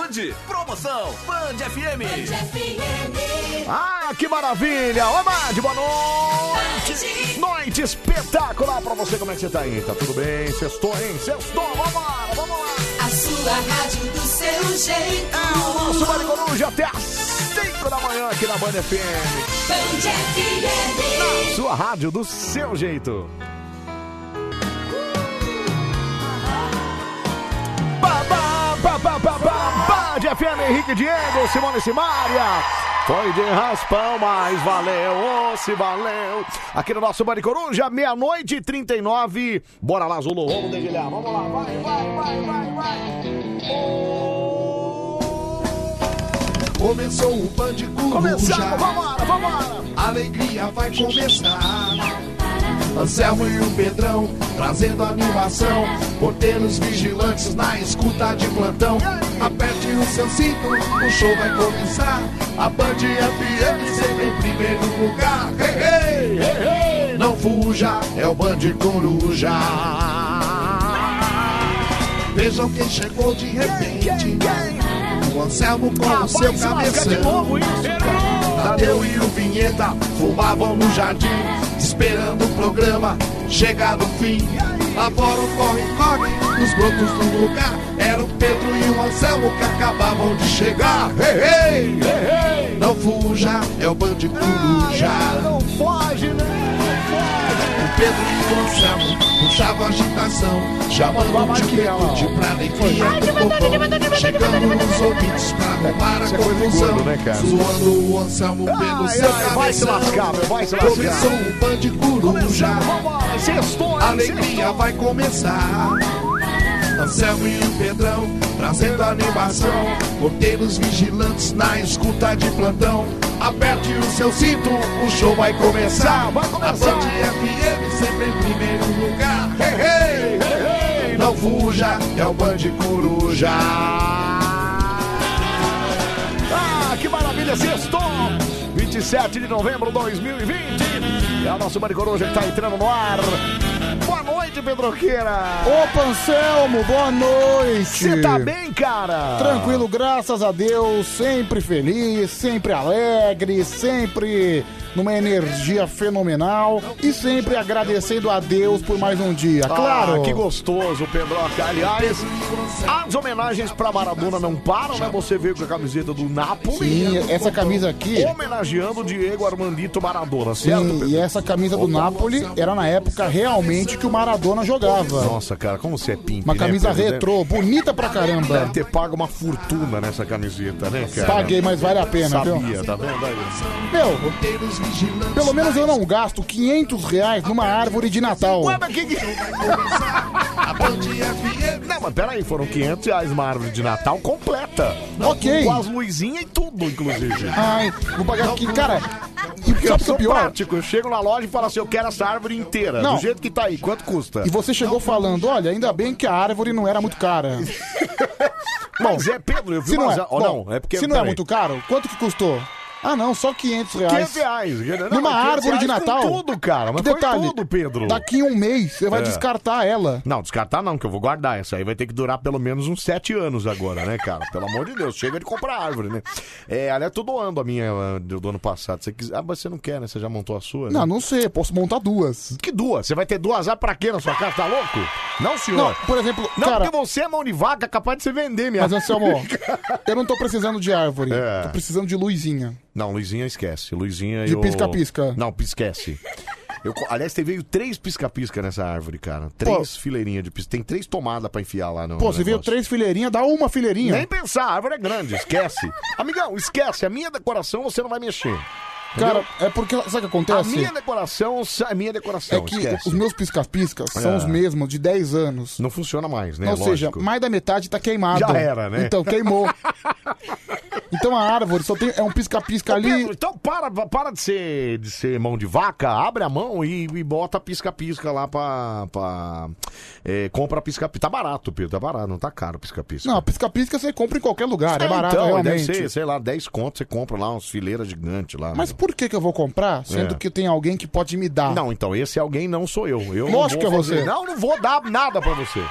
Band. Promoção Band FM. Ah, que maravilha! Ô, Mad, boa noite! Noite espetacular pra você, como é que você tá aí? Tá tudo bem? Sextou, hein? Sextou, vamos lá, vamos lá! A sua rádio do seu jeito. É o nosso Vale Coruja até às 5 da manhã aqui na Band FM. Band FM. Sua rádio do seu jeito. Ba, ba, ba, ba, ba, ba, ba, de FM, Henrique Diego, Simone Simária. Foi de raspão, mas valeu, ô, se valeu. Aqui no nosso Bande Coruja, meia-noite e 39. Bora lá, Zulu, vamos dedilhar, vamos lá, vai, vai, vai, vai, vai. Começou um o Band Coruja. Começamos, vambora, vambora. A alegria vai começar. Anselmo e o Pedrão trazendo animação. Porteiros vigilantes na escuta de plantão. Aperte o seu cinto, o show vai começar. A Band FM sempre em primeiro lugar. Hey, hey, hey, hey. Não fuja, é o Band Coruja. Vejam quem chegou de repente. O Anselmo com o seu Rapaz, se lasca é de cabeção. novo, hein? Tadeu e o Vinheta fumavam no jardim, esperando o programa chegar no fim. Agora o corre-corre, os brotos do lugar, era o Pedro e o Anselmo que acabavam de chegar. Ei, ei, ei, ei. Não fuja, é o Band Coruja. Ah, Não foge, né? O Pedro e o Anselmo puxavam a agitação, chamando um de pênalti pra alegria do povão. Chegando nos ouvintes pra arrumar a é coisa de confusão, gordo, né, cara? zoando o Anselmo pelo Ai, seu ai, vai se cabeção. lascar, meu, vai se Começou lascar. o Band Coruja, Começamos, vambora, sextou, a hein? alegria vai começar. Anselmo e o Pedrão trazendo animação. Porteiros vigilantes na escuta de plantão. Aperte o seu cinto, o show vai começar. Vai começar. A Band FM sempre em primeiro lugar. Hey, hey, hey, hey. Não fuja, é o Band Coruja. Ah, que maravilha, sextou! 27 de novembro de 2020. É o nosso Bande Coruja que tá entrando no ar. Boa noite, Pedroqueira! Opa, Anselmo, boa noite. Você tá bem, cara? Tranquilo, graças a Deus, sempre feliz, sempre alegre, sempre numa energia fenomenal e sempre agradecendo a Deus por mais um dia. Ah, Claro, que gostoso, Pedroca. Aliás, as homenagens pra Maradona não param, né? Você veio com a camiseta do Napoli. Sim, essa camisa aqui. Homenageando o Diego Armandito Maradona, certo? Sim, Pedro? e essa camisa do Napoli era na época realmente que o Maradona jogava. Nossa, cara, como você é pimp, Uma né, camisa Pedro? retrô, bonita pra Deve caramba. ter pago uma fortuna nessa camiseta, né, cara? Paguei, mas vale a pena, viu? Sabia, tá vendo aí? Meu, Porteiros vigilantes. Pelo menos eu não gasto 500 reais numa árvore de Natal. Ué, mas Então, que que... A Band FM. Não, mas peraí, foram 500 reais uma árvore de Natal completa. Ok. Com as luzinhas e tudo, inclusive. Ai, vou pagar aqui. Cara, e Eu sabe o que é sou o pior? prático, eu chego na loja e falo assim, eu quero essa árvore inteira, Não. do jeito que tá aí, quanto custa? E você chegou falando, olha, ainda bem que a árvore não era muito cara. Mas é, Pedro, eu vi Se não umas... é, ó, bom, não, é porque... se não é peraí. muito caro, quanto que custou? Ah não, só 500 reais. 500 reais. Não, 500 Numa árvore de reais com Natal. tudo, cara, mas Que detalhe, foi tudo, Pedro. Daqui um mês você vai É. descartar ela. Não, descartar não, que eu vou guardar. Essa aí vai ter que durar pelo menos uns sete anos agora, né, cara? Pelo amor de Deus, chega de comprar árvore, né? É, aliás, tô doando a minha ah, do do ano passado. Você quis... Ah, mas você não quer, né? Você já montou a sua? né? Não, não sei, posso montar duas. Que duas? Você vai ter duas árvores pra quê na sua casa? Tá louco? Não, senhor. Não, Não, por exemplo, cara, porque você é mão de vaca, capaz de você vender, minha. mas Anselmo, eu não tô precisando de árvore, É. tô precisando de luzinha. Não, Luizinha esquece. Luizinha De eu... pisca-pisca. Não, esquece. Eu, co- aliás, teve veio três pisca-pisca nessa árvore, cara. Três fileirinhas de pisca. Tem três tomadas pra enfiar lá no Pô, você veio um negócio. três fileirinhas, dá uma fileirinha. Nem pensar, a árvore é grande, esquece. Amigão, esquece, a minha decoração você não vai mexer. Cara, é porque, sabe o que A acontece? minha decoração, a minha decoração, É que esquece. os meus pisca-piscas são É. os mesmos de 10 anos. Não funciona mais, né? Ou seja, Lógico. mais da metade tá queimado. Já era, né? Então, queimou. então a árvore só tem. É um pisca-pisca Ô, Pedro, ali. então para, para de, ser, de ser mão de vaca, abre a mão e, e bota pisca-pisca lá pra. pra é, compra pisca-pisca. Tá barato, Pedro, tá barato, não tá caro pisca-pisca. Não, pisca-pisca você compra em qualquer lugar. É barato, então, deve realmente. ser, sei lá, 10 contos, você compra lá umas fileiras gigantes lá. né? Mas meu. por que, que eu vou comprar, sendo É. que tem alguém que pode me dar? Não, então, esse alguém não sou eu. eu não Lógico vou que é fazer- você. Não, não vou dar nada pra você.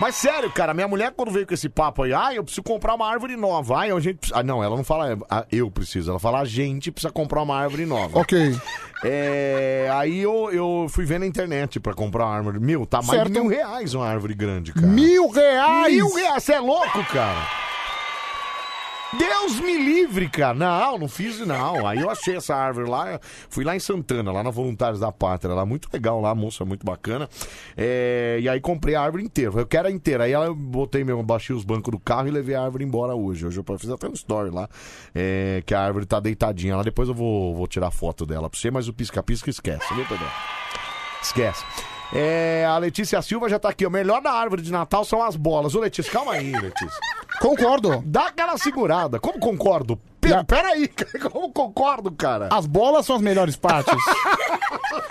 Mas sério, cara, minha mulher quando veio com esse papo aí, ah, eu preciso comprar uma árvore nova. Ai, a gente precisa... Ah, não, ela não fala ah, eu preciso, ela fala a gente precisa comprar uma árvore nova. Ok. É, aí eu, eu fui ver na internet pra comprar uma árvore. Meu, tá mais Certo. de mil reais uma árvore grande, cara. Mil reais! Mil reais, você é louco, cara? Deus me livre, cara. Não, não fiz não. Aí eu achei essa árvore lá, fui lá em Santana, lá na Voluntários da Pátria, lá muito legal lá, a moça muito bacana. É, e aí comprei a árvore inteira. Falei, Eu quero a inteira. Aí ela eu botei meu, baixei os bancos do carro e levei a árvore embora hoje. Hoje eu fiz até um story lá, é, que a árvore tá deitadinha lá. Depois eu vou, vou tirar foto dela pra você, mas o pisca-pisca esquece, viu, Pedro? Esquece. É, a Letícia Silva já tá aqui. O melhor da árvore de Natal são as bolas. Ô, Letícia, calma aí, Letícia. Concordo. Dá aquela segurada. Como concordo? Pedro, peraí. Como concordo, cara? As bolas são as melhores partes.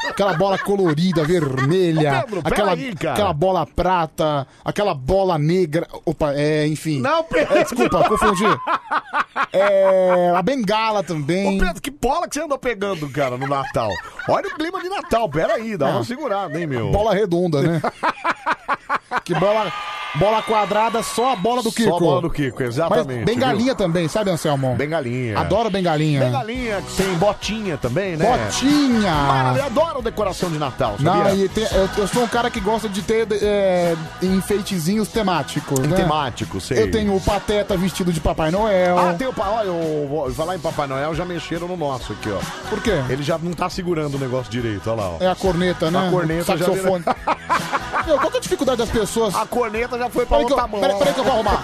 aquela bola colorida, vermelha, Ô, Pedro, pera aquela, aí, cara. aquela bola prata, aquela bola negra. Opa, é, enfim. Não, Pedro. É, desculpa, confundi. É, a bengala Ô, também. Pedro, que bola que você andou pegando, cara, no Natal? Olha o clima de Natal. Peraí, dá uma Ah. segurada, hein, meu? Bola redonda, né? que bola, bola quadrada, só a bola do Kiko. Só a bola do Kiko, Mas exatamente. bengalinha também, sabe, Anselmo? Bem galinha. Adoro bengalinha. Bengalinha, que tem botinha também, né? Botinha! Maravilha, eu adoro decoração de Natal, sabia? Não, e tem- eu, eu sou um cara que gosta de ter é, enfeitezinhos temáticos, né? Temático, sei. Eu tenho o Pateta vestido de Papai Noel. Ah, tem o pa... Olha, eu vou falar em Papai Noel, já mexeram no nosso aqui, ó. Por quê? Ele já não tá segurando o negócio direito, olha lá, ó. É a corneta, né? A corneta já Saxofone. Meu, qual que é a dificuldade das pessoas? A corneta já foi pra Peraí que, eu, outra mão. peraí, ó. peraí que eu vou arrumar.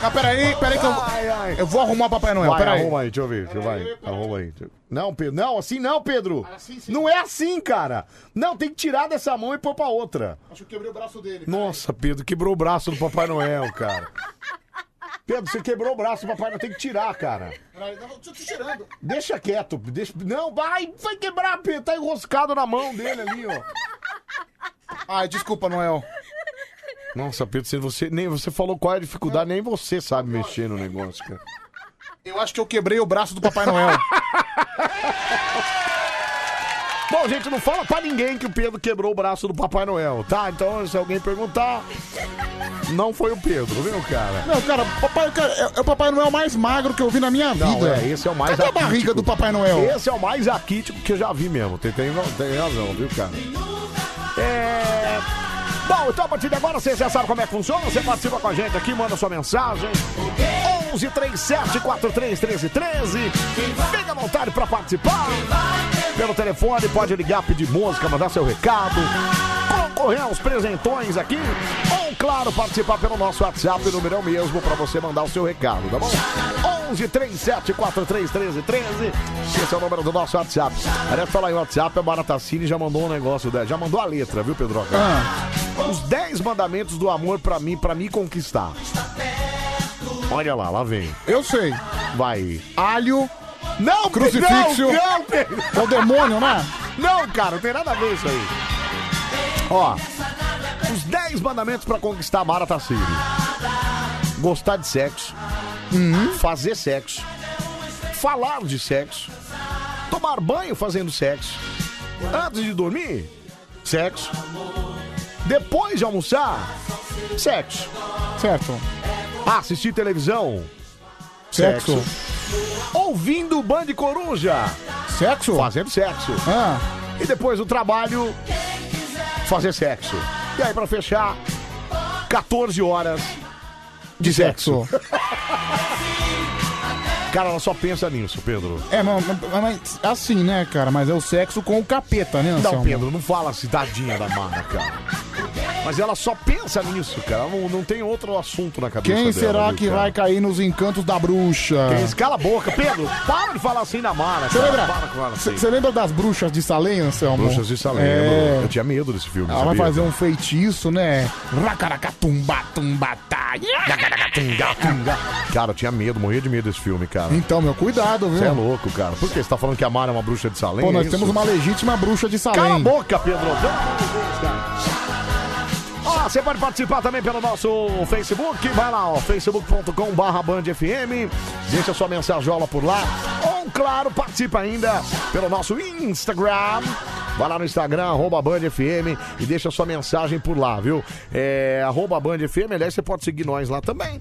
Ah, peraí, peraí que eu, Ai, ai. É, eu vou arrumar o Papai Noel, Vai, peraí. arruma aí, deixa eu ver. Deixa eu- vai, arruma aí. Não, Pedro. Não, assim não, Pedro. assim sim. Não é assim, cara. Não, tem que tirar dessa mão e pôr pra outra. Acho que quebrei o braço dele. Nossa, Pedro, quebrou o braço do Papai Noel, cara. Pedro, você quebrou o braço do Papai Noel. Tem que tirar, cara. Tô tirando. Deixa quieto. Deixa... Não, vai, vai quebrar, Pedro. Tá enroscado na mão dele ali, ó. Ai, desculpa, Noel. Nossa, Pedro, se você, nem, você falou qual é a dificuldade, nem você sabe mexer no negócio, cara. Eu acho que eu quebrei o braço do Papai Noel. Bom, gente, não fala pra ninguém que o Pedro quebrou o braço do Papai Noel, tá? Então, se alguém perguntar, não foi o Pedro, viu, cara? Não, cara, papai, cara, é, é o Papai Noel mais magro que eu vi na minha vida. Não, é, esse é o mais Cadê a atípico. barriga do Papai Noel? Esse é o mais aquítico que eu já vi mesmo. Tem, tem, tem razão, viu, cara? É. Bom, então a partir de agora você já sabe como é que funciona. Você participa com a gente aqui, manda sua mensagem. 11 37 43 13 13. Fica à vontade pra participar. Pelo telefone, pode ligar, pedir música, mandar seu recado. Concorrer aos presentões aqui. Ou, claro, participar pelo nosso WhatsApp, o número é o mesmo, pra você mandar o seu recado, tá bom? 11 37 43 13 13. Esse é o número do nosso WhatsApp. Aliás, falar em WhatsApp, a Baratacine já mandou um negócio dela. Já mandou a letra, viu, Pedro? Ah, Os 10 mandamentos do amor pra mim, para me conquistar. Olha lá, lá vem. eu sei. Vai. Alho Não, Crucifixo. Não, não, Pedro. é o demônio, né? não, cara, não tem nada a ver isso aí. Ó. Os 10 mandamentos pra conquistar a Mara Tassini. Gostar de sexo. Uhum. Fazer sexo. Falar de sexo. Tomar banho fazendo sexo. Antes de dormir, sexo. Depois de almoçar, sexo. Certo. Assistir televisão, Sexo. ouvindo o Band Coruja, Sexo? fazendo sexo. Ah, E depois do trabalho, fazer sexo. E aí, pra fechar, 14 horas de sexo. sexo. Cara, ela só pensa nisso, Pedro. É, mas, mas- mas assim, né, cara? Mas é o sexo com o capeta, né, Anselmo? Não, Pedro, não fala cidadinha da Mara, cara. Mas ela só pensa nisso, cara. Ela Não, não tem outro assunto na cabeça Quem dela, será viu, que cara? vai cair nos encantos da bruxa? Quem- é Cala a boca, Pedro. Para de falar assim na Mara, Você cara. lembra? Para com ela assim. Você lembra das bruxas de Salem, Anselmo? Bruxas de Salem, É. lembro. Eu tinha medo desse filme. Ela vai sabia? fazer um feitiço, né? tá, Racaracatumbatumbatá. Tunga, tunga. Cara, eu tinha medo, morria de medo desse filme, cara. Então, meu, cuidado, viu? Você é louco, cara. Por que você tá falando que a Mara é uma bruxa de Salem? Pô, nós É isso? temos uma legítima bruxa de Salem. Cala a boca, Pedro. Pelo amor de Deus, cara. Ó, Ah, você pode participar também pelo nosso Facebook. Vai lá, ó, facebook.com.br bandfm. Deixa sua mensajola por lá. Ou, claro, participa ainda pelo nosso Instagram. Vai lá no Instagram, arroba Band FM e deixa sua mensagem por lá, viu? É, arroba Band FM, aliás, você pode seguir nós lá também.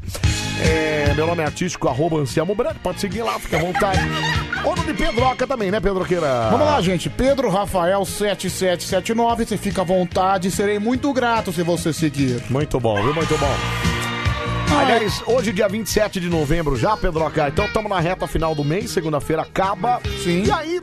É, meu nome é artístico, arroba Anselmo Branco, pode seguir lá, fica à vontade. Ou no de Pedroca também, né, Pedroqueira? Vamos lá, gente. Pedro Rafael 7779. Você fica à vontade. Serei muito grato se você seguir. Muito bom, viu? Muito bom. Ah. Aliás, hoje dia 27 de novembro já, Pedroca. Então estamos na reta final do mês, segunda-feira acaba. Sim. E aí,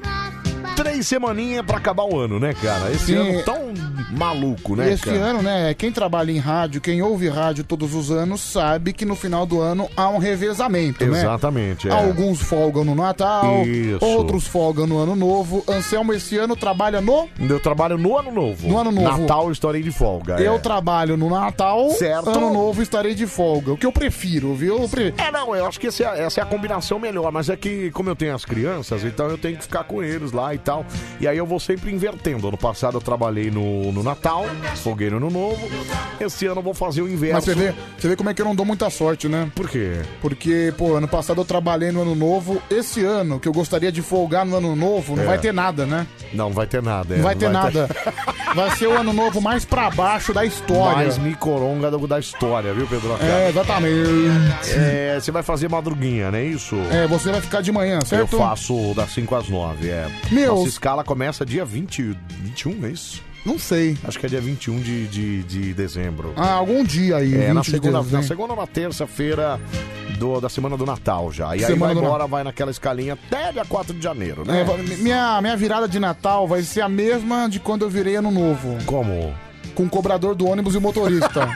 três semaninhas pra acabar o ano, né, cara? Esse Sim. ano tão maluco, né, Esse cara? ano, né? Quem trabalha em rádio, quem ouve rádio todos os anos, sabe que no final do ano há um revezamento, né? Exatamente, é. Alguns folgam no Natal, Isso. outros folgam no Ano Novo. Anselmo, esse ano trabalha no. Eu trabalho no ano novo. No Ano Novo. Natal eu estarei de folga. Eu é. trabalho no Natal, Certo. Ano Novo estarei de folga. O que eu prefiro, viu? Eu pre- É, não, eu acho que esse é- essa é, a combinação melhor, mas é que como eu tenho as crianças, então eu tenho que ficar com eles lá e tal. E aí eu vou sempre invertendo. Ano passado eu trabalhei no, no Natal, foguei no Ano Novo. Esse ano eu vou fazer o inverso. Mas você vê, você vê como é que eu não dou muita sorte, né? Por quê? Porque, pô, ano passado eu trabalhei no ano novo. Esse ano, que eu gostaria de folgar no ano novo, não É. vai ter nada, né? Não, não vai ter nada. é, Não vai ter nada. Vai ser o ano novo mais pra baixo da história. Mais micoronga do- da história, viu, Pedro? É, exatamente. É, você vai fazer madruguinha, não é isso? É, você vai ficar de manhã, certo? Eu faço das 5 às 9, é. Meu- Nossa escala começa dia 20, 21, é isso? Não sei. Acho que é dia 21 de, de, de dezembro. Ah, algum dia aí, É, na 20 de segunda, na dezembro. segunda ou na terça-feira do- da semana do Natal já. E aí Semana vai do embora, vai naquela escalinha até dia 4 de janeiro, né? É, va- minha, minha virada de Natal vai ser a mesma de quando eu virei ano novo. Como? Com o cobrador do ônibus e o motorista.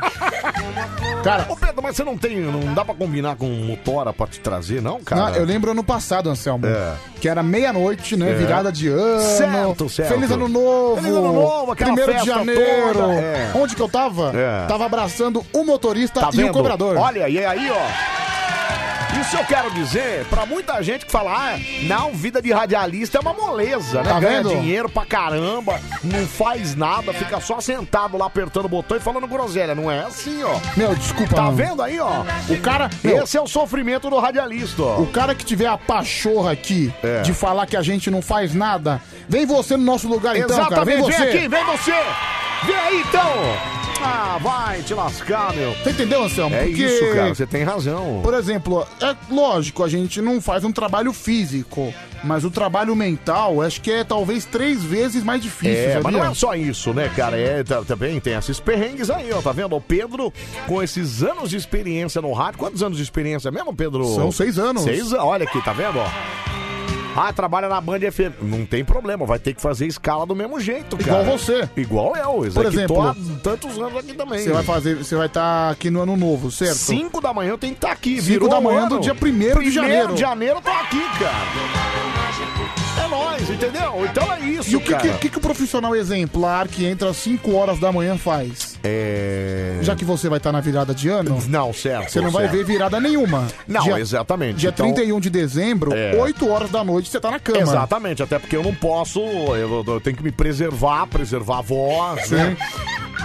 Cara, ô Pedro, mas você não tem. Não dá pra combinar com um motora pra te trazer, não, cara? Não, eu lembro ano passado, Anselmo. É. Que era meia-noite, né? É. Virada de ano. Certo, certo. Feliz ano novo. Feliz ano novo, aquela Primeiro de festa janeiro. toda, é. Onde que eu tava? É. Tava abraçando o motorista Tá e vendo? o cobrador. Olha, e aí, ó. Isso eu quero dizer pra muita gente que fala, ah, não, vida de radialista é uma moleza, né? Tá Ganha vendo? dinheiro pra caramba, não faz É. nada, fica só sentado lá apertando o botão e falando groselha. Não é assim, ó. Meu, desculpa. Tá mano. vendo aí, ó? O cara... meu, Esse é o sofrimento do radialista, ó. O cara que tiver a pachorra aqui É. de falar que a gente não faz nada, vem você no nosso lugar então, cara. Vem Exatamente, você. vem aqui, vem você! Vem aí então! Ah, vai te lascar, meu. Você entendeu, Anselmo? É Então, Porque, isso, cara, você tem razão. Por exemplo, é lógico, a gente não faz um trabalho físico, mas o trabalho mental, acho que é talvez três vezes mais difícil, É, mas sabia? não é só isso, né, cara? É, tá- também tem esses perrengues aí, ó, tá vendo? O Pedro, com esses anos de experiência no rádio, quantos anos de experiência mesmo, Pedro? São seis anos. Seis anos, olha aqui, tá vendo, ó? Ah, trabalha na Band FM. Não tem problema, vai ter que fazer escala do mesmo jeito, cara. Igual você. Igual eu, Por aqui é tô exemplo, há tantos anos aqui também. Você vai fazer, você vai estar aqui no ano novo, certo? 5 da manhã eu tenho que estar aqui. Cinco da manhã do dia 1º de janeiro. 1 de janeiro eu tô aqui, cara. É nóis, entendeu? Então é isso, E o que, cara. que, que que o profissional exemplar que entra às 5 horas da manhã faz? É... Já que você vai estar na virada de ano, Não, certo. É, você não vai certo. ver virada nenhuma. Não, dia, exatamente. Dia Então- 31 de dezembro, É. 8 horas da noite, você tá na cama. Exatamente, até porque eu não posso, eu, eu tenho que me preservar, preservar a voz, né?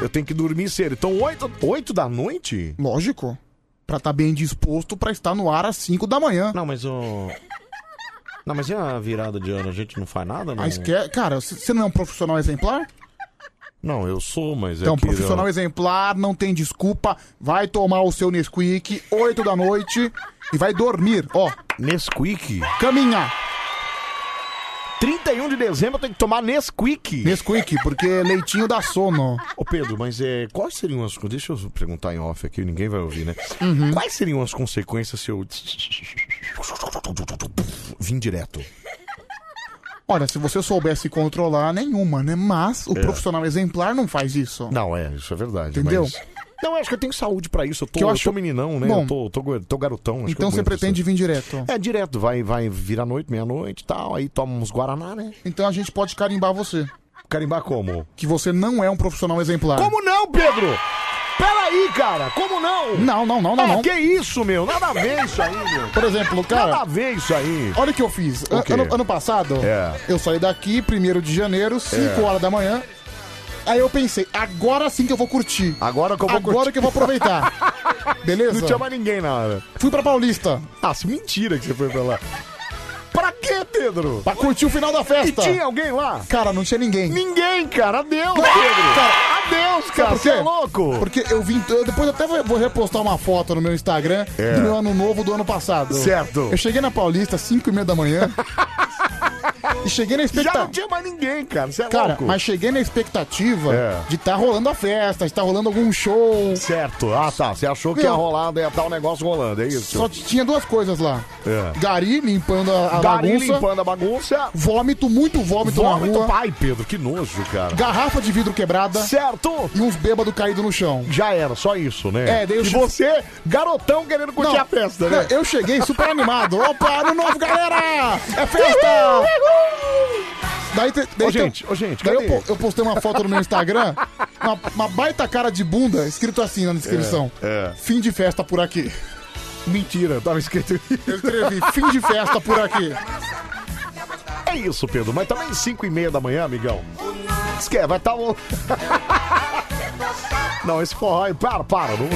Eu tenho que dormir cedo. Então, 8, oito da noite? Lógico. Pra estar bem disposto pra estar no ar às 5 da manhã. Não, mas o. Não, mas e a virada de ano? A gente não faz nada, não? Mas Ah, que, cara, c- você não é um profissional exemplar? Não, eu sou, mas é Então, que eu- profissional exemplar, não tem desculpa, vai tomar o seu Nesquik 8 da noite e vai dormir, ó, Nesquik. caminhar. 31 de dezembro eu tenho que tomar Nesquik. Nesquik, porque leitinho dá sono. Ô Pedro, mas é, quais seriam as. Deixa eu perguntar em off aqui, ninguém vai ouvir, né? Uhum. Quais seriam as consequências se eu. Vim direto. Olha, se você soubesse controlar, nenhuma, né? Mas o profissional exemplar não faz isso. É. Não, é, isso é verdade. Entendeu? mas- Não, eu acho que eu tenho saúde pra isso. Eu tô, Que eu eu acho- tô meninão, né? Bom. eu tô, tô, go- tô garotão. acho que eu então você aguento pretende isso. vir direto. É, direto. Vai, vai vir à noite, meia-noite e tal. Aí toma uns Guaraná, né? Então a gente pode carimbar você. Carimbar como? Que você não é um profissional exemplar. Como não, Pedro? Peraí, cara. Como não? Não, não, não, não, Ah, não. que isso, meu? Nada a ver isso aí, meu. Por exemplo, Nada a cara, ver isso aí. olha o que eu fiz. An- O quê? ano, ano passado, É. eu saí daqui, 1 de janeiro, 5 horas da manhã. Aí eu pensei, agora sim que eu vou curtir. Agora que eu vou Agora que eu vou aproveitar. Beleza? Não tinha mais ninguém na hora. Fui pra Paulista. Ah, se mentira que você foi pra lá. Pra quê, Pedro? Pra curtir o final da festa. E tinha alguém lá? Cara, não tinha ninguém. Ninguém, cara. Adeus, Pedro. Adeus, Sabe cara. por Você quê? é louco. Porque eu vim. eu depois até vou- vou repostar uma foto no meu Instagram É. do meu ano novo do ano passado. Certo. Eu cheguei na Paulista às 5 e meia da manhã. e cheguei na Já não expectativa. tinha mais ninguém, cara. Você é Cara, louco. mas cheguei na expectativa É. de estar rolando a festa, de estar rolando algum show. Certo. Ah, tá. Você achou que Meu. ia rolar, ia estar um negócio rolando, é isso? Só t- tinha duas coisas lá. É. Gari limpando a, a Gari bagunça. limpando a bagunça. Vômito, muito vômito, na Vômito, rua. pai, Pedro. Que nojo, cara. Garrafa de vidro quebrada Certo. e uns bêbados caídos no chão. Já era, só isso, né? É, daí eu e che- você, garotão, querendo curtir Não, a festa, não, né? eu cheguei super animado. Opa, ano novo, galera! É festa! Daí, te- daí Ô, tem- gente, ô, gente, daí eu, cadê? po- eu postei uma foto no meu Instagram, uma, uma baita cara de bunda, escrito assim na descrição. É, é. Fim de festa por aqui. Mentira, tava escrito. Eu escrevi, fim de festa por aqui. É isso, Pedro, mas também 5 e meia da manhã, amigão. Esquece, vai estar tá um... Não, esse forró aí, para, para. Não...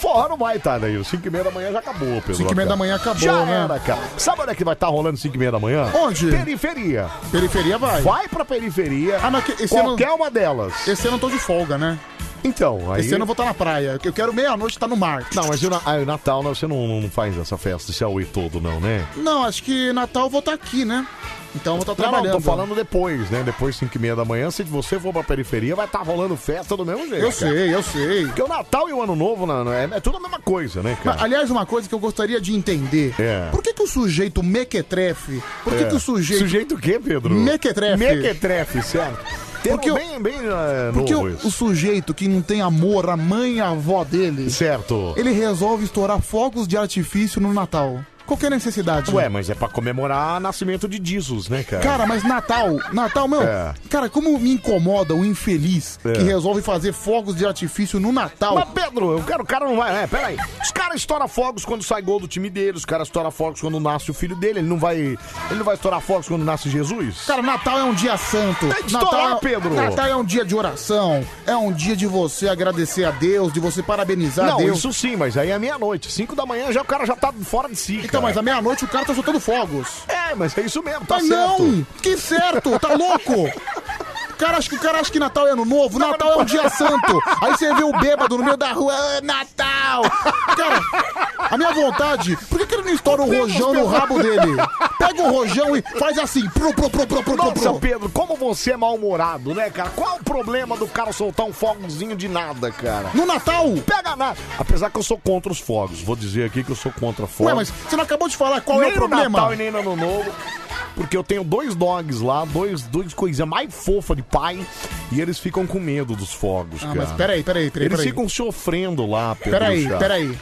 Forró não vai estar tá, daí. 5 e meia da manhã já acabou, Pedro. 5 e meia da manhã acabou, Já né? era, cara. Sabe onde é que vai estar rolando 5 e meia da manhã? Onde? Periferia. Periferia vai. Vai pra periferia, Ah, não, que- esse ano, qualquer uma delas. esse ano eu tô de folga, né? Então, aí... Esse ano eu vou estar na praia. Eu quero meia-noite estar no mar. Não, mas e o, Na- ah, e o Natal, não, você não, não faz essa festa, esse Aue todo, não, né? Não, acho que Natal eu vou estar aqui, né? Então eu vou estar Não, não, trabalhando. tô falando depois, né? Depois 5 e meia da manhã, se você for pra periferia, vai estar rolando festa do mesmo jeito. Eu cara. sei, eu sei. Porque o Natal e o Ano Novo na- na- é, é tudo a mesma coisa, né, Mas, cara? aliás, uma coisa que eu gostaria de entender. É. Por que, que o sujeito mequetrefe? Por que, É. que o sujeito. Sujeito o quê, Pedro? Mequetrefe. Mequetrefe, certo. Termo Porque o- bem, bem eh, Por que novo o, isso. o sujeito que não tem amor, a mãe e a avó dele, Certo. ele resolve estourar fogos de artifício no Natal? Qual que é a necessidade? Ué, mas é pra comemorar o nascimento de Jesus, né, cara? Cara, mas Natal, Natal, meu, É. cara, como me incomoda o infeliz É. que resolve fazer fogos de artifício no Natal? Mas, Pedro, eu quero, o cara não vai. É, peraí. Os caras estouram fogos quando sai gol do time dele, os caras estouram fogos quando nasce o filho dele. Ele não vai. Ele não vai estourar fogos quando nasce Jesus? Cara, Natal é um dia santo. Tem que Natal, estourar, Pedro. Natal é um dia de oração. É um dia de você agradecer a Deus, de você parabenizar a não, Deus. isso sim, mas aí é meia-noite. Cinco da manhã já o cara já tá fora de si. Então, cara. mas à meia-noite o cara tá soltando fogos. É, mas é isso mesmo, tá mas certo. não! Que certo! Tá louco? O cara, acha que, o cara acha que Natal é ano novo, Natal é um dia santo. Aí você vê o bêbado no meio da rua, "Ah, Natal! Cara, a minha vontade, por que, que ele não estoura o rojão no rabo dele? Pega o rojão e faz assim, pro, pro, pro, pro, pro, pro, Nossa, pro. Pedro, como você é mal-humorado, né, cara? Qual o problema do cara soltar um fogozinho de nada, cara? No Natal! Pega nada. Apesar que eu sou contra os fogos. Vou dizer aqui que eu sou contra fogos. Ué, mas você não acabou de falar qual nem é o no Natal problema? e nem no Ano Novo. Porque eu tenho dois dogs lá, dois, dois coisinhas mais fofa de pai. E eles ficam com medo dos fogos, Ah, cara. mas peraí, peraí, peraí, Eles peraí. ficam sofrendo lá, Pedro. Peraí, Chá. peraí.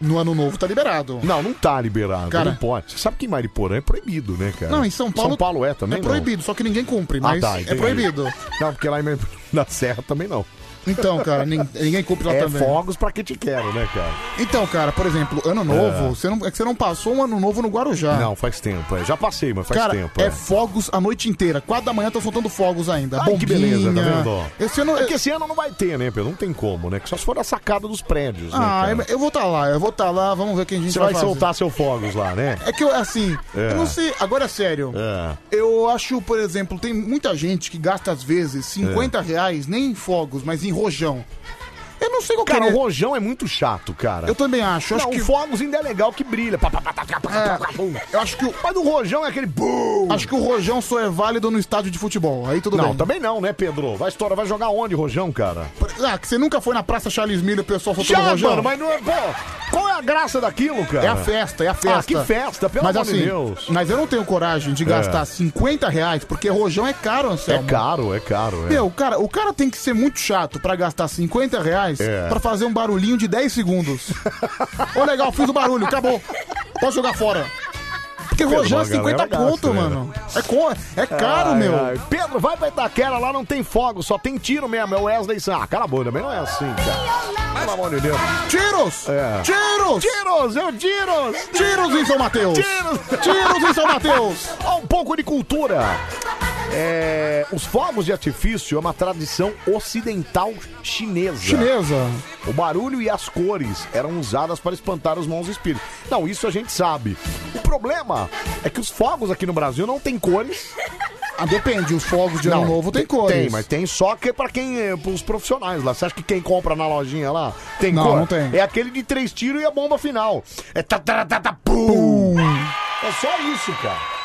No ano novo tá liberado. Não, não tá liberado, Cara. não pode. Você sabe que em Mariporã é proibido, né, cara? Não, em São Paulo. São Paulo é também, É não? proibido, só que ninguém cumpre, mas tá, é entendi. proibido. Não, porque lá em- na Serra também não. Então, cara, nin- ninguém cumpre lá É também. fogos pra quem te quero, né, cara? Então, cara, por exemplo, ano novo, você não, é que você não passou um ano novo no Guarujá. Não, faz tempo. é. Já passei, mas faz Cara, tempo. é é. fogos a noite inteira. Quatro da manhã tá soltando fogos ainda. Ai, que beleza, tá bombinha. vendo? Esse ano. É que esse ano não vai ter, né, Pedro? Não tem como, né? Que Só se for na sacada dos prédios, né, Ah, cara? eu, eu vou tá lá, eu vou tá lá, vamos ver quem a gente Você vai fazer. soltar seu fogos lá, né? É que eu, assim, É. eu não sei, agora é sério. É. Eu acho, por exemplo, tem muita gente que gasta às vezes É. 50 reais, nem em fogos, mas em rojão. Eu não sei qual Cara, que é. o rojão é muito chato, cara. Eu também acho. Eu Não, acho que o fogos ainda é legal que brilha. Pá, pá, pá, tá, tá, pá, É. pá, pá, bum. Eu acho que o, Mas o rojão é aquele... Bum! acho que o rojão só é válido no estádio de futebol. Aí tudo Não, bem. também não, né, Pedro? Vai estourar, vai jogar onde, rojão, cara? Ah, que você nunca foi na Praça Charles Miller, o pessoal soltando Já, rojão? mano, mas não é... Pô, qual é a graça daquilo, cara? É a festa, é a festa. Ah, que festa, pelo mas amor de assim, Deus. mas eu não tenho coragem de gastar 50 reais, porque rojão é caro, É Anselmo. caro, é caro. É. Meu, cara, o cara tem que ser muito chato pra gastar 50 reais É. pra fazer um barulhinho de 10 segundos. Ô, legal, fiz o barulho, acabou. Posso jogar fora. Porque rojão é mas a galera 50 gasta, conto, né? mano. É, co- é caro, Ai, meu. ai. Pedro, vai pra Itaquera, lá não tem fogo, só tem tiro mesmo. É o Wesley Sá. Ah, cala a boca, também não é assim, cara. Pelo amor de Deus. Tiros! É. Tiros! Tiros, eu tiros! Tiros em São Mateus! Tiros! Tiros em São Mateus! Ó, um pouco de cultura. É, os fogos de artifício é uma tradição ocidental chinesa. Chinesa. O barulho e as cores eram usadas para espantar os maus espíritos. Não, isso a gente sabe. O problema é que os fogos aqui no Brasil não tem cores. Ah, depende, os fogos de ano novo tem cores. Tem, mas tem só que para quem, é, pros profissionais lá. Você acha que quem compra na lojinha lá tem Não, cor? não tem. É aquele de três tiros e a bomba final. É tá, tá, tá, tá, pum. É só isso, cara.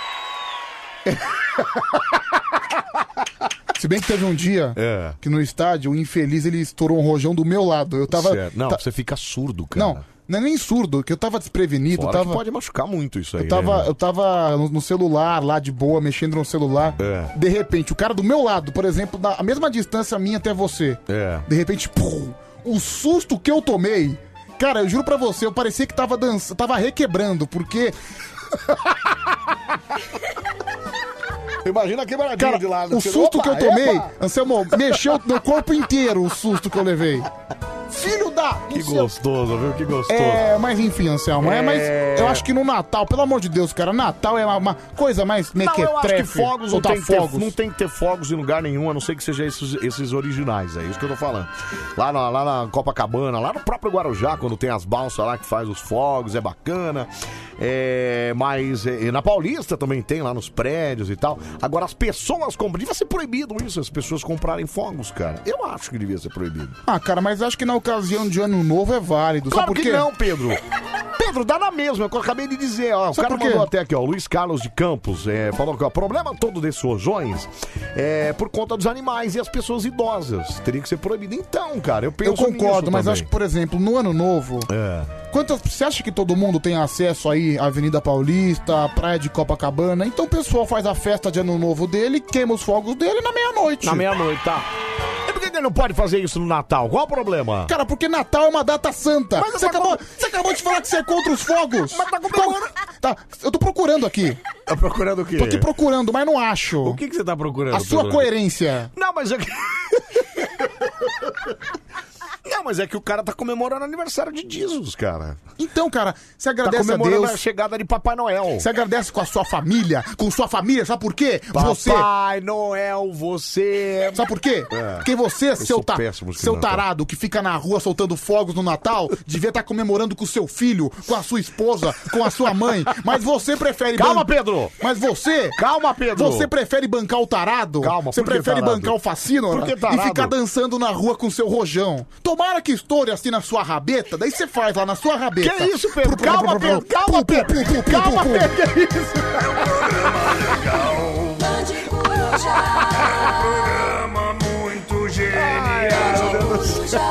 Se bem que teve um dia É. que no estádio, o infeliz, ele estourou um rojão do meu lado. Eu tava. Certo. Não, ta- você fica surdo, cara. Não, não é nem surdo, que eu tava desprevenido. Fora que tava... pode machucar muito isso aí. Eu tava, né? eu tava no, no celular lá de boa, mexendo no celular. É. De repente, o cara do meu lado, por exemplo, da a mesma distância minha até você. É. De repente, pum, o susto que eu tomei. Cara, eu juro pra você, eu parecia que tava dançando, tava requebrando, porque Imagina a quebradinha cara, de lado. o Você- susto Opa, que eu tomei, epa! Anselmo, mexeu meu corpo inteiro o susto que eu levei. Filho da. Que gostoso, viu? Que gostoso. É, mas enfim, Anselmo, é... É. mas eu acho que no Natal, pelo amor de Deus, cara, Natal é uma, uma coisa mais Não, eu acho é que mequetrefe. tá tá fogos não soltar tem, que ter- não tem que ter fogos em lugar nenhum, a não ser que seja esses, esses originais, é isso que eu tô falando. Lá na, lá na Copacabana, lá no próprio Guarujá, quando tem as balsas lá que faz os fogos, é bacana. É, mas é, e na Paulista também tem, lá nos prédios e tal. Agora, as pessoas compram. Devia ser proibido isso, as pessoas comprarem fogos, cara. Eu acho que devia ser proibido. Ah, cara, mas acho que na ocasião de ano novo é válido. Claro sabe por que quê? não, Pedro. Pedro, dá na mesma, é o que eu acabei de dizer. Ó, o Sabe cara por quê? mandou até aqui, ó, o Luiz Carlos de Campos, é, falou que ó, o problema todo desses rojões é por conta dos animais e as pessoas idosas. Teria que ser proibido. Então, cara, eu penso Eu concordo, nisso mas também. acho que, por exemplo, no ano novo. É. Quantas, você acha que todo mundo tem acesso aí à Avenida Paulista, à Praia de Copacabana? Então o pessoal faz a festa de ano novo dele, queima os fogos dele na meia-noite. Na meia-noite, tá. E por que ele não pode fazer isso no Natal? Qual o problema? Cara, porque Natal é uma data santa. você, acabou, você acabou de falar que você é contra os fogos. Mas tá comemorando. Tá, eu tô procurando aqui. né? Tá procurando o quê? Tô aqui procurando, mas não acho. O que, que você tá procurando? A sua Pedro? coerência. Não, mas é que. Não, mas é que o cara tá comemorando o aniversário de Jesus, cara. Então, cara, você Tá agradece a comemorando Deus. a chegada de Papai Noel. Você agradece com a sua família, com sua família, sabe por quê? Você. Papai Noel, você. Sabe por quê? É. Porque você, seu, sou ta... péssimo de seu Natal. tarado que fica na rua soltando fogos no Natal, devia estar comemorando com o seu filho, com a sua esposa, com a sua mãe. Mas você prefere. Calma, ban- Pedro! Mas você. Calma, Pedro! Você prefere bancar o tarado? Calma, Você por que prefere tarado? bancar o fascino Por que e tarado? ficar dançando na rua com seu rojão? Tomara que estoure assim na sua rabeta, daí você faz lá na sua rabeta. Que isso, Pedro? Calma, Pedro! Calma, Pedro! Calma, Calma, Pedro! Que isso? Bande Coruja. Programa muito Bande genial, Coruja. Ô,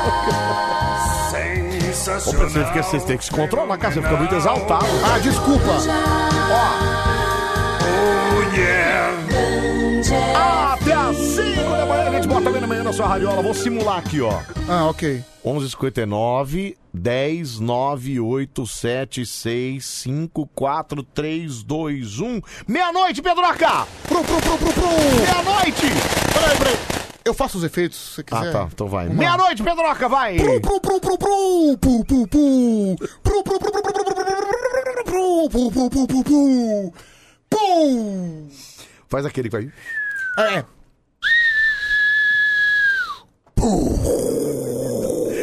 Pedro, você, sensacional. fica, você tem que se controlar, cara. Você fica muito exaltado. Ah, desculpa. Oh, yeah. Até às 5 da manhã, a gente bota bem na manhã na sua radiola. Vou simular aqui, ó. Ah, ok. 1159 10 987654321. Meia-noite, Pedroca! Prum, prum, prum, prum, prum. Meia-noite! Peraí, peraí. Eu faço os efeitos, se você quiser. Ah, tá, então vai. Vamos lá. Meia-noite, Pedroca, vai! Pru, pru, pru, pru, pru, pru, pru, pru. Pru, pru, pru, pru, pru, pru, pru, pru, pru, pru, pru, pru, pru. Pum. Faz aquele que vai. É,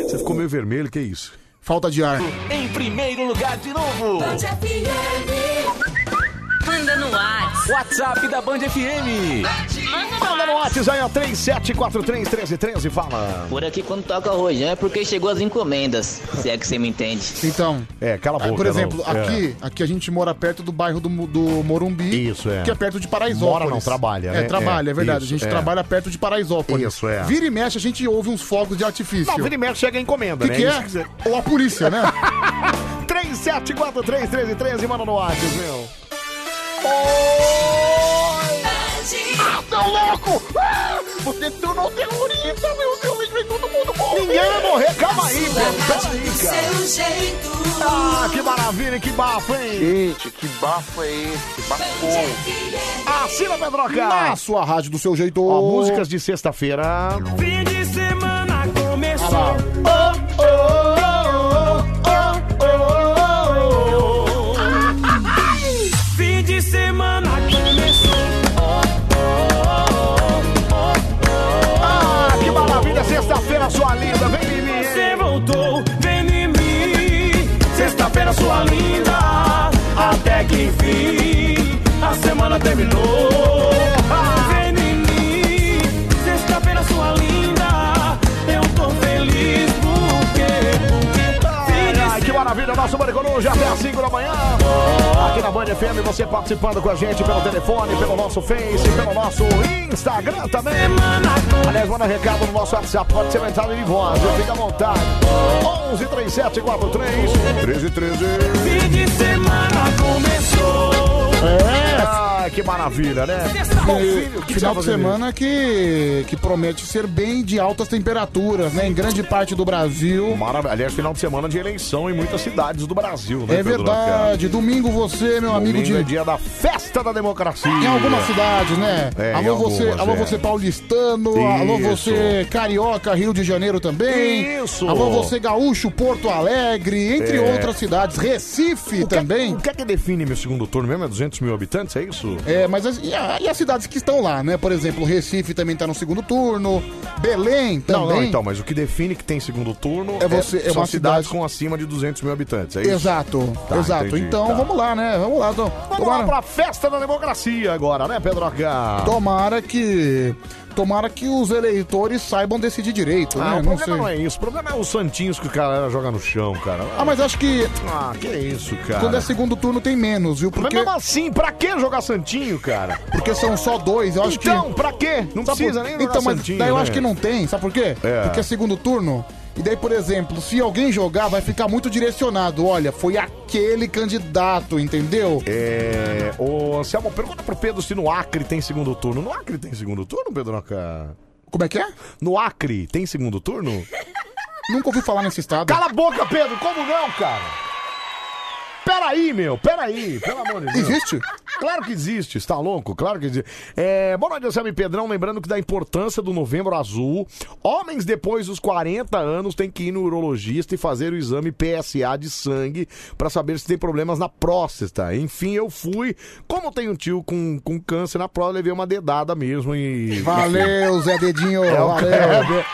Você ficou meio vermelho, que isso? falta de ar. Em primeiro lugar de novo. Bande FM. Manda no WhatsApp. WhatsApp da Band FM. Manda no WhatsApp aí, ó, 37431313, fala. Por aqui quando toca o rojão é porque chegou as encomendas, se é que você me entende. Então, É, cala a boca. por exemplo, não. É. aqui, aqui a gente mora perto do bairro do, Mo- do Morumbi. Isso, é. Que é perto de Paraisópolis. Mora não, trabalha, É, né? trabalha, É, é verdade. isso, a gente é. trabalha perto de Paraisópolis. Isso, é. Vira e mexe, a gente ouve uns fogos de artifício. Não, vira e mexe, chega a encomenda, que, né? que Isso quer é? dizer- Ou a polícia, né? 37431313, manda no WhatsApp, meu. Bande Tá louco! Ah, você tornou terrorista, meu Deus! Vem todo mundo morrer! Ninguém vai morrer, calma aí, da Pedro, Rádio peraí, do cara. seu jeito. Ah, que maravilha, hein? que bafo, hein? Gente, que bafo é esse? um Bande Bafou. FM. é Assina, Pedroca! Na sua rádio do seu jeito. Ó, músicas de sexta-feira. Fim de semana começou. Oh, oh. Fim de semana começou. Oh, oh, Ah, enfim, a semana terminou. Vem em mim, sexta-feira sua linda, eu tô feliz porque, porque fim de Ai, que maravilha, nosso Bande Coruja até às 5 da manhã. Aqui na Band FM, você participando com a gente pelo telefone, pelo nosso Face, pelo nosso Instagram também. Aliás, manda recado no nosso WhatsApp, pode ser mensagem de voz, viu? fica à vontade. 11 37 43 13 13. Fim de semana começou. É, ai, que maravilha, né? Bom, filho, o que tá que você final vai de fazer? semana que, que promete ser bem de altas temperaturas, né? Em grande parte do Brasil. Maravilha. Aliás, final de semana de eleição em muitas cidades do Brasil, né? É Pedro Lacerda? verdade. Domingo você, meu amigo Domingo de. é dia da festa da democracia. Em algumas cidades, né? É, em alô você, algumas, alô é. você paulistano, alô Isso. você carioca, Rio de Janeiro também. Isso. Alô você gaúcho, Porto Alegre, entre É. outras cidades, Recife também. O que é que define meu segundo turno mesmo? É 200 mil habitantes, é isso? É, mas as- e, a- e as cidades que estão lá, né? Por exemplo, Recife também tá no segundo turno, Belém também. Não, não, então, mas o que define que tem segundo turno É você- é são uma cidades cidade- com acima de 200 mil habitantes, é isso? Exato, Tá, exato. entendi, então tá. vamos lá, né? Vamos lá, então. Vamos lá pra festa da democracia agora, né, Pedroca? Tomara que. Tomara que os eleitores saibam decidir direito, Ah, né? o Não problema sei. não é isso, o problema é os santinhos que o cara joga no chão, cara. Ah, mas acho que Ah, que isso, cara. quando é segundo turno tem menos, viu? Mas Porque, mesmo assim, pra que jogar santinho, cara? porque são só dois, eu acho então, que. pra quê? Não Sabe precisa por- nem jogar Então, mas santinho, daí eu né? acho que não tem, sabe por quê? É. Porque é segundo turno. E daí, por exemplo, se alguém jogar, vai ficar muito direcionado. Olha, foi aquele candidato, entendeu? É... Ô, Anselmo, pergunta pro Pedro se no Acre tem segundo turno. No Acre tem segundo turno, Pedroca? Como é que é? No Acre tem segundo turno? Nunca ouvi falar nesse estado. Cala a boca, Pedro! Como não, cara? Peraí, meu, peraí, pelo amor de Deus. Existe? Claro que existe, está louco, claro que existe. É, boa noite, Anselmo e Pedrão. Lembrando que da importância do Novembro Azul, homens depois dos 40 anos têm que ir no urologista e fazer o exame PSA de sangue para saber se tem problemas na próstata. Enfim, eu fui. Como tem um tio com, com câncer na próstata, levei uma dedada mesmo e. Valeu, Zé Dedinho. É o valeu. Kleber.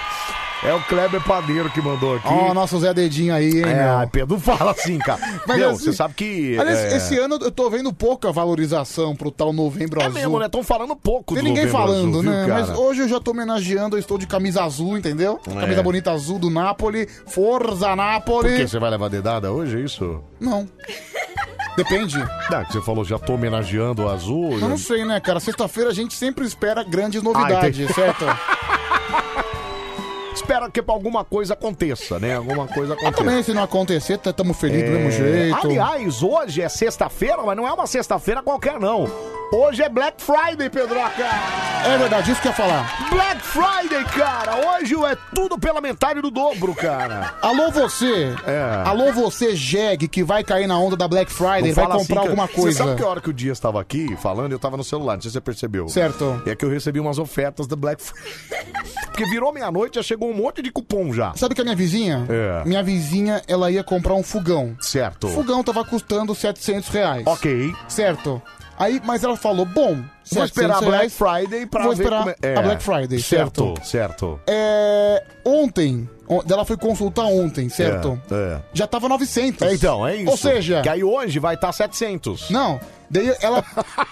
É o Kleber Padeiro que mandou aqui. Ó, nosso Zé Dedinho aí, hein, É, meu. Pedro, fala assim, cara. Mas Meu, assim- você sabe que. Aliás, é, esse ano eu tô vendo pouca valorização pro tal Novembro é Azul. mesmo, né? Estão falando pouco Tem do ninguém Novembro falando, Azul, viu, né? Mas cara? hoje eu já tô homenageando, eu estou de camisa azul, entendeu? É. Camisa bonita azul do Napoli. Por Forza quê? Napoli! Você vai levar dedada hoje, é isso? Não. Depende. Não, que você falou, já tô homenageando o azul. Eu não já- sei, né, cara? Sexta-feira a gente sempre espera grandes Ah, novidades, entendi. certo? Espera que alguma coisa aconteça, né? Alguma coisa Mas Ah, também, aconteça. se não acontecer, tá- tamo feliz do mesmo É, jeito. Aliás, hoje é sexta-feira, mas não é uma sexta-feira qualquer, não. Hoje é Black Friday, Pedroca! É verdade, isso que eu ia falar. Black Friday, cara! Hoje é tudo pela metade do dobro, cara! Alô você, É. alô você, Jeg, que vai cair na onda da Black Friday, Não vai fala comprar assim, cara. alguma Você sabe que a coisa. hora que o dia estava aqui falando, eu tava no celular, não sei se você percebeu. Certo. E é que eu recebi umas ofertas da Black Friday. Porque virou meia-noite, já chegou um monte de cupom já. Sabe que a minha vizinha? É. Minha vizinha, ela ia comprar um fogão. Certo. O fogão tava custando 700 reais. Ok. Certo. Aí, mas ela falou, bom, Vou 700 esperar a Black reais, Friday pra Vou ver esperar como é. a É. Black Friday, certo. Certo, certo. É, ontem, on- ela foi consultar ontem, certo? É, é. Já tava 900. É, Então, é isso. Ou seja, Que aí hoje vai tá estar 700. não, daí ela,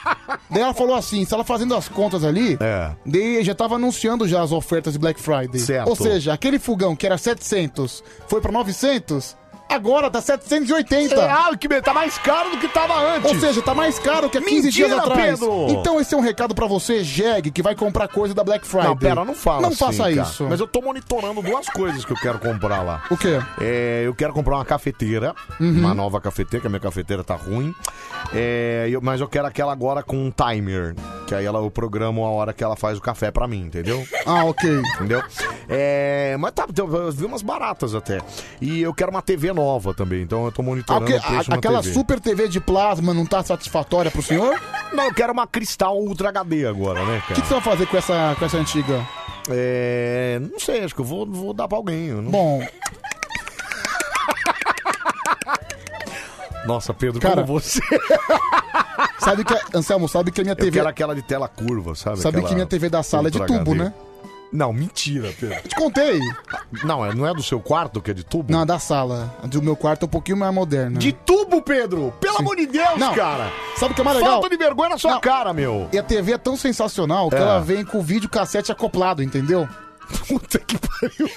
daí ela falou assim, se ela fazendo as contas ali, É. daí já tava anunciando já as ofertas de Black Friday. Certo. Ou seja, aquele fogão que era 700 foi pra 900, agora tá 780. Real, que tá mais caro do que tava antes. Ou seja, tá mais caro que há 15 Mentira, dias atrás. Pedro! Então esse é um recado pra você, Jeg, que vai comprar coisa da Black Friday. não, pera, não fala Não assim, faça cara. isso. Mas eu tô monitorando duas coisas que eu quero comprar lá. O quê? Uhum. É, eu quero comprar uma cafeteira, uma nova cafeteira, que a minha cafeteira tá ruim. É, eu- mas eu quero aquela agora com um timer, que aí ela, eu programo a hora que ela faz o café pra mim, entendeu? Ah, ok. Entendeu? É, mas tá, eu eu vi umas baratas até. E eu quero uma TV nova também, então eu tô Ah, monitorando ok. o preço de A- uma aquela TV. super TV de plasma não tá satisfatória pro senhor? O Não, eu quero uma Cristal Ultra HD agora, né, que, cara? que você vai fazer com essa, com essa antiga? É, não sei, acho que eu vou, vou dar pra alguém. eu não- Bom, Nossa, Pedro, Cara, como você... sabe que. a- Anselmo, sabe que a minha Eu TV. quero aquela de tela curva, sabe? Sabe Aquela que minha TV da sala é de Ultra tubo, HD. né? Não, mentira, Pedro. Te contei. Não, é- não é do seu quarto que é de tubo? Não, da sala. A Do meu quarto é um pouquinho mais moderna. De tubo, Pedro? Pelo amor de Deus, Não. cara! Sabe o que é mais legal? Falta de vergonha na sua Não. cara, meu! E a TV é tão sensacional que É. ela vem com o vídeo cassete acoplado, entendeu? Puta que pariu!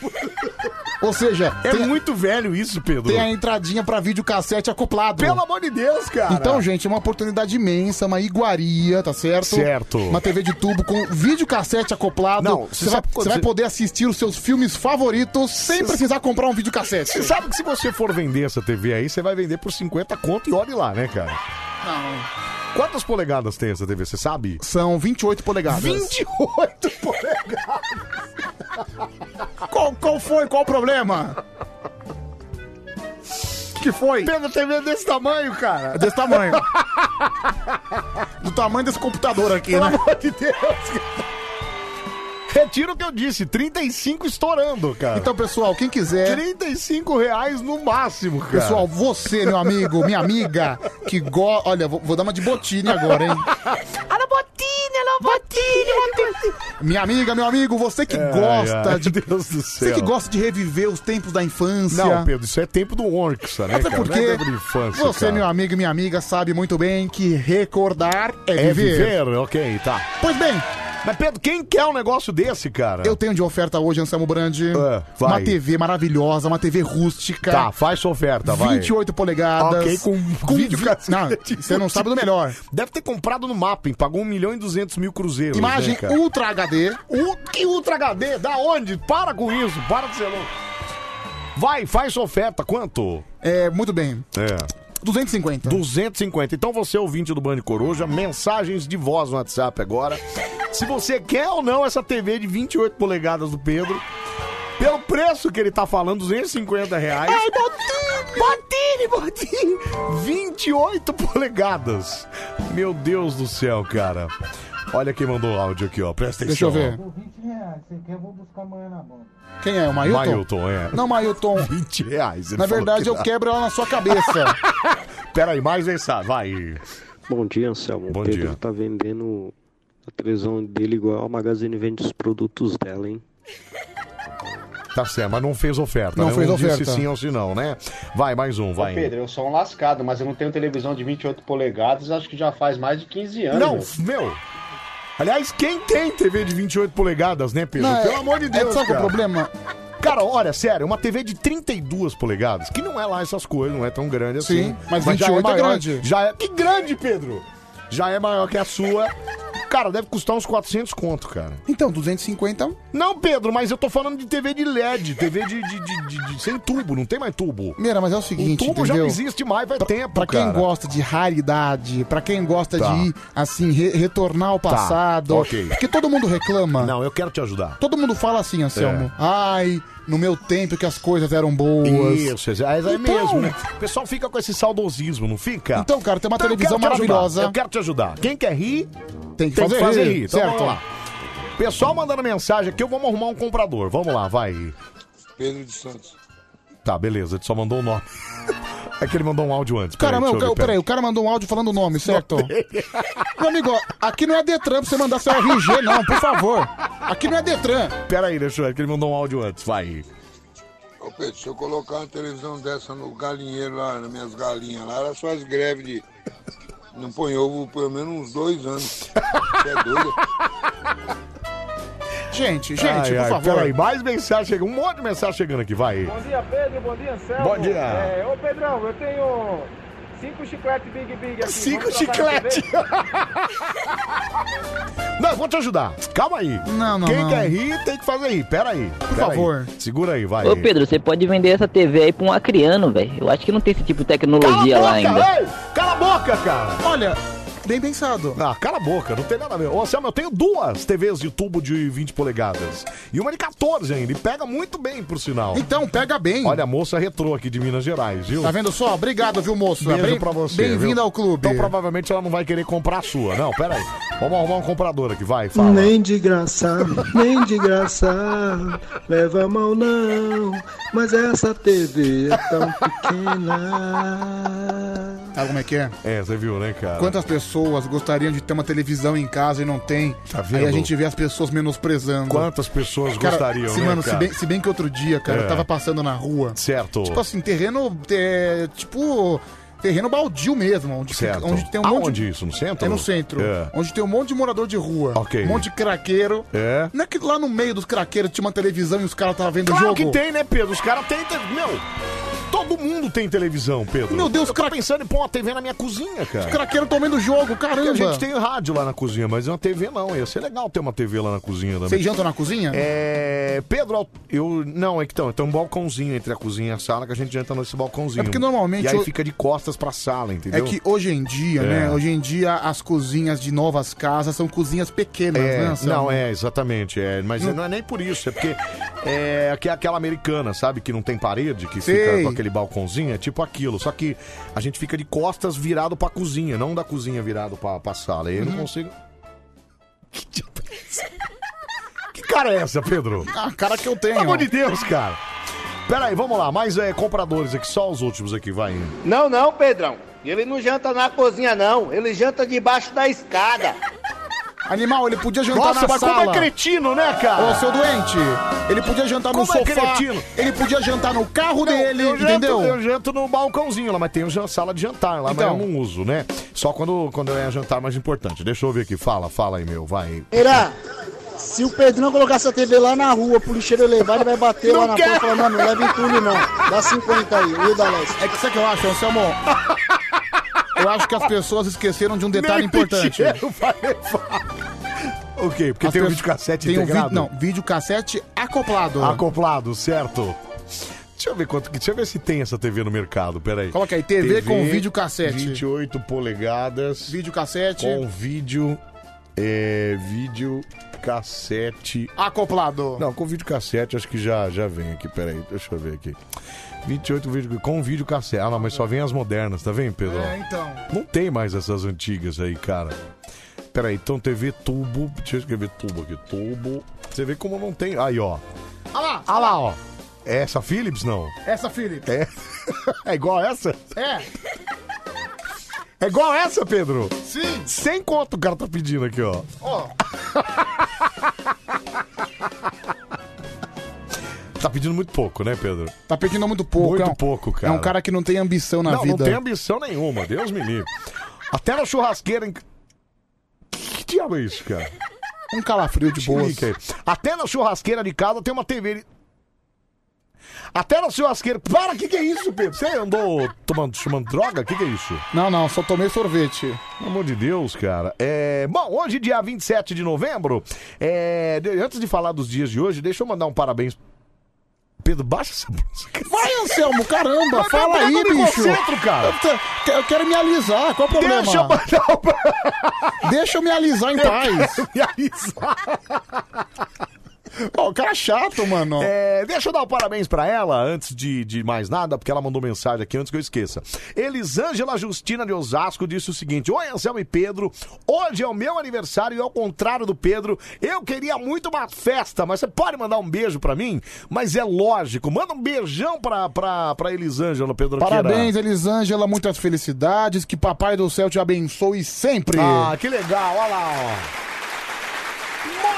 Ou seja, É tem, muito velho isso, Pedro! tem a entradinha pra vídeo cassete acoplado. Pelo amor de Deus, cara! Então, gente, é uma oportunidade imensa, uma iguaria, tá certo? Certo. Uma TV de tubo com videocassete acoplado. Não, você você vai, sabe quando você vai você- poder assistir os seus filmes favoritos sem precisar comprar um videocassete. Você sabe que se você for vender essa TV aí, você vai vender por 50 conto e olhe lá, né, cara? Não. Quantas polegadas tem essa TV, você sabe? São 28 polegadas. 28 polegadas! Qual, qual foi? Qual o problema? que foi? Pedro, TV é desse tamanho, cara! É desse tamanho. Do tamanho desse computador aqui, Pelo né? amor de Deus, cara! Retiro o que eu disse, 35 estourando, cara! Então, pessoal, quem quiser... 35 reais no máximo, cara. Pessoal, você, meu amigo, minha amiga, que go... Olha, vou, vou dar uma de botine agora, hein? Minha amiga, meu amigo, você que gosta É, ai, de... Meu Deus do céu. Você que gosta de reviver os tempos da infância. Não, Pedro, isso é tempo do Onxa, né, Até cara? porque Não é tempo de infância, você, cara. meu amigo e minha amiga, sabe muito bem que recordar é É viver. viver, ok, tá. Pois bem, Mas, Pedro, quem quer um negócio desse, cara? eu tenho de oferta hoje, Anselmo Brandi, Ah, vai. uma TV maravilhosa, uma TV rústica. Tá, faz sua oferta, vai. 28 polegadas. Ok, com, com vi- vídeo, cara. Não, você não sabe do melhor. Deve ter comprado no Mapping, pagou 1 milhão e 200 mil cruzeiros. Imagem né, cara? Ultra HD. U- Que Ultra HD? Da onde? Para com isso, para de ser louco. Vai, faz sua oferta, quanto? É, muito bem. É. 250. 250. Então você, ouvinte do Band Coruja, mensagens de voz no WhatsApp agora. Se você quer ou não essa TV de 28 polegadas do Pedro, pelo preço que ele tá falando, 250 reais. Ai, Botini! Botini, Botini! 28 polegadas. Meu Deus do céu, cara. Olha quem mandou o áudio aqui, ó. Presta Deixa atenção. eu ver. Quem é? O Mailton? Mailton, é. Não, Mailton. 20 reais. ele Na falou verdade, que eu dá. quebro ela na sua cabeça. Pera aí, mais mensagem. Vai. Bom dia, Anselmo. Bom Pedro dia. tá vendendo a televisão dele igual a Magazine vende os produtos dela, hein? Tá certo, mas não fez oferta. Não né? fez um oferta. Disse sim ou se não, né? Vai, mais um, vai. eu sou um lascado, mas eu não tenho televisão de 28 polegadas, acho que já faz mais de 15 Não, meu. Aliás, quem tem TV de 28 polegadas, né, Pedro? Não, é- Pelo amor de Deus, É, sabe cara. o problema? Cara, olha, sério, uma TV de 32 polegadas, que não é lá essas coisas, não é tão grande assim. Sim, mas já 28 é maior- grande. Já é... Que grande, Pedro! Já é maior que a sua. Cara, deve custar uns 400 conto, cara. Então, 250. Não, Pedro, mas eu tô falando de TV de LED, TV de, de- de- de- de- sem tubo, não tem mais tubo. Mira, mas é o seguinte, o tubo já entendeu? não existe mais, vai tempo, Pra quem cara. gosta de raridade, pra quem gosta Tá. de ir, assim, re- retornar ao passado. ok. Porque todo mundo reclama. Não, eu quero te ajudar. É. Todo mundo fala assim, Anselmo. Ai, no meu tempo que as coisas eram boas. Isso, é, é Então- mesmo, né? O pessoal fica com esse saudosismo, não fica? Então, cara, tem uma televisão eu quero te ajudar, maravilhosa. Eu quero te ajudar. Quem quer rir, Tem que tem fazer, que fazer rir. rir, Então certo? vamos lá. Pessoal mandando mensagem aqui, eu vamos arrumar um comprador. Vamos lá, vai. Pedro de Santos. Tá, beleza, ele só mandou o nome. É que ele mandou um áudio antes. Cara, peraí, não, deixa eu peraí, ver, peraí. o cara mandou um áudio falando o nome, certo? Meu amigo, ó, aqui não é Detran pra você mandar seu RG, não, por favor. Aqui não é Detran. Peraí, deixa eu ver, que ele mandou um áudio antes, vai. Ô Pedro, se eu colocar uma televisão dessa no galinheiro lá, nas minhas galinhas lá, elas faz greve de. Não põe ovo pelo menos uns dois anos. Você é doido? Gente, gente, Ai, por ai, favor. Peraí, mais mensagem chegando, um monte de mensagem chegando aqui, vai. Bom dia, Pedro. Bom dia, Anselmo. Bom dia. É, ô, Pedrão, eu tenho cinco chicletes Big Big aqui. Cinco Vamos trocar na chiclete. TV? Não, eu vou te ajudar. Calma aí. Não, não, Quem não. quer rir tem que fazer rir. Pera aí. Por favor. Segura aí, vai. Ô Pedro, você pode vender essa TV aí pra um acriano, velho. Eu acho que não tem esse tipo de Cala a tecnologia lá boca, ainda. ei! Cala a boca, cara! Olha, bem pensado. Ah, cala a boca, não tem nada a ver. Ô, Anselmo, eu tenho duas TVs de tubo de 20 polegadas. E uma de 14 ainda. E pega muito bem, por sinal. Então, pega bem. Olha, a moça retrô aqui de Minas Gerais, viu? Tá vendo só? Obrigado, viu, moço? Beijo Bem- pra você. Bem-vindo viu? ao clube. Então, provavelmente ela não vai querer comprar a sua. Não, pera aí. Vamos arrumar um comprador aqui, vai, fala. de graça, nem de graça, leva a mão não, mas essa TV é tão pequena. Sabe como é que é? É, você viu, né, cara? Quantas pessoas gostariam de ter uma televisão em casa e não tem? Tá vendo? Aí a gente vê as pessoas menosprezando. Quantas pessoas Cara, gostariam, se, né, mano, cara? Se, bem, se bem que outro dia, cara, É. eu tava passando na rua. Certo. Tipo assim, terreno. é, tipo. Terreno baldio mesmo, onde, fica- Certo. onde tem um monte. Aonde isso? No centro? É no centro. É. Onde tem um monte de morador de rua. Ok. Um monte de craqueiro. É. Não é que lá no meio dos craqueiros tinha uma televisão e os caras estavam vendo o Claro jogo? que tem, né, Pedro? Os caras têm. te- Meu, todo mundo tem televisão, Pedro. Meu Deus, eu tô pensando em pôr uma TV na minha cozinha, cara. Os craqueiros estão vendo o jogo, Porque caramba. a gente tem rádio lá na cozinha, mas uma TV não. Ia ser legal ter uma TV lá na cozinha também. Vocês jantam na cozinha? É. Pedro, al- eu. Não, é que então, tem um balcãozinho entre a cozinha e a sala que a gente janta nesse balcãozinho. É porque normalmente E aí eu- fica de costas pra sala, É entendeu? que hoje em dia, É. né? Hoje em dia as cozinhas de novas casas são cozinhas pequenas, É, né? Anselmo? não, é, exatamente. É, mas Não- não é nem por isso, é porque é aqu- aquela americana, sabe, que não tem parede, que Sei. fica com aquele balcãozinho, é tipo aquilo. Só que a gente fica de costas virado pra cozinha, não da cozinha virado pra, pra sala. Aí eu não Uhum. consigo. Que cara é essa, Pedro? Ah, cara que eu tenho. Pelo amor de Deus, cara. Pera aí, vamos lá. Mais é, compradores aqui, só os últimos aqui, vai. Não, não, Pedrão. Ele não janta na cozinha, não. Ele janta debaixo da escada. Animal, ele podia jantar Nossa, na mas sala. como é cretino, né, cara? Ô, seu doente. Ele podia jantar no Como é sofá. cretino? ele podia jantar no carro dele, eu janto- entendeu? eu janto no balcãozinho lá, mas tem uma sala de jantar lá, Então. mas eu não uso, né? Só quando, quando é jantar mais importante. Deixa eu ver aqui. Fala, fala aí, meu, vai. Era, se o Pedrão colocar essa TV lá na rua, pro lixeiro levar, ele vai bater lá na porta e falar, mano, leva em tudo não. Dá 50 aí, o da Leste. É que isso que eu acho, Anselmo. Eu acho que as pessoas esqueceram de um detalhe Nem importante. lixeiro Ok, porque As tem um pessoas- videocassete tem um integrado. vídeo- não, videocassete acoplado. Acoplado, certo. Deixa eu ver quanto que. Deixa eu ver se tem essa TV no mercado, peraí. Coloca aí, TV, com videocassete. 28 polegadas. Videocassete. Com vídeo. É. Vídeo cassete. Acoplado. Não, com vídeo cassete acho que já, já vem aqui, peraí, deixa eu ver aqui. 28 vídeo com vídeo cassete. Ah, não, mas só vem as modernas, tá vendo, Pedro? É, então. Não tem mais essas antigas aí, cara. Peraí, então TV tubo. Deixa eu escrever tubo aqui. Tubo. Você vê como não tem. Aí, ó. Ah lá, Ah lá, ó. É essa Philips, não? essa Philips. É. É igual a essa? É, É igual a essa, Pedro? Sim. Sem conto o cara tá pedindo aqui, ó. ó. Tá pedindo muito pouco, né, Pedro? Tá pedindo muito pouco. Muito é um- pouco, cara. É um cara que não tem ambição na não, vida. não tem ambição nenhuma, Deus me livre. Até na churrasqueira. em- Que diabo é isso, cara? Um calafrio de boas. Até na churrasqueira de casa tem uma TV. Até na churrasqueira. Para, o que, que é isso, Pedro? Você andou tomando, tomando droga? O que, que é isso? Não, não, só tomei sorvete. Pelo amor de Deus, cara. É... Bom, hoje, dia 27 de novembro, é... de- antes de falar dos dias de hoje, deixa eu mandar um parabéns. Pedro, baixa essa música. Vai, Anselmo, caramba, Mas fala eu aí, não me bicho. concentro, cara. Eu, te- eu quero me alisar, qual o problema? Deixa eu mandar Deixa eu me alisar em Eu paz. quero me alisar. Ó, o cara é chato, mano. É, deixa eu dar um parabéns pra ela antes de, de mais nada, porque ela mandou mensagem aqui antes que eu esqueça. Elisângela Justina de Osasco disse o seguinte: Oi, Anselmo e Pedro. Hoje é o meu aniversário e, ao contrário do Pedro, eu queria muito uma festa, mas você pode mandar um beijo pra mim? Mas é lógico, manda um beijão pra, pra, pra Elisângela, Pedro Queira. Parabéns, Elisângela, muitas felicidades, que papai do céu te abençoe sempre. Ah, que legal, olha lá, ó.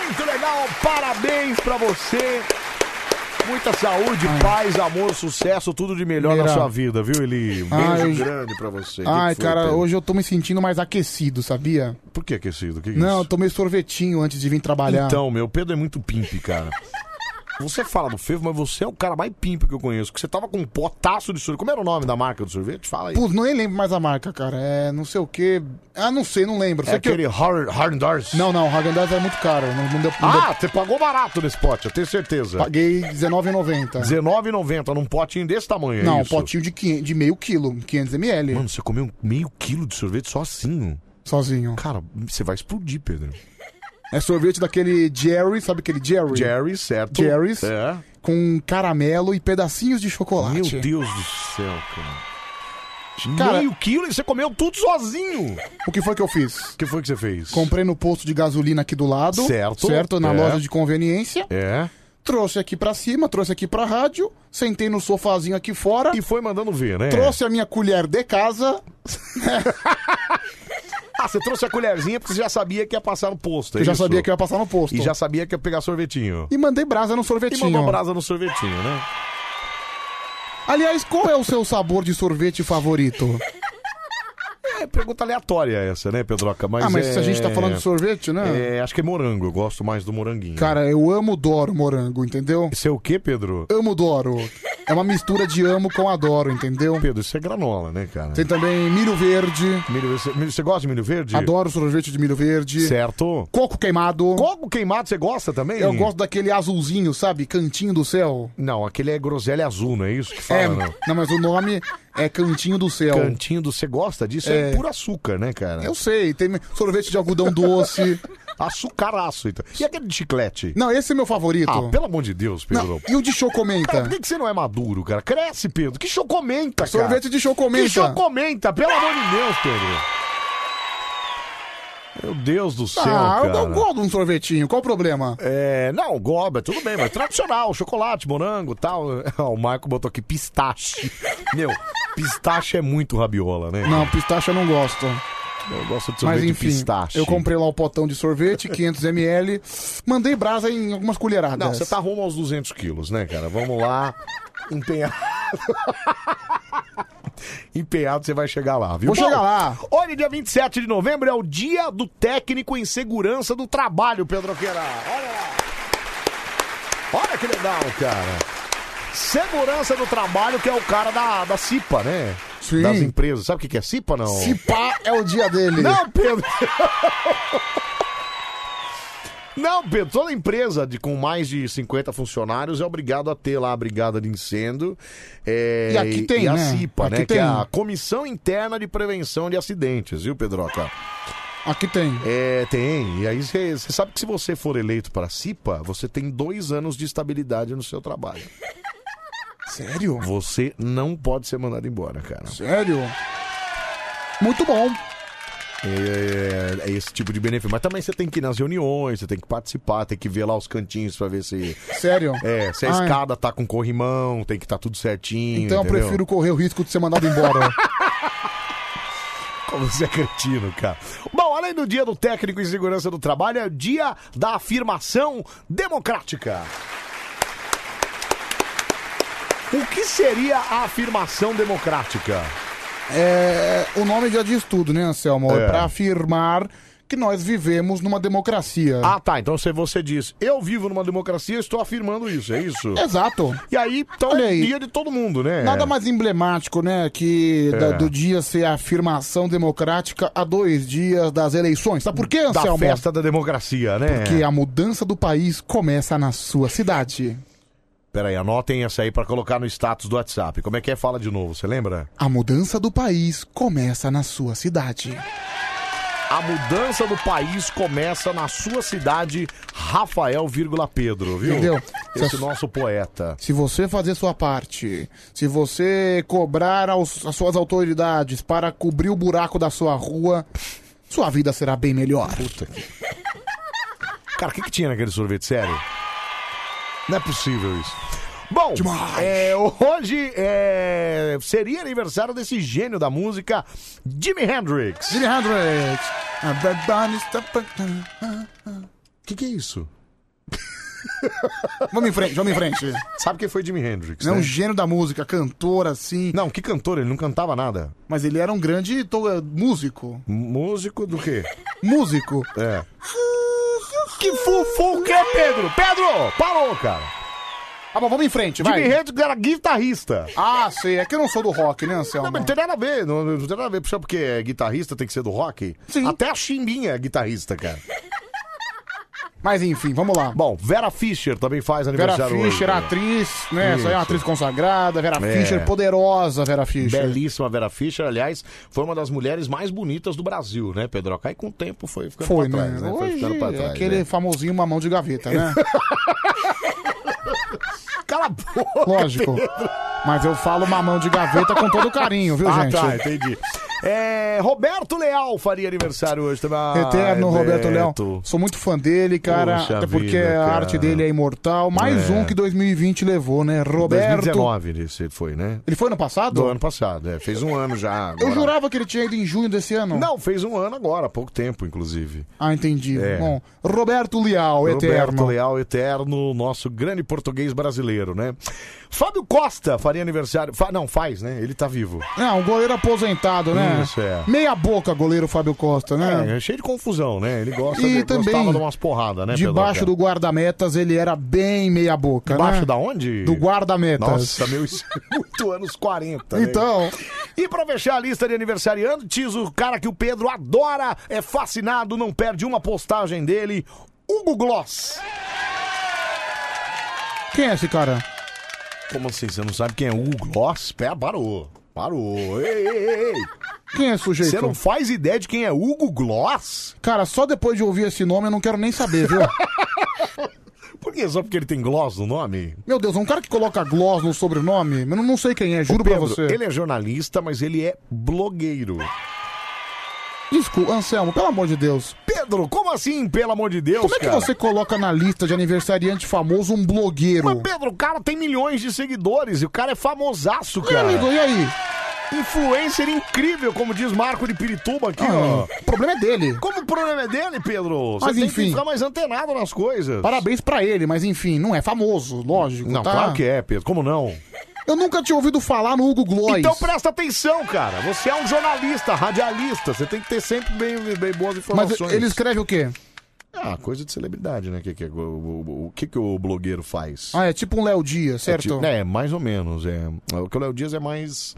Muito legal, parabéns pra você. Muita saúde, paz, amor, sucesso, tudo de melhor na Mira. sua vida, viu, Eli? Um Ai, beijo eu- grande pra você. Que Ai, que foi, cara, Pedro? hoje eu tô me sentindo mais aquecido, sabia? Por que aquecido? Que que é Não, eu isso? tomei sorvetinho antes de vir trabalhar. Então, meu, o Pedro é muito pimpe, cara. Você fala do Fevo, mas você é o cara mais pimpe que eu conheço. Que você tava com um potaço de sorvete. Como era o nome da marca do sorvete? Fala aí. Putz, não nem lembro mais a marca, cara. É, não sei o que. Ah, não sei, não lembro. É Sei que eu- aquele Har- Haagen Dazs? Não, não, Hagen Dazs é muito caro. Não, não deu, não Ah, deu- você pagou barato nesse pote, eu tenho certeza. Paguei R$19,90. R$19,90 num potinho desse tamanho, é Não, isso? potinho de, 500 de meio quilo, 500ml. Mano, você comeu meio quilo de sorvete sozinho. Sozinho. Cara, você vai explodir, Pedro. É sorvete daquele Jerry, sabe aquele Jerry? Jerry, certo. Jerry's. É. Com caramelo e pedacinhos de chocolate. Meu Deus do céu, cara. Cara- Meio quilo e você comeu tudo sozinho. O que foi que eu fiz? O que foi que você fez? Comprei no posto de gasolina aqui do lado. Certo. Certo, na É. loja de conveniência. É. Trouxe aqui pra cima, trouxe aqui pra rádio, sentei no sofazinho aqui fora. E foi mandando ver, né? Trouxe a minha colher de casa ah, você trouxe a colherzinha porque você já sabia que ia passar no posto. é Eu já isso? sabia que eu ia passar no posto. E já sabia que ia pegar sorvetinho. E mandei brasa no E sorvetinho. mandou brasa no sorvetinho, né? Aliás, qual é o seu sabor de sorvete favorito? É pergunta aleatória essa, né, Pedroca? Mas ah, mas é- se a gente tá falando de sorvete, né? É, acho que é morango, eu gosto mais do moranguinho. Cara, eu amo Doro morango, entendeu? Isso é o quê, Pedro? Amo Doro. É uma mistura de amo com adoro, entendeu? Pedro, isso é granola, né, cara? Tem também milho verde. Milho, você, milho- você gosta de milho verde? Adoro sorvete de milho verde. Certo. Coco queimado. Coco queimado você gosta também? Eu gosto daquele azulzinho, sabe? Cantinho do céu. Não, aquele é groselha azul, não é isso que fala, É, não? não, mas o nome é Cantinho do Céu. Cantinho do... Você gosta disso? É, É. puro açúcar, né, cara? Eu sei, tem sorvete de algodão doce. Açucaraço, então. E aquele de chiclete? Não, esse é meu favorito. Ah, pelo amor de Deus, Pedro. Não, e o de então? chocomenta? Cara, por que, que você não é maduro, cara? Cresce, Pedro. Que chocomenta, cara. Sorvete de chocomenta. Que chocomenta, pelo amor de Deus, Pedro. Meu Deus do céu, ah, eu- cara. eu gosto de um sorvetinho, qual o problema? É, não, goba, tudo bem, mas tradicional, chocolate, morango tal. Ó, o Marco botou aqui pistache. Meu, pistache é muito rabiola, né? Não, pistache eu não gosto. Eu gosto de sorvete Mas de enfim, pistache. eu comprei lá o potão de sorvete, 500ml, mandei brasa em algumas colheradas. Não, você tá rumo aos 200 quilos, né, cara? Vamos lá. Empenhado. Empenhado, você vai chegar lá, viu? Vou chegar lá. Olha, dia 27 de novembro é o dia do técnico em segurança do trabalho, Pedro Queira. Olha lá. Olha que legal, cara. Segurança do trabalho, que é o cara da, da CIPA, né? Sim. Das empresas. Sabe o que que é CIPA, não? Se pá, é o dia dele. Não, Pedro. Não, Pedro, toda empresa de, com mais de 50 funcionários é obrigado a ter lá a brigada de incêndio. é, E aqui tem, e a né? CIPA, Aqui né? Que é tem. a Comissão Interna de Prevenção de Acidentes, viu, Pedroca? Aqui tem. É, tem. E aí você sabe que se você for eleito para a CIPA, você tem dois anos de estabilidade no seu trabalho. Sério? Você não pode ser mandado embora, cara. Sério? Muito bom. É, é esse tipo de benefício. Mas também você tem que ir nas reuniões, você tem que participar, tem que ver lá os cantinhos pra ver se. Sério? É, se a Ah, é. escada tá com corrimão, tem que tá tudo certinho. Então eu entendeu? prefiro correr o risco de ser mandado embora. Como você é cretino, cara. Bom, além do dia do técnico em segurança do trabalho, é o dia da afirmação democrática. O que seria a afirmação democrática? É, o nome já diz tudo, né, Anselmo? É. É. pra afirmar que nós vivemos numa democracia. Ah, tá. Então se você diz, eu vivo numa democracia, estou afirmando isso, é isso? Exato. E aí, então, Olha é aí. dia de todo mundo, né? Nada mais emblemático, né, que É. da- do dia ser a afirmação democrática a dois dias das eleições. Sabe por quê, Anselmo? Da festa da democracia, né? Porque a mudança do país começa na sua cidade. Peraí, anotem essa aí pra colocar no status do WhatsApp. Como é que é? Fala de novo, você lembra? A mudança do país começa na sua cidade. A mudança do país começa na sua cidade, Rafael, vírgula Pedro, viu? Entendeu? Esse Cê- nosso poeta. Se você fazer sua parte, se você cobrar aos- as suas autoridades para cobrir o buraco da sua rua, sua vida será bem melhor. Cara, o que, que tinha naquele sorvete, sério? Não é possível isso. Bom, é, hoje é, seria aniversário desse gênio da música, Jimi Hendrix. Jimi Hendrix. O que, que é isso? Vamos em frente, vamos em frente. Sabe quem foi Jimi Hendrix? Não é um né? gênio da música, cantor assim. Não, que cantor? Ele não cantava nada. Mas ele era um grande to- músico. Músico do quê? Músico. É. Que fufu que é, Pedro? Pedro, parou, cara. Ah, mas vamos em frente, vai. Jimi Hendrix era guitarrista. Ah, sei. É que eu não sou do rock, né, Anselmo? Não, mas não tem nada a ver, não, não tem nada a ver. Só porque é guitarrista tem que ser do rock. Até a Chimbinha é guitarrista, cara. Mas enfim, vamos lá. Bom, Vera Fischer também faz Vera aniversário hoje. Fischer, atriz, né? Essa aí é uma Isso. atriz consagrada. Vera É. Fischer, poderosa Vera Fischer. Belíssima Vera Fischer, aliás, foi uma das mulheres mais bonitas do Brasil, né, Pedro? Aí com o tempo foi ficando Foi, pra né? trás, né? Foi Hoje, ficando pra trás. é aquele né? famosinho mamão de gaveta, né? Cala a boca! Lógico. Mas eu falo mamão de gaveta com todo carinho, viu, ah, gente? tá, entendi. É, Roberto Leal faria aniversário hoje também. Eterno Ai, Roberto Beto. Leão. Sou muito fã dele, cara. Ah, Poxa até porque vida, a cara. arte dele é imortal. Mais É. um que 2020 levou, né? Roberto. 2019 ele se- foi, né? Ele foi ano passado? Do ano passado, é. Fez um ano já. Eu agora. jurava que ele tinha ido em junho desse ano. Não, fez um ano agora, há pouco tempo, inclusive. Ah, entendi. É. Bom, Roberto Leal, eterno. Roberto Leal Eterno, nosso grande português brasileiro, né? Fábio Costa faria aniversário. Fa- não, faz, né? Ele tá vivo. Não, um goleiro aposentado, né? Isso, é. Meia boca, goleiro Fábio Costa, né? É, é cheio de confusão, né? Ele gosta E de, também, gostava de umas porradas, né? Debaixo Pedroca? do guarda-metas, ele era bem meia boca, Debaixo né? da onde? Do guarda-metas. Nossa, meu, isso é muito anos 40, né? Então. E pra fechar a lista de aniversariantes, o cara que o Pedro adora, é fascinado, não perde uma postagem dele, Hugo Gloss. Quem é esse cara? Como assim? Você não sabe quem é Hugo Gloss? Pera, parou. Parou. Ei, ei, ei, ei. Quem é esse sujeito? Você não faz ideia de quem é Hugo Gloss? Cara, só depois de ouvir esse nome eu não quero nem saber, viu? Por que? Só porque ele tem Gloss no nome? Meu Deus, um cara que coloca gloss no sobrenome, eu não- não sei quem é, juro Ô, Pedro, pra você. Ele é jornalista, mas ele é blogueiro. Desculpa, Anselmo, pelo amor de Deus. Pedro, como assim, pelo amor de Deus, Como é que cara? você coloca na lista de aniversariante famoso um blogueiro? Mas, Pedro, o cara tem milhões de seguidores e o cara é famosaço, Meu cara. amigo, e aí? Influencer incrível, como diz Marco de Pirituba aqui, Ah, ó. O problema é dele. Como o problema é dele, Pedro? Você Mas, tem enfim. que ficar mais antenado nas coisas. Parabéns pra ele, mas enfim, não é famoso, lógico. Não, tá? claro que é, Pedro. Como não? Eu nunca tinha ouvido falar no Hugo Gloss. Então presta atenção, cara. Você é um jornalista, radialista. Você tem que ter sempre bem, bem boas Mas um- informações. ele escreve o quê? Ah, coisa de celebridade, né? Que, que, o, o- o que, que o blogueiro faz? Ah, é tipo um Léo Dias, certo? É, ti- né, mais ou menos. É. O que o Léo Dias é mais.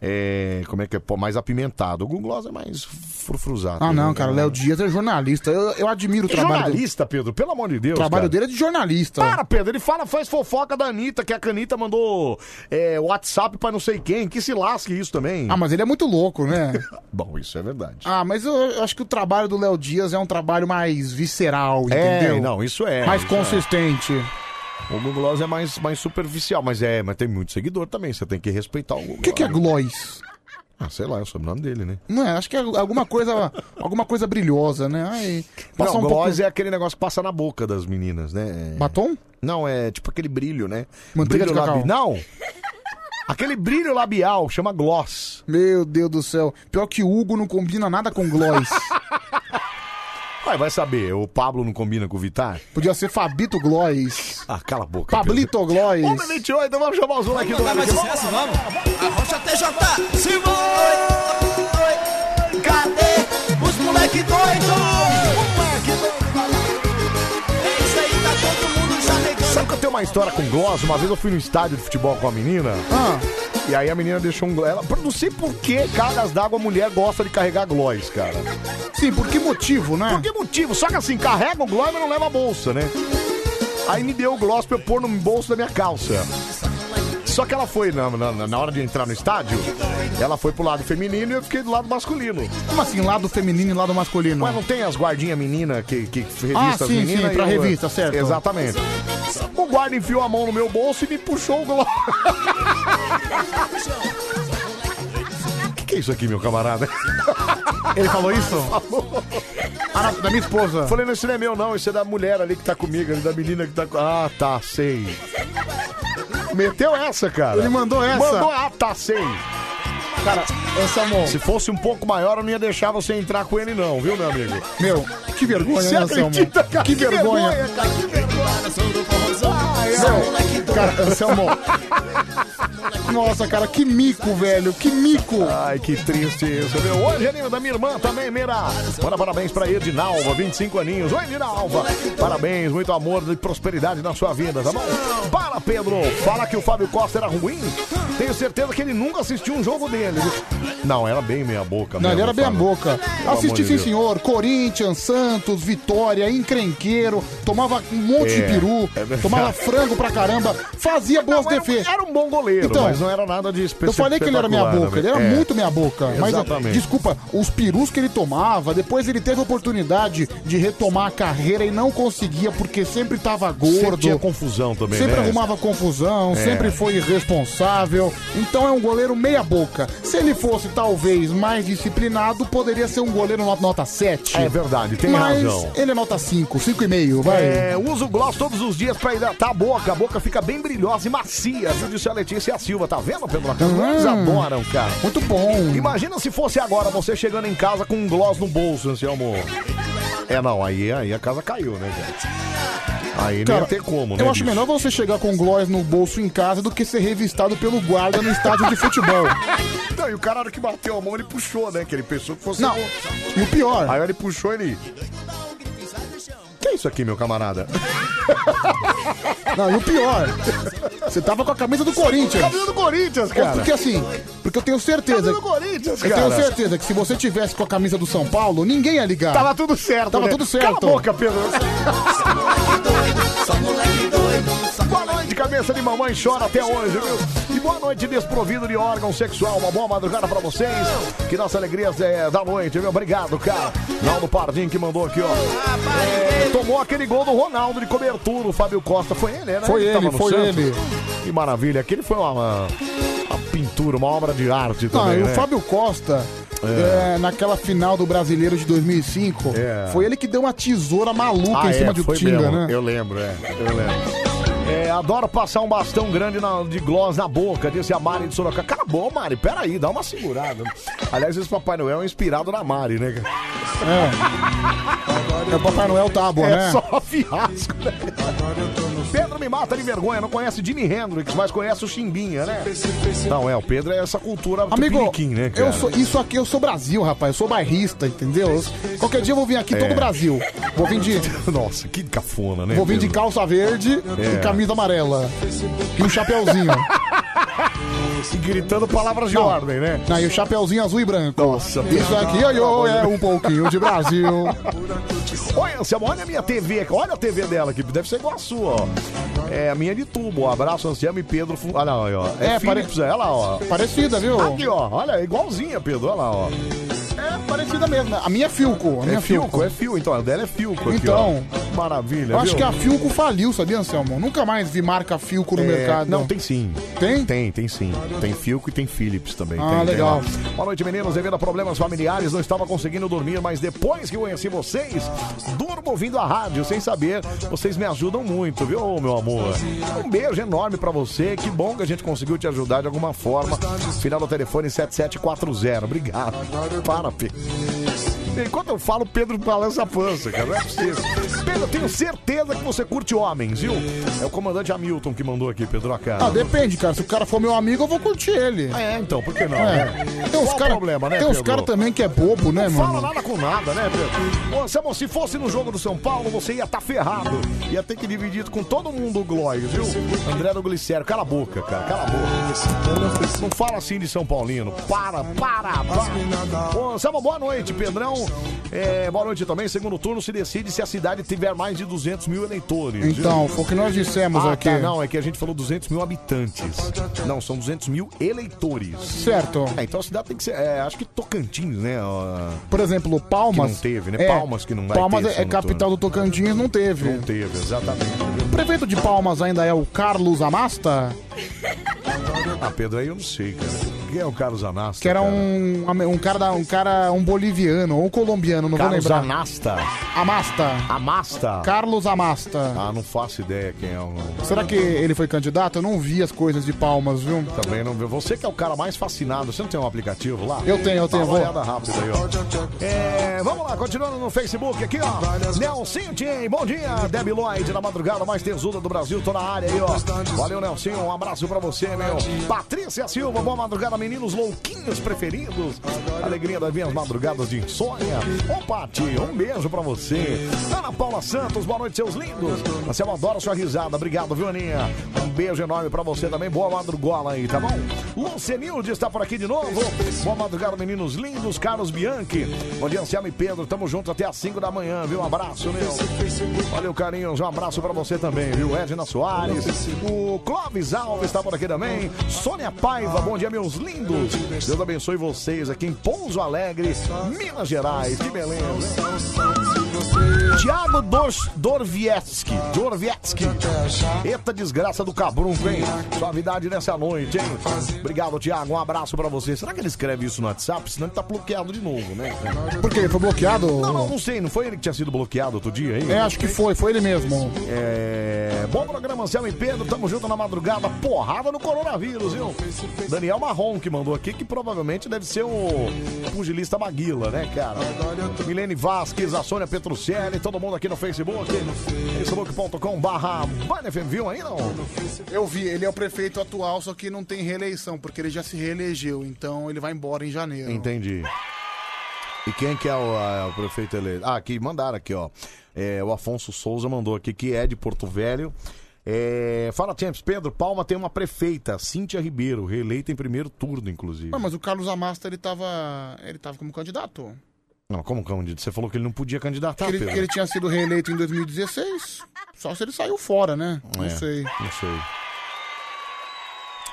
é, como é que é? Pô, Mais apimentado. O Gungloss é mais frufruzado. né? Ah, não, cara, Léo Dias é jornalista. Eu, eu admiro o É trabalho jornalista, Pedro, pelo amor de dele. O Deus. trabalho cara. dele é de jornalista. Para, Pedro, ele fala, faz fofoca da Anitta, que a Canita mandou é, WhatsApp pra não sei quem, que se lasque isso também. Ah, mas ele é muito louco, né? Bom, isso é verdade. ah, mas eu, eu acho que o trabalho do Léo Dias é um trabalho mais visceral, É, entendeu? não, isso é, Mais isso é. consistente. O Gungloss é mais, mais superficial, mas é, mas tem muito seguidor também, você tem que respeitar o O que, que é Gloss? Ah, sei lá, é o sobrenome dele, né? Não é, acho que é alguma coisa, alguma coisa brilhosa, né? Ai, passar não, um gloss pouco... é aquele negócio que passa na boca das meninas, né? É- Batom? Não, é tipo aquele brilho, né? Manteiga de brilho cacau. Não! Aquele brilho labial, chama gloss. Meu Deus do céu. Pior que Hugo não combina nada com Gloss. Ué, vai saber, o Pablo não combina com o Vittar? Podia ser Fabito Gloss. Ah, cala a boca. Pablito Gloss. 28, então vamos chamar os moleques do Vamos sucesso, vamos. Arrocha TJ, Simão. Oi, oi, cadê os moleque doido? Moleque doido. É isso aí, tá todo mundo já negando. Sabe que eu tenho uma história com gloss? Uma vez eu fui no estádio de futebol com a menina. Ah. E aí a menina deixou um gloss. Ela, não sei por que cargas d'água a mulher gosta de carregar gloss, cara. Sim, por que motivo, né? Por que motivo? Só que assim, carrega o gloss, mas não leva a bolsa, né? Aí me deu o gloss pra eu pôr no bolso da minha calça. Só que ela foi, na, na, na hora de entrar no estádio, ela foi pro lado feminino e eu fiquei do lado masculino. Como assim, lado feminino e lado masculino? Mas não tem as guardinhas menina que, que revista Ah, as sim, meninas? sim, pra e eu- revista, certo. Exatamente. O guarda enfiou a mão no meu bolso e me puxou o gloss. O que é isso aqui, meu camarada? Ele falou isso? Ah, não, da minha esposa. Falei, não, isso não é meu, não. Isso é da mulher ali que tá comigo, ali da menina que tá com. Ah, tá, sei. Meteu essa, cara. Ele mandou essa. Mandou, ah, tá, sei. Cara, essa mão. Se fosse um pouco maior, eu não ia deixar você entrar com ele, não, viu, meu amigo? Meu, que vergonha, Você né, Anselmo? acredita, cara? Que vergonha. cara, que Ah, é. vergonha. Não, Cara, Anselmo. Nossa, cara, que mico, velho. Que mico. Ai, que triste isso, meu. Hoje é aniversário da minha irmã também, Mira. Bora, parabéns pra Edinalva, 25 aninhos. Oi, Edinalva. Parabéns, muito amor e prosperidade na sua vida, tá bom? Para, Pedro. Fala que o Fábio Costa era tá ruim. Tenho certeza que ele nunca assistiu um jogo dele. Não, era bem meia boca. Não, ele mesmo, era bem a Fábio. boca. Pelo Assisti, amor de sim, Deus. senhor. Corinthians, Santos, Vitória, encrenqueiro. Tomava um monte É, de peru. é verdade. tomava frango frango pra caramba, fazia boas defesas. Era um bom goleiro, Então, mas não era nada de especial. eu falei que ele era minha boca, ele era muito minha boca. Mas, Exatamente. desculpa, os perus que ele tomava, depois ele teve a oportunidade de retomar a carreira e não conseguia, porque sempre tava gordo. Sempre tinha confusão também, Sempre né? arrumava confusão, É. sempre foi irresponsável. Então é um goleiro meia boca. Se ele fosse talvez mais disciplinado, poderia ser um goleiro not- nota 7. É verdade, tem Mas razão. ele é nota 5, 5,5, vai. É, uso gloss todos os dias pra hidratar a boca. A boca fica bem brilhosa e macia, viu? Disse a Letícia Silva. Tá vendo, Pedro Lacan? Eles Hum. adoram, cara. Muito bom. Imagina se fosse agora você chegando em casa com um gloss no bolso, Anselmo. É, não, aí, aí a casa caiu, né, gente? Aí não ia ter como, né? eu acho bicho? melhor você chegar com gloss no bolso em casa do que ser revistado pelo guarda no estádio de futebol. Não, e o cara na hora que bateu a mão, ele puxou, né? Que ele pensou que fosse. Não, e o pior. Aí ele puxou ele. Que é isso aqui, meu camarada? Não, e o pior, você tava com a camisa do Corinthians. Camisa do Corinthians, cara. Porque assim, porque eu tenho certeza. Camisa do Corinthians, Eu cara. tenho certeza que se você tivesse com a camisa do São Paulo, ninguém ia ligar. Tava tudo certo. Tava né? tudo certo. Cala a boca, Pedro. Boa noite, cabeça de mamãe chora até hoje, viu? E boa noite, desprovido de órgão sexual. Uma boa madrugada pra vocês. Que nossa alegria é da noite, viu? Obrigado, cara. Naldo Pardim que mandou aqui, ó. É, tomou aquele gol do Ronaldo de cobertura. O Fábio Costa. Foi ele, né? Foi tava ele, no foi Santos. ele. Que maravilha. Aquele foi uma, uma pintura, uma obra de arte Não, também. e o né? Fábio Costa, É. é, naquela final do Brasileiro de 2005, É. foi ele que deu uma tesoura maluca Ah, Um em cima é, de foi Utinga, mesmo. né? Eu lembro, é. Eu lembro. É, adoro passar um bastão grande na- de gloss na boca, disse a Mari de Sorocaba. Cala a boca, Mari, peraí, dá uma segurada. Aliás, esse Papai Noel é inspirado na Mari, né? É. É o Papai Noel tábua, é né? só fiasco, né? Pedro me mata de vergonha, não conhece Jimi Hendrix, mas conhece o Chimbinha, né? Não, é, o Pedro é essa cultura Amigo, tupiniquim, né, cara? eu sou, isso aqui eu sou Brasil, rapaz. Eu sou bairrista, entendeu? Eu- Qualquer dia eu vou vir aqui É. todo o Brasil. Vou vir de, Nossa, que cafona, né? vou vir de Pedro? calça verde É. e camisa amarela. E um chapeuzinho. E gritando palavras de Não. ordem, né? Não, e o chapeuzinho azul e branco. Nossa, Isso aqui oi, oi, é um pouquinho de Brasil. Olha, Anselmo, olha a minha TV aqui. Olha a TV dela aqui. Deve ser igual a sua, ó. É a minha de tubo, ó. Abraço, Anselmo e Pedro. Fun- Olha lá, ó. É, É, pare- Philips, olha lá, ó. Parecida, viu? Aqui, ó. Olha, é igualzinha, Pedro. Olha lá, ó. É parecida mesmo. né? A minha é Filco. A minha É é Filco. Filco, é Fio. Então, a dela é Filco aqui, Então. ó. Maravilha, Eu acho viu? que a Filco faliu, sabia, Anselmo? Nunca mais vi marca Filco no É, mercado. Não, tem sim. Tem? Tem, tem sim. Tem Filco e tem Philips também. Ah, tem, tem legal. lá. Boa noite, meninos. Devido a problemas familiares, não estava conseguindo dormir, mas depois que eu conheci vocês, durmo ouvindo a rádio, sem saber. Vocês me ajudam muito, viu, meu amor? Um beijo enorme pra você. Que bom que a gente conseguiu te ajudar de alguma forma. Final do telefone 7740. Obrigado. Para, Pedro. Enquanto eu falo, Pedro balança a pança, cara. Não é possível. Pedro, eu tenho certeza que você curte homens, viu? É o comandante Hamilton que mandou aqui, Pedro Acá. Ah, depende, cara. Se o cara for meu amigo, eu vou curtir ele. É, então, por que não? É. né? Tem uns Qual o cara, problema, né, tem uns Pedro? cara também que é bobo, né, Não fala mano? nada com nada, né, Pedro? Ô, Anselmo, se fosse no jogo do São Paulo, você ia estar ferrado. Ia ter que dividir com todo mundo o Glória, viu? André do Glicério, cala a boca, cara, cala a boca. Não fala assim de São Paulino. Para, para, para. Ô, Anselmo, boa noite, Pedrão. É, boa noite também. Segundo turno se decide se a cidade tiver mais de 200 mil eleitores. viu? Então, foi o que nós dissemos Ah, aqui. tá, não, é que a gente falou 200 mil habitantes. Não, são 200 mil eleitores. Certo. É, então a cidade tem que ser, é, acho que Tocantins, né? ó, Por exemplo, Palmas. Que não teve, né? é, Palmas que não vai Palmas ter é- é segundo capital do Tocantins, não teve. Não teve, exatamente. O prefeito de Palmas ainda é o Carlos Amasta, Ah, Pedro, aí eu não sei, cara. Quem é o Carlos Anasta? que era cara? um, um cara da- um cara um boliviano ou colombiano, não Carlos vou lembrar. Ah. Anasta. Amasta. Amasta. Carlos Amasta. Ah, não faço ideia quem é o. Será que ele foi candidato? Eu não vi as coisas de Palmas, viu? Também não. Você que é o cara mais fascinado, você não tem um aplicativo lá? Eu tenho, eu tenho, Dá vou. uma olhada rápida aí, ó. É, vamos lá, continuando no Facebook aqui, ó. Nelsinho Tim, bom dia. Debbie Lloyd, na madrugada mais tesuda do Brasil, tô na área aí, ó. Valeu, Nelsinho, um abraço pra você, meu. né? Patrícia Silva, boa madrugada, meninos louquinhos preferidos. Alegria das minhas madrugadas de insônia. Ô, Pati, um beijo pra você. Ana Paula Santos, boa noite, seus lindos. Marcelo, adoro sua risada. Obrigado, viu, Aninha? Um beijo enorme pra você também. Boa madrugola aí, tá bom? Lucenilde está por aqui de novo. Boa madrugada, meninos lindos. Carlos Bianchi. Bom dia, Anselmo e Pedro. Tamo junto até às 5 da manhã, viu? Um abraço, meu. Valeu, carinhos. Um abraço pra você também, viu? Edna Soares. O Clóvis Alves está por aqui também. Sônia Paiva, bom dia, meus lindos. Deus abençoe vocês aqui em Pouso Alegre, Minas Gerais. Que beleza. hein? Tiago Dors- Dorvieski. Dorvieski. Eita desgraça do cabrunco, hein? Suavidade nessa noite, hein? Obrigado, Tiago. Um abraço pra você. Será que ele escreve isso no WhatsApp? Senão ele tá bloqueado de novo, né? Por quê? Foi bloqueado? Não, não, não sei. Não foi ele que tinha sido bloqueado outro dia, hein? É, acho que foi, foi ele mesmo. É... Bom programa, Anselmo e Pedro. Tamo junto na madrugada. Porrada no coronavírus, viu? Daniel Marrom que mandou aqui, que provavelmente deve ser o pugilista Maguila, né, cara? Milene Vasquez, a Sônia Petrucelli, todo mundo aqui no Facebook. facebook.com barra viu aí, não? Eu vi, ele é o prefeito atual, só que não tem reeleição, porque ele já se reelegeu, então ele vai embora em janeiro. Entendi. E quem que é o, a- o prefeito eleito? Ah, aqui, mandaram aqui, ó. É, o Afonso Souza mandou aqui, que é de Porto Velho. É, fala, Champs, Pedro Palma tem uma prefeita, Cíntia Ribeiro, reeleita em primeiro turno, inclusive. Ué, Ah, mas o Carlos Amasta, ele tava. ele tava como candidato. Não, como, candidato? Você falou que ele não podia candidatar, ele, Pedro. ele tinha sido reeleito em 2016. Só se ele saiu fora, né? Não É, sei. Não sei.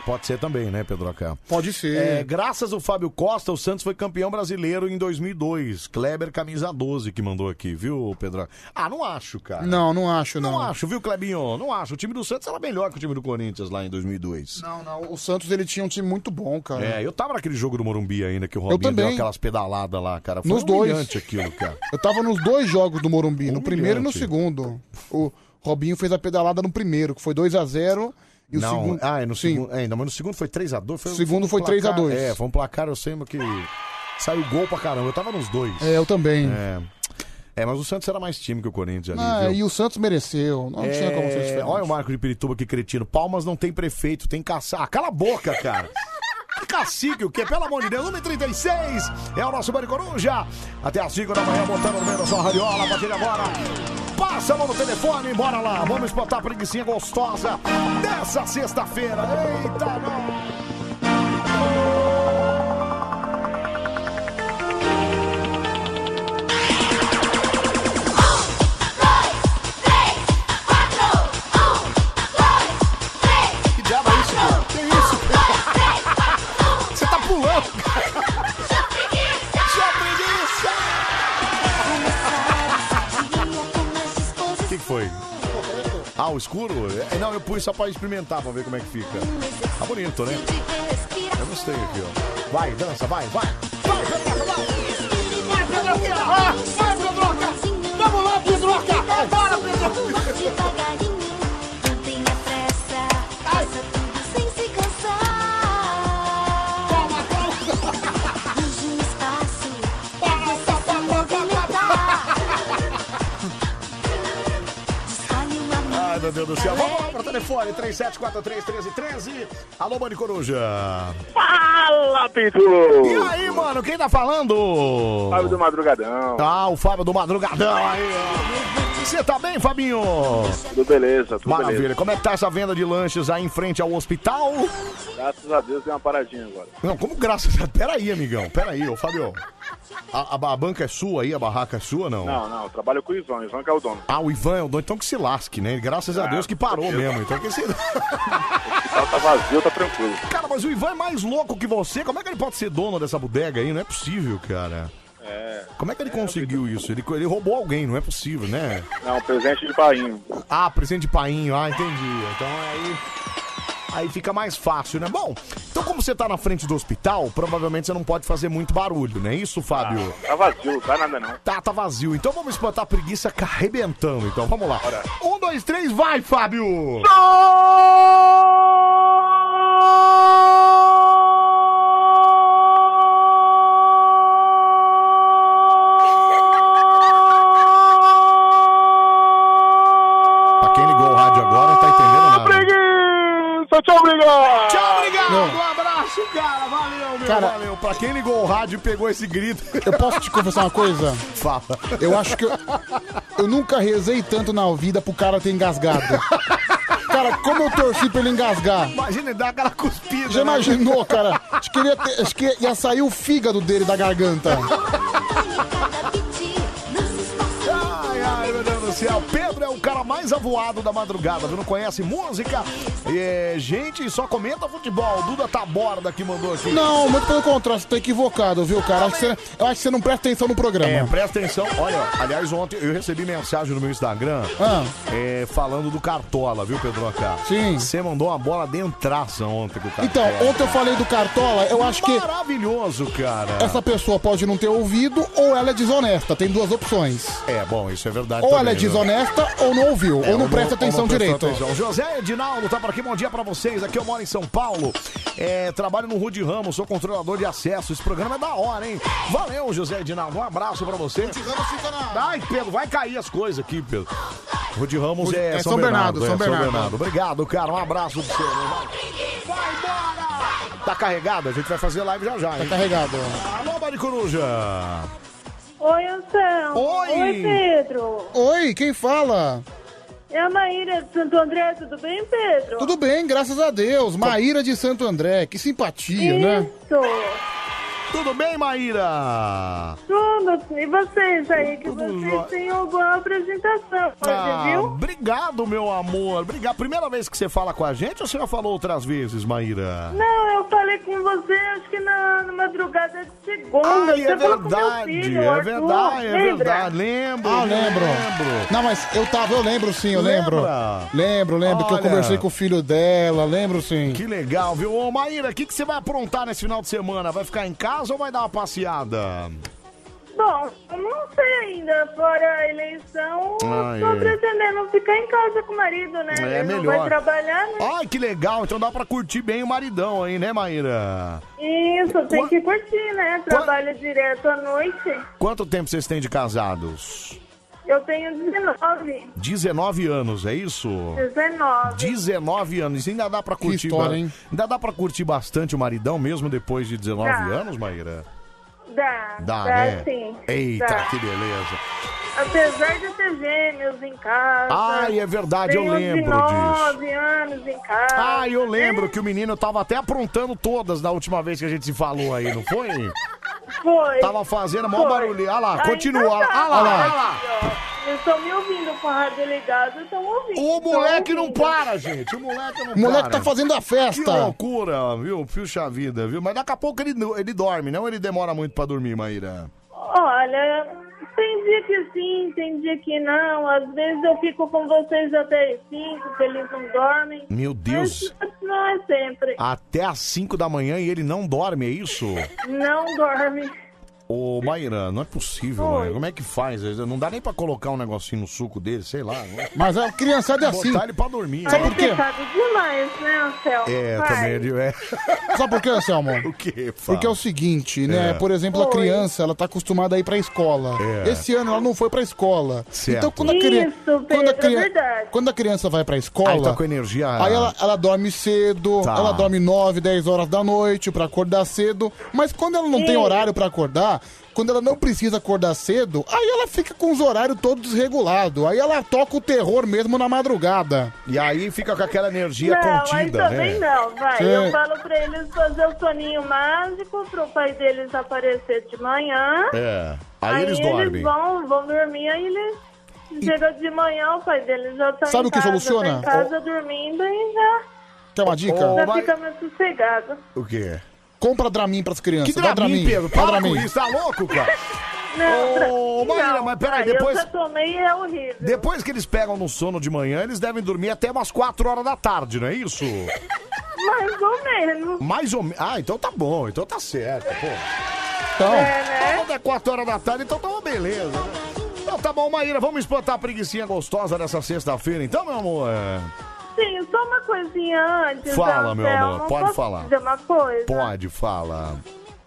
Pode ser também, né, Pedro Acá? Pode ser. É, graças ao Fábio Costa, o Santos foi campeão brasileiro em 2002. Kleber Camisa 12 que mandou aqui, viu, Pedro? Ah, não acho, cara. Não, não acho, não. Não acho, viu, Clebinho? Não acho. O time do Santos era melhor que o time do Corinthians lá em 2002. Não, não. O Santos ele tinha um time muito bom, cara. É, eu tava naquele jogo do Morumbi ainda, que o Robinho deu também. aquelas pedaladas lá, cara. Foi Nos dois. humilhante aquilo, cara. Eu tava nos dois jogos do Morumbi, no primeiro e no Humilhante. segundo. O Robinho fez a pedalada no primeiro, que foi 2 a 0 e o não, segundo. Ah, é no Sim. segundo. Ainda, mas no segundo foi 3x2. O segundo foi 3 a 2. É, foi um placar, eu sei, mas que. Saiu gol pra caramba. Eu tava nos dois. É, eu também. É. É, mas o Santos era mais time que o Corinthians ali, Ah, viu? e o Santos mereceu. Não tinha como ser É, diferente. Olha o Marco de Pirituba que cretino. Palmas não tem prefeito, tem caçar. Ah, cala a boca, cara. Que Cacique, o quê? Pelo amor de Deus, 1h36 é o nosso Bande Coruja. Até às 5 da manhã, botando no meio da sua radiola. A partir de agora, passa a mão no telefone, bora lá. Vamos espantar a preguiçinha gostosa dessa sexta-feira. Eita, não. Que diabo é isso, cara? Que isso? Você tá pulando. Sua preguiça! O que que foi? Ah, o escuro? É, não, eu pus só pra experimentar, pra ver como é que fica. Tá bonito, né? Eu gostei aqui, ó. Vai, dança, vai, vai. Vai, Pedroca! Ah, Vai, Pedroca! Vamos lá, Pedroca! Bora, Pedroca! Ai, meu Deus do céu. Vamos lá pro telefone, 37431313. Alô, Bande Coruja. Fala, Pedro! E aí, mano, quem tá falando? Fábio do Madrugadão. Ah, o Fábio do Madrugadão aí, ó. Você tá bem, Fabinho? Tudo beleza, tudo Maravilha. beleza. Como é que tá essa venda de lanches aí em frente ao hospital? Graças a Deus deu uma paradinha agora. Não, como graças a... Peraí, amigão. Peraí, ô, Fábio. A, a, a banca é sua aí? A barraca é sua, não? Não, não, eu trabalho com o Ivan, o Ivan que é o dono. Ah, o Ivan é o dono. Então que se lasque, né? Graças a Ah, Deus que parou Deus. mesmo. Então que se... O carro tá vazio, tá tranquilo. Cara, mas o Ivan é mais louco que você. Como é que ele pode ser dono dessa bodega aí? Não é possível, cara. É. Como é que ele conseguiu isso? Ele, ele roubou alguém, não é possível, né? Não, presente de painho. Ah, presente de painho. Ah, entendi. Então aí. Aí fica mais fácil, né? Bom, então como você tá na frente do hospital, provavelmente você não pode fazer muito barulho, né? Isso, Fábio? Ah, Tá vazio, não dá nada não. Tá, tá vazio. Então vamos espantar a preguiça carrebentando. Então vamos lá. Um, dois, três, vai, Fábio! Pra quem ligou o rádio agora, não tá entendendo nada. Preguiça, tchau, obrigado! Tchau, obrigado! Não. Um abraço! abraço, cara. Valeu, meu. Cara- valeu. Pra quem ligou o rádio e pegou esse grito. Eu posso te confessar uma coisa? Fala. Eu acho que eu, eu nunca rezei tanto na vida pro cara ter engasgado. Cara, como eu torci pra ele engasgar. Imagina, ele dá aquela cuspida. Já né? imaginou, cara? Acho que, ele ia ter- acho que ia sair o fígado dele da garganta. Ai, ai, meu Deus do céu. Pedro é o cara mais avoado da madrugada, viu? Não conhece música, é, gente, só comenta futebol. Duda tá borda que mandou aqui. Não, muito pelo contrário, você tá equivocado, viu, cara? Acho que você, eu acho que você não presta atenção no programa. É, presta atenção. Olha, aliás, ontem eu recebi mensagem no meu Instagram Ah. é, falando do Cartola, viu, Pedro Acá? Sim. Você mandou uma bola dentraça ontem pro Cartola. Então, ontem eu falei do Cartola, eu acho que Maravilhoso, cara. essa pessoa pode não ter ouvido ou ela é desonesta. Tem duas opções. É, bom, isso é verdade. Ou ela também, é viu? desonesta ou não ouviu, É, ou não presta ou atenção não prestou direito. atenção. José Edinaldo tá por aqui, bom dia pra vocês. Aqui eu moro em São Paulo, é, trabalho no Rude Ramos, sou controlador de acesso. Esse programa é da hora, hein? Valeu, José Edinaldo, um abraço pra você. Ai, Pedro, vai cair as coisas aqui, Pedro. Rude Ramos Rude- é, São, Bernardo, é, São Bernardo. Obrigado, cara, um abraço pra você. meu irmão. Tá carregado? A gente vai fazer live já já, hein? Tá carregado. Alô, Maricoruja. Oi, Anselmo. Oi. Pedro. Oi, quem fala? É a Maíra de Santo André, tudo bem, Pedro? Tudo bem, graças a Deus. Maíra de Santo André, que simpatia, né? Isso. Tudo bem, Maíra? Tudo. E vocês aí, que vocês jóia. têm uma boa apresentação hoje, Ah, é, viu? Obrigado, meu amor. Obrigado. Primeira vez que você fala com a gente ou você já falou outras vezes, Maíra? Não, eu falei com você, acho que na, na madrugada de segunda. Ai, Você é falou com meu verdade, filho, é Arthur, verdade, é lembra? verdade. Lembro. Ah, lembro. Lembro. Não, mas eu tava, eu lembro sim, eu lembro. Lembra? Lembro, lembro que eu Olha. conversei com o filho dela, lembro sim. Que legal, viu? Ô, Maíra, o que, que você vai aprontar nesse final de semana? Vai ficar em casa ou vai dar uma passeada? Bom, eu não sei ainda, fora a eleição, Ah, eu tô é. pretendendo ficar em casa com o marido, né? É Ele não melhor. vai trabalhar, né? Ai, que legal. Então dá pra curtir bem o maridão aí, né, Maíra? Isso, tem que curtir, né? Trabalho direto à noite. Quanto tempo vocês têm de casados? Eu tenho 19, 19 anos, é isso? 19. 19 anos, ainda dá pra curtir. história, ba- hein? Ainda dá pra curtir bastante o maridão mesmo depois de 19 Dá. anos, Maíra? Dá, Dá, dá né? sim. Eita, É assim. dá. que beleza. Apesar de ter gêmeos em casa. Ai, é verdade, eu tem uns lembro 19 anos em casa. né? Ah, eu lembro que o menino tava até aprontando todas na última vez que a gente se falou aí, não foi? Foi. Tava fazendo mó Foi. barulho. Ah lá, Ainda continua. tá. Ah lá, ah lá. Eu estou me ouvindo com a rádio ligada, estão ouvindo. O tão moleque não ouvindo. para, gente. O moleque não O moleque para. tá fazendo a festa. Que loucura, viu? Puxa vida, viu? Mas daqui a pouco ele, ele dorme, não? Ele demora muito pra dormir, Maíra. Olha, tem dia que sim, tem dia que não. Às vezes eu fico com vocês até as 5, que eles não dormem. Meu Deus. Ah. Mas não é sempre. Até às 5 da manhã e ele não dorme, é isso? Não dorme. Ô, Maíra, não é possível, Oi. Maíra. Como é que faz? Não dá nem pra colocar um negocinho no suco dele, sei lá. né? Mas a criançada é assim. Botar ele pra dormir. né? Aí você sabe demais, né, Anselmo? É, Vai. também ele é. Sabe por quê, Anselmo? O quê? Fala. Porque é o seguinte, né? É. Por exemplo, a Oi. criança, ela tá acostumada a ir pra escola. É. Esse ano ela não foi pra escola. Certo. Então quando a, Isso, criança, quando, Pedro, a cria- é verdade. quando a criança vai pra escola, Aí tá com energia. aí ela, ela dorme cedo, Tá. ela dorme 9, 10 horas da noite pra acordar cedo. Mas quando ela não Hum. tem Sim. horário pra acordar, quando ela não precisa acordar cedo, aí ela fica com os horários todos desregulados. Aí ela toca o terror mesmo na madrugada. E aí fica com aquela energia não, contida, aí também né? não, vai. Sim. Eu falo pra eles fazer o soninho mágico pro pai deles aparecer de manhã. É. Aí, eles dormem. vão, vão dormir, aí eles. Chega de manhã, o pai deles já tá Sabe em o que casa, Tá em soluciona? casa dormindo e já, Quer uma dica? Ô, já mas- fica mais sossegado. O quê? Compra Dramin pras crianças. Que dá Dramin, Pedro? dá Para com Dramin. isso, tá louco, cara? Não, Ô, pra- Maíra, não, mas peraí, vai, depois- Eu já tomei e é horrível. Depois que eles pegam no sono de manhã, eles devem dormir até umas 4 horas da tarde, não é isso? Mais ou menos. Mais ou menos. Ah, então tá bom, então tá certo, pô. Então, É, né? Quando é 4 horas da tarde, então tá uma beleza, né? Então tá bom, Maíra, vamos espantar a preguiçinha gostosa dessa sexta-feira, então, meu amor. Sim, só uma coisinha antes. Fala, meu Anselmo. amor, pode Posso falar. dizer uma coisa? Pode, fala.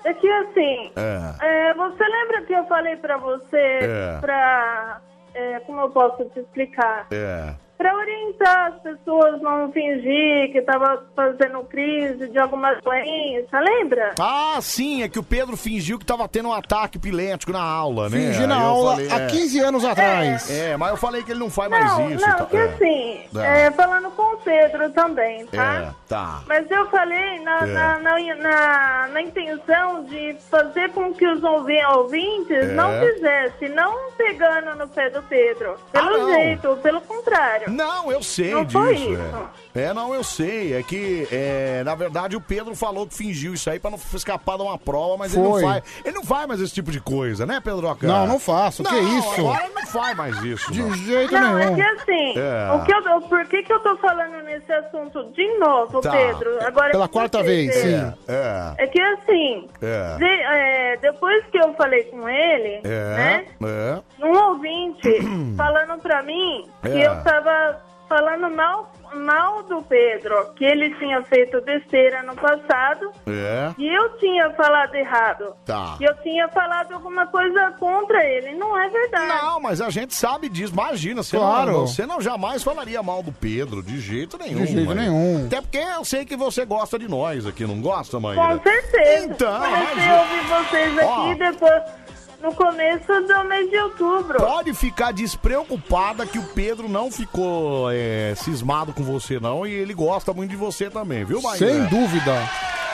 É que assim, É. é, você lembra que eu falei pra você, É. pra. é, como eu posso te explicar? É. para orientar as pessoas não fingir que estava fazendo crise de alguma doença, lembra? Ah, sim, é que o Pedro fingiu que tava tendo um ataque pilêntico na aula, né? Fingi na Aí eu aula há 15 anos atrás. É, mas eu falei que ele não faz não, mais isso. não, tá? que É. assim, Não. é, falando com o Pedro também, tá? É, tá. Mas eu falei na, É. na, na, na- na intenção de fazer com que os ouvi- ouvintes É. não fizessem, não pegando no pé do Pedro. Ah, Pelo não. jeito, pelo contrário. Não, eu sei Não disso. foi isso. É. É, não, eu sei. É que, é, na verdade, o Pedro falou que fingiu isso aí pra não escapar de uma prova, mas ele não Foi. faz. Ele não faz mais esse tipo de coisa, né, Pedro? Não, não faço, que isso? Agora ele não faz mais isso. De não. jeito Não, é que assim, É. o que eu, o- por que, que eu tô falando nesse assunto de novo, Tá. Pedro? Agora Pela que quarta você vez, vê. sim. É. É que assim, É. de- é, depois que eu falei com ele, né? É. É. um ouvinte falando pra mim que É. eu tava falando mal, mal do Pedro, que ele tinha feito besteira no passado É. e eu tinha falado errado. Tá. E eu tinha falado alguma coisa contra ele. Não é verdade. Não, mas a gente sabe disso, imagina. Você, Claro. não, você não jamais falaria mal do Pedro, de jeito nenhum. De jeito mãe. nenhum. Até porque eu sei que você gosta de nós aqui, não gosta, mãe? Com certeza. Então, Comecei imagina. a ouvir vocês aqui depois, no começo do mês de outubro. Pode ficar despreocupada que o Pedro não ficou é, cismado com você, não, e ele gosta muito de você também, viu, Maíra? Sem dúvida.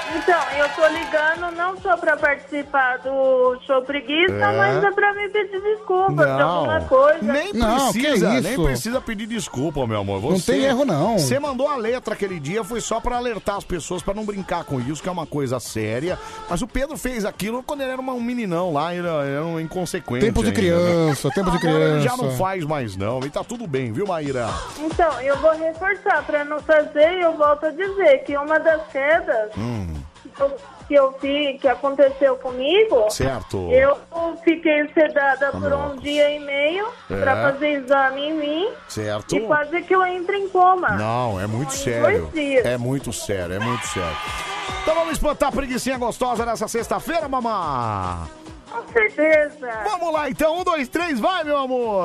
Então, eu tô ligando não só pra participar do show preguiça, É. mas é pra me pedir desculpas de Não. alguma coisa. Nem precisa, nem precisa pedir desculpa, meu amor. Não Você- tem erro, não. Você mandou a letra aquele dia, foi só pra alertar as pessoas pra não brincar com isso, que é uma coisa séria. Mas o Pedro fez aquilo quando ele era uma- um meninão lá, ele era, era um inconsequente. Tempo de ainda, né? criança, tempo de Agora Ele já criança. não faz mais, não. E tá tudo bem, viu, Maíra? Então, eu vou reforçar pra não fazer, eu volto a dizer que uma das quedas Hum, que eu vi, que aconteceu comigo, certo. eu fiquei sedada por um Vamos. dia e meio É. pra fazer exame em mim Certo. e quase que eu entro em coma. Não, é muito Em sério. dois dias. É muito sério, é muito sério. Então vamos espantar a preguiçinha gostosa nessa sexta-feira, mamá. Com certeza. Vamos lá então, um, dois, três, vai, meu amor.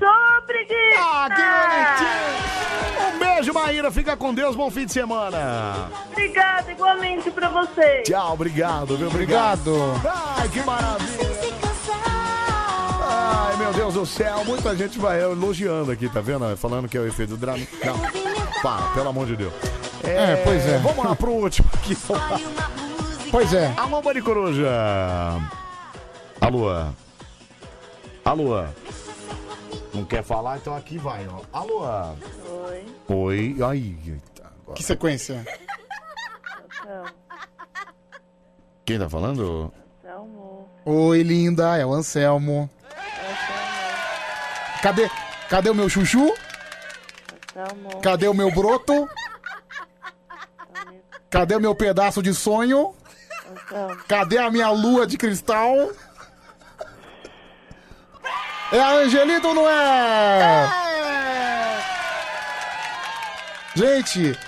Sou preguiça! Ah, que bonitinho! Um beijo, Maíra. Fica com Deus, bom fim de semana. Obrigada igualmente pra vocês. Tchau, obrigado, meu Obrigado. Ai, que maravilha. Ai, meu Deus do céu, muita gente vai elogiando aqui, tá vendo? Falando que é o efeito drama. Não, para, pelo amor de Deus. É, pois é. Vamos lá pro último aqui. Pois é. Alô, Bani Coruja. Alô. Alô. Não quer falar? Então aqui vai, ó. Alô. Oi. Oi. Ai, eita, agora. Que sequência? Não, Quem tá falando? Anselmo. Oi, linda, é o Anselmo. Cadê, cadê o meu chuchu? É Anselmo. Cadê o meu broto? Cadê o meu pedaço de sonho? Anselmo. Cadê a minha lua de cristal? É a Angelita ou não é? Gente,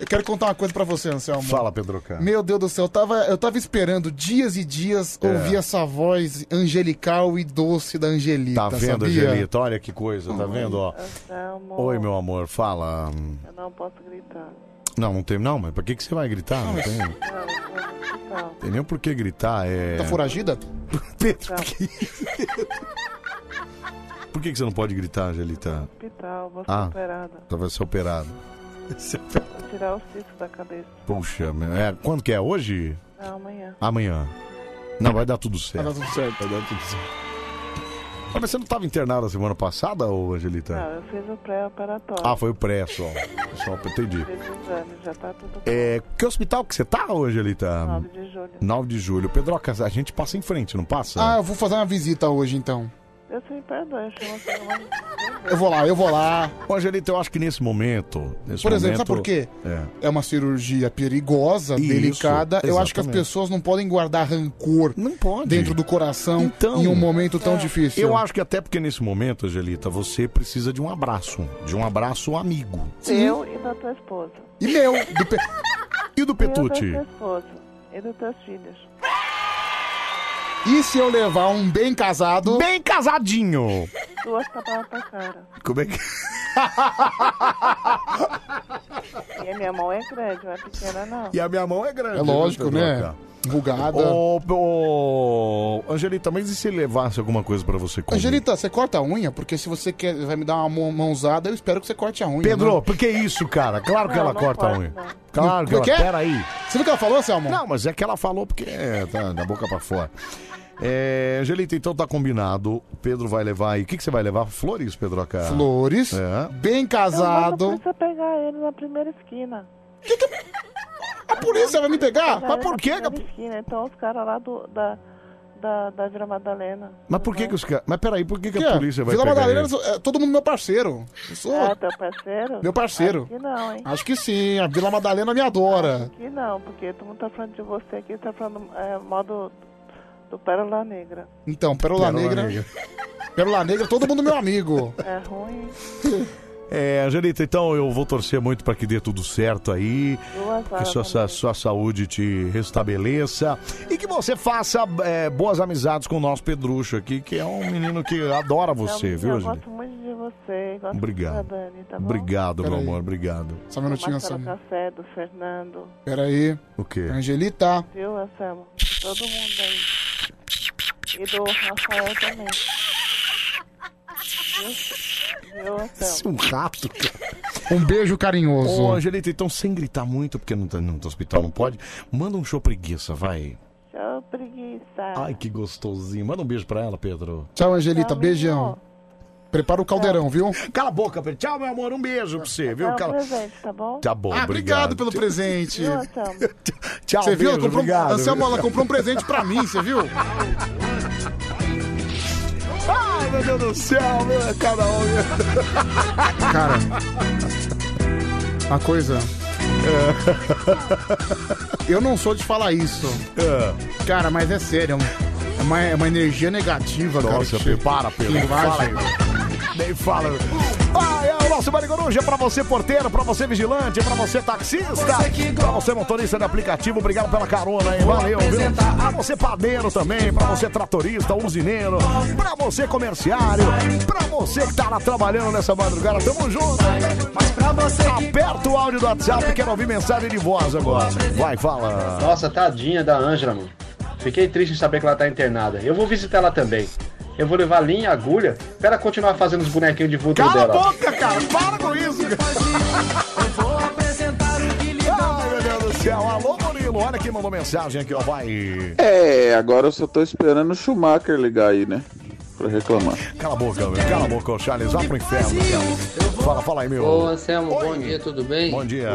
eu quero contar uma coisa pra você, Anselmo. Fala, Pedro Cano. Meu Deus do céu, eu tava, eu tava esperando dias e dias É. ouvir essa voz angelical e doce da Angelita. Tá vendo, sabia? Angelita? Olha que coisa, tá vendo, ó. Anselmo. Oi, meu amor, fala. hum. Eu não posso gritar. Não, não tem, não, mas pra que, que você vai gritar? Não Ah, tem, não Não, eu não posso gritar. tem nem por que gritar, é... Tá foragida? Pedro, por que, que você não pode gritar, Angelita? Hospital, vou ser Ah, operada. tá, vai ser operado. é Vou tirar o cisco da cabeça. Puxa, meu, é, quando que é? Hoje? Não, amanhã. Ah. Amanhã. Não, vai dar tudo certo. Vai dar tudo certo. Vai dar tudo certo. Ah, mas você não estava internada semana passada, ô Angelita? Não, eu fiz o pré-operatório. Ah, foi o pré só. Só entendi. Fiz o exame, já tá tudo É, que hospital que você tá, ô Angelita? 9 de julho. 9 de julho. Pedroca, a gente passa em frente, não passa? Ah, eu vou fazer uma visita hoje então. Eu sei, perdão, eu chamo você uma... Eu vou lá, eu vou lá. Ô, Angelita, eu acho que nesse momento. nesse Por exemplo, momento- sabe por quê? É. É uma cirurgia perigosa, Isso, delicada. Eu acho que as exatamente. pessoas não podem guardar rancor dentro do coração em um momento tão difícil. Então. É. Eu acho que até porque nesse momento, Angelita, você precisa de um abraço. De um abraço amigo. Eu e da tua esposa. E meu, E do E Petute? da tua esposa. E dos teus filhos. E se eu levar um bem casado? Bem casadinho! Duas tapas na tua cara. Como é que. E a minha mão é grande, não é pequena, não. E a minha mão é grande. É lógico, viu, né? Pedroca? Enrugada. Ô, ô, Angelita, mas e se levasse alguma coisa pra você comer? Angelita, você corta a unha? Porque se você quer, vai me dar uma mão- mãozada, eu espero que você corte a unha. Pedro, né? por que é isso, cara? Claro que Não, ela não corta a corta, unha. não. Claro que ela. Como é que é? Peraí. Você viu o que ela falou, Selma? Não, mas é que ela falou porque é, tá da boca pra fora. É, Angelita, então tá combinado. O Pedro vai levar aí. O que, que você vai levar? Flores, Pedroca? Flores. É. Bem Eu casado. mando a polícia pegar ele na primeira esquina. A polícia vai me pegar? Pegar Mas ele por na quê? primeira esquina. Então os caras lá do, da, da, da Vila Madalena. Mas por que que os caras. Mas peraí, por que, que Que é? a polícia vai Vila pegar Madalena, ele? eu sou- é todo mundo meu parceiro. Eu sou- É, teu parceiro? Meu parceiro. Ah. Acho que não, hein? Acho que sim, a Vila Madalena me adora. Que não, porque todo mundo tá falando de você aqui, tá falando é, mal do, do Pérola Negra. Então, Pérola, Pérola Negra. Negra. Pérola Negra, todo mundo meu amigo. É ruim. É, Angelita, então eu vou torcer muito pra que dê tudo certo aí. Duas Que horas sua, da sa- sua saúde te restabeleça. E que você faça é, boas amizades com o nosso Pedrucho aqui, que é um menino que adora você, Então, viu, Eu Angelita? gosto muito de você. Gosto Obrigado. muito da Dani, tá bom? Obrigado, meu Peraí. amor, obrigado. Só um Do minutinho, Marcelo Anselmo. Café, do Fernando, Peraí. O quê? Angelita. viu, Anselmo? Todo mundo aí. E do Rafael também. Viu? Viu, é Anselmo? Um rato, cara. Um beijo carinhoso. Ô, Angelita, então sem gritar muito, porque não tá no hospital, não pode. Manda um show preguiça, vai. Tchau, preguiça. Ai, que gostosinho. Manda um beijo pra ela, Pedro. Tchau, Angelita. beijão. Prepara o caldeirão, viu? Cala a boca, Pedro. Tchau, meu amor. Um beijo pra você, Dá viu? um Cala... presente, tá bom? Tá bom, Ah, obrigado. obrigado pelo presente. Viu, Anselmo? Tchau, Você viu? Ela beijo, comprou, obrigado. Anselmo, ela comprou um presente pra mim, você viu? Ai, meu Deus do céu, meu, é cada um. Cara, uma coisa. É. Eu não sou de falar isso. Cara, mas é sério. É uma, é uma energia negativa, cara. Nossa, que Pedro, che- para, Pedro. que vai, Fala aí. gente. Nem fala. Ai, é o nosso Maricoruja pra você, porteiro, pra você, vigilante, pra você, taxista, pra você, motorista de aplicativo. Obrigado pela carona aí, valeu, viu? Pra você, padeiro também, pra você, tratorista, usineiro, pra você, comerciário, pra você que tá lá trabalhando nessa madrugada. Tamo junto. Mas pra você. Aperta o áudio do WhatsApp, quero ouvir mensagem de voz agora. Vai, fala. Nossa, tadinha da Ângela, mano. Fiquei triste em saber que ela tá internada. Eu vou visitar ela também. Eu vou levar linha, agulha, pra ela continuar fazendo os bonequinhos de vulto Cala a dela. boca, cara! Para com isso! Ai, meu Deus do céu! Alô, Murilo! Olha quem mandou mensagem aqui, ó. Vai! É, agora eu só tô esperando o Schumacher ligar aí, né? Pra reclamar. Cala a boca, meu. Cala a boca, ô Charles. Vá pro inferno, cara. Fala, fala aí, meu. Ô Anselmo, bom dia, tudo bem? Bom dia.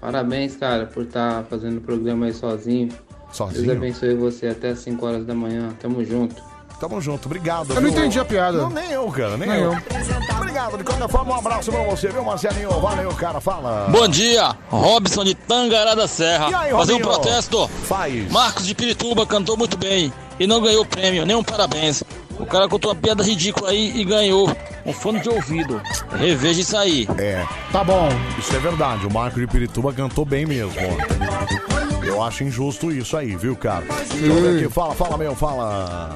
parabéns, cara, por estar fazendo o programa aí sozinho. Sozinho? Deus abençoe você até as 5 horas da manhã. Tamo junto. Tamo junto, obrigado. Eu não entendi a piada. Não, nem eu, cara, nem, Nem eu. eu. Obrigado, de qualquer forma, um abraço pra você, viu, Marcelinho? Valeu, cara, fala. Bom dia, Robson de Tangará da Serra. E aí, Fazer um Robinho? protesto. Faz. Marcos de Pirituba cantou muito bem e não ganhou prêmio, nem um parabéns. O cara contou uma piada ridícula aí e ganhou um fone de ouvido. Reveja isso aí. É. Tá bom. Isso é verdade, o Marco de Pirituba cantou bem mesmo, ó. Eu acho injusto isso aí, viu, cara? Deixa eu ver aqui. Fala, fala, meu, fala.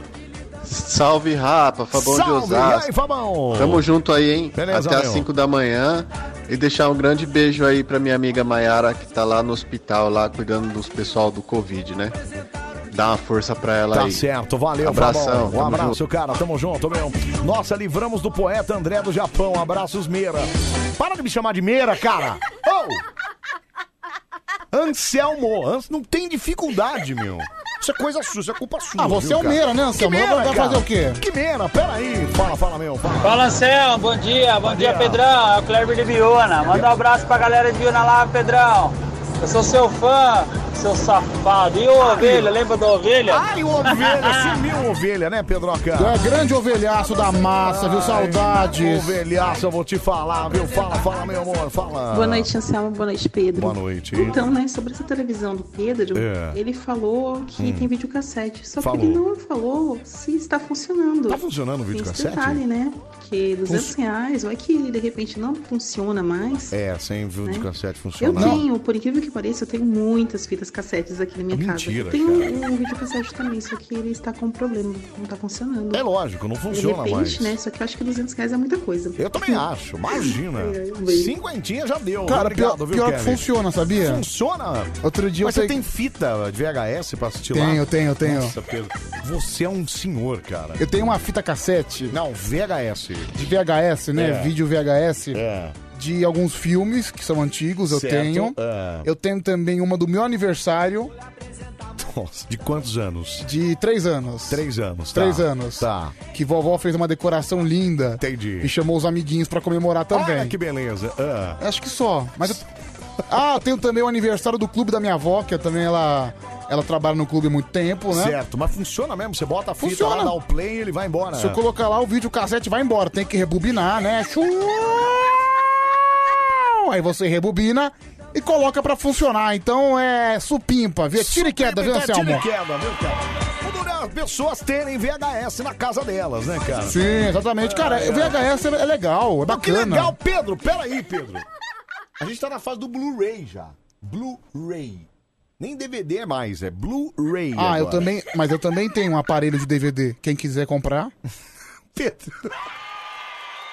Salve, Rapa, Fabão de Salve! Osasco. E aí, Fabão? Tamo junto aí, hein? Beleza, Até meu. às 5 da manhã. E deixar um grande beijo aí pra minha amiga Mayara, que tá lá no hospital, lá cuidando dos pessoal do Covid, né? Dá uma força pra ela Tá aí. certo, valeu, Abração, Fabão. Um tamo abraço, junto. cara. Tamo junto, meu. Nossa, livramos do poeta André do Japão. Abraços, Meira. Para de me chamar de Meira, cara. Ô! Anselmo, Ans- não tem dificuldade, meu. Isso é coisa sua, isso é culpa sua. Ah, você é o Meira, né, Anselmo? Que Vai- vai cara? fazer o quê? Que Meira, peraí. Fala, fala, meu. Fala. Fala Anselmo, bom dia, bom, dia, Pedrão, é o Kleber de Biona. Manda um abraço pra galera de Biona lá, Pedrão. Eu sou seu fã, seu safado. E o ovelha, lembra da ovelha? Ai, o ovelha, sumiu ovelha, né, Pedroca? É grande ovelhaço da massa, viu? Saudades. Ovelhaça, eu vou te falar, viu? Fala, fala, meu amor, fala. Boa noite, Anselmo. Boa noite, Pedro. Boa noite. Então, né, sobre essa televisão do Pedro, É. ele falou que Hum. tem videocassete, só Falou. que ele não falou se está funcionando. Tá funcionando o Tem esse videocassete? detalhe, né? Que 200 reais, vai que ele de repente não funciona mais. É, sem videocassete Eu funcionar. tenho, por incrível que pareça, eu tenho muitas fitas cassetes aqui na minha Mentira, casa. Tem cara. um, um videocassete também, só que ele está com um problema, não tá funcionando. É lógico, não funciona De repente, mais. né? Só que eu acho que 200 reais é muita coisa. É, Eu também acho, imagina. Cinquentinha já deu. Cara, obrigado, pior- viu, pior que Kevin? funciona, sabia? Funciona. Outro dia Mas eu você peguei- tem fita de VHS pra assistir lá? Tenho, tenho, tenho. Nossa, Pedro, você é um senhor, cara. Eu tenho uma fita cassete. Não, VHS. De VHS, né? É. Vídeo VHS. É. De alguns filmes que são antigos, eu Certo, tenho. é. Eu tenho também uma do meu aniversário Nossa, de quantos anos? de três anos. Três anos, tá. Três anos. Tá. Que vovó fez uma decoração linda. Entendi. E chamou os amiguinhos pra comemorar também. Olha que beleza. Ah. Acho que só. Mas eu- Ah, tenho também o aniversário do clube da minha avó, que eu também ela, ela trabalha no clube há muito tempo, né? Tá, Certo, mas funciona mesmo? Você bota a fita Funciona. lá, dá um o play e ele vai embora. Se eu colocar lá, o vídeo cassete vai embora. Tem que rebobinar, né? Chu- Aí você rebobina e coloca pra funcionar. Então é supimpa, vê? Tira e queda, viu, Tá, tira Anselmo? e queda, viu, cara? Tudo, né, As pessoas terem VHS na casa delas, né, cara? Sim, exatamente. Cara, Ah, é. o VHS é é legal, é Mas Que bacana. legal, Pedro. Peraí, Pedro. A gente tá na fase do Blu-ray já. Blu-ray. Nem DVD é mais, é Blu-ray. Ah, eu agora. também. Mas eu também tenho um aparelho de DVD. Quem quiser comprar. Pedro.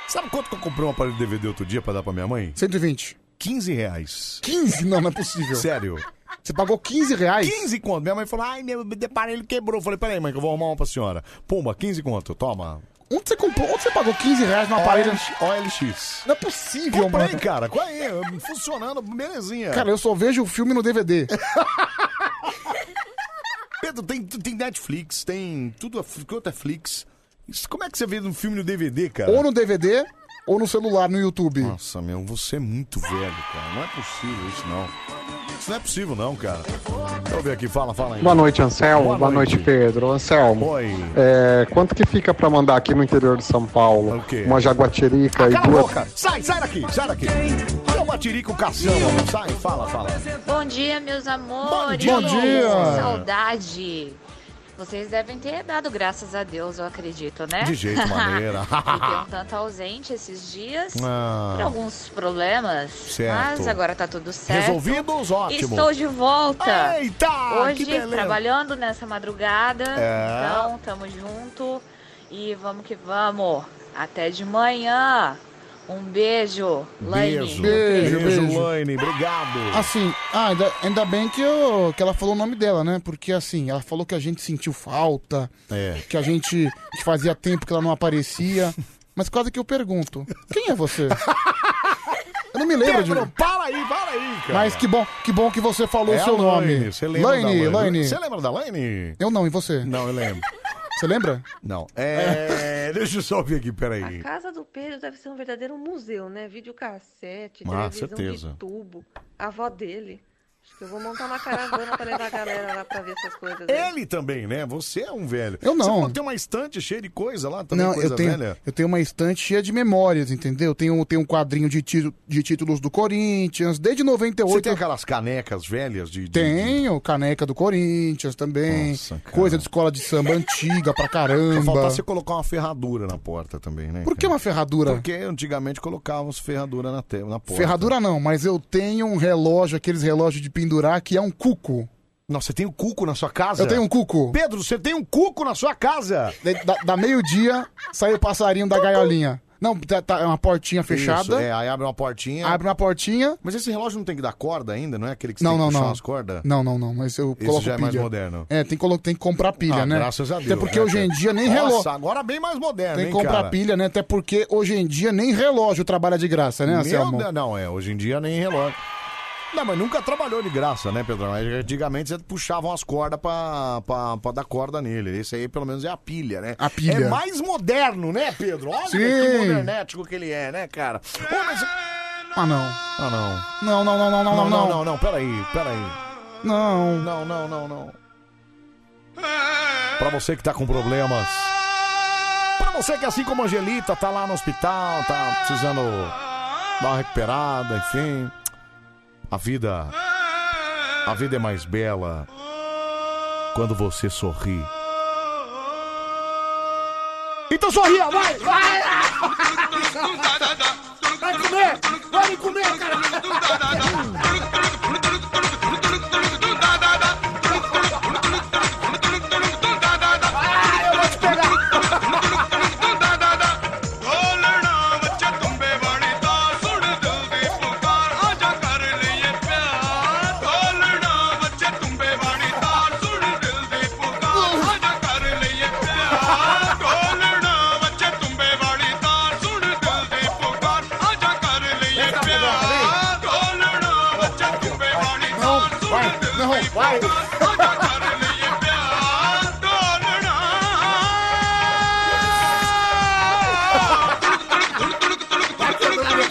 Sabe quanto que eu comprei um aparelho de DVD outro dia pra dar pra minha mãe? 120. 15 reais. 15? Não, não é possível. Sério. Você pagou 15 reais? 15 conto. Minha mãe falou, ai, meu aparelho quebrou. Eu falei, peraí, mãe, que eu vou arrumar uma pra senhora. Pumba, 15 conto, toma. Onde você comprou? Onde você pagou 15 reais num aparelho? OLX. Não é possível, Comprei, mano. cara. Qual é? Funcionando, belezinha. Cara, eu só vejo o filme no DVD. Pedro, tem, tem Netflix, tem tudo quanto é Flix. Isso, como é que você vê um filme no DVD, cara? Ou no DVD, ou no celular, no YouTube. Nossa, meu, você é muito velho, cara. Não é possível isso, não. Isso não é possível, não, cara. Deixa eu ver aqui, fala, fala aí. Boa noite, Anselmo. Boa, noite. Pedro. Anselmo. Oi. É, quanto que fica pra mandar aqui no interior de São Paulo? Uma jaguatirica e Cala a duas. boca! Sai, sai daqui, sai daqui. Eu batirico o cação, sai, fala, fala. Bom dia, meus amores. Bom dia. Saudade. Vocês devem ter dado graças a Deus, eu acredito, né? De jeito maneira. Fiquei um tanto ausente esses dias Ah. por alguns problemas, Certo. mas agora tá tudo certo. Resolvidos? Ótimo. Estou de volta. Eita, Hoje que beleza. trabalhando nessa madrugada. É. Então, tamo junto e vamos que vamos. Até de manhã. Um beijo. Laine. Beijo, beijo. Laine. Obrigado. Assim, ah, ainda, ainda bem que, eu- que ela falou o nome dela, né? Porque assim, ela falou que a gente sentiu falta, É. que a gente que fazia tempo que ela não aparecia. Mas quase que eu pergunto, quem é você? Eu não me lembro de. Pedro, para aí, para aí, cara. Mas que bom, que bom que você falou o seu nome. É Você lembra Laine, da Laine? Laine. Você lembra da Laine? Eu não, e você? Não, eu lembro. Você lembra? Não. É, deixa eu só ver aqui, peraí. Tá Casa do Pedro deve ser um verdadeiro museu, né? Videocassete, Ah, televisão certeza. de tubo, a avó dele. Acho que eu vou montar uma caravana pra levar a galera lá pra ver essas coisas. aí. Ele também, né? Você é um velho. Eu não. Você tem uma estante cheia de coisa lá também, Não, coisa eu tenho, velha. eu tenho uma estante cheia de memórias, entendeu? Eu tenho, tenho um quadrinho de, ti- de títulos do Corinthians, desde 98. Você tem aquelas canecas velhas de. de- Tenho caneca do Corinthians também, coisa de escola de samba antiga pra Só falta caramba. você colocar uma ferradura na porta também, né? Por que uma ferradura? Porque antigamente colocávamos ferradura na, te... na porta. Ferradura não, mas eu tenho um relógio, aqueles relógios de pendurar, que é um cuco. Nossa, você tem um cuco na sua casa? Eu tenho um cuco. Pedro, você tem um cuco na sua casa? Da, da meio-dia, sai o passarinho da gaiolinha. Não, tá, tá- é uma portinha fechada. Isso, é, aí abre uma portinha. Abre uma portinha. Mas esse relógio não tem que dar corda ainda, não é aquele que você Não, tem não, que puxar não. umas cordas? Não, não, não. Mas eu Esse coloco já é mais pilha. moderno. É, tem que, colo- tem que comprar pilha, Ah, né? Graças a Deus. Até porque né, hoje em cara? dia nem Nossa, relógio. agora bem mais moderno, Tem que hein, comprar É, cara? pilha, né? Até porque hoje em dia nem relógio trabalha de graça, né, Meu Anselmo? Deus, não, é, hoje em dia nem relógio. Não, mas nunca trabalhou de graça, né, Pedrão? Mas Antigamente você puxava umas cordas pra, pra, pra dar corda nele. Esse aí, pelo menos, é a pilha, né? A pilha. É mais moderno, né, Pedro? Olha Sim. que modernético que ele é, né, cara? Ô, mas- Ah, não. Ah, não. Não, não, não, não, não, não. não, não, não, peraí, peraí. Não. Não, não, não, não. Pra você que tá com problemas. Pra você que, assim como a Angelita, tá lá no hospital, tá precisando dar uma recuperada, enfim. A vida. A vida é mais bela quando você sorri. Então sorria, vai! Vai! Vai comer! Vai me comer, cara! Vai!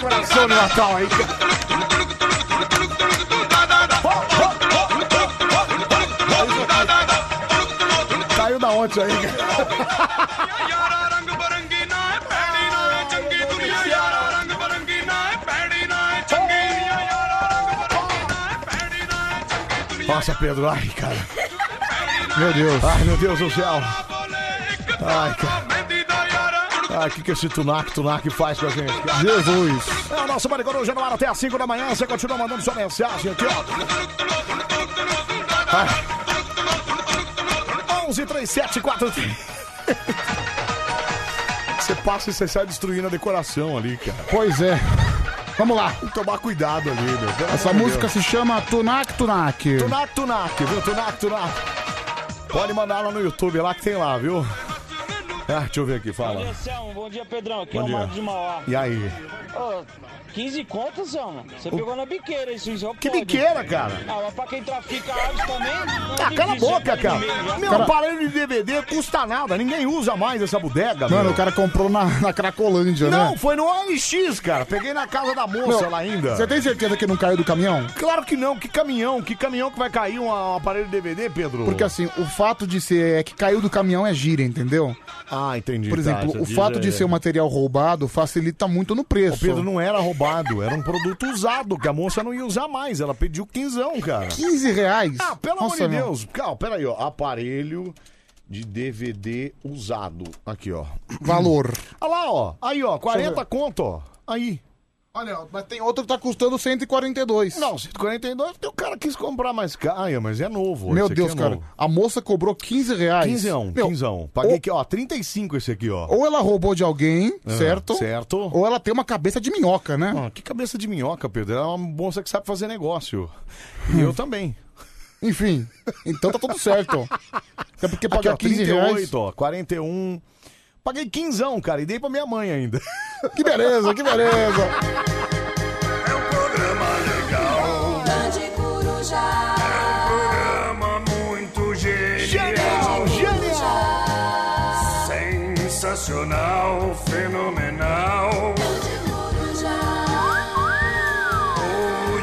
Coração no Natal aí. Caiu da onde isso aí? Nossa, Pedro, ai, cara. Meu Deus. Ai, meu Deus do céu. Ai, cara. Ai, o que, que esse Tunac, Tunac faz com a gente? cara? Jesus. É o nosso Bande Coruja no ar até as 5 da manhã. Você continua mandando sua mensagem aqui, ó. Ai. 11 37 43. Você passa e você sai destruindo a decoração ali, cara. Pois é. Vamos lá. Tomar cuidado ali, meu. Pelo Essa amor de música Deus. se chama Tunak Tunak. Tunac, Tunac, viu? Tunac, Tunac. Pode mandar lá no YouTube, lá que tem lá, viu? Ah, deixa eu ver aqui, fala. Bom dia, Pedrão. Aqui Bom é o dia. Marcos de Mauá. E aí? Ô, 15 contas, Sam. Você pegou na biqueira isso, isso Que pode. biqueira, cara? Ah, mas pra quem trafica aves também... não é Ah, cala a difícil, boca, né? cara. Meu, Cara- aparelho de DVD custa nada. Ninguém usa mais essa bodega, Mano, meu. o cara comprou na, na Cracolândia, né? Não, foi no OLX, cara. Peguei na casa da moça Meu, lá ainda. Você tem certeza que não caiu do caminhão? Claro que não. Que caminhão? Que caminhão que vai cair um, um aparelho DVD, Pedro? Porque assim, o fato de ser é que caiu do caminhão é gíria, entendeu? Ah, entendi. Por tá, exemplo, você o diz, fato de é. ser um material roubado facilita muito no O preço. Pedro não é- era roubado, era um produto usado, que a moça não ia usar mais. Ela pediu quinzão, cara. 15 reais? Ah, pelo Nossa, né? amor de meu. Deus. Calma, peraí, ó. Aparelho de DVD usado. Aqui, ó. Valor. Olha lá, ó. Aí, ó, 40 Deixa eu conto, ó. Aí. Olha, ó, mas tem outro que tá custando 142. Não, 142, porque o cara quis comprar mais caro. Ai, mas é novo. Meu esse aqui Deus, é cara. novo. A moça cobrou 15 reais. 15, Meu, 15. Paguei aqui, ó, 35 esse aqui, ó. Ou ela roubou de alguém, Ah, certo? Certo. Ou ela tem uma cabeça de minhoca, né? Ah, que cabeça de minhoca, Pedro. Ela É uma moça que sabe fazer negócio. E eu também. Hum. Enfim, então tá tudo certo. Até porque pagar ó, 15 reais. ó, 41. Paguei 15, cara, e dei pra minha mãe ainda. Que beleza, que beleza. Grande Coruja. É um programa muito genial. Genial, genial. Sensacional, fenomenal. Oh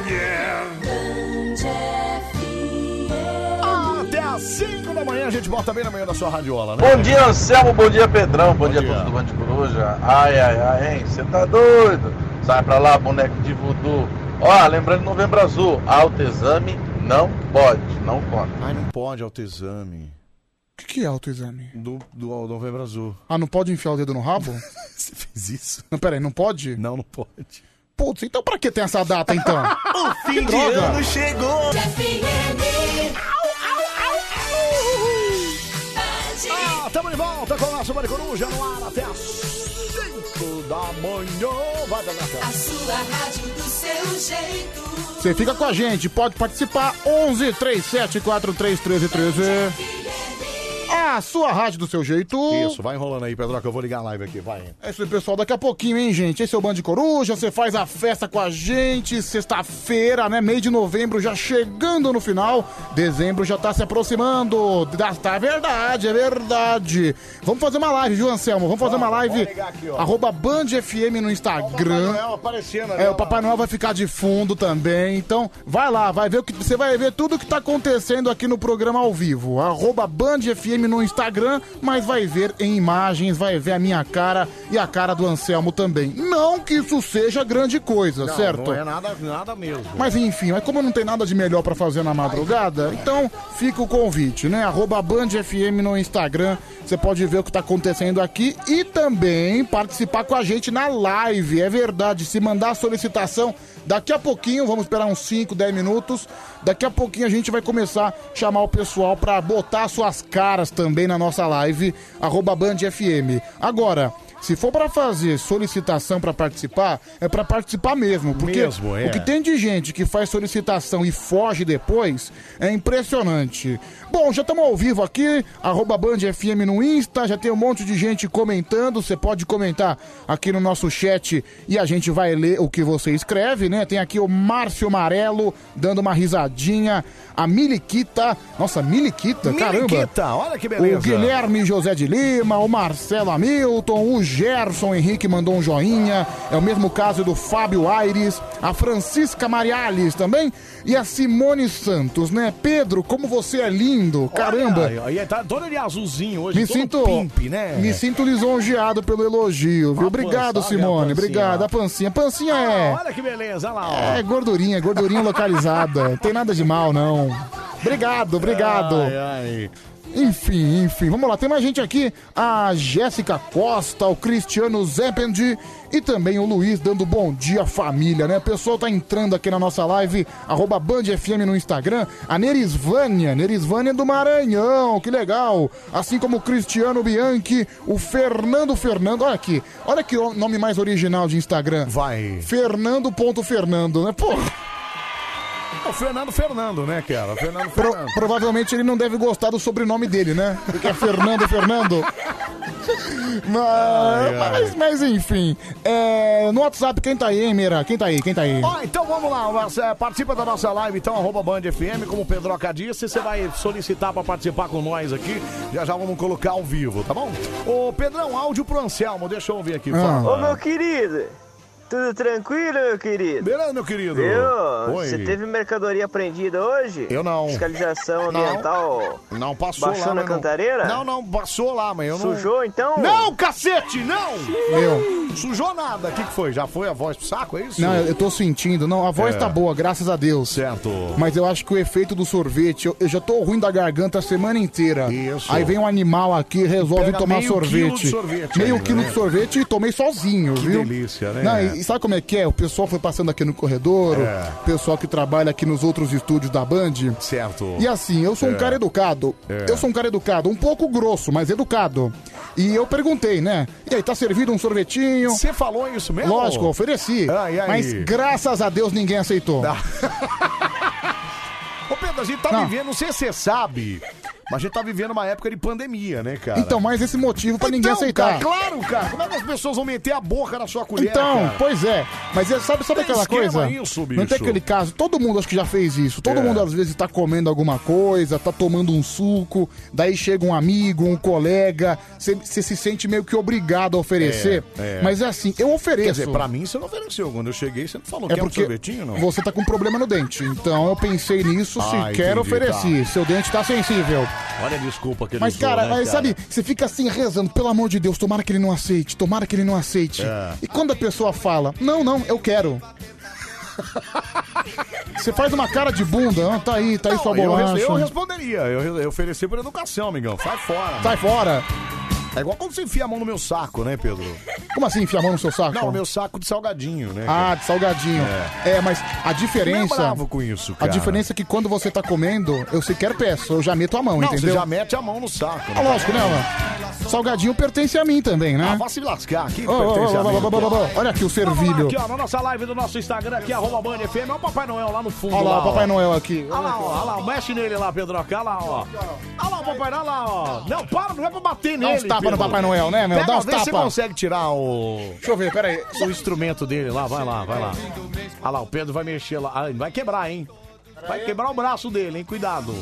yeah. Até às 5 da manhã a gente bota bem na manhã da sua radiola, né? Bom dia, Anselmo. Bom dia, Pedrão. Bom, dia, povo do Bande Coruja. Ai, ai, ai, hein? Você tá doido? Sai pra lá, boneco de voodoo. Ó, Tá lembrando, novembro azul. Autoexame não pode, não conta. Ai, não pode autoexame. O que, que é autoexame? Do, do Novembro Azul. Ah, não pode enfiar o dedo no rabo? Você fez isso? Não, peraí, não pode? Não, não pode. Um Putz, então pra que tem essa data então? O Que fim de droga. ano chegou. Ah, tamo de volta com o nosso Mari Coruja no ar até às 5 da manhã. Vai dar na A sua rádio do seu jeito. Você fica com a gente, pode participar 11 37 43 13 13. É A sua rádio do seu jeito. Isso, vai enrolando aí, Pedro, que eu vou ligar a live aqui, vai. É isso aí, pessoal. Daqui a pouquinho, hein, gente? Esse é o Band Coruja. Você faz a festa com a gente. Sexta-feira, né? Meio de novembro já chegando no final. Dezembro já tá se aproximando. Da- Tá verdade, é verdade. Vamos fazer uma live, viu, Anselmo? Vamos fazer uma live. Arroba Band FM no Instagram. aparecendo É, o Papai Noel vai ficar de fundo também. Então, vai lá, vai ver o que você vai ver tudo o que tá acontecendo aqui no programa ao vivo. Arroba Band FM no Instagram, mas vai ver em imagens, vai ver a minha cara e a cara do Anselmo também. Não que isso seja grande coisa, Não, certo? Não é nada, nada mesmo. Mas enfim, mas como não tem nada de melhor pra fazer na madrugada, então fica o convite, né? Arroba Band FM no Instagram, você pode ver o que tá acontecendo aqui e também participar com a gente na live, é verdade, se mandar a solicitação, daqui a pouquinho, vamos esperar uns 5, 10 minutos, daqui a pouquinho a gente vai começar a chamar o pessoal pra botar suas caras também na nossa live, arroba Band FM. Agora, Se for pra fazer solicitação pra participar, é pra participar mesmo. Porque Mesmo, é. o que tem de gente que faz solicitação e foge depois é impressionante. Bom, já estamos ao vivo aqui, arroba Band FM no Insta, já tem um monte de gente comentando. Você pode comentar aqui no nosso chat e a gente vai ler o que você escreve, né? Tem aqui o Márcio Amarelo dando uma risadinha, a Miliquita, nossa, Miliquita, Miliquita, caramba. olha que beleza. O Guilherme José de Lima, o Marcelo Hamilton, o Gerson Henrique mandou um joinha. É o mesmo caso do Fábio Aires, a Francisca Mariales também e a Simone Santos, né? Pedro, como você é lindo, caramba. Olha, aí tá todo de azulzinho hoje, me todo sinto, pimp, né? me sinto lisonjeado pelo elogio, viu? A Obrigado, pança, olha a Simone. pancinha. Obrigado. A pancinha, pancinha é. Ah, Olha que beleza, olha lá, ó. É gordurinha, gordurinha localizada. Tem nada de mal, não. Obrigado, obrigado. Ai, ai. Enfim, enfim, vamos lá. Tem mais gente aqui. A Jéssica Costa, o Cristiano Zeppendi e também o Luiz dando bom dia, família, né? O pessoal tá entrando aqui na nossa live, arroba Band FM no Instagram. A Nerisvânia, Nerisvânia do Maranhão, que legal. Assim como o Cristiano Bianchi, o Fernando Fernando. Olha aqui, olha que o- nome mais original de Instagram. Vai. Fernando.Fernando, né? Porra. É O Fernando Fernando, né, cara? O Fernando Pro- Fernando. provavelmente ele não deve gostar do sobrenome dele, né? Porque é Fernando Fernando. Mas, mas, mas enfim. É, no WhatsApp, quem tá aí, hein, Mira? Quem tá aí? Quem tá aí? Ó, então vamos lá, você, eh, participa da nossa live, então, arroba Band FM, como o Pedroca disse, você vai solicitar pra participar com nós aqui, já já vamos colocar ao vivo, tá bom? Ô, Pedrão, áudio pro Anselmo, deixa eu ouvir Ah. aqui, Ô, meu fala. querido, tudo tranquilo, meu querido? Beleza, meu querido. Viu? Oi. Você teve mercadoria apreendida hoje? Eu não. Fiscalização Não. ambiental Não, passou baixou lá, na mas não- cantareira? Não, não, passou lá, mas eu não... Sujou, então? Não, cacete, não! Meu. Sujou nada, o que, que foi? Já foi a voz pro saco, é isso? Não, eu tô sentindo. Não, a voz É. tá boa, graças a Deus. Certo. Mas eu acho que o efeito do sorvete, eu, eu já tô ruim da garganta a semana inteira. Isso. Aí vem um animal aqui e resolve Pega tomar meio sorvete. quilo de sorvete Meio ainda, quilo né? de sorvete e tomei sozinho, Que viu? delícia, né? Não, e, e sabe como é que é? O pessoal foi passando aqui no corredor, É. o pessoal que trabalha aqui nos outros estúdios da Band. Certo. E assim, eu sou um É. cara educado. É. Eu sou um cara educado, um pouco grosso, mas educado. E eu perguntei, né? E aí, tá servido um sorvetinho? Você falou isso mesmo? Ah, Lógico, eu ofereci. Ai, ai. Mas graças a Deus ninguém aceitou. Ah, Ô Pedro, a gente tá vivendo, não sei se você sabe, mas a gente tá vivendo uma época de pandemia, né, cara? Então, mas esse motivo pra ninguém Então, aceitar. cara, claro, cara. Como é que as pessoas vão meter a boca na sua colher? Então, cara? pois é. Mas é- sabe, sabe Tem aquela esquema coisa? isso, Não bicho. tem aquele caso, todo mundo acho que já fez isso. Todo É. mundo às vezes tá comendo alguma coisa, tá tomando um suco, daí chega um amigo, um colega, você se sente meio que obrigado a oferecer. É, é. Mas é assim, eu ofereço. Quer dizer, pra mim você não ofereceu. Quando eu cheguei, você não falou É quer um porque sorvetinho, não? você tá com problema no dente. Então eu pensei nisso, se Ah, quer entendi, ofereci. Seu dente tá sensível. Olha a desculpa que ele Mas, usou, cara, né, mas sabe, você fica assim rezando, pelo amor de Deus, tomara que ele não aceite, tomara que ele não aceite. É. E quando a pessoa fala, não, não, eu quero. você faz uma cara de bunda, ah, tá aí, tá aí sua Não, eu, bolacha. res- eu responderia. Eu, eu ofereci por educação, amigão. Sai fora. Sai fora. É igual quando você enfia a mão no meu saco, né, Pedro? Como assim, enfiar a mão no seu saco? Não, meu saco de salgadinho, né? Ah, de salgadinho. É. mas a Meio diferença. bravo com isso, a cara. diferença é que quando você tá comendo, eu sequer peço, eu já meto a mão, Não, entendeu? você já mete a mão no saco. Ah, lógico, né, mano? Salgadinho pertence a mim também, né? Ah, vá se lascar aqui. Ô, ô, ô, pertence a ô, mim. ô, ô, ô, ô, Olha aqui o Vamos lá, servilho. Aqui, ó, na nossa live do nosso Instagram, aqui, arroba Band FM, olha o Papai Noel lá no fundo. Olha lá, o ó. Papai Noel aqui. Olha lá, ó, olha lá, mexe nele lá, Pedro. Olha lá, ó. Olha lá o Papai Noel, olha lá, ó. Não, para, não é pra bater Dá nele. uns tapa no Papai Noel, né, meu? Pega, um Dá uns vê se você tapa. consegue tirar o... Deixa eu ver, peraí. O instrumento dele lá, vai lá, vai lá. Olha lá, o Pedro vai mexer lá. Ah, ele vai quebrar, hein? Vai quebrar o braço dele, hein? Cuidado.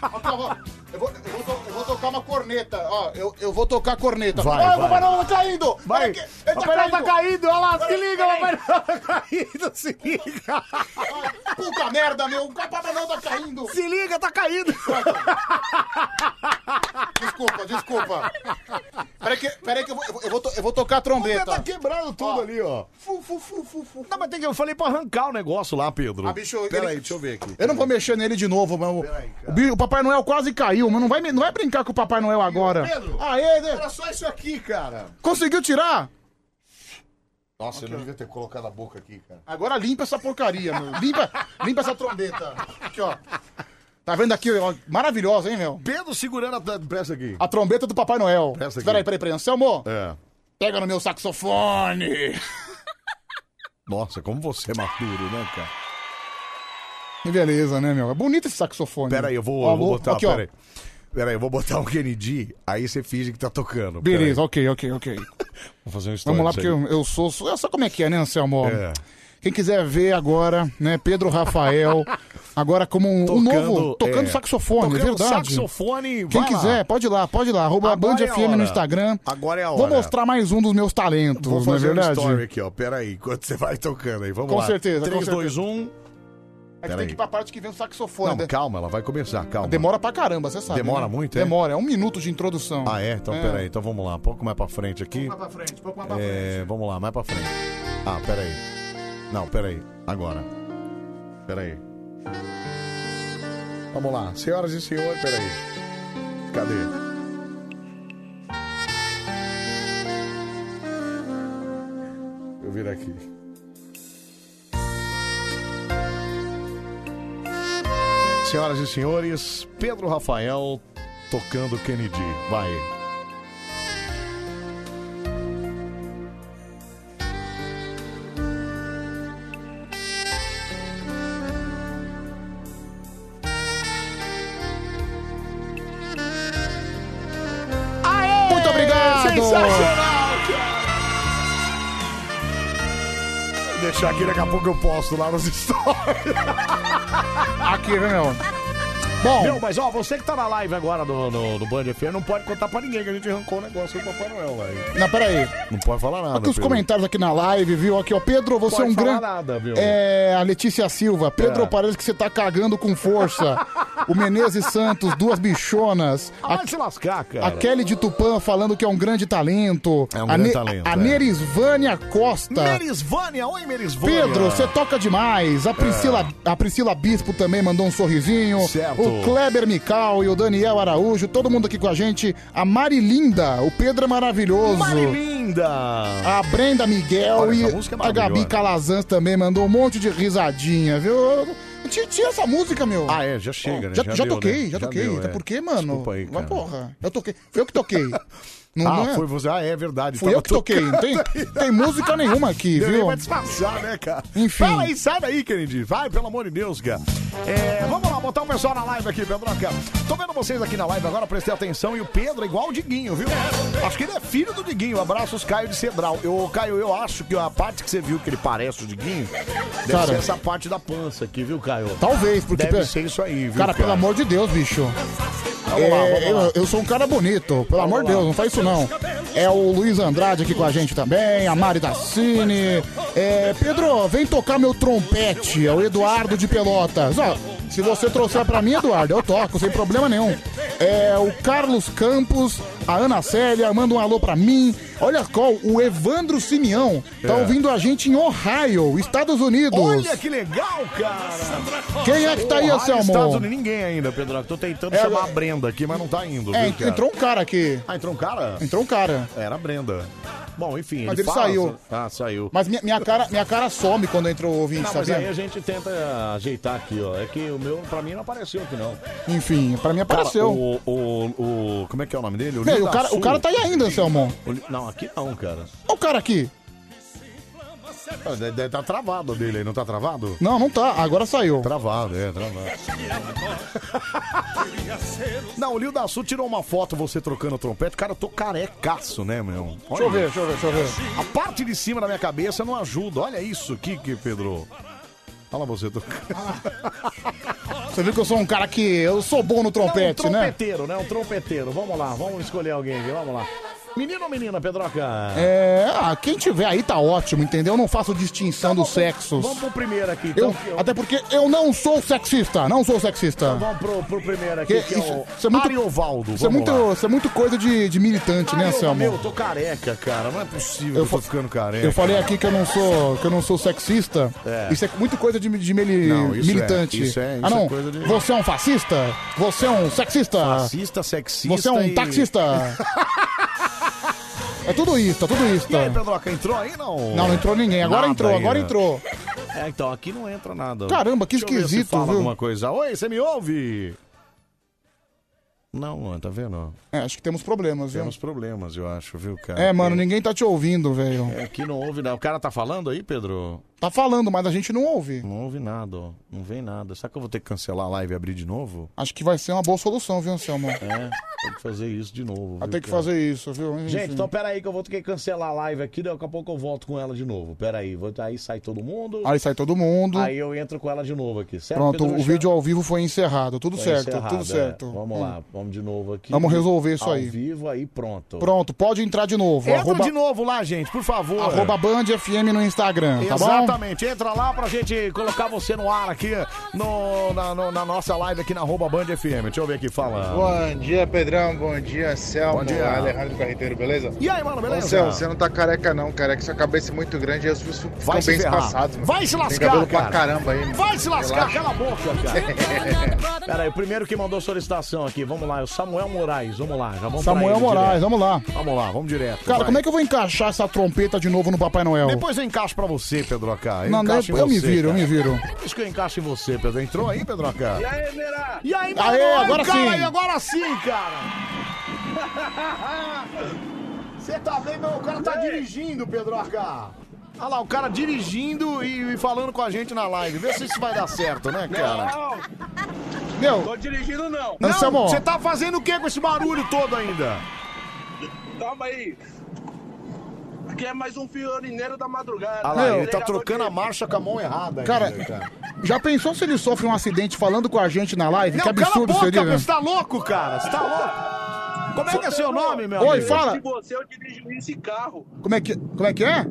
Tá, Eu vou, eu vou- eu vou tocar uma corneta, ó. Eu, eu vou tocar a corneta. Vai, Olha, vai. o Papai Noel tá caindo! Vai. Olha aqui, Ele Papai Noel tá caindo, olha lá, se liga, Papai Noel tá caindo, se liga! Puta merda, meu! O Papai Noel tá caindo! Se liga, tá caindo! Desculpa, desculpa. Peraí que, peraí que eu, vou, eu, vou- eu vou, to- eu vou tocar a trombeta. Tá quebrando tudo ali, ó. Fu, fu, fu, fu, fu. Não, mas tem que... Eu falei pra arrancar o negócio lá, Pedro. Ah, bicho, Pera ele- aí, deixa eu ver aqui. Eu não vou mexer nele de novo, mano. O bi- o Papai Noel quase caiu, mas não vai, me- não vai brincar com o Papai Noel agora. Aê, né? só isso aqui, cara. Conseguiu tirar? Nossa, eu não devia ter colocado a boca aqui, cara. Agora limpa essa porcaria, meu. Limpa, limpa essa trombeta. Aqui, ó. Tá vendo aqui, ó, maravilhosa, hein, meu? Pedro segurando a... Presta aqui. A trombeta do Papai Noel. Presta aqui. Peraí, peraí, peraí. Anselmo, É. pega no meu saxofone. Nossa, como você é maduro, né, cara? Que beleza, né, meu? É bonito esse saxofone. Peraí, eu vou, Ó, eu vou botar, aqui, ó. peraí. Peraí, eu vou botar o Kennedy, aí você finge que tá tocando. Beleza, ok, ok, ok. Vou fazer um stories Vamos lá, aí. porque eu, eu sou, sou. Sabe como é que é, né, Anselmo? É. Quem quiser ver agora, né, Pedro Rafael, agora como um, um Tocando, novo, tocando é. saxofone, Tocando é verdade. saxofone, Quem vai quiser, lá. pode ir lá, pode ir lá, arroba Agora Band é a FM hora. no Instagram. Agora é a Vou hora. mostrar mais um dos meus talentos, Vou não é fazer um verdade? story aqui, ó. Peraí, enquanto você vai tocando aí. Vamos Com lá. certeza, com 3, certeza. 2, 1. É que Peraí. tem que ir pra parte que vem o saxofone. um. Não, né? calma, ela vai começar, calma. Demora pra caramba, você sabe. Demora né? muito, é? Demora, é um minuto de introdução. Ah, é? Então, peraí. Então vamos lá. Um pouco mais pra frente aqui. Pouco mais pra frente, pouco mais pra É, vamos lá, mais pra frente. Ah, peraí. Não, peraí. Agora. Peraí. Vamos lá. Senhoras e senhores, peraí. Cadê? Eu vir aqui. Senhoras e senhores, Pedro Rafael tocando Kennedy. Vai. Muito obrigado! É Sensacional, cara! Vou Deixar aqui, daqui a pouco eu posto lá nos stories. Aqui, viu, meu? Bom. né, Meu, mas ó, você que tá na live agora do, do, do Band FM, não pode contar pra ninguém que a gente arrancou o negócio do Papai Noel, velho. Não, peraí. Não pode falar nada. Aqui os Pedro. comentários aqui na live, viu? Aqui, ó. Pedro, você Pode é um falar grande. nada, viu? É, a Letícia Silva. Pedro, É. parece que você tá cagando com força. o Menezes Santos, duas bichonas. Ah, A, vai se lascar, cara. a Kelly de Tupã falando que é um grande talento. É um a grande talento, A é. Nerisvânia Costa. Merisvânia, oi Merisvânia. Pedro, você toca demais. É. A Priscila, a Priscila Bispo também mandou um sorrisinho. Certo. O Kleber Mical e o Daniel Araújo, todo mundo aqui com a gente. A Marilinda, o Pedro é maravilhoso. Marilinda! A Brenda Miguel Olha, essa música é e a Gabi maravilhosa. Calazans também mandou um monte de risadinha, viu? Tira, tira essa música, meu. Ah, é, já chega, né? Já, já deu, toquei, né? já toquei. deu, Até é. porque, mano. Desculpa aí, Mas cara. porra, eu toquei. Foi eu que toquei. Não, ah, não é? foi você. Ah, é verdade. Fui tava eu que toquei. Não tem, tem música nenhuma aqui, Deu nem viu? pra disfarçar, né, cara? Enfim. Fala aí, sai daí, Kennedy. Vai, pelo amor de Deus, cara. É, vamos lá, botar o pessoal na live aqui, Pedroca. Tô vendo vocês aqui na live agora, prestei atenção. E o Pedro é igual o Diguinho, viu? Acho que ele é filho do Diguinho. Abraços, Caio de Cedral. Eu, Caio, eu acho que a parte que você viu que ele parece o Diguinho deve Cara. ser essa parte da pança aqui, viu, Caio? Talvez, porque. Deve pe- ser isso aí, viu, Cara, pelo amor de Deus, bicho. Vamos lá, É, vamos lá. Eu, eu sou um cara bonito, pelo amor de Deus, não faz isso não. É o Luiz Andrade aqui com a gente também, a Mari da Cine. É, Pedro, vem tocar meu trompete, é o Eduardo de Pelotas. Ó, se você trouxer pra mim, Eduardo, eu toco, sem problema nenhum. É o Carlos Campos, a Ana Célia, manda um alô pra mim. Olha qual, o Evandro Simeão tá É. ouvindo a gente em Ohio, Estados Unidos. Olha que legal, cara! Quem é que tá aí, Ohio, Anselmo? Estados Unidos, ninguém ainda, Pedro. Tô tentando É, chamar é- a Brenda aqui, mas não tá indo. É, viu, cara? entrou um cara aqui. Ah, entrou um cara? Entrou um cara. Era a Brenda. Bom, enfim. Mas ele fala- saiu. Ah, saiu. Mas minha, minha cara, minha cara some quando entra o ouvinte, Não, mas sabia? aí é a gente tenta ajeitar aqui, ó. É que o meu, pra mim, não apareceu aqui, não. Enfim, pra mim apareceu. Cara, o, o, o- Como é que é o nome dele? Meu, Linda o, cara, Sul. o cara tá aí ainda, Anselmo. O Li- Não, aqui não, cara. Olha o cara aqui. Ah, Deve deve tá travado dele aí, não tá travado? Não, não tá. Agora saiu. Travado, é, travado. Não, o Lio da Sul tirou uma foto você trocando o trompete. Cara, eu tô carecaço, né, meu? Olha. Deixa eu ver, deixa eu ver, deixa eu ver. A parte de cima da minha cabeça não ajuda. Olha isso aqui, que Pedro. Olha lá você trocando. Você viu que eu sou um cara que. Eu sou bom no trompete, É um né? trompeteiro, né? Um trompeteiro. Vamos lá, vamos escolher alguém aqui, vamos lá. Menino ou menina, Pedroca? É. Ah, quem tiver aí tá ótimo, entendeu? Eu não faço distinção dos Então sexos. Vamos pro primeiro aqui, então. Eu, que é o- Então até porque eu não sou sexista, não sou sexista. Vamos pro, pro primeiro aqui, Tá. Que- que, é isso, o isso é muito- Ariovaldo. Isso é, vamos lá. muito, isso é muito coisa de, de militante, né, Meu, Anselmo? meu, Ah, eu tô careca, cara. Não é possível Eu que eu fa- tô ficando careca. É. Eu falei aqui que eu não sou, que eu não sou sexista. É. Isso é muito coisa de, de mili- Não, isso militante. é, isso é- isso ah, não. é coisa de- Você é um fascista? Você é um sexista? Fascista, sexista Você é um e- taxista? é tá tudo isso, é tudo isso. E aí, Pedroca, entrou aí não? Não, não entrou ninguém. Agora Nada entrou, agora ainda. entrou. É, então aqui não entra nada. Caramba, que Deixa eu ver se esquisito, fala viu? alguma coisa. Oi, você me ouve? Não, tá vendo? É, acho que temos problemas, viu? Temos problemas, eu acho, viu, cara? É, mano, ninguém tá te ouvindo, velho. É, Aqui não ouve nada. O cara tá falando aí, Pedro? Tá falando, mas a gente não ouve. Não ouve nada, ó. Não vem nada. Será que eu vou ter que cancelar a live e abrir de novo? Acho que vai ser uma boa solução, viu, Anselmo? É, tem que fazer isso de novo. Vai viu, ter Ah, que cara? fazer isso, viu? Enfim. Gente, então peraí que eu vou ter que cancelar a live aqui, daqui a pouco eu volto com ela de novo. Peraí, vou... aí sai todo mundo. Aí sai todo mundo. Aí eu entro com ela de novo aqui, certo? Pronto, Pedro o Machado? vídeo ao vivo foi encerrado. Tudo Tá certo, encerrado, tudo é. certo. Vamos Hum. lá, vamos de novo aqui. Vamos resolver isso Ao aí. vivo aí, pronto. Pronto, pode entrar de novo. Entra de novo lá, gente, por favor. Arroba Band FM no Instagram, tá bom? Exatamente, entra lá pra gente colocar você no ar aqui no, na, no- na nossa live aqui na arroba Band FM. Deixa eu ver aqui fala. Bom dia, Pedrão. Então, Bom dia, Selmo. Bom dia. Alejandro Carreteiro, beleza? E aí, mano, beleza? Ô, Selmo, você não tá careca, não, careca. Sua cabeça é muito grande e as suas ficam Vai se bem ferrar. Tá espaçados, mano. Vai se Tem lascar, cabelo cara. pra caramba aí, mano. Vai se lascar, Relaxa. cala a boca, cara. Pera aí, o primeiro que mandou solicitação aqui, vamos lá, é o Samuel Moraes, vamos lá. Já vamos pra Samuel ele Moraes, direto. vamos lá. Vamos lá, vamos direto. Cara, vai. como é que eu vou encaixar essa trompeta de novo no Papai Noel? Depois eu encaixo pra você, Pedro AK. Não, não, encaixo em eu me você, viro, cara. eu me viro. Isso que eu encaixo em você, Pedro. Entrou aí, Pedro AK? E aí, Verá? E aí, mano? Aê, agora cara, sim. E agora sim, cara. Você tá vendo? O cara tá dirigindo, Pedro AK. Olha lá, o cara dirigindo e, e falando com a gente na live. Vê se isso vai dar certo, É, né, cara? Meu. Tô dirigindo, não. Não, Anselmo. você tá fazendo o que com esse barulho todo ainda? Calma aí. Aqui é mais um fiorineiro da madrugada. Olha lá, ele tá trocando a marcha com a mão errada. Cara, ainda, já pensou se ele sofre um acidente falando com a gente na live? Não, que absurdo cala a seria, boca, velho. você tá louco, cara? Você tá louco? Como é que é seu nome, meu Oi, amigo? fala. Se você, eu dirijo esse carro. Como é que, como é, que é?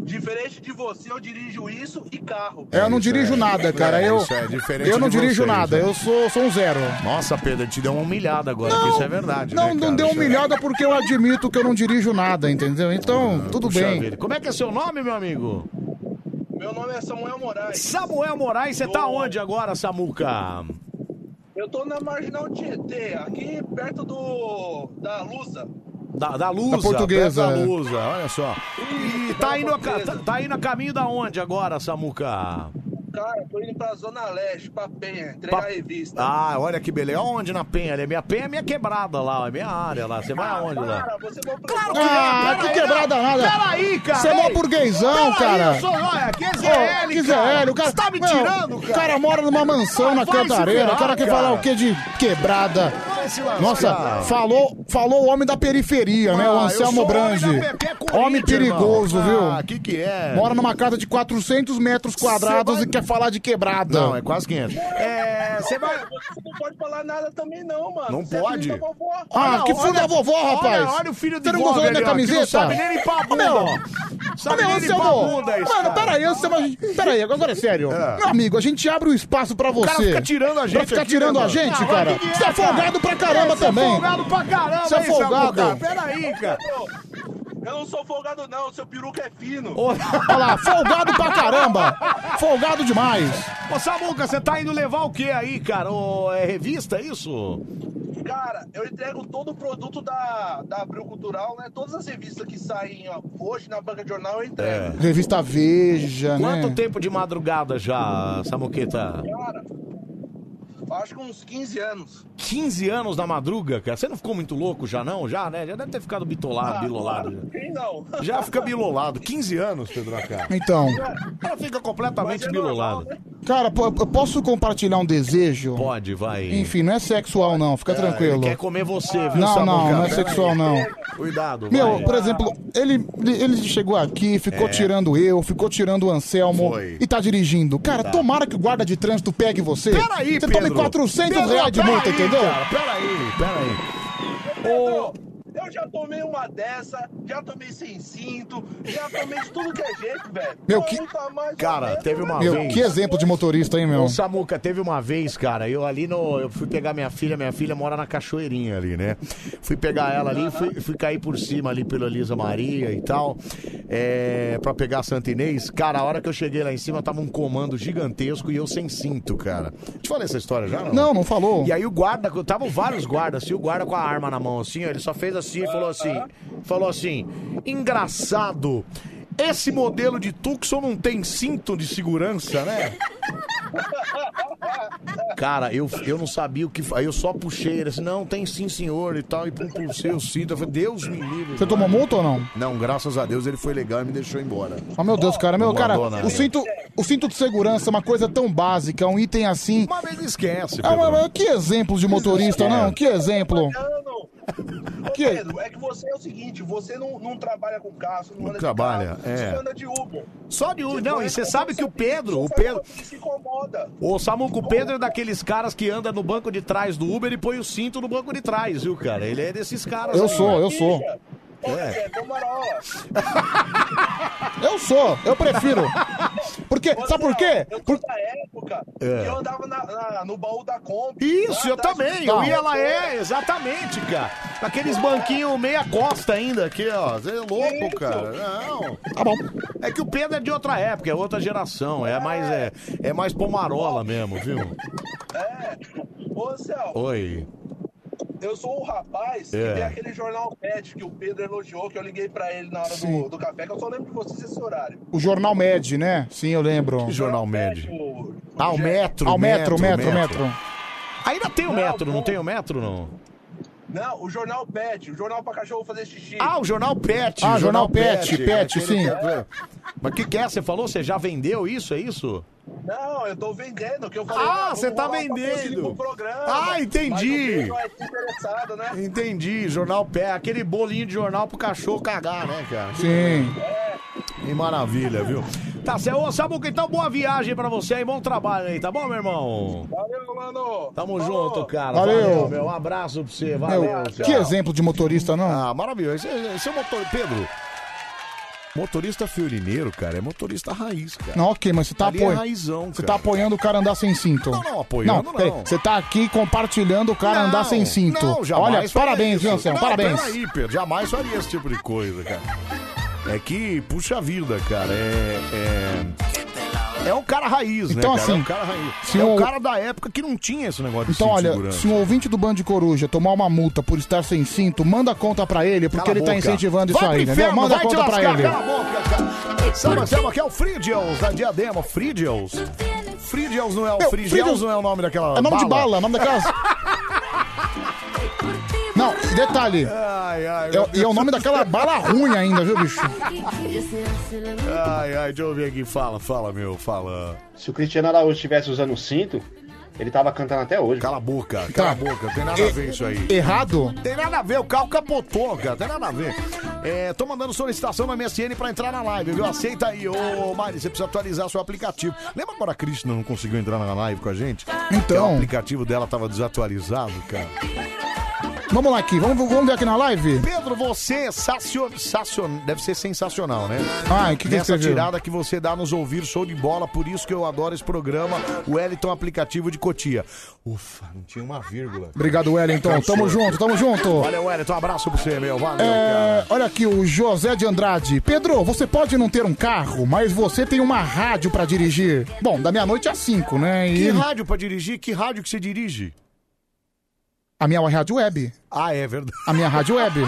Diferente de você, eu dirijo isso e carro. É, Eu não dirijo nada, cara. eu, isso é diferente eu não de dirijo vocês, nada. né? Eu sou, sou um zero. Nossa, Pedro, ele te deu uma humilhada agora, que isso é verdade. Não, né, não cara? deu Isso é- humilhada porque eu admito que eu não dirijo nada, entendeu? Então, tudo Puxa bem. vida. Como é que é seu nome, meu amigo? Meu nome é Samuel Moraes. Samuel Moraes, você tá onde agora, Samuca? Eu tô na Marginal Tietê, aqui perto do da Lusa. Da, da Lusa. Da Portuguesa, perto Da é. Lusa, olha só. E tá indo, a, ca- tá, tá indo a caminho da onde agora, Samuca? Cara, tô indo pra Zona Leste, pra Penha, entregar Pa- revista. Ah, olha que beleza. Onde na Penha? Ali? Minha Penha é minha quebrada lá, é minha área lá. Você vai aonde lá? Cara, você vai pra... Claro que Ah, não, que peraí, quebrada não. nada. Peraí, cara. Você é mó ei. burguesão, Peraí, cara. eu sou- olha, que Ô, ZL, que é cara. ZL, o cara. Você tá me Meu, tirando, O cara mora numa mansão na Vai se Cantareira. O cara ferrar, quer cara. falar o quê de quebrada? Vai se lascar. Nossa, falou, falou o homem da periferia, né? O Ah, eu sou Anselmo o homem Brange. da PP Corinthians, Homem perigoso, irmão. viu? Ah, que que é? Mora numa casa de 400 metros quadrados Cê vai- e quer falar de quebrada. Não, é quase 500. É, você vai. Você não pode falar nada também, não, mano. Não Você é pode. filho da vovó. Ah, que filho da vovó, rapaz. Olha, olha o filho de Você não gostou vovó, da minha velho, ó, que camiseta? Não sabe nem limpar a bunda, Meu. ó. Sabe Meu, nem Anselmo, limpar a bunda, esse Mano, cara. peraí, Anselmo, a gente- peraí, agora é sério. Meu amigo, a gente abre um espaço pra você. cara fica tirando a gente Pra ficar aqui, tirando né, a mano? gente, Ah, mas cara. que que é, Você é folgado pra cara? caramba Você é também. folgado pra caramba, Você é hein, Samuca? folgado. Peraí, cara. Eu não sou folgado, não. Seu peruca é fino. Olha lá, folgado pra caramba. Folgado demais. Ô, Samuca, você tá indo levar o que aí, cara? Ô, é revista, é isso? Cara, eu entrego todo o produto da, da Abril Cultural, né? Todas as revistas que saem ó, hoje na banca de jornal eu entrego. Revista Veja, É. Quanto né? tempo de madrugada já, Samuqueta? Cara, acho que uns 15 anos. 15 anos na madruga, cara? Você não ficou muito louco já, não? Já, né? Já deve ter ficado bitolado, bilolado. Quem Ah, não? Já fica bilolado. 15 anos, Pedro Acá. Então. Ela fica completamente né? bilolada. Cara, po- eu posso compartilhar um desejo? Pode, vai. Enfim, não é sexual, não, fica Cara, tranquilo. É, ele Quer comer você, viu, Não, Samuca? não, não é Pera sexual, aí. não. Cuidado, Meu, vai. por exemplo, ele, ele chegou aqui, ficou É. tirando eu, ficou tirando o Anselmo Foi. e tá dirigindo. Cara, Tá. tomara que o guarda de trânsito pegue você. Peraí, você Pedro. tome 400 Pedro, reais de peraí, multa, entendeu? Cara, peraí, peraí. Ô, Eu já tomei uma dessa, já tomei sem cinto, já tomei de tudo que é jeito, velho. Meu, Eu que- nunca mais Cara, teve uma Meu, vez... que exemplo de motorista, hein, meu? Ô, Samuca, teve uma vez, cara, eu ali no. Eu fui pegar minha filha, minha filha mora na cachoeirinha ali, né? Fui pegar ela ali, fui, fui cair por cima ali pela Elisa Maria e tal, é, pra pegar a Santa Inês. Cara, a hora que eu cheguei lá em cima, tava um comando gigantesco e eu sem cinto, cara. Te falei essa história já, não? Não, não falou. E aí o guarda, estavam vários guardas, assim, o guarda com a arma na mão, assim, ó, ele só fez assim, e falou assim, falou assim, engraçado, Esse modelo de Tucson não tem cinto de segurança, né? Cara, eu, eu não sabia o que. fa- Aí eu só puxei, ele assim, não, tem sim, senhor e tal. E pum, pulsei o cinto. Eu falei, Deus me livre. Você tomou multa ou não? Não, graças a Deus ele foi legal e me deixou embora. Oh, meu Deus, cara, meu, Não cara, abandona, o né? cinto, o cinto de segurança é uma coisa tão básica, um item assim. Uma É. vez esquece, é uma- Que exemplo de motorista, não? Que exemplo. Ô, Pedro, é que você é o seguinte, você não, não trabalha com carro, você não anda de trabalha, carro, é. você anda de Uber. Só de Uber, Tipo, não, e é você como sabe que o Pedro, o Pedro. O Samuco o Pedro é daqueles caras que anda no banco de trás do Uber e põe o cinto no banco de trás, viu, cara? Ele é desses caras. Eu aí, sou, né? eu sou. É. Eu sou, eu prefiro. Porque, sabe por quê? Por- Ah, É. Eu andava na- na- no baú da Kombi. Isso, lá eu atrás também. do Eu carro. ia lá, é, exatamente, cara. Aqueles banquinhos meia costa ainda aqui, ó. Você é louco, cara. Não. Tá bom. É que o Pedro é de outra época, é outra geração. É mais, é, é mais pomarola mesmo, viu? É. Ô, Céu, Oi. eu sou o rapaz É. que tem aquele jornal pet que o Pedro elogiou, que eu liguei pra ele na hora Sim. do, do café, que eu só lembro de vocês esse horário. O Jornal Med, né? Sim, eu lembro. Que jornal Med? Ao Ah, metro, Ao Ah, metro, metro, metro, metro. Ainda tem o metro, não tem o metro, não? Não, o jornal pet, o jornal pra cachorro fazer xixi. Ah, o jornal Pet. Ah, jornal Pet, Pet, aquele sim. que é- Mas o que, que é? Você falou? Você já vendeu isso? É isso? Não, eu tô vendendo, que eu falei. Ah, vou você tá rolar um patrocínio vendendo. pro programa, Ah, entendi. mas o Pedro é desinteressado, né? Entendi, jornal Pet. Aquele bolinho de jornal pro cachorro cagar, né, cara? Sim. É. Que maravilha, viu? Tá certo. Ô, Samuca, então boa viagem pra você aí. Bom trabalho aí, tá bom, meu irmão? Valeu, mano. Tamo junto, cara. Valeu. meu. Um abraço pra você. Meu, Valeu. tchau. que exemplo de motorista, não? Ah, maravilhoso. Esse, é- esse é o motor... Pedro... Motorista fiorineiro, cara, é tá motorista raiz, cara. Não, ok, mas você tá Ali é apoiando. raizão, você cara. tá apoiando o cara andar sem cinto. Não, não, apoiando peraí, não. Você tá aqui compartilhando o cara andar sem cinto. Não, jamais Olha, faria parabéns, isso. viu, Anselmo? Não, Parabéns. Peraí, Pedro, jamais faria esse tipo de coisa, cara. É que, puxa vida, cara, é... É, é um cara raiz, né, Então, cara? assim, É um cara raiz. se é um o- cara da época que não tinha esse negócio de Então, cinto olha, de segurança. se um ouvinte do Band de Coruja tomar uma multa por estar sem cinto, manda a conta pra ele, porque Cala a ele tá boca. incentivando isso Vai pro aí, entendeu? inferno, Manda a vai te conta pra lascar, ele. Cala a boca, Tá cara. Sabe, Anselmo, aqui é o Fridials, da Diadema. Fridials? Fridials não é o... Meu, Fridials Fridials- não é o nome daquela É nome de bala, bala é nome daquelas. Não, detalhe. Ai, ai, meu É- E é o nome daquela bala ruim ainda, viu, bicho? Ai, ai, deixa eu ver aqui. Fala, fala, meu, fala. Se o Cristiano Araújo estivesse usando o cinto, ele tava cantando até hoje. Cala a boca, Cala a boca, tem nada a ver isso aí. Errado? Tem nada a ver, o carro capotou, cara, tem nada a ver. É, tô mandando solicitação na MSN pra entrar na live, viu? Aceita aí, ô Mari, você precisa atualizar seu aplicativo. Lembra quando a Cristina não conseguiu entrar na live com a gente? Então. O aplicativo dela tava desatualizado, cara. Vamos lá aqui, vamos, vamos ver aqui na live? Pedro, você é sacio... sacio- deve ser sensacional, né? Ai, que que Nessa escreveu? tirada que você dá nos ouvir, show de bola, por isso que eu adoro esse programa, o Wellington Aplicativo de Cotia. Ufa, não tinha uma vírgula. Obrigado, Wellington. Cansou. Tamo junto, tamo junto. Valeu, Wellington, um abraço pra você, meu, valeu, cara. É, olha aqui, o José de Andrade. Pedro, você pode não ter um carro, mas você tem uma rádio pra dirigir. Bom, da meia-noite às cinco, né? Que E rádio pra dirigir? Que rádio que você dirige? a minha rádio web. Ah, é verdade. A minha rádio web.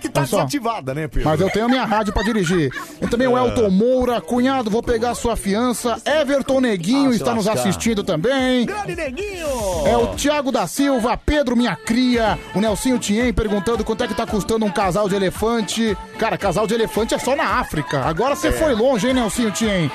Que tá Olha só. desativada, né, Pedro? Mas eu tenho a minha rádio pra dirigir. E também o É. Elton Moura, cunhado, vou pegar sua fiança. Everton Neguinho Ah, se está nos lascar. assistindo também. Grande neguinho! É o Thiago da Silva, Pedro Minha Cria, o Nelsinho Tien perguntando quanto é que tá custando um casal de elefante. Cara, casal de elefante é só na África. Agora você É. foi longe, hein, Nelsinho Tien?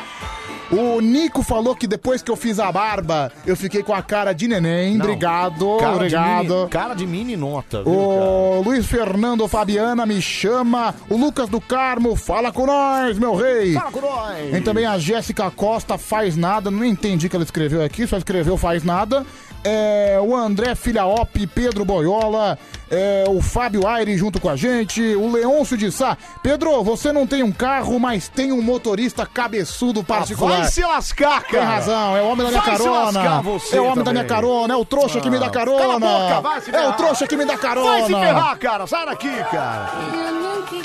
O Nico falou que depois que eu fiz a barba, eu fiquei com a cara de neném. Não. Obrigado, Cara de obrigado. mini- cara de mini nota, viu, cara? O Luiz Fernando Fabiana me chama. O Lucas do Carmo, fala com nós, meu rei. Fala com nós. E também a Jéssica Costa faz nada. Não entendi o que ela escreveu aqui, só escreveu faz nada. É, o André Filhaop, Pedro Boiola, é, o Fábio Aire junto com a gente, o Leôncio de Sá. Pedro, você não tem um carro, mas tem um motorista cabeçudo particular. Ah, vai se lascar, cara. Tem razão, é o homem da minha Vai se carona. lascar você é o homem da também. minha carona, é o trouxa que me dá Ah, carona. Cala a boca, vai se é o ferrar. trouxa que me dá carona. Vai se ferrar, cara. Sai daqui, cara.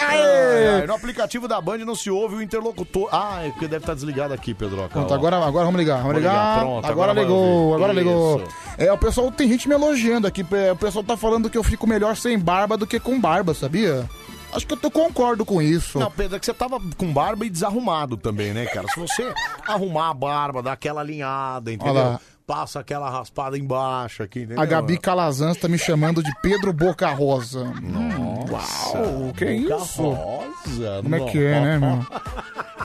Ai, ai, Aê! No aplicativo da Band não se ouve o interlocutor. Ah, é porque deve estar desligado aqui, Pedro. Pronto, agora, agora vamos ligar, vamos Vamos ligar. ligar, pronto, agora, agora vai ligou, ouvir. agora ligou. Isso. É, o pessoal tem gente me elogiando aqui. é, O pessoal tá falando que eu fico melhor sem barba do que com barba, sabia? Acho que eu tô- concordo com isso. Não, Pedro, é que você tava com barba e desarrumado também, né, cara? Se você arrumar a barba, dar aquela alinhada, entendeu? Olha lá. Passa aquela raspada embaixo aqui, entendeu? A Gabi Calazans tá me chamando de Pedro Boca Rosa. Hum, Nossa, uau, que boca isso? rosa, Como é não. que é, né, meu?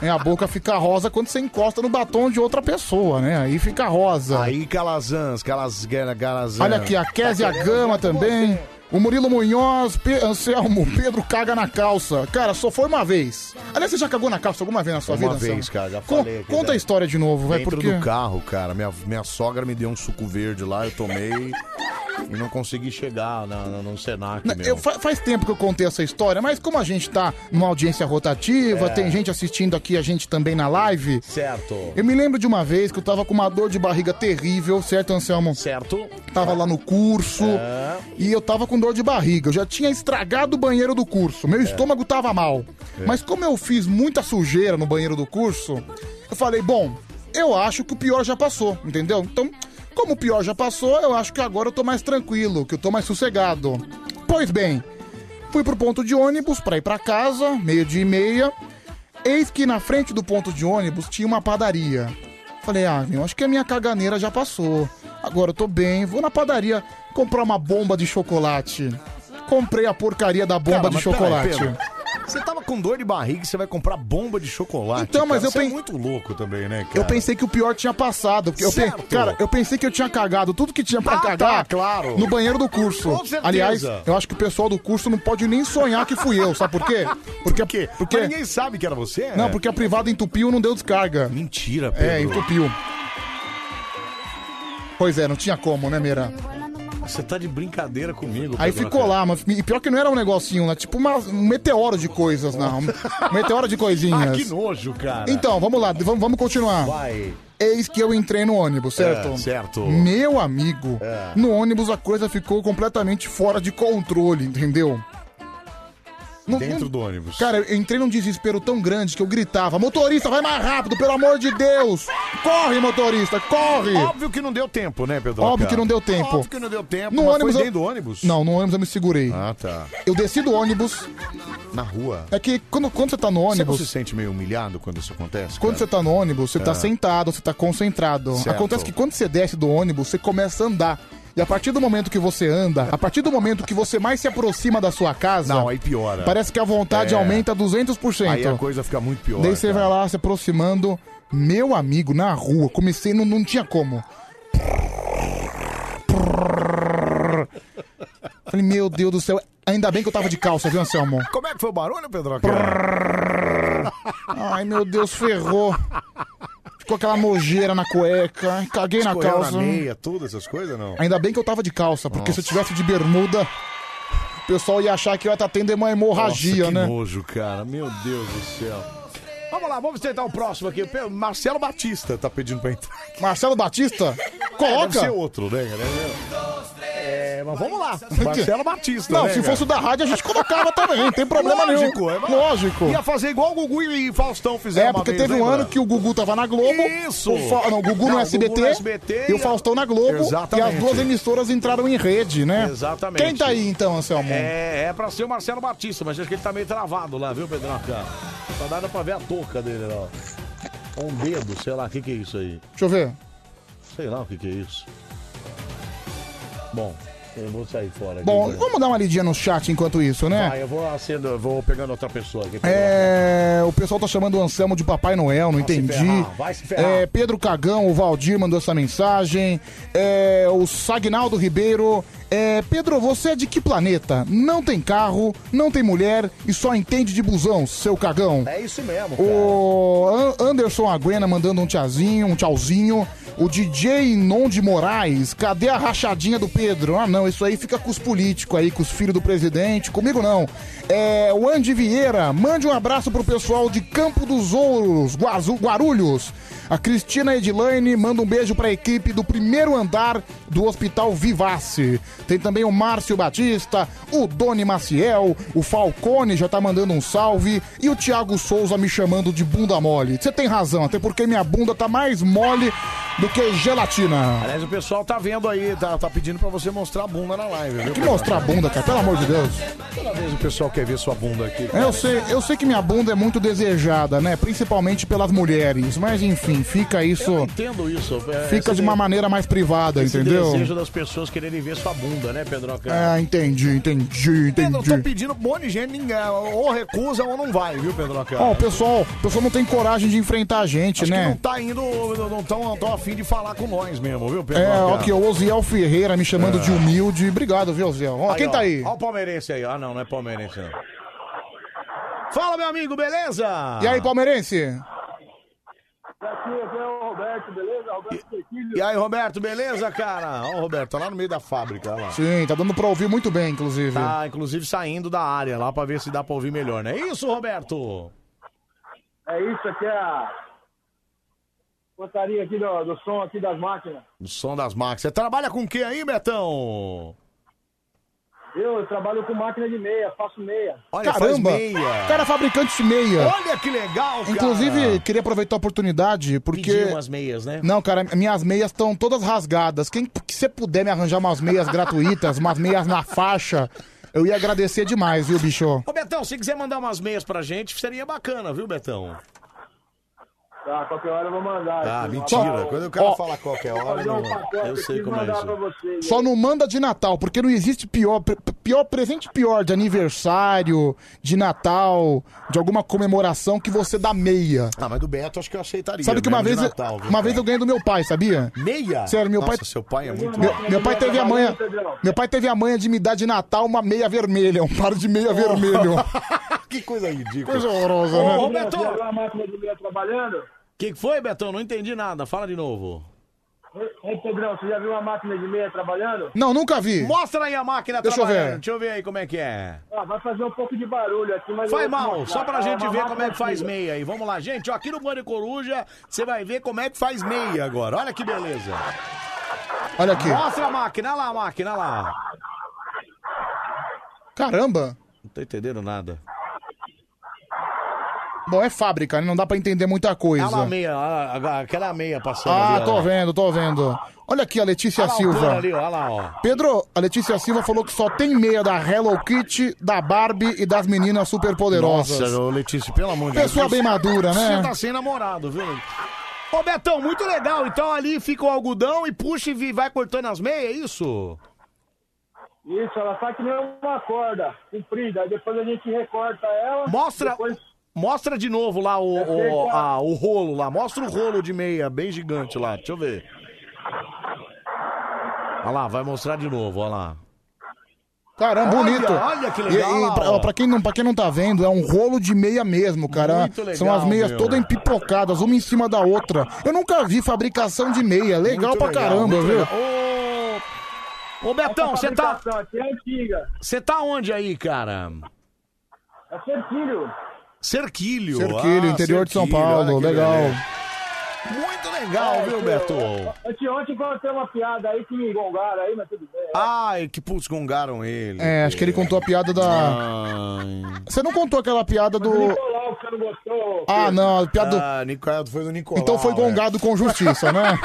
É, a boca fica rosa quando você encosta no batom de outra pessoa, né? Aí fica rosa. Aí Calazans, Calaz... Calazans. Tá Olha aqui, a Kézia Gama também. O Murilo Munhoz, Pe Anselmo, Pedro caga na calça. Cara, só foi uma vez. Aliás, você já cagou na calça alguma vez na sua Uma vida, vez, Anselmo? cara, já Con- falei aqui, Conta né? a história de novo, vai, Dentro porque... do carro, cara. Minha, minha sogra me deu um suco verde lá, eu tomei e não consegui chegar na, na, no Senac Na- mesmo. Eu, fa- faz tempo que eu contei essa história, mas como a gente tá numa audiência rotativa, É. tem gente assistindo aqui, a gente também na live. Certo. Eu me lembro de uma vez que eu tava com uma dor de barriga terrível, certo, Anselmo? Certo. Tava lá no curso É. e eu tava com dor de barriga. Eu já tinha estragado o banheiro do curso. Meu estômago tava mal. É. Mas como eu fiz muita sujeira no banheiro do curso, eu falei, bom, eu acho que o pior já passou, entendeu? Então, como o pior já passou, eu acho que agora eu tô mais tranquilo, que eu tô mais sossegado. Pois bem, fui pro ponto de ônibus pra ir pra casa, meio dia e meia. Eis que na frente do ponto de ônibus tinha uma padaria. Falei, ah, meu, acho que a minha caganeira já passou. Agora eu tô bem, vou na padaria comprar uma bomba de chocolate. Comprei a porcaria da Cara, bomba de mas peraí, chocolate. Pedro, você tava com dor de barriga e você vai comprar bomba de chocolate. Então, mas cara. eu Você pen- é muito louco também, né, cara? Eu pensei que o pior tinha passado. porque Eu pe- Certo. Cara, eu pensei que eu tinha cagado tudo que tinha pra Ah, tá, cagar claro. no banheiro do curso. Com certeza. Aliás, eu acho que o pessoal do curso não pode nem sonhar que fui eu, sabe por quê? Porque, porque, Mas ninguém sabe que era você? é? Não, porque a privada entupiu e não deu descarga. Mentira, Pedro. É, entupiu. Pois é, não tinha como, né, Meira? Você tá de brincadeira comigo. Aí Pedro, ficou cara. lá, mas e pior que não era um negocinho, né? Tipo uma- um meteoro de coisas, não. Um meteoro de Ah, que coisinhas. nojo, cara. Então, vamos lá, vamos, vamos continuar. Vai. Eis que eu entrei no ônibus, certo? É, certo. Meu amigo, É. no ônibus a coisa ficou completamente fora de controle, entendeu? Dentro do ônibus. Cara, eu entrei num desespero tão grande que eu gritava: motorista, vai mais rápido, pelo amor de Deus! Corre, motorista, corre! Óbvio que não deu tempo, né, Pedro? Óbvio que não deu tempo. Óbvio que não deu tempo. No mas ônibus foi eu- dentro do ônibus? Não, no ônibus eu me segurei. Ah, tá. Eu desci do ônibus. Na rua. É que quando, quando você tá Você no não ônibus. se sente meio humilhado quando isso acontece? Quando você cara? tá no ônibus, você É. tá sentado, você tá concentrado. Certo. Acontece que quando você desce do ônibus, você começa a andar. E a partir do momento que você anda, a partir do momento que você mais se aproxima da sua casa, Não, aí piora. tá parece que a vontade É. aumenta 200%. Aí a coisa fica muito pior. Daí você vai lá se aproximando. Meu amigo, na rua, comecei, não, não tinha como. Falei, meu Deus do céu, ainda bem que eu tava de calça, viu, Anselmo? Como é que foi o barulho, Pedro? Ai, meu Deus, ferrou. Ficou aquela nojeira na cueca. Caguei na Escorreu calça. Na meia, tudo, essas coisas, não? um- Ainda bem que eu tava de calça, porque se eu tivesse de bermuda, o pessoal ia achar que eu ia estar tendo uma hemorragia, Nossa, né? que nojo, cara. Meu Deus do céu. Vamos lá, vamos tentar o próximo aqui. Pe- Marcelo Batista tá pedindo pra entrar. Marcelo Batista? É, deve Coloca. ser outro, né? É, mas vamos lá. Marcelo Batista. Não, né, se cara? fosse o da rádio, a gente colocava também, não tem problema Lógico, nenhum. é, mas- Lógico. Ia fazer igual o Gugu e Faustão fizeram. É, porque uma vez, teve um lembra? ano que o Gugu tava na Globo. Isso. O Fa- Não, o Gugu Não, no o SBT. Gugu no SBT e o Faustão na Globo. Exatamente. E as duas emissoras entraram em rede, né? Exatamente. Quem tá aí então, Anselmo? É, é pra ser o Marcelo Batista, mas acho que ele tá meio travado lá, viu, Pedro? Só dá pra ver a touca dele lá. ó. Ou um dedo, sei lá, o que, que é isso aí? Deixa eu ver. Sei lá o que, que é isso. Bom, eu vou sair fora. Bom, aqui, vamos dar uma lidinha no chat enquanto isso, né? Vai, eu vou acendo, eu vou pegando outra pessoa aqui. É, o pessoal tá chamando o Anselmo de Papai Noel, não entendi. ferrar, vai se ferrar. É, Pedro Cagão, o Valdir mandou essa mensagem. É, o Sagnaldo Ribeiro. É, Pedro, você é de que planeta? Não tem carro, não tem mulher e só entende de busão, seu cagão. É isso mesmo, cara. O An- Anderson Aguena mandando um tchazinho, um tchauzinho. O DJ Non de Moraes, cadê a rachadinha do Pedro? Ah, não, isso aí fica com os políticos aí, com os filhos do presidente. Comigo não. É, o Andy Vieira, mande um abraço pro pessoal de Campo dos Ouros, Guazu- Guarulhos. A Cristina Edilane manda um beijo pra equipe do primeiro andar do Hospital Vivace. Tem também o Márcio Batista, o Doni Maciel, o Falcone já tá mandando um salve e o Thiago Souza me chamando de bunda mole. Você tem razão, até porque minha bunda tá mais mole do que gelatina. Aliás, o pessoal tá vendo aí, tá, tá pedindo pra você mostrar a bunda na live. Viu, Que mostrar a bunda, cara, pelo amor de Deus. Toda vez o pessoal quer ver sua bunda aqui. É, Eu sei, eu sei que minha bunda é muito desejada, né? Principalmente pelas mulheres. Mas enfim, fica isso. Eu entendo isso. é, Fica esse de uma de- maneira mais privada, esse entendeu? desejo das pessoas quererem ver sua bunda, né, Pedroca? É, entendi, entendi, Pedro, tô entendi. pedindo um monte de gente, ninguém, ou recusa ou não vai, viu, Pedro? Ó, o pessoal, o pessoal não tem coragem de enfrentar a gente, Acho que não né? tá indo, não tão, não tão afim de falar com nós mesmo, viu, Pedro? É, ó, aqui, o Osiel Ferreira me chamando É. de humilde. Obrigado, viu, Osiel? Ó, quem ó, tá aí? Ó o palmeirense aí. Ah, não, não é palmeirense, não. Fala, meu amigo, beleza? E aí, palmeirense? Aqui é o Roberto, beleza? Roberto Pequilho. E aí, Roberto, beleza, cara? Ó, o Roberto, tá lá no meio da fábrica, olha lá. Sim, tá dando pra ouvir muito bem, inclusive. Tá, inclusive, saindo da área lá pra ver se dá pra ouvir melhor, não é isso, Roberto? É isso aqui, é a portaria aqui do, do som aqui das máquinas. O som das máquinas. Você trabalha com o que aí, Betão? Eu trabalho com máquina de meia, faço meia. Olha, faz Caramba! meia. Cara, fabricante de meia. Olha que legal, cara. Inclusive, queria aproveitar a oportunidade, porque. Pediu umas meias, né? Não, cara, minhas meias estão todas rasgadas. Quem que você puder me arranjar umas meias gratuitas, umas meias na faixa, eu ia agradecer demais, viu, bicho? Ô, Betão, se quiser mandar umas meias pra gente, seria bacana, viu, Betão? Tá, qualquer hora eu vou mandar. Ah, aqui, mentira. ó. Quando o cara Ó, fala qualquer vou hora, fazer um não- pacote eu sei aqui e como é mandar isso. pra vocês. Só não manda de Natal, porque não existe pior, pre- pior presente pior de aniversário, de Natal, de alguma comemoração que você dá meia. Ah, mas do Beto acho que eu aceitaria. Sabe que uma mesmo de vez, eu- Natal, viu, uma cara? vez eu ganhei do meu pai, sabia? Meia? Sério, meu Nossa, pai. seu pai é muito Meu, bom. meu pai teve a manha. Meu pai teve a manha de me dar de Natal uma meia vermelha, um par de Oh. meia vermelho. Que coisa ridícula. Coisa horrorosa, né? Ô, Beto, a máquina de meia trabalhando? o que que foi, Betão? Não entendi nada. Fala de novo. Ô, Pedrão, você já viu uma máquina de meia trabalhando? Não, nunca vi. Mostra aí a máquina Deixa eu ver. trabalhando. Deixa eu ver aí como é que é. Ah, vai fazer um pouco de barulho aqui, mas... Faz eu vou te mal, mostrar. só pra É gente uma ver como é que faz máquina de- meia aí. Vamos lá, gente. Ó, aqui no Bande Coruja, você vai ver como é que faz meia agora. Olha que beleza. Olha aqui. Mostra a máquina, olha lá a máquina, olha lá. Caramba! Não tô entendendo nada. Bom, é fábrica, né? Não dá pra entender muita coisa. Olha lá a meia, olha lá, aquela meia passando é. Ah, ali, tô olha lá. vendo, tô vendo. Olha aqui a Letícia Olha lá o Silva. cano ali, olha lá, ó. Pedro, a Letícia Silva falou que só tem meia da Hello Kitty, da Barbie e das meninas superpoderosas. Nossa, ô, Letícia, pelo amor de Deus. Pessoa bem madura, né? Você tá sem namorado, viu? Ô, Betão, muito legal. Então ali fica o algodão e puxa e vi- vai cortando as meias, é isso? Isso, ela tá que nem uma corda comprida. Aí depois a gente recorta ela. Mostra, Depois... mostra de novo lá o, sei o, qual. a- o rolo lá. Mostra o rolo de meia, bem gigante lá. Deixa eu ver. Olha lá, vai mostrar de novo, olha lá. Olha, Caramba, é um bonito. olha que legal, E, e olha pra, lá, ó. pra quem não, pra quem não tá vendo, é um rolo de meia mesmo, cara. Muito legal, São as meias meu. todas empipocadas, uma em cima da outra. Eu nunca vi fabricação de meia. Legal Muito pra caramba, muito viu? legal. Ô, ô Betão, você tá. Você tá onde aí, cara? É certinho. Cerquilho. Cerquilho, Ah, interior de São Cerquilho, olha Paulo, que legal. beleza. Muito legal, É, viu, que- Beto? Anteontem contei uma piada aí que me engongaram aí, mas tudo bem. Ai, que pulsgongaram ele. É, acho que ele contou a piada da. Ai. Você não contou aquela piada do. Nicolau, que você não gostou. Ah, não, a piada do. Ah, Nicolau, foi do Nicolau. né? Então foi gongado com justiça, né?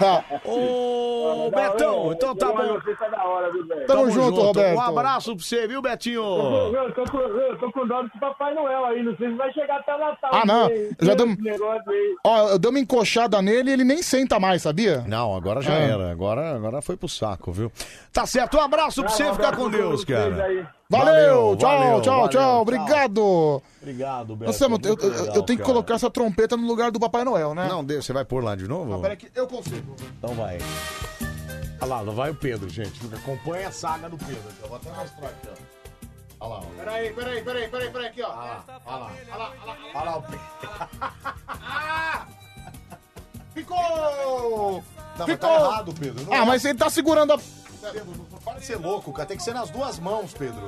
Tá. Ô, Betão, então tá bom. Você tá da um hora, viu, velho? Tamo junto, Roberto. Um abraço pra você, viu, Tô com- Betinho? Eu tô, com, eu tô com dó do Papai Noel aí, não sei se vai chegar até Natal. Ah, não. esse- Já um- damos- esse negócio aí. Ó, eu dei uma encoxada nele e ele nem senta mais, sabia? Não, agora já É. era. Agora, agora foi pro saco, viu? Tá certo, um abraço pra Não, você um ficar abraço com pra Deus, vocês cara. aí. Valeu, tchau, valeu, tchau, valeu, tchau, obrigado. Obrigado, Beto. Nossa, mano, eu, muito eu- legal, eu tenho que cara. colocar essa trompeta no lugar do Papai Noel, né? Não, Deus, você vai pôr lá de novo? Peraí que eu consigo. Então vai. Olha lá, lá vai o Pedro, gente. Acompanha a saga do Pedro. Eu vou até mostrar aqui, ó. Olha lá, ó. Peraí, peraí, peraí, peraí, peraí, aqui, ó. Olha lá, olha lá, olha lá, Ah. Ah! olha lá o Pedro. Ficou! Não, mas Ficou! tá errado, Pedro. Não Ah, é. mas ele tá segurando a. Pedro, não- para de ser louco, cara. Tem que ser nas duas mãos, Pedro.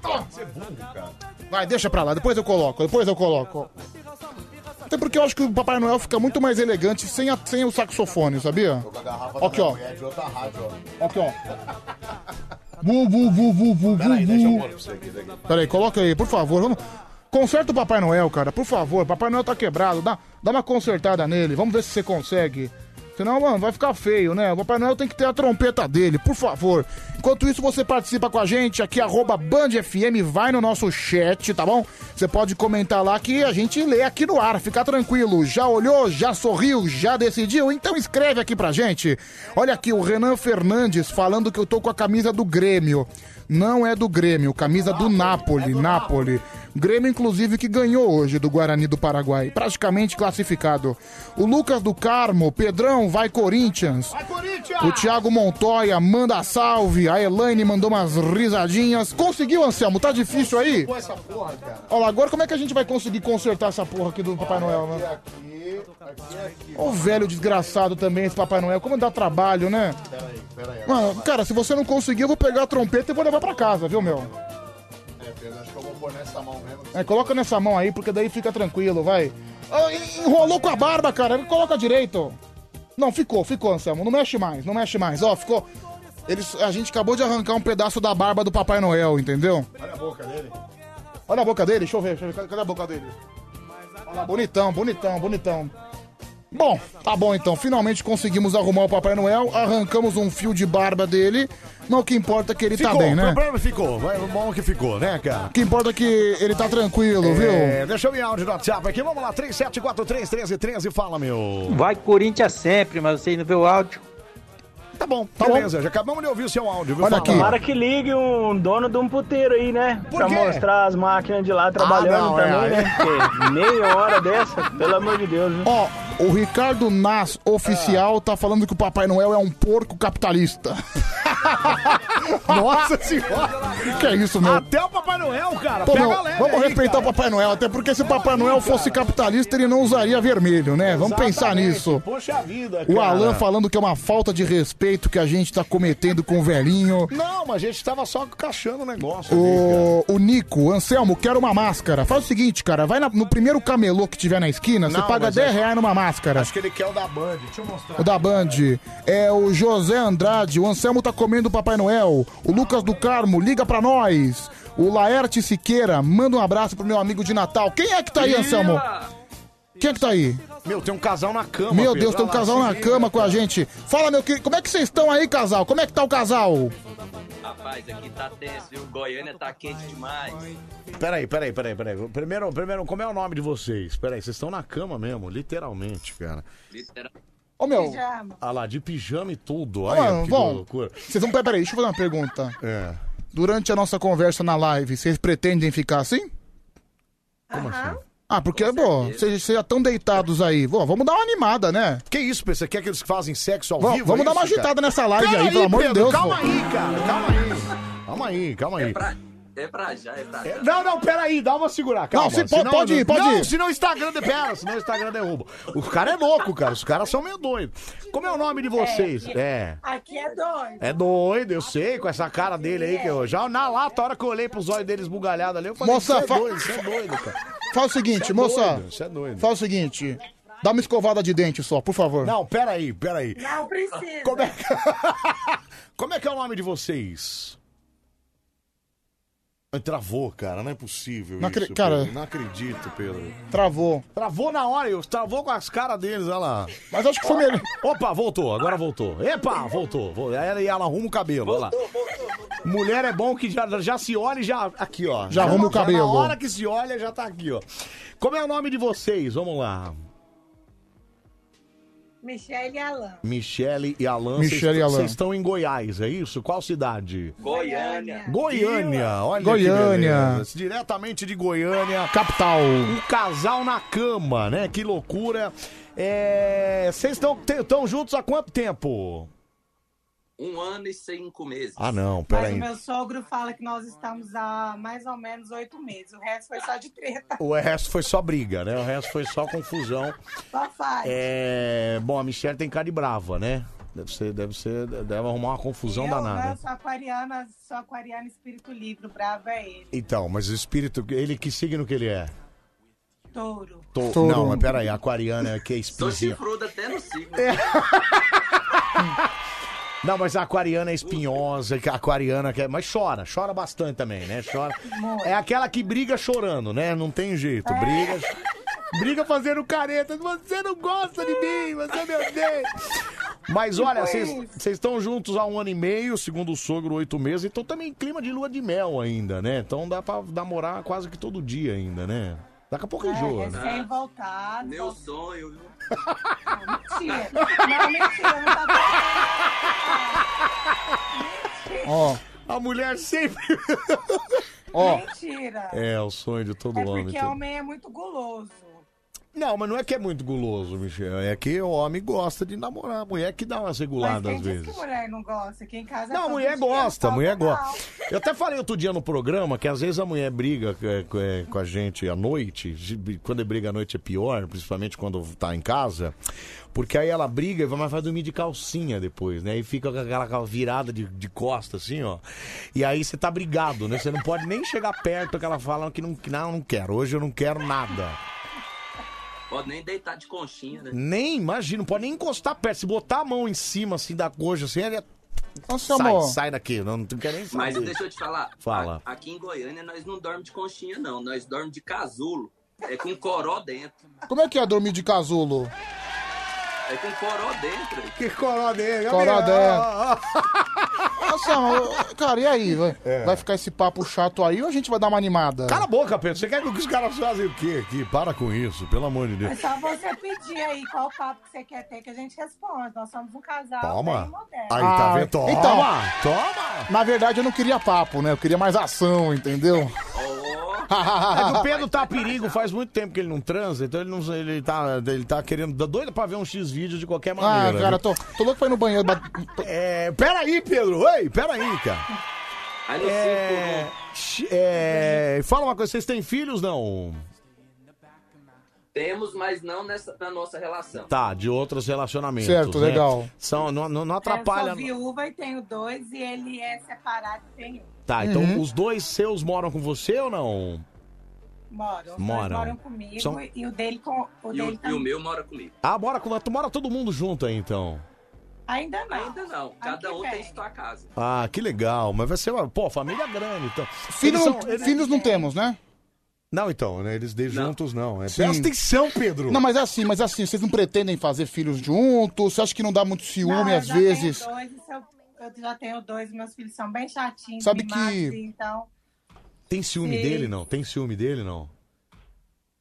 Para de ser burro, cara. Vai, deixa pra lá, depois eu coloco, depois eu coloco. Até porque eu acho que o Papai Noel fica muito mais elegante sem, a- sem o saxofone, sabia? Tô com a garrafa Aqui, da ó. mulher de outra rádio, ó. Aqui, ó. Vu, vu, vu, vu, vu, vu, Peraí, deixa eu pôr pra vu. você aqui. daqui. Peraí, coloca aí, por favor. Vamos... Conserta o Papai Noel, cara, por favor. Papai Noel tá quebrado. Dá, dá uma consertada nele. Vamos ver se você consegue. Senão, mano, vai ficar feio, né? O Papai Noel tem que ter a trompeta dele, por favor. Enquanto isso, você participa com a gente aqui, arroba Band FM, vai no nosso chat, tá bom? Você pode comentar lá que a gente lê aqui no ar, fica tranquilo. Já olhou, já sorriu, já decidiu? Então escreve aqui pra gente. Olha aqui, o Renan Fernandes falando que eu tô com a camisa do Grêmio. Não é do Grêmio, camisa do Napoli, Napoli. Grêmio, inclusive, que ganhou hoje do Guarani do Paraguai, praticamente classificado. O Lucas do Carmo, Pedrão, vai Corinthians. O Thiago Montoya manda salve, a Elaine mandou umas risadinhas. Conseguiu, Anselmo? Tá difícil aí? Pô, essa porra, cara. Olha lá, agora como é que a gente vai conseguir consertar essa porra aqui do Papai Noel, né? Aqui, aqui, aqui. Ô velho desgraçado também, esse Papai Noel, como dá trabalho, né? Peraí, peraí. Mano, cara, se você não conseguir, eu vou pegar a trompeta e vou levar pra casa, viu, meu? É, Pedro, acho que eu vou pôr nessa mão mesmo. É, coloca nessa mão aí, porque daí fica tranquilo, vai. Ah, en- enrolou com a barba, cara. Coloca direito. Não, ficou, ficou, Anselmo. Não mexe mais, não mexe mais. Ó, ficou. Eles, a gente acabou de arrancar um pedaço da barba do Papai Noel, entendeu? Olha a boca dele. Olha a boca dele, deixa eu ver, deixa eu ver. Cadê- Cadê a boca dele? Olha lá, bonitão, bonitão, bonitão. Bom, tá bom então. Finalmente conseguimos arrumar o Papai Noel, arrancamos um fio de barba dele. Mas o que importa é que ele ficou, tá bem, O né? problema ficou. Vai, o bom que ficou, né, cara? O que importa é que ele tá tranquilo, viu? É, deixa eu ver áudio do WhatsApp aqui. Vamos lá, 37431313, fala, meu. Vai Corinthians é sempre, mas você não vê o áudio. Tá bom, tá Beleza, já acabamos de ouvir o seu áudio, viu? Olha aqui. Fala. Tomara que ligue um dono de um puteiro aí, né? Por pra quê? mostrar as máquinas de Ah, lá trabalhando não, é, também, é. né? Porque meia hora dessa, pelo amor de Deus. Ó, o Ricardo Nas oficial tá falando que o Papai Noel é um porco capitalista. Nossa senhora! que é isso, meu? Até o Papai Noel, cara. Pô, Pega meu, leve vamos aí, respeitar o Papai Noel, até porque se o Papai Noel fosse capitalista, ele não usaria vermelho, né? Vamos pensar Exatamente. nisso. Poxa vida, cara. O Alan falando que é uma falta de respeito que a gente tá cometendo com o velhinho. Não, mas a gente tava só cachando o negócio. O, o Nico, Anselmo, quero uma máscara. Faz o seguinte, cara, vai na- no primeiro camelô que tiver na esquina, você Não, paga mas 10 é- reais numa máscara. Acho que ele quer o da Band. Deixa eu mostrar. O da Band. É o José Andrade. O Anselmo tá comendo o Papai Noel. O Lucas do Carmo, liga pra nós. O Laerte Siqueira, manda um abraço pro meu amigo de Natal. Quem é que tá aí, Anselmo? Quem é que tá aí? Meu, tem um casal na cama. Meu Pedro. Deus, tem um Olha lá, assim, casal se na liga. cama com a gente. Fala, meu querido, como é que vocês estão aí, casal? Como é que tá o casal? Rapaz, aqui tá tenso, viu? Goiânia tá quente demais. Peraí, peraí, peraí, peraí. Primeiro, primeiro, como é o nome de vocês? Peraí, vocês estão na cama mesmo, literalmente, cara. Ô, meu. Ah lá, de pijama e tudo. Olha Mano, que bom, loucura. vocês vão. Peraí, deixa eu fazer uma pergunta. É. Durante a nossa conversa na live, vocês pretendem ficar assim? Como assim? Ah, porque, pô, vocês vocês já estão deitados aí. Pô, vamos dar uma animada, né? Que isso, Pedro? Você quer que eles fazem sexo ao Vamos- vivo? vamos é dar isso, uma agitada nessa live aí, pelo amor de Pedro, Deus, Calma pô. aí, cara, calma aí. Calma aí, calma aí. É pra já, é pra já. Não, não, peraí, dá uma segurar, calma. Não, se po- pode ir, pode não, ir. senão o Instagram de pera, senão o Instagram derruba. O cara é louco, cara, os caras são meio doidos. Como é o nome de vocês? É. Aqui é doido. É doido, eu sei, com essa cara dele aí que eu já na lata, a hora que eu olhei pros olhos deles bugalhados ali, eu falei, Moça, "Você é fa- doido, você é doido, cara. Faz o seguinte, Cê é moça. doido, cê é doido. Faz o seguinte. Dá uma escovada de dente só, por favor. Não, peraí, peraí. Não precisa. Como é que, Como é, que é o nome de vocês? Ai, Travou, cara, não é possível Não isso, acre- cara- Pedro. Não acredito, Pedro. Travou. Travou na hora, eu travou com as caras deles, olha lá. Ah, Mas acho que foi melhor. Opa, voltou, agora voltou. Epa, voltou. Vol- Ela, e ela arruma o cabelo, olha lá. Mulher é bom que já, já se olha e já. Aqui, ó. Já arruma o cabelo. Na hora que se olha, já tá aqui, ó. Como é o nome de vocês? Vamos lá. Michele Alain. Michele e Alan. Michele vocês- e Alan. Vocês estão em Goiás, é isso? Qual cidade? Goiânia. Goiânia, olha que Goiânia. beleza. Diretamente de Goiânia. Capital. Um casal na cama, né? Que loucura. É, Vocês estão juntos há quanto tempo? Um ano e cinco meses. Ah, não, Mas o peraí. meu sogro fala que nós estamos há mais ou menos oito meses. O resto foi só de treta. O resto foi só briga, né? O resto foi só confusão. Só faz. É... Bom, a Michelle tem cara de brava, né? Deve ser, deve ser, deve arrumar uma confusão eu, danada. Eu sou aquariana, sou aquariana espírito livre. O bravo é ele. Então, mas o espírito, ele que signo que ele é? Touro. Tô- Touro. Não, mas peraí, aquariana que é Sou espinha. chifruda até no signo. É. Não, mas a aquariana é espinhosa, que a aquariana que é... Mas chora, chora bastante também, né? Chora. É aquela que briga chorando, né? Não tem jeito, é briga... Briga fazendo careta, você não gosta de mim, você me odeia. Mas Que olha, foi vocês vocês estão juntos há um ano e meio, segundo o sogro, oito meses, então também clima de lua de mel ainda, né? Então dá pra namorar quase que todo dia ainda, né? Daqui a pouco enjoa, né? É, Recém voltado. Meu sonho, viu? Mentira. Não, mentira, não tá Ó. A mulher sempre. Ó. Mentira. É, o sonho de todo É homem. porque tem- homem é muito guloso. Não, mas não é que é muito guloso, Michel. É que o homem gosta de namorar. A mulher é que dá uma Mas é regulada quem diz às Ah, vezes. que mulher não gosta? Aqui em casa Não, a todo mulher dia gosta, a falta mulher mal. gosta. Eu até falei outro dia no programa que às vezes a mulher briga é, co- é, com a gente à noite. Quando briga à noite é pior, principalmente quando tá em casa. Porque aí ela briga e vai, mas vai dormir de calcinha depois, né? E fica com aquela cal- virada de, de costa, assim, ó. E aí você tá brigado, né? Você não pode nem chegar perto que ela fala que não, que não, não quero. Hoje eu não quero nada. Pode nem deitar de conchinha, né? Nem, imagina, não pode nem encostar perto. Se botar a mão em cima, assim, da coxa, assim, ele é... Nossa, sai, amor. sai daqui, não, não quero nem saber. Mas deixa eu te falar. Fala. a- Aqui em Goiânia nós não dormimos de conchinha, não. Nós dormimos de casulo. É com coró dentro. Como é que é dormir de casulo? É com coró dentro. Que é coró dele, Coró dentro. é. Nossa, mas, cara, e aí? Vai, vai ficar esse papo chato aí ou a gente vai dar uma animada? É. Cala a boca, Pedro. Você quer que os caras fazem o quê aqui? Para com isso, pelo amor de É Deus. só você pedir aí qual papo que você quer ter que a gente responde. Nós somos um casal Toma. bem moderno. Aí, tá Ah, vendo? Toma, então. toma. Na verdade, eu não queria papo, né? Eu queria mais ação, entendeu? É que o Pedro tá a perigo, faz muito tempo que ele não transa, então ele, não, ele, tá, ele tá querendo, dá doido pra ver um X vídeo de qualquer Ah, maneira. viu? cara, tô, tô louco pra ir no banheiro. bat- É, peraí, Pedro, oi, peraí, cara. Aí no É, x- é, fala uma coisa, vocês têm filhos, não? Temos, mas não nessa, na nossa relação. Tá, de outros relacionamentos. Certo, né? legal. São, não, não, não Eu sou atrapalha. viúva e tenho dois, e ele é separado e tem um. Tá, então Uhum. os dois seus moram com você ou não? Moram. Os dois Moram. moram comigo São- e o dele com o E o, dele e o meu mora comigo. Ah, bora, com- tu mora todo mundo junto aí então. Ainda não. Ainda não. Cada um tem sua casa. Ah, que legal, mas vai ser uma. Pô, família grande, então. Filho Eles não- são- Filhos não temos, né? Não, então, né? Eles de juntos não. É... Sim. Presta atenção, Pedro! Não, mas é assim, mas é assim, vocês não pretendem fazer filhos juntos? Você acha que não dá muito ciúme eu às já vezes? Tenho dois, e se eu, eu já tenho dois, meus filhos são bem chatinhos. Sabe mimados, que- Então, Tem ciúme Sim. dele, não? Tem ciúme dele, não?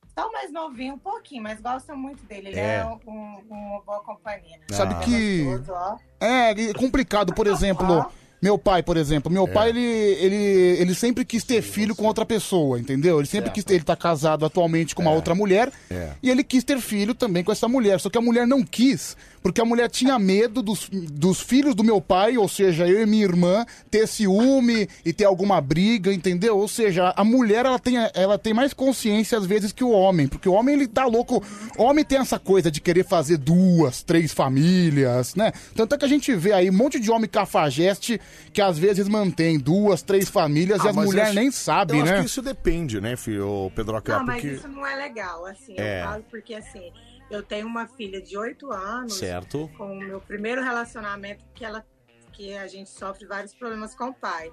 estão mais novinhos um pouquinho, mas gostam muito dele. Ele É. é, um- um- uma boa companhia. Ah. Sabe que. Gostoso, ó. É, é complicado, por exemplo. Meu pai, por exemplo, meu É. pai, ele, ele, ele sempre quis ter filho com outra pessoa, entendeu? Ele sempre Certo. quis ter, ele tá casado atualmente com uma outra mulher, É. e ele quis ter filho também com essa mulher, só que a mulher não quis, porque a mulher tinha medo dos, dos filhos do meu pai, ou seja, eu e minha irmã, ter ciúme e ter alguma briga, entendeu? Ou seja, a mulher, ela tem, ela tem mais consciência às vezes que o homem, porque o homem, ele tá louco, o homem tem essa coisa de querer fazer duas, três famílias, né? Tanto é que a gente vê aí um monte de homem cafajeste que às vezes mantém duas, três famílias e Ah, as mas mulheres eu- nem eu sabem, acho né? que isso depende, né, filho, Pedro Não, mas porque... isso não é legal, assim, É. eu falo porque assim, eu tenho uma filha de 8 anos Certo. com o meu primeiro relacionamento que ela que a gente sofre vários problemas com o pai.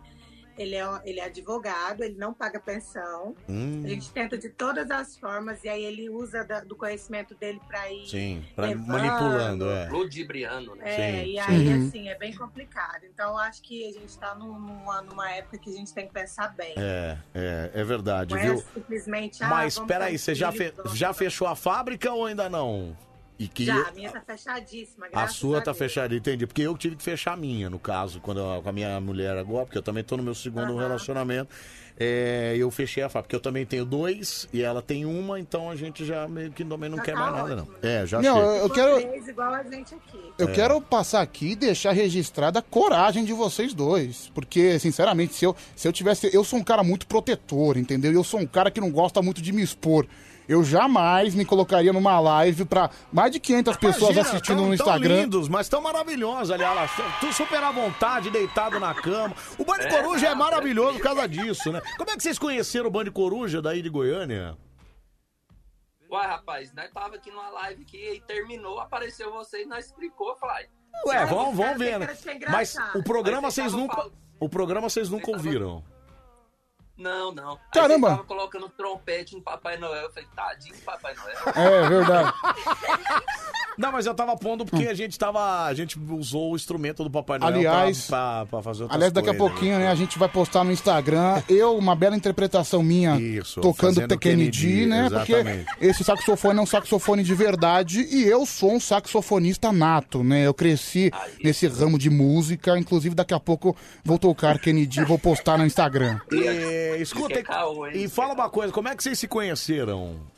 Ele é, ele é advogado, ele não paga pensão. Hum. A gente tenta de todas as formas e aí ele usa da- do conhecimento dele para ir Sim, pra levando. manipulando, é. Ludibriano, né? É, Sim. e aí, Uhum. assim, é bem complicado. Então, eu acho que a gente está numa, numa época que a gente tem que pensar bem. É, é, é verdade, Não é viu? simplesmente, ah, Mas vamos peraí, fazer um você já, filho, fe- já fechou a fábrica ou ainda não? E que Já, eu- a minha tá fechadíssima, a graças sua tá Deus. fechada, entendi. Porque eu tive que fechar a minha, no caso, quando eu- com a minha mulher agora, porque eu também tô no meu segundo relacionamento. É, eu fechei a fábrica, porque eu também tenho dois e ela tem uma, então a gente já meio que também não Tá quer mais nada, não. É, já Não, chega. eu- eu quero- Três igual a gente aqui. Eu É. quero passar aqui e deixar registrada a coragem de vocês dois. Porque, sinceramente, se eu, se eu tivesse. Eu sou um cara muito protetor, entendeu? Eu sou um cara que não gosta muito de me expor. Eu jamais me colocaria numa live pra mais de 500 pessoas Imagina, assistindo tão- no Tão Instagram. lindos, mas tão maravilhosos, aliás. Tu super à vontade, deitado na cama. O Bande É, Coruja é maravilhoso por causa disso, né? Como é que vocês conheceram o Bande Coruja daí de Goiânia? Uai, rapaz, nós tava aqui numa live aqui e terminou, apareceu você e nós explicou, falei. Ué, vamos, vamos é ver, né? Mas o programa vocês nunca. O programa vocês nunca ouviram. Não, não. Aí Caramba. Ele tava colocando trompete no Papai Noel. Eu falei, tadinho do Papai Noel. É, verdade. Não, mas eu tava pondo Hum. porque a gente tava. A gente usou o instrumento do Papai Noel Aliás- pra, pra, pra fazer outras Aliás, daqui a coisas. pouquinho, né, a gente vai postar no Instagram, eu, uma bela interpretação minha, tocando fazendo The Kennedy, Kennedy, né? exatamente. Porque esse saxofone é um saxofone de verdade e eu sou um saxofonista nato, né? Eu cresci nesse ramo de música, inclusive daqui a pouco vou tocar Kennedy e vou postar no Instagram. E, escuta, é e fala uma coisa, como é que vocês se conheceram?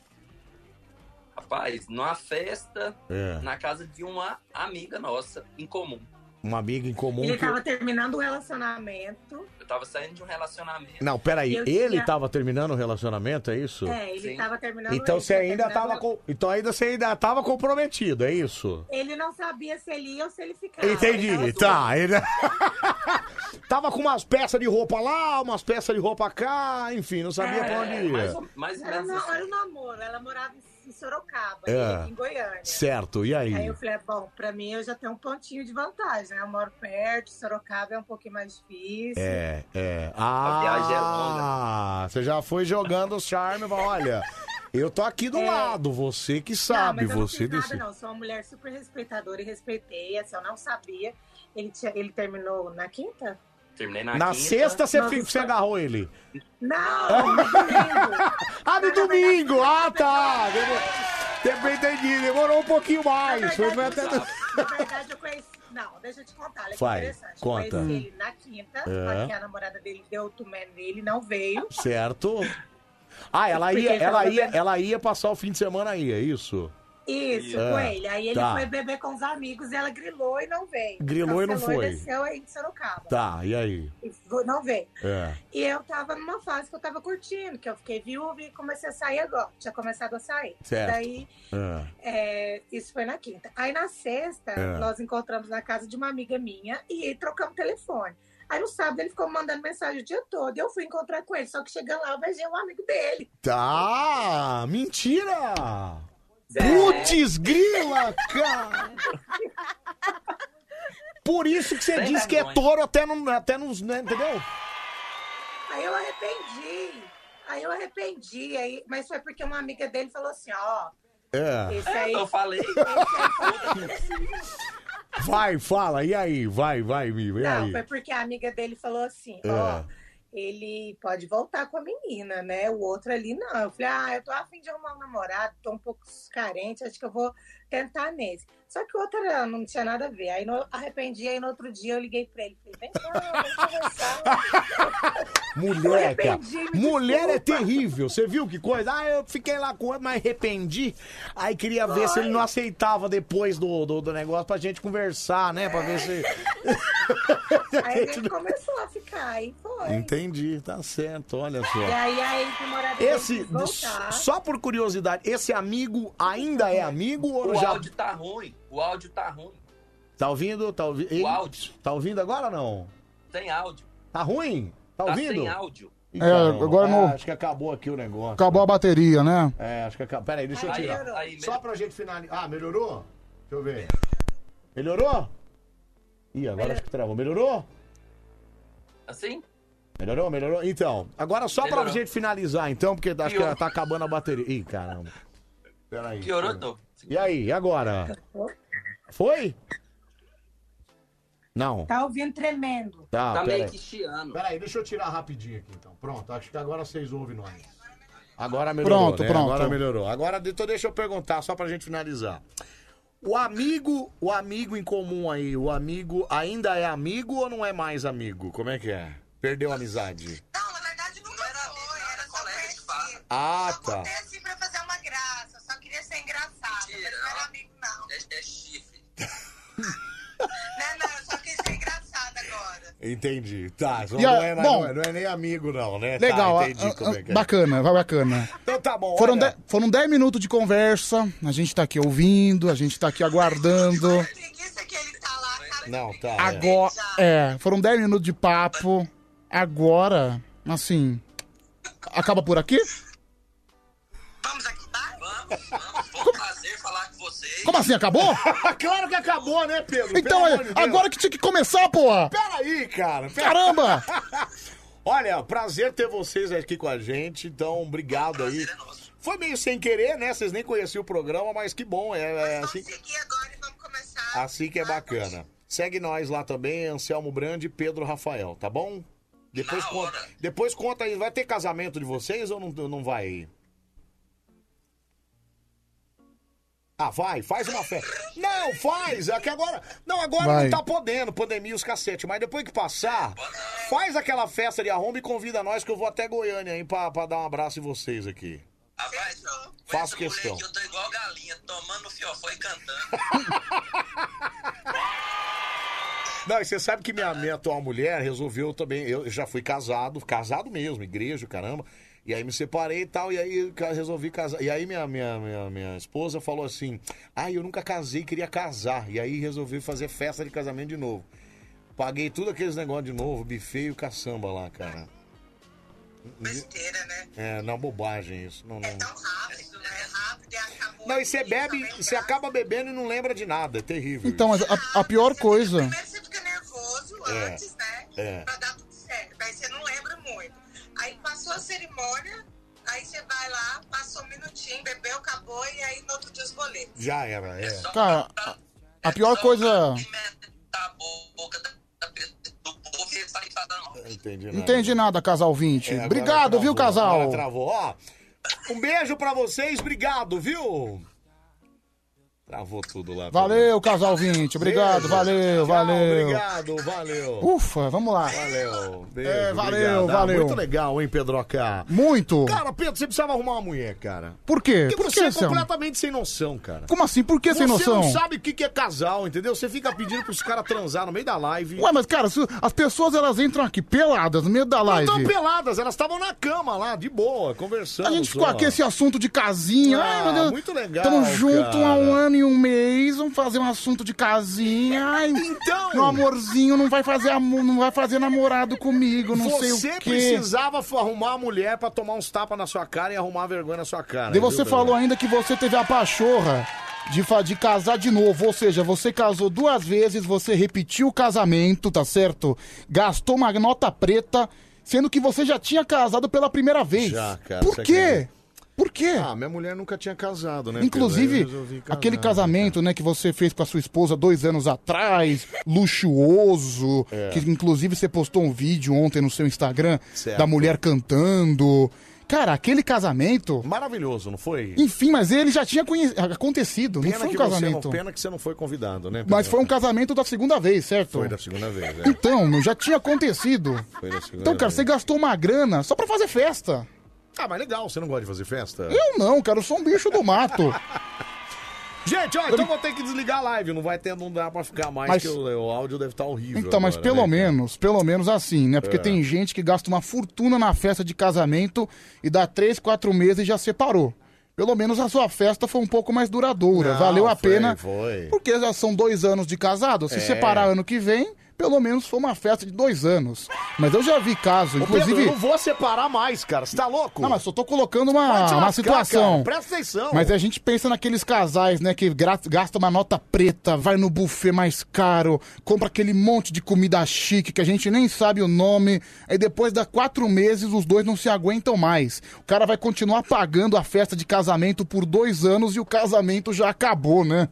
Rapaz, numa festa, É. na casa de uma amiga nossa, em comum. Uma amiga em comum Ele que... tava terminando o relacionamento. Eu tava saindo de um relacionamento. Não, peraí, Eu ele tinha- tava terminando o relacionamento, é isso? É, ele tava terminando Então ele você tava ainda terminando- tava com... Então ainda você ainda tava comprometido, é isso? Ele não sabia se ele ia ou se ele ficava. Entendi, tá. Ele... tava com umas peças de roupa lá, umas peças de roupa cá, enfim, não sabia pra onde É, ia. mais ou- mais ou Era, menos no, assim. era um namoro, ela morava em Sorocaba, É. ele aqui em Goiânia. Certo, e aí? Aí eu falei, "Ah, bom, pra mim eu já tenho um pontinho de vantagem, né? Eu moro perto, Sorocaba é um pouquinho mais difícil. É, é. viagem é Ah, você já foi jogando o charme, mas olha, eu tô aqui do É. lado, você que não, sabe, mas eu não você fiz nada, decide. não. Sou uma mulher super respeitadora e respeitei, assim, eu não sabia. Ele, tinha- ele terminou na quinta? Terminei na, Na quinta. sexta você, Nossa, fi- você agarrou ele. Não! ah, no domingo! Ah, tá! Também entendi, demorou um pouquinho É mais. Foi até... Na verdade, eu conheci. Não, deixa eu te contar. Olha que Vai, interessante. conta. Eu conheci ele na quinta, É. só que a namorada dele deu o tumé nele, não veio. Certo? Ah, ela ia, Porque ela tava ia, vendo- ela ia passar o fim de semana aí, é isso? Isso, É, com ele. Aí ele tá. foi beber com os amigos e ela grilou e não veio. Grilou e não Cancelou foi. desceu aí de Sorocaba. Tá, e aí? E vo- não veio. É. E eu tava numa fase que eu tava curtindo, que eu fiquei viúva e comecei a sair agora. Tinha começado a sair. Certo. Daí, É. é, isso foi na quinta. Aí na sexta, É. nós encontramos na casa de uma amiga minha e aí trocamos telefone. Aí no sábado ele ficou me mandando mensagem o dia todo. E eu fui encontrar com ele. Só que chegando lá, eu beijei um amigo dele. Tá! Mentira! É. Putz, grila, cara! Por isso que você Sem diz que é vergonha. touro até, no, até nos. né, entendeu? Aí eu arrependi. Aí eu arrependi. Aí... Mas foi porque uma amiga dele falou assim: ó, É. esse aí. Eu falei. Vai, fala, e aí? Vai, vai, Mil, e Não, aí? foi porque a amiga dele falou assim: ó, É. ele pode voltar com a menina, né? O outro ali não. Eu falei, ah, eu tô afim de arrumar um namorado, tô um pouco carente, acho que eu vou tentar nesse. Só que o outro era- não tinha nada a ver. Aí no, arrependi, aí no outro dia eu liguei pra ele. Falei, vem cá, vamos conversar. Mulher, cara. arrependi, me Mulher é terrível. Você viu que coisa? Ah, eu fiquei lá com ele, mas arrependi. Aí queria ver se ele não aceitava depois do, do, do negócio pra gente conversar, né? Pra ver se. Aí ele começou a ficar, aí foi. Entendi, tá certo, olha E só. aí a ex-namorada dele Esse, quis voltar. só por curiosidade, esse amigo ainda é amigo ou O já. áudio tá ruim. O áudio tá ruim. Tá ouvindo? Tá ouvindo? O áudio. Tá ouvindo agora ou não? Sem áudio. Tá ruim? Tá Tá ouvindo? Ah, sem áudio. É, agora não- Acho que acabou aqui o negócio. Acabou a bateria, né? É, acho que acabou. Peraí, deixa eu Aí, tirar. melhorou. Só pra gente finalizar. Ah, melhorou? Deixa eu ver. Melhorou? Ih, agora acho que travou. Melhorou? Assim? Melhorou, melhorou? Então, agora só pra Melhorou. gente finalizar, então, porque acho que Piorou. ela tá acabando a bateria. Ih, caramba. Peraí. Piorou, não. E aí, e agora? Foi? Não. Tá ouvindo tremendo. Tá, tá meio peraí. que chiando. Peraí, deixa eu tirar rapidinho aqui então. Pronto, acho que agora vocês ouvem nós. Agora melhorou. Pronto, né? pronto. Agora melhorou. Agora então deixa eu perguntar, só pra gente finalizar. O amigo, o amigo em comum aí, o amigo ainda é amigo ou não é mais amigo? Como é que é? Perdeu a amizade? Ah, tá. Né, Entendi. Tá, só E não, a- é, mais- bom. não, é, não é nem amigo não, né? Tá, Legal, entendi ah, ah, como é que é. bacana, vai bacana. Então tá bom, Foram olha. dez- Foram 10 minutos de conversa, a gente tá aqui ouvindo, a gente tá aqui aguardando. Não, tá. é. Agora. É, foram 10 minutos de papo. Agora, assim. Acaba por aqui? Como assim, acabou? claro que acabou, né, Pedro? Então, Pelo é, amor de Deus. agora que tinha que começar, porra! Peraí, cara. pera- Caramba! Olha, prazer ter vocês aqui com a gente, então obrigado aí. Foi meio sem querer, né? Vocês nem conheciam o programa, mas que bom. É, é assim... Assim que é bacana. Segue nós lá também, Anselmo Brandi e Pedro Rafael, tá bom? Depois conta, depois conta aí, vai ter casamento de vocês ou não, não vai? Ah, vai, faz uma festa. Não, faz! É que agora. Não, agora Vai. não tá podendo, pandemia e os cacete. Mas depois que passar, faz aquela festa de arromba e convida nós que eu vou até Goiânia aí pra, pra dar um abraço em vocês aqui. Rapaz, Faço questão. eu tô igual galinha, tomando fiofó e cantando. Não, e você sabe que minha, minha atual mulher resolveu também. Eu já fui casado, casado mesmo, igreja, caramba. E aí me separei e tal, e aí ca- resolvi casar. E aí minha, minha, minha, minha esposa falou assim: Ah, eu nunca casei, queria casar. E aí resolvi fazer festa de casamento de novo. Paguei tudo aqueles negócios de novo, buffet e o caçamba lá, cara. Besteira, né? É, não, bobagem isso. Não, não. Não, né? É e você bebe, você acaba bebendo e não lembra de nada, é terrível. Então, mas a, a pior coisa. antes, né? É. Daí você não lembra muito. Aí passou a cerimônia, aí você vai lá, passou um minutinho, bebeu, acabou, e aí no outro dia os boletos. Já era, é. Cara, a, a pior coisa. Entendi Não entendi nada, casal 20. Obrigado, viu, casal? Agora É, travou. Ó, um beijo pra vocês, obrigado, viu? Travou tudo lá. Valeu, casal 20. Obrigado, Beijo. Tchau, valeu, valeu. Obrigado, valeu. Ufa, vamos lá. Valeu, beijo, É, valeu, obrigado. Ah, valeu. Muito legal, hein, Pedroca? Muito. Cara, Pedro, você precisava arrumar uma mulher, cara. Por quê? Porque Por você que, é Anselmo? completamente sem noção, cara. Como assim? Por que sem noção? Você não sabe o que que é casal, entendeu? Você fica pedindo pros caras transar no meio da live. Ué, mas cara, se- as pessoas elas entram aqui peladas no meio da live. Estão peladas, elas estavam na cama lá, de boa, conversando. A gente ficou só. aqui assim, esse assunto de casinha. Ah, Ai, meu Deus. muito legal, Tamo junto cara. há um ano e um mês. Vamos fazer um assunto de casinha. Ai, então. Meu amorzinho não vai fazer, amo- não vai fazer namorado comigo, não sei o quê. Você precisava f- arrumar a mulher pra tomar uns tapas na sua cara e arrumar a vergonha na sua cara. Daí você viu, falou ainda que você teve a pachorra de, fa- de casar de novo. Ou seja, você casou duas vezes, você repetiu o casamento, tá certo? Gastou uma nota preta, sendo que você já tinha casado pela primeira vez. Já, cara, Por você quê? acredita? Por quê? é Ah, minha mulher nunca tinha casado, né? Pedro? Aí eu Inclusive, resolvi casar. aquele casamento, né, que você fez com a sua esposa dois anos atrás, luxuoso, É. que inclusive você postou um vídeo ontem no seu Instagram Certo. da mulher cantando. Cara, aquele casamento. Maravilhoso, não foi? Enfim, mas ele já tinha conhe- acontecido, não foi um que casamento. Você não, pena que você não foi convidado, né? Mas Pedro? foi um casamento da segunda vez, certo? Foi da segunda vez, é. Então, não, já tinha acontecido. Foi da segunda Então, cara, vez. você gastou uma grana só pra fazer festa. Ah, mas legal, você não gosta de fazer festa? Eu não, cara, eu sou um bicho do mato. Gente, ó, então vou ter que desligar a live. Não vai ter, não dá pra ficar mais, Mas- que o, o áudio deve estar horrível. Então, mas agora, pelo né? menos, pelo menos assim, né? Porque É. tem gente que gasta uma fortuna na festa de casamento e dá três, quatro meses e já separou. Pelo menos a sua festa foi um pouco mais duradoura. Não, Valeu a foi, pena. Foi. Porque já são dois anos de casado. Se É. separar ano que vem, pelo menos foi uma festa de dois anos. Mas eu já vi caso, Ô, Pedro, inclusive. eu não vou separar mais, cara. Você tá louco? Não, mas só tô colocando uma, Vai te uma lascar, situação. cara. Presta atenção. Mas a gente pensa naqueles casais, né, que gra- gasta uma nota preta, vai no buffet mais caro, compra aquele monte de comida chique que a gente nem sabe o nome. Aí depois dá quatro meses, os dois não se aguentam mais. O cara vai continuar pagando a festa de casamento por dois anos e o casamento já acabou, né?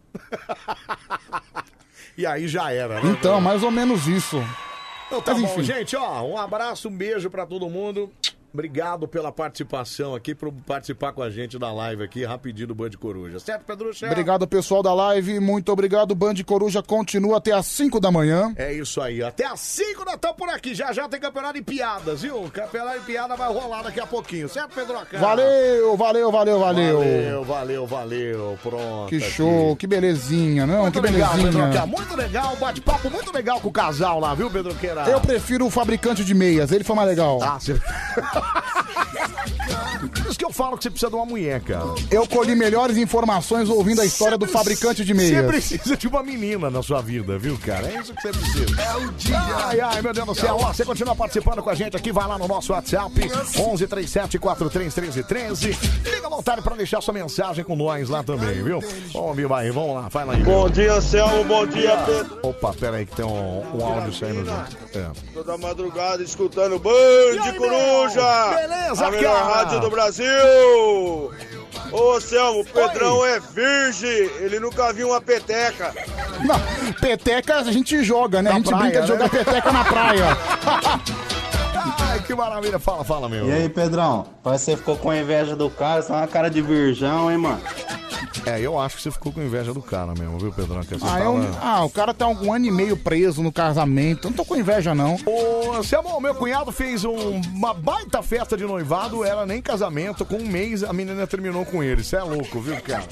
E aí já era, né? Então, mais ou menos isso. Então tá Mas bom, enfim. gente, ó, um abraço, um beijo pra todo mundo. Obrigado pela participação aqui, por participar com a gente da live aqui, rapidinho do Band Coruja. Certo, Pedrucha? Obrigado, pessoal da live. Muito obrigado. Band Coruja continua até às 5 da manhã. É isso aí, até às 5 nós estamos por aqui. Já já tem campeonato de piadas, viu? Campeonato de piada vai rolar daqui a pouquinho, certo, Pedroca? Valeu, valeu, valeu, valeu. Valeu, valeu, valeu. Pronto. Que aqui. show, que belezinha, não? que Muito legal, Pedroca. belezinha. Muito legal, um bate-papo muito legal com o casal lá, viu, Pedroqueira? Tá, Eu prefiro o fabricante de meias, ele foi mais legal. Ah, Por isso que eu falo que você precisa de uma mulher, cara. Eu colhi melhores informações ouvindo a história do fabricante de Você meias. precisa de uma menina na sua vida, viu, cara? É isso que você precisa. É o dia. Ai, ai, meu Deus do céu. Ó, você continua participando com a gente aqui, vai lá no nosso WhatsApp, 1137-431313. Liga à vontade pra deixar sua mensagem com nós lá também, viu? Vamos, viu, vai, vamos lá, vai lá. Bom dia, Selmo, bom dia, Pedro. Ah, Opa, pera aí que tem um, um áudio saindo junto. É. Toda madrugada escutando Band de Coruja. Beleza, A melhor cara? rádio do Brasil. Ô, Selmo, o Pedrão é virgem. Ele nunca viu uma peteca. Não, peteca a gente joga, né? a gente brinca de jogar peteca na praia. Ai, que maravilha. Fala, fala, meu. E aí, Pedrão? Parece que você ficou com inveja do cara, só uma cara de virgão, hein, mano? É, eu acho que você ficou com inveja do cara mesmo, viu, Pedrão? Que você Ah, tava- eu- ah, o cara tá um ano e meio preso no casamento. Eu Não tô com inveja, não. Ô, Anselmo, meu cunhado fez um- uma baita festa de noivado, era nem casamento, com um mês a menina terminou com ele. Isso é louco, viu, cara?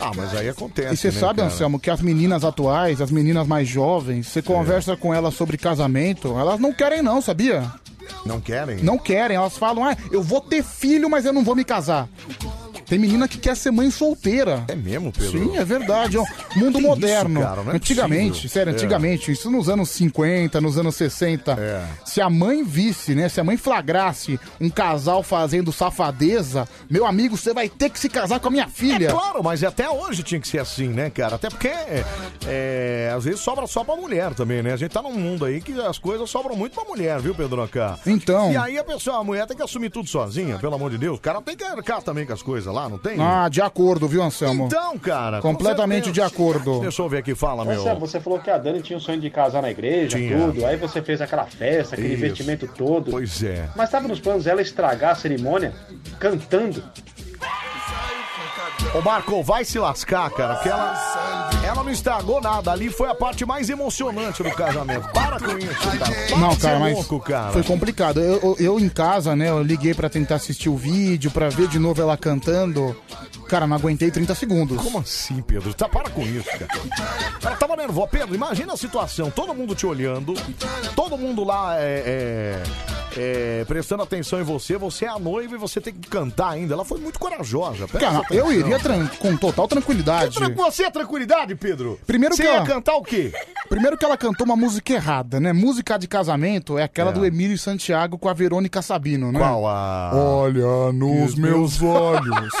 Ah, mas aí acontece. E você né, sabe, cara? É. Anselmo, que as meninas atuais, as meninas mais jovens, você conversa com elas sobre casamento, elas não querem não, sabia? Não querem? Não querem, elas falam, ah, eu vou ter filho, mas eu não vou me casar. Tem menina que quer ser mãe solteira. É mesmo, Pedro? Sim, é verdade. É um mundo isso, moderno. cara? Não é antigamente, possível. sério, É. antigamente, isso nos anos 50, nos anos 60. É. Se a mãe visse, né? Se a mãe flagrasse um casal fazendo safadeza, meu amigo, você vai ter que se casar com a minha filha. É claro, mas até hoje tinha que ser assim, né, cara? Até porque é, às vezes sobra só pra mulher também, né? A gente tá num mundo aí que as coisas sobram muito pra mulher, viu, Pedro K? Então. E aí a pessoa, a mulher tem que assumir tudo sozinha, pelo amor de Deus. O cara tem que arcar também com as coisas lá, não tem? Ah, de acordo, viu, Anselmo? Então, cara. Completamente com de certeza. acordo. Deixa eu ver aqui, fala, meu. Nossa, você falou que a Dani tinha o sonho de casar na igreja, Tinha. tudo. Aí você fez aquela festa, aquele Isso. investimento todo. Pois é. Mas estava nos planos ela estragar a cerimônia cantando. Ô Marco, vai se lascar, cara, porque ela, ela não estragou nada. Ali foi a parte mais emocionante do casamento. Para com isso, cara. Para Não, de ser cara, mas é louco, cara. foi complicado. Eu, eu- eu em casa, né, eu liguei pra tentar assistir o vídeo, pra ver de novo ela cantando. Cara, não aguentei 30 segundos. Como assim, Pedro? Tá, para com isso, cara. Ela tava nervosa. Pedro, imagina a situação. Todo mundo te olhando, todo mundo lá é, é, é, prestando atenção em você. Você é a noiva e você tem que cantar ainda. Ela foi muito corajosa. presta Cara, atenção. eu iria tran- com total tranquilidade. Tran- Você é tranquilidade, Pedro? Primeiro você que ia ela- cantar o quê? Primeiro que ela cantou uma música errada, né? Música de casamento é aquela do Emílio Santiago com a Verônica Sabino, né? Qual a- Olha nos Os meus meus- olhos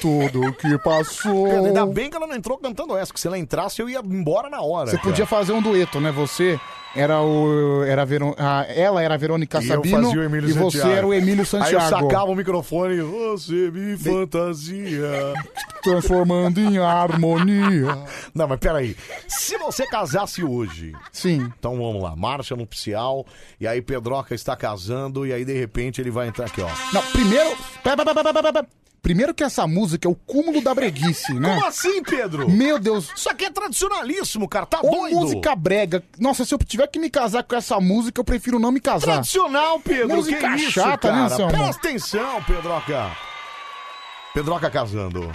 tudo que passou. Cara, ainda bem que ela não entrou cantando essa, que se ela entrasse eu ia embora na hora. Você cara. podia fazer um dueto, né? Você era o. Era a Verô- a- ela era a Verônica E eu Sabino. fazia o Emílio e você Santiago. era o Emílio Santiago. Aí eu sacava o microfone e você me fantasia. Transformando em harmonia. Não, mas peraí. Se você casasse hoje. Sim. Então vamos lá. Marcha nupcial. E aí Pedroca está casando. E aí de repente ele vai entrar aqui, ó. Não, primeiro. pera, pera, pera, pera, pera. Primeiro que essa música é o cúmulo da breguice, né? Como assim, Pedro? Meu Deus. Isso aqui é tradicionalíssimo, cara. Tá Ou doido? música brega. Nossa, se eu tiver que me casar com essa música, eu prefiro não me casar. Tradicional, Pedro. Música que é isso, chata, né, cara? Anselmo? Presta atenção, Pedroca. Pedroca casando.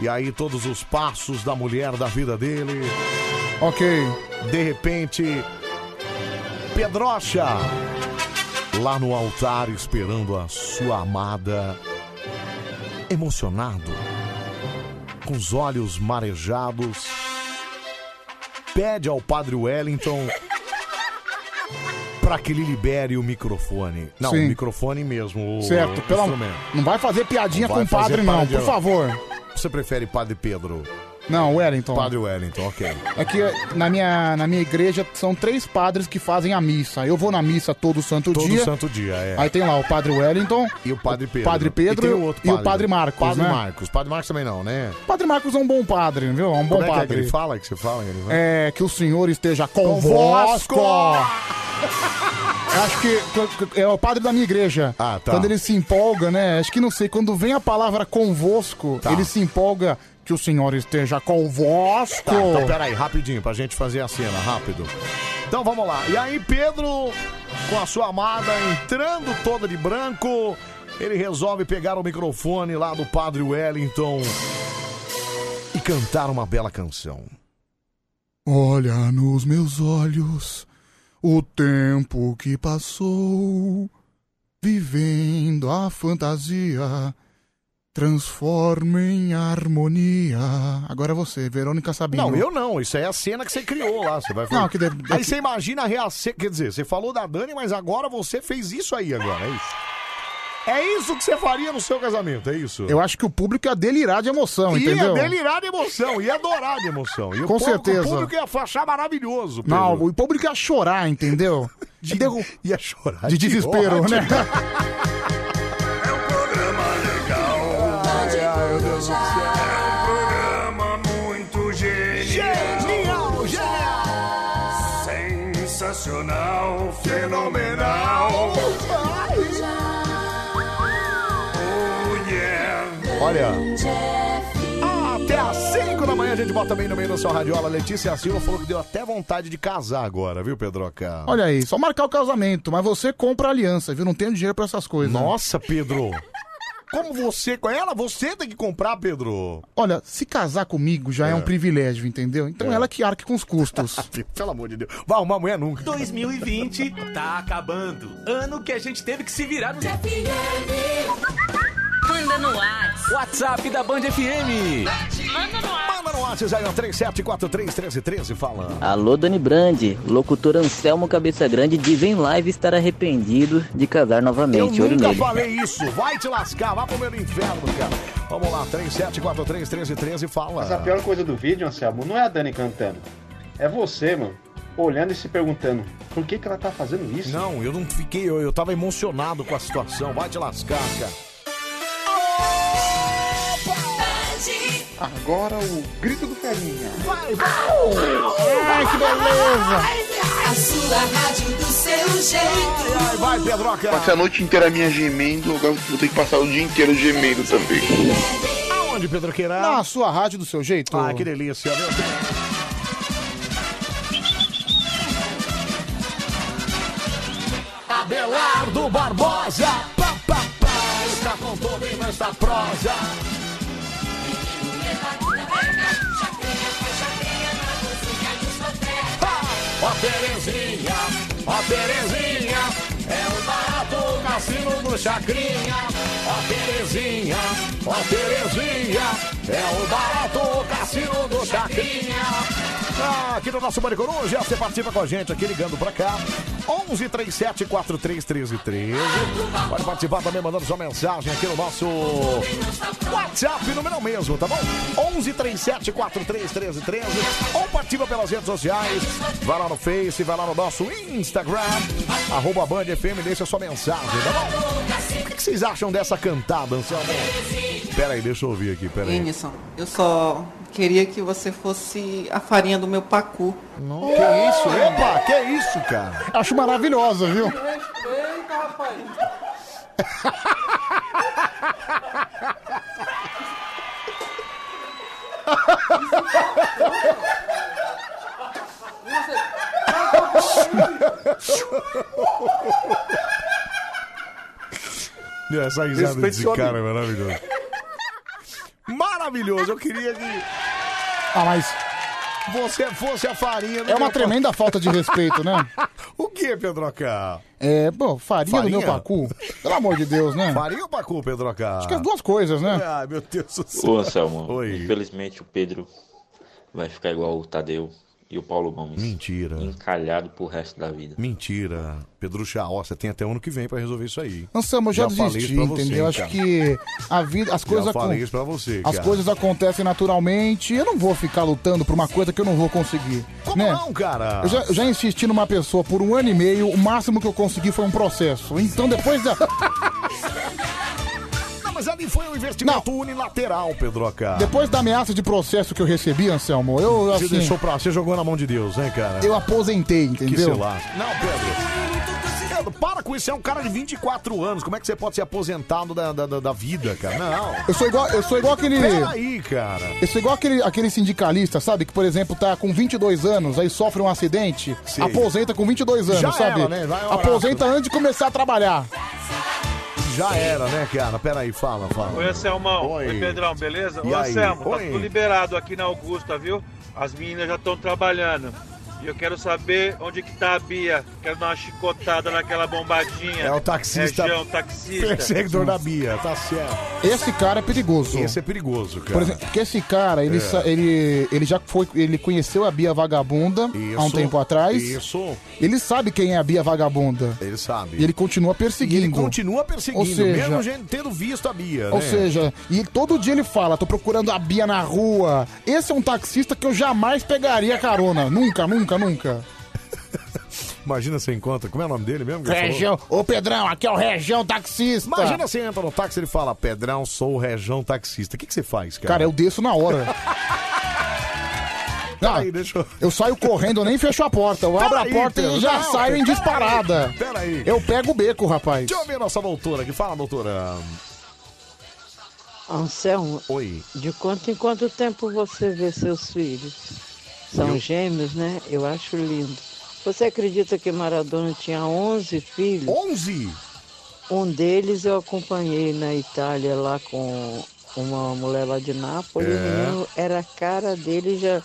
E aí todos os passos da mulher da vida dele. Ok. De repente, Pedrocha lá no altar esperando a sua amada, emocionado, com os olhos marejados, pede ao Padre Wellington para que ele libere o microfone. Não, Sim. o microfone mesmo. O Certo, pelo amor. instrumento. Não vai fazer piadinha Não vai com o padre, fazer não, piadinha, por favor. Você prefere Padre Pedro? Não, Wellington. Padre Wellington, ok. É que na minha, na minha igreja são três padres que fazem a missa. Eu vou na missa todo santo Todo dia. santo dia, é. Aí tem lá o padre Wellington. E o Padre Pedro. Padre Pedro e, tem o outro e o Padre Marcos, Padre né? Marcos. Padre Marcos também não, né? O padre Marcos é um bom padre, viu? É um bom Como é que é que padre. ele fala que você fala? Que ele fala? É, que o senhor esteja convosco. Convosco! Eu Acho que que- que é o padre da minha igreja. Ah, tá. Quando ele se empolga, né? Acho que não sei, quando vem a palavra convosco, Tá. ele se empolga que o senhor esteja convosco. Tá, então peraí, rapidinho, pra gente fazer a cena, rápido. Então vamos lá. E aí, Pedro, com a sua amada entrando toda de branco, ele resolve pegar o microfone lá do Padre Wellington e cantar uma bela canção. Olha nos meus olhos O tempo que passou vivendo a fantasia transforma em harmonia. Agora é você, Verônica Sabino. Não, eu não. Isso aí é a cena que você criou lá. Você vai Não, que deve- Aí que- você imagina a reação. Quer dizer, você falou da Dani, mas agora você fez isso aí agora, é isso. É isso que você faria no seu casamento, é isso? Eu acho que o público ia delirar de emoção, Ia entendeu? delirar de emoção, ia adorar de emoção. E o Com povo- certeza. O público ia achar maravilhoso. Pedro. Não, o público ia chorar, entendeu? De, ia chorar. De de desespero, ódio. né? Ai, ai, meu Deus do céu. É um programa muito genial. Genial, Sensacional, fenomenal. Oh yeah. Olha. Até às 5 da manhã a gente bota bem no meio da sua radiola. Letícia Silva falou que deu até vontade de casar agora, viu, Pedroca? Olha aí, só marcar o casamento, mas você compra a aliança, viu? Não tenho dinheiro pra essas coisas. Nossa, Pedro. Como você com ela, você tem que comprar, Pedro. Olha, se casar comigo já é, É. um privilégio, entendeu? É. Então ela que arque com os custos. Pelo amor de Deus. Vai arrumar mulher nunca. 2020 tá acabando. Ano que a gente teve que se virar no. Manda no ar. WhatsApp da Band FM. Manda no ar. Manda no WhatsApp é 37431313 fala. Alô, Dani Brandi, locutor Anselmo Cabeça Grande diz em live estar arrependido de casar Eu novamente. Olho nunca nele. falei isso. Vai te lascar, vai pro meu inferno, cara. Vamos lá, 37431313 fala. Mas a é pior coisa do vídeo, Anselmo, não é a Dani cantando. É você, mano, olhando e se perguntando, por que, que ela tá fazendo isso? Não, eu não fiquei, eu, eu tava emocionado com a situação. Vai te lascar, cara. Agora o Ah, grito do Ferinha. Vai, vai. Ai, que beleza. A sua rádio do seu jeito. Ai, vai, Pedroca. Passei a noite inteira minha gemendo, agora vou ter que passar o dia inteiro gemendo também. Aonde, Pedroqueira? Na sua rádio do seu jeito. Ah, que delícia, meu Deus. Abelardo Barbosa pá, pá, pá, está com todo em nesta prosa. Ó Terezinha, ó Terezinha, é o barato cassino do Chacrinha. Ó Terezinha, ó Terezinha, é o barato cassino do Chacrinha. Ah, Aqui no nosso Bande Coruja, você participa com a gente aqui ligando pra cá. 11 37 431313. Pode participar também mandando sua mensagem aqui no nosso WhatsApp, número mesmo, tá bom? 11 37 431313. Ou participa pelas redes sociais. Vai lá no Face, vai lá no nosso Instagram. Arroba Band FM, deixa sua mensagem, tá bom? O que que vocês acham dessa cantada, Anselmo? Pera aí, deixa eu ouvir aqui, pera aí. Enison, eu só queria que você fosse a farinha do meu pacu. Que isso? Epa, que isso, cara? Acho maravilhosa, viu? Respeita, rapaz. Meu, Essa risada Respeite desse seu cara é maravilhosa. Maravilhoso, eu queria que. Ah, mas Você fosse a farinha do é uma meu tremenda pacu. falta de respeito, né? O que, Pedroca? É, bom, farinha, Farinha? do meu pacu. Pelo amor de Deus, né? Farinha ou pacu, É. Pedroca? Acho que as duas coisas, né? Ai, meu Deus do céu. Ô Anselmo, Oi. infelizmente o Pedro vai ficar igual o Tadeu e o Paulo Gomes. Mentira. Encalhado pro resto da vida. Mentira. Pedro Chaó, você tem até ano que vem pra resolver isso aí. Anselmo, eu já, falei desisti, isso pra você, entendeu? Acho cara. que a vida, as coisas Já falei acon- isso pra você, As cara. coisas acontecem naturalmente. Eu não vou ficar lutando por uma coisa que eu não vou conseguir. né? Como não, cara? Eu já, eu já insisti numa pessoa por um ano e meio, o máximo que eu consegui foi um processo. Então depois da. Não, mas ali foi um investimento unilateral, Pedroca. Depois da ameaça de processo que eu recebi, Anselmo, eu Você assim. deixou pra. Você jogou na mão de Deus, né, cara? Eu aposentei, entendeu? Que sei lá. Não, Pedro. Pedro, para com isso, você é um cara de 24 anos. Como é que você pode ser aposentado da, da, da- da vida, cara? Não. Eu sou igual, eu sou igual aquele. Peraí, cara. Eu sou igual aquele, aquele sindicalista, sabe? Que, por exemplo, tá com 22 anos, aí sofre um acidente, Sim. aposenta com 22 anos, Já sabe? era, né? Vai, ó, aposenta antes de começar a trabalhar. Já era, né, cara? Peraí, fala, fala. Oi, Anselmão. Oi. Oi, Pedrão, beleza? E Ô, aí? Anselmo, tá Oi. tudo liberado aqui na Augusta, viu? As meninas já estão trabalhando. E eu quero saber onde que tá a Bia. Quero dar uma chicotada naquela bombadinha. É o taxista. Região, taxista. Perseguidor da Bia, tá certo. Esse cara é perigoso. Esse é perigoso, cara. Por exemplo, porque esse cara, ele, É. sa- ele, ele já foi. Ele conheceu a Bia Vagabunda há um Isso. tempo atrás. Isso. Ele sabe quem é a Bia Vagabunda. Ele sabe. E ele continua perseguindo. Ele continua perseguindo, Ou seja, É mesmo gente tendo visto a Bia. Ou né? seja, e todo dia ele fala, tô procurando a Bia na rua. Esse é um taxista que eu jamais pegaria carona. Nunca, nunca, nunca. Imagina você encontra. Como é o nome dele mesmo? que ele Região. falou? Ô Pedrão, aqui é o Região Taxista. Imagina você entra no táxi e ele fala: Pedrão, sou o Região Taxista. O que, que você faz, cara? Cara, eu desço na hora. Não, deixa eu... saio correndo, eu nem fecho a porta. Eu Pera abro aí, a porta Pedro, e já não, saio em pera disparada. aí, pera aí. Eu pego o beco, rapaz. Deixa eu ver nossa doutora aqui. Fala, doutora. Anselmo, Oi. de quanto em quanto tempo você vê seus filhos? São Eu- gêmeos, né? Eu acho lindo. Você acredita que Maradona tinha 11 filhos? 11? Um deles eu acompanhei na Itália lá com uma mulher lá de Nápoles. É. O menino era a cara dele já,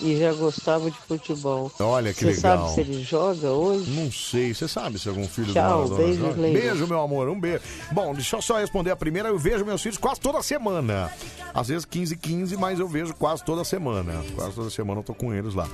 e já gostava de futebol. Olha que Você legal. sabe se ele joga hoje? Não sei. Você sabe se algum filho Tchau, do Maradona beijos, joga? Leila. Beijo, meu amor. Um beijo. Bom, deixa eu só responder a primeira. Eu vejo meus filhos quase toda semana. Às vezes 15, 15, mas eu vejo quase toda semana. Quase toda semana eu tô com eles lá.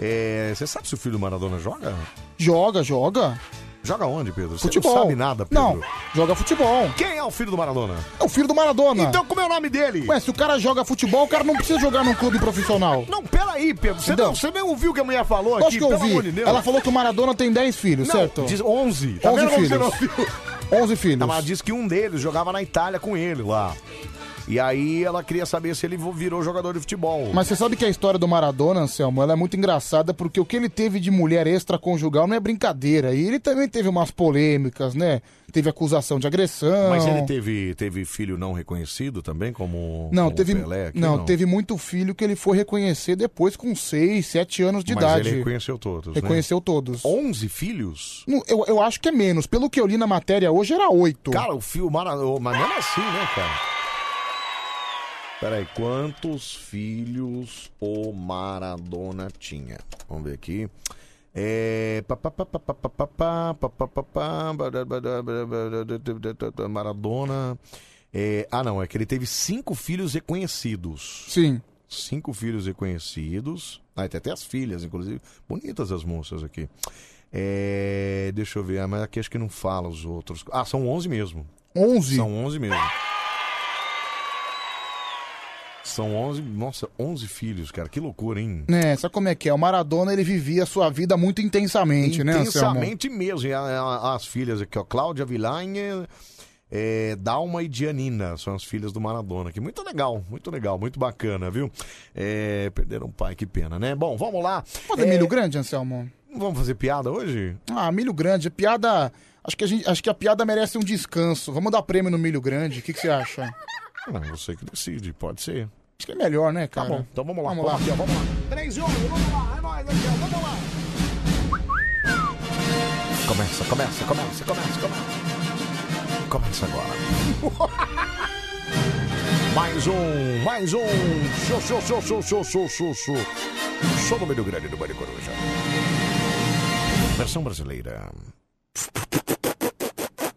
É, Você sabe se o filho do Maradona joga? Joga, joga. Joga onde, Pedro? Futebol. Você não sabe nada, Pedro. Não, joga futebol. Quem é o filho do Maradona? É o filho do Maradona. Então como é o nome dele? Ué, se o cara joga futebol, o cara não precisa jogar num clube profissional. Não, peraí, Pedro. Você, Então. não, você nem ouviu o que a mulher falou Acho aqui, que eu pelo amor ouvi. de Deus. Ela falou que o Maradona tem 10 filhos, Não, certo? diz 11. Tá 11 vendo como você não filhos. ouviu? 11 filhos. Ela disse que um deles jogava na Itália com ele lá. E aí ela queria saber se ele virou jogador de futebol. Mas você sabe que a história do Maradona, Anselmo, ela é muito engraçada porque o que ele teve de mulher extraconjugal não é brincadeira. E ele também teve umas polêmicas, né? Teve acusação de agressão. Mas ele teve, teve filho não reconhecido também, como, Não, como teve, o Pelé? aqui, não, teve muito filho que ele foi reconhecer depois com 6, 7 anos de Mas idade. ele reconheceu todos, né? Reconheceu todos. 11 filhos? Não, Eu, eu acho que é menos. Pelo que eu li na matéria hoje, era 8. Cara, o filho Maradona... Mas não é assim, né, cara? Peraí, quantos filhos o Maradona tinha? Vamos ver aqui. É... pá, pá, pá, pá, pá, pá, pá, pá, pá, pá, pá, pá, badá, badá, badá, badá, badá, badá, badá, Maradona... É, Ah, não, é que ele teve cinco filhos reconhecidos. Sim. Cinco filhos reconhecidos. Ah, tem até as filhas, inclusive. Bonitas as moças aqui. É, Deixa eu ver, ah, mas aqui acho que não fala os outros. Ah, são 11 mesmo. 11? São 11 mesmo. São 11, nossa, 11 filhos, cara, que loucura, hein? Né, sabe como é que é? O Maradona, ele vivia a sua vida muito intensamente, né, Anselmo? Intensamente mesmo. E a- a- as filhas aqui, ó, Cláudia Vilanha, é, Dalma e Dianina, são as filhas do Maradona aqui. Muito legal, muito legal, muito bacana, viu? É, perderam um pai, que pena, né? Bom, vamos lá. Pode É, milho grande, Anselmo? Não vamos fazer piada hoje? Ah, milho grande, piada... Acho que, a gente, acho que a piada merece um descanso. Vamos dar prêmio no milho grande, o que, que você acha? Não, Ah, você que decide, pode ser. Acho que é melhor, né, cara? bom, então vamos lá, Vamos lá, vamos aqui, ó, vamos lá. 3 e 1, vamos lá, é nóis aqui, ó, vamos lá. Começa, começa, começa, começa, começa. Começa agora. Mais um, mais um. Show, show, show, show, show, show, show, show. Show do Meio Grande do Bande Coruja. Versão brasileira.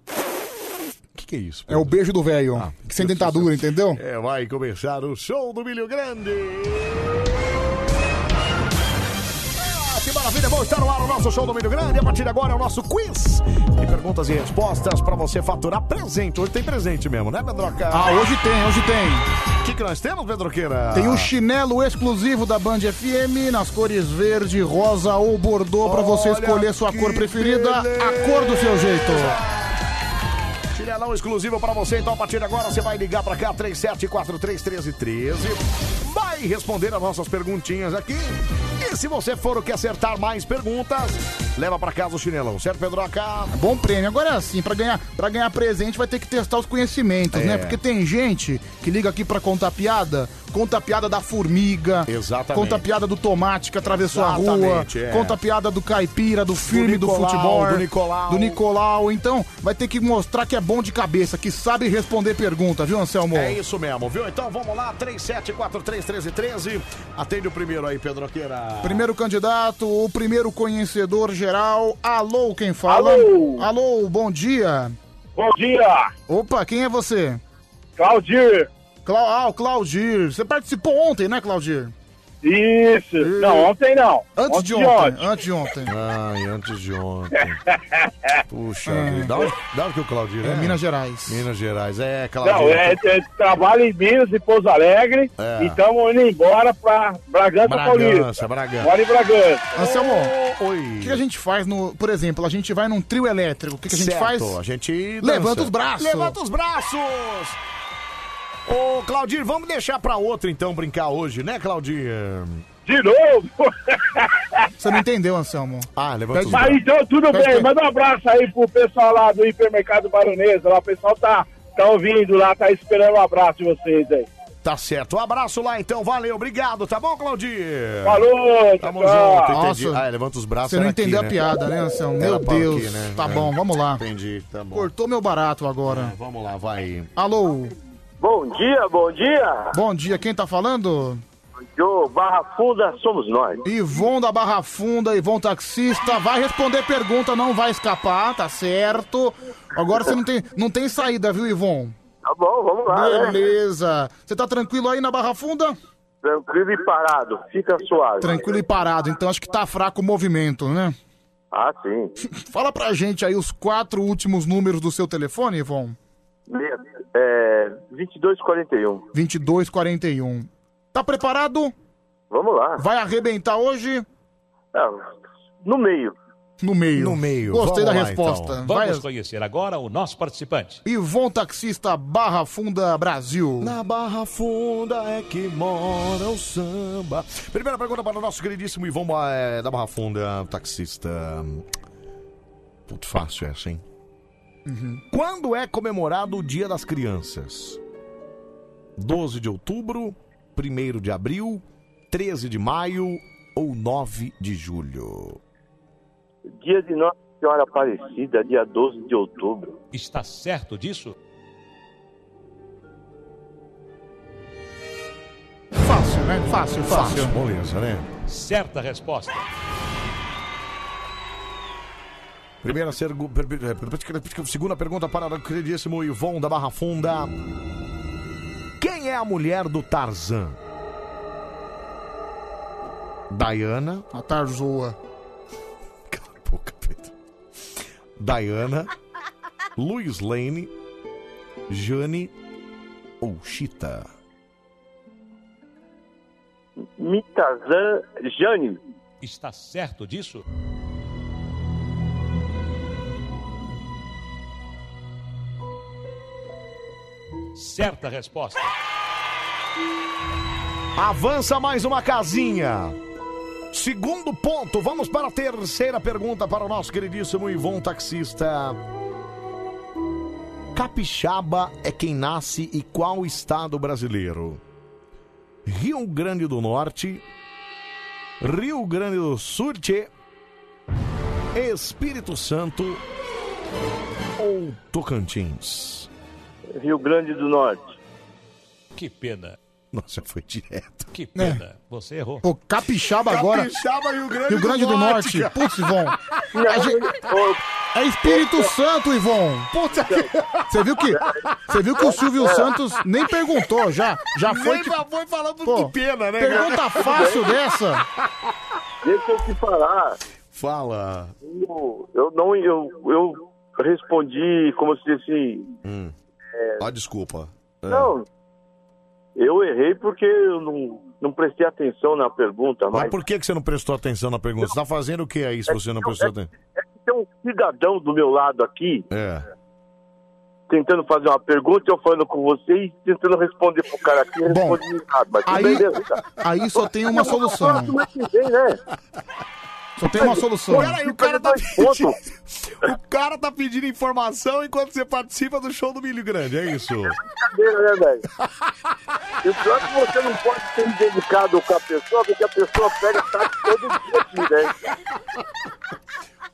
O que, que é isso? Ah, É o beijo do velho, que sem dentadura, entendeu? É, vai começar o show do Milho Grande. Ah, que maravilha, bom estar no ar o nosso show do Milho Grande. A partir de agora é o nosso quiz de perguntas e respostas para você faturar presente. Hoje tem presente mesmo, né, Pedroca? Ah, hoje tem, hoje tem. O que, que nós temos, Pedroqueira? Tem o chinelo exclusivo da Band FM nas cores verde, rosa ou bordô pra você escolher sua cor preferida, a cor do seu jeito. Chinelão exclusivo para você, então a partir de agora você vai ligar para cá, 37431313. Vai responder as nossas perguntinhas aqui. E se você for o que acertar mais perguntas, leva para casa o chinelão, certo, Pedroca? Bom prêmio. Agora é assim, pra ganhar, pra ganhar presente vai ter que testar os conhecimentos, É. né? Porque tem gente que liga aqui pra contar piada, conta a piada da formiga. Exatamente. Conta a piada do tomate que atravessou Exatamente, a rua. é. Conta a piada do caipira, do firme, do, Nicolau, futebol. do Nicolau. Do Nicolau. Então, vai ter que mostrar que é bom de cabeça, que sabe responder pergunta, viu, Anselmo? É isso mesmo, viu? Então vamos lá, 37431313. Atende o primeiro aí, Pedro Queira. Primeiro candidato, o primeiro conhecedor geral. Alô, quem fala? Alô. Alô, bom dia. Bom dia. Opa, quem é você? Claudir. Clau... Ah, o Claudir. Você participou ontem, né, Claudir? Isso. Não, ontem não. Antes Ontem de e ontem. ontem. Antes de ontem. Ai, antes de ontem. Puxa, vida. dá onde, da onde que o Claudir é? É, Minas Gerais. Minas Gerais, é, Claudir. Não, é, é, trabalho em Minas e Pouso Alegre É. e estamos indo embora para Bragança, Bragança, Paulista. Bragança. Moro em Bragança. Anselmo, o que a gente faz no. Por exemplo, a gente vai num trio elétrico. O que, que a gente Certo, faz? a gente dança. Levanta os braços. Levanta os braços! Ô, Claudir, vamos deixar pra outro então brincar hoje, né, Claudir? De novo? Você não entendeu, Anselmo. Ah, levanta Mas os Mas braços. então tudo Pede bem, pra- manda um abraço aí pro pessoal lá do hipermercado Baronesa, lá o pessoal tá, tá ouvindo lá, tá esperando um abraço de vocês aí. Tá certo. Um abraço lá então, valeu, obrigado, tá bom, Claudir? Falou, Tamo tchau. junto, entendi. Nossa. Ah, levanta os braços. Você não era aqui, entendeu né? a piada, né, Anselmo? Era Meu pra aqui, Deus. né? Tá É. bom, vamos lá. Entendi, tá bom. Cortou meu barato agora. É, Vamos lá, vai. Alô, Bom dia, bom dia. bom dia, quem tá falando? Jô, Barra Funda somos nós. Ivon da Barra Funda, Ivon Taxista, vai responder pergunta, não vai escapar, tá certo. Agora você não tem, não tem saída, viu, Ivon? Tá bom, vamos Beleza. Você tá tranquilo aí na Barra Funda? Tranquilo e parado, fica suave. Tranquilo e parado, então acho que tá fraco o movimento, né? Ah, sim. Fala pra gente aí os quatro últimos números do seu telefone, Ivon. É, 22,41. 2241. Tá preparado? Vamos lá. É, Vai arrebentar hoje? no meio. No meio. No meio. Gostei da Vamos lá, resposta. então. Vai, Vamos conhecer agora o nosso participante. Ivon Taxista Barra Funda Brasil. Na Barra Funda é que mora o samba. Primeira pergunta para o nosso queridíssimo Ivon eh, da Barra Funda, taxista. Muito fácil essa, hein? Quando é comemorado o Dia das Crianças? 12 de outubro, 1 de abril, 13 de maio ou 9 de julho? Dia de Nossa Senhora Aparecida, dia 12 de outubro. Está certo disso? Fácil, né? Fácil, fácil. beleza, né? Certa resposta. Primeira sergu- per- per- per- per- segunda pergunta para o queridíssimo Ivon da Barra Funda. Quem é a mulher do Tarzan? Diana. A Tarzoa. Cala a boca, Pedro. Diana. Luiz Lane. Jane ou Chita? Mitazan Jane. Está certo disso? Certa resposta. Avança mais uma casinha. Segundo ponto, vamos para a terceira pergunta para o nosso queridíssimo Ivon Taxista. Capixaba é quem nasce e qual estado brasileiro? Rio Grande do Norte, Rio Grande do Surte, Espírito Santo ou Tocantins? Rio Grande do Norte. Que pena. Nossa, foi direto. Que pena. Você errou. Pô, capixaba agora. Capixaba, Rio Grande Rio Grande do Norte. cara. Putz, Ivon. A gente- É Espírito Santo, Ivon. Puta que... Você viu que, você viu que o Silvio É. Santos nem perguntou, já, já foi Nem que... pra- foi falando Pô, que pena, né? pergunta cara? fácil dessa. Deixa eu te falar. Fala. Eu, eu não. Eu, eu respondi como se disse assim. Hum. Ó, desculpa. É. Não. Eu errei porque eu não, não prestei atenção na pergunta, Mas mas por que, que você não prestou atenção na pergunta? Você tá fazendo o que aí se você não é- prestou atenção? tem um cidadão do meu lado aqui É. tentando fazer uma pergunta, eu falando com você e tentando responder pro cara aqui, respondi errado, mas tudo aí- bem, beleza. Aí só tem uma solução. Mas tudo bem, né? Só tem uma solução. Peraí, o cara tá pedindo. O cara tá pedindo informação enquanto você participa do show do Milho Grande, é isso? Brincadeira, né, velho? E o pior é que você não pode ser dedicado com a pessoa, porque a pessoa pega saco todo dia aqui, é né?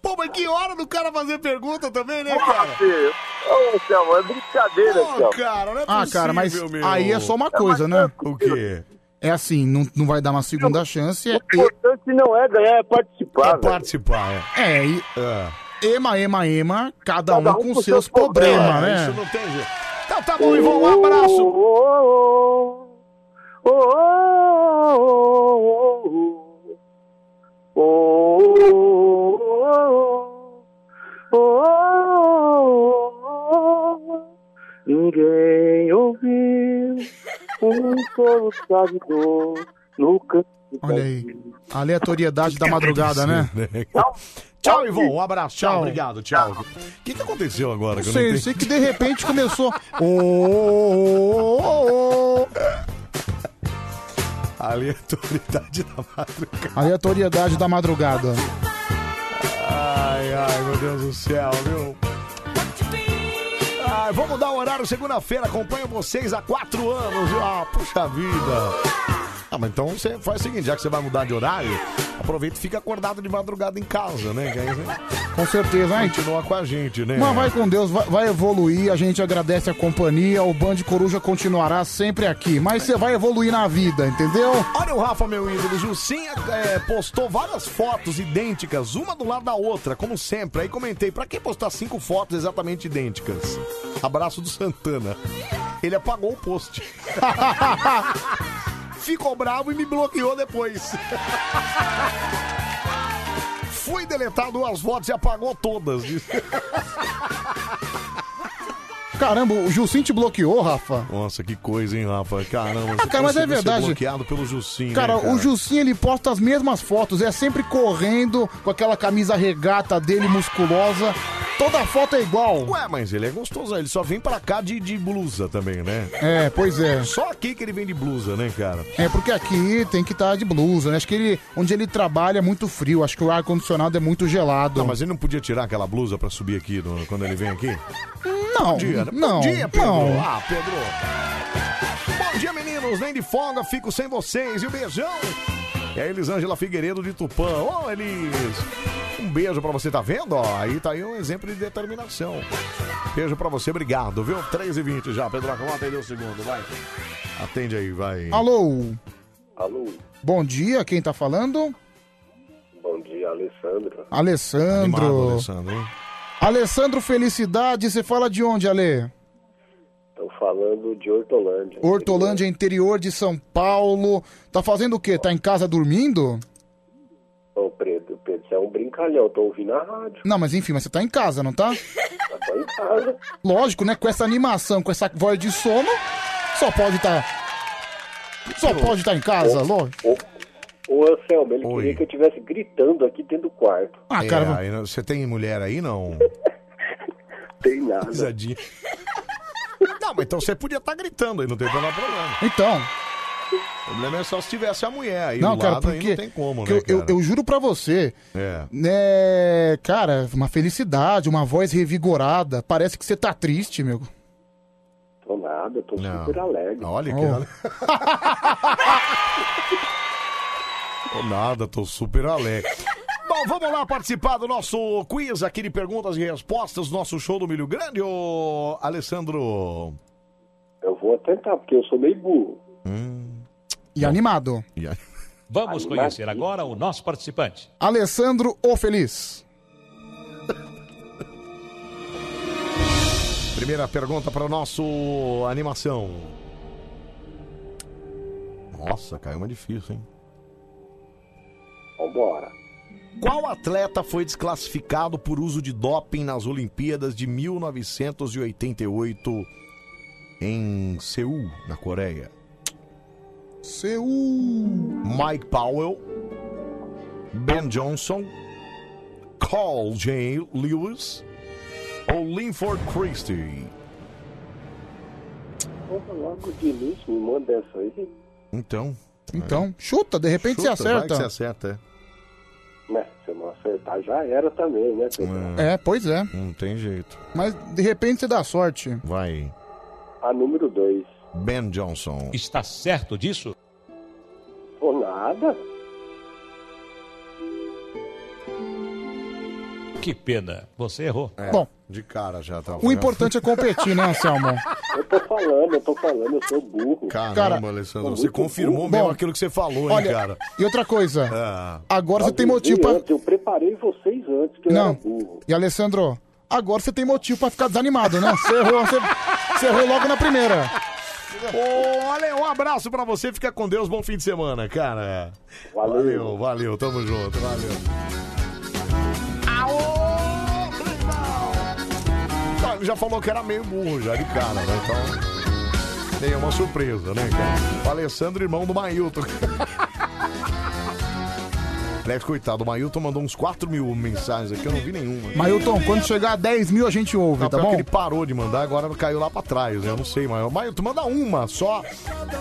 Pô, mas que hora do cara fazer pergunta também, né, Porra, cara? filho. Ô, Selma, é brincadeira, Pô, Selma. cara, não é Ah, cara, mas possível, meu. aí é só uma coisa, né? O quê? É assim, não, não vai dar uma segunda chance. É, O importante não é ganhar, é participar. velho. participar, é. é e, ema, ema, ema, cada, um com seus problemas, É, né? Isso não tem jeito. Então tá bom, Ivan, um abraço. Ninguém ouviu um solo sabidor no canto. Olha aí. A aleatoriedade da madrugada, né? Tchau, Ivon. Um abraço. Tchau. Tchau. Obrigado. Tchau. O que, que aconteceu agora? Não que eu sei, entendi? sei que de repente começou. Ô, ô, ô, ô. Aleatoriedade da madrugada. Aleatoriedade da madrugada. Ai, ai, meu Deus do céu, viu? Ai, vamos dar o horário segunda-feira. Acompanho vocês há quatro anos. viu? Ah, puxa vida. Ah, mas então você faz o seguinte, já que você vai mudar de horário, aproveita e fica acordado de madrugada em casa, né? Que aí você Com certeza, hein? continua com a gente, né? Mas vai com Deus, vai, vai evoluir. A gente agradece a companhia. O Band Coruja continuará sempre aqui. Mas você vai evoluir na vida, entendeu? Olha o Rafa, meu ídolo. Jucinha é, postou várias fotos idênticas, uma do lado da outra, como sempre. Aí comentei, pra que postar cinco fotos exatamente idênticas? Abraço do Santana. Ele apagou o post. Ficou bravo e me bloqueou depois. Fui deletar duas fotos e apagou todas. Caramba, o Gilcim te bloqueou, Rafa. Nossa, que coisa, hein, Rafa? Caramba, Ah, cara, mas é conseguiu ser verdade. bloqueado pelo Jucinho, né, Cara, o Jucinho ele posta as mesmas fotos, é sempre correndo com aquela camisa regata dele musculosa. Toda foto é igual. Ué, mas ele é gostoso, ele só vem pra cá de, de blusa também, né? É, pois é. Só aqui que ele vem de blusa, né, cara? É porque aqui tem que estar de blusa, né? Acho que ele, onde ele trabalha é muito frio, acho que o ar condicionado é muito gelado. Não, mas ele não podia tirar aquela blusa pra subir aqui no- quando ele vem aqui? Não, podia, né? não, Podia, Pedro. não. Ah, Pedro. Bom dia, meninos. Nem de folga, fico sem vocês. E um beijão. É a Elisângela Figueiredo de Tupã. Ô, Elis. Um beijo pra você, tá vendo? Ó, aí tá aí um exemplo de determinação. Beijo pra você, obrigado, viu? 3 e 20 já, Pedro. Vamos atender o segundo, vai. Atende aí, vai. Alô, Alô, bom dia, quem tá falando? bom dia, Alessandro. Alessandro. Animado, Alessandro, hein? Alessandro Felicidade, você fala de onde, Ale? Estou falando de Hortolândia. Hortolândia, interior de São Paulo. Tá fazendo o quê? Tá em casa dormindo? Ô, Pedro, Pedro, você é um brincalhão, tô ouvindo a rádio, Não, mas enfim, mas você tá em casa, não tá? mas tô em casa. Lógico, né? Com essa animação, com essa voz de sono, só pode estar. Só pode estar em casa, lógico. Ô, Anselmo, ele queria que eu estivesse gritando aqui dentro do quarto. Ah, É, cara, aí não- você tem mulher aí, não? Tem nada. Pisadinha. Não, mas então você podia estar gritando aí, não tem problema. problema. Então. O problema é só se tivesse a mulher aí Não, do cara, lado, aí porque. não tem como, que né, eu, eu- cara? eu juro pra você. É. Né, cara, uma felicidade, uma voz revigorada. Parece que você tá triste, meu. Tô nada, tô super alegre. Olha que... Oh. Tô nada, tô super alegre. Bom, vamos lá participar do nosso quiz aqui de perguntas e respostas, nosso show do Milho Grande, ô Alessandro. Eu vou tentar, porque eu sou meio burro. E animado. Vamos conhecer agora o nosso participante. Alessandro O Feliz. Primeira pergunta para o nosso animação. Nossa, caiu uma difícil, hein? Vambora. Qual atleta foi desclassificado por uso de doping nas Olimpíadas de 1988 em Seul, na Coreia? Seul. Mike Powell, Ben Johnson, Carl J. Lewis ou Linford Christie? Porra, logo de início, me manda essa aí. Então. Então, chuta, de repente Chuta, você vai que acerta. você acerta, é. Mas Né? você acertar já era também, né, Pedrão? É, pois é. Não tem jeito. Mas de repente você dá sorte. Vai. A número 2. Ben Johnson. Está certo disso? Por nada. Que pena. Você errou. Bom. É, De cara já tá. O importante é competir, né, Anselmo? Eu tô falando, eu tô falando, eu sou burro. Caramba, Cara, Alessandro, Bom, você muito confirmou bom. mesmo aquilo que você falou, hein, Olha, cara? e outra coisa. Ah. Agora você tem Avisei motivo pra. antes, Eu preparei vocês antes, que eu era Não. burro. E Alessandro, agora você tem motivo pra ficar desanimado, né? Você errou, você, você errou logo na primeira. Ô, Ale, um abraço pra você, fica com Deus, bom fim de semana, cara. Valeu, valeu, tamo junto, valeu. Ah, Ele já falou que era meio burro já de cara, né? Então. Tem uma surpresa, né, cara? O Alessandro, irmão do Mailton. Aliás, coitado, o Mailton mandou uns 4 mil mensagens aqui, eu não vi nenhuma. Mailton, quando chegar a 10 mil a gente ouve, Não, tá pior que bom? ele parou de mandar, agora caiu lá pra trás, né? Eu não sei, Maio. Maio, tu manda uma só.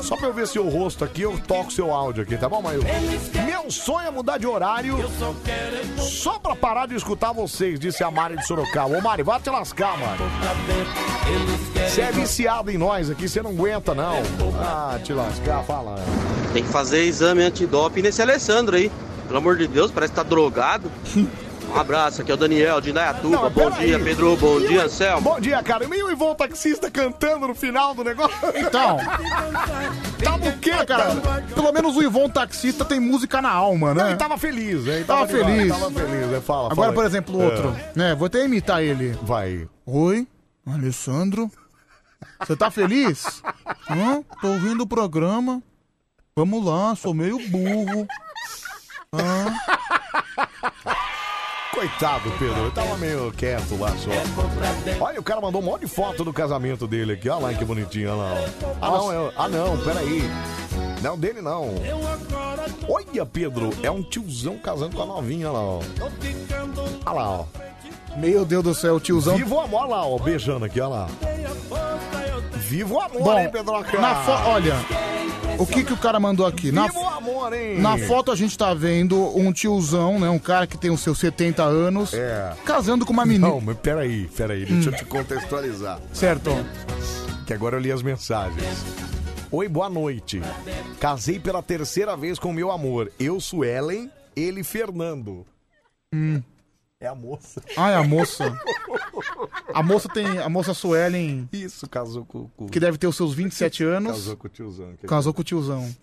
Só pra eu ver seu rosto aqui, eu toco seu áudio aqui, tá bom, Maio? Meu sonho é mudar de horário só pra parar de escutar vocês, disse a Mari de Sorocaba. Ô, Mari, vai te lascar, mano. Você é viciado em nós aqui, você não aguenta, não. Ah, te lascar, fala. Tem que fazer exame antidoping nesse Alessandro aí. Pelo amor de Deus, parece que tá drogado. Um abraço, aqui é o Daniel de Indaiatuba. Não, bom peraí. dia, Pedro. Bom dia, Anselmo. Bom dia, cara. E meio Ivan Taxista cantando no final do negócio. Então. tá o quê, cara? Pelo menos o Ivon Taxista tem música na alma, né? Ele tava feliz, né? Ele Tava feliz. Tava feliz, né? Fala, fala Agora, aí. É. por exemplo, o outro, né? Vou até imitar ele. Vai. Oi, Alessandro. Você tá feliz? Hã? Tô ouvindo o programa. Vamos lá, sou meio burro. Hã? Coitado, Pedro. Eu tava meio quieto lá só. Olha, o cara mandou um monte de foto do casamento dele aqui. Olha lá que bonitinho, olha lá. ó. Ah, não, é, ah, não, peraí. Não, dele não. Olha, Pedro, é um tiozão casando com a novinha olha lá, ó. Olha lá, ó. Meu Deus do céu, tiozão. Vivo o amor olha lá, ó, beijando aqui, olha lá. Vivo o amor, Bom, hein, Pedroca? na fo- olha, o que que o cara mandou aqui? Na, Vivo o amor, hein? na foto a gente tá vendo um tiozão, né? Um cara que tem os seus 70 anos. É. Casando com uma menina. Hum. Não, mas peraí, peraí, deixa eu te contextualizar. Certo. Que agora eu li as mensagens. Oi, boa noite. Casei pela terceira vez com meu amor. Eu sou Ellen, ele Fernando. Hum. É a moça. Ah, é a moça. A moça tem. A moça Suelen. Isso, casou com. com... Que deve ter os seus 27 anos. Casou com o tiozão. Que- Casou com o tiozão.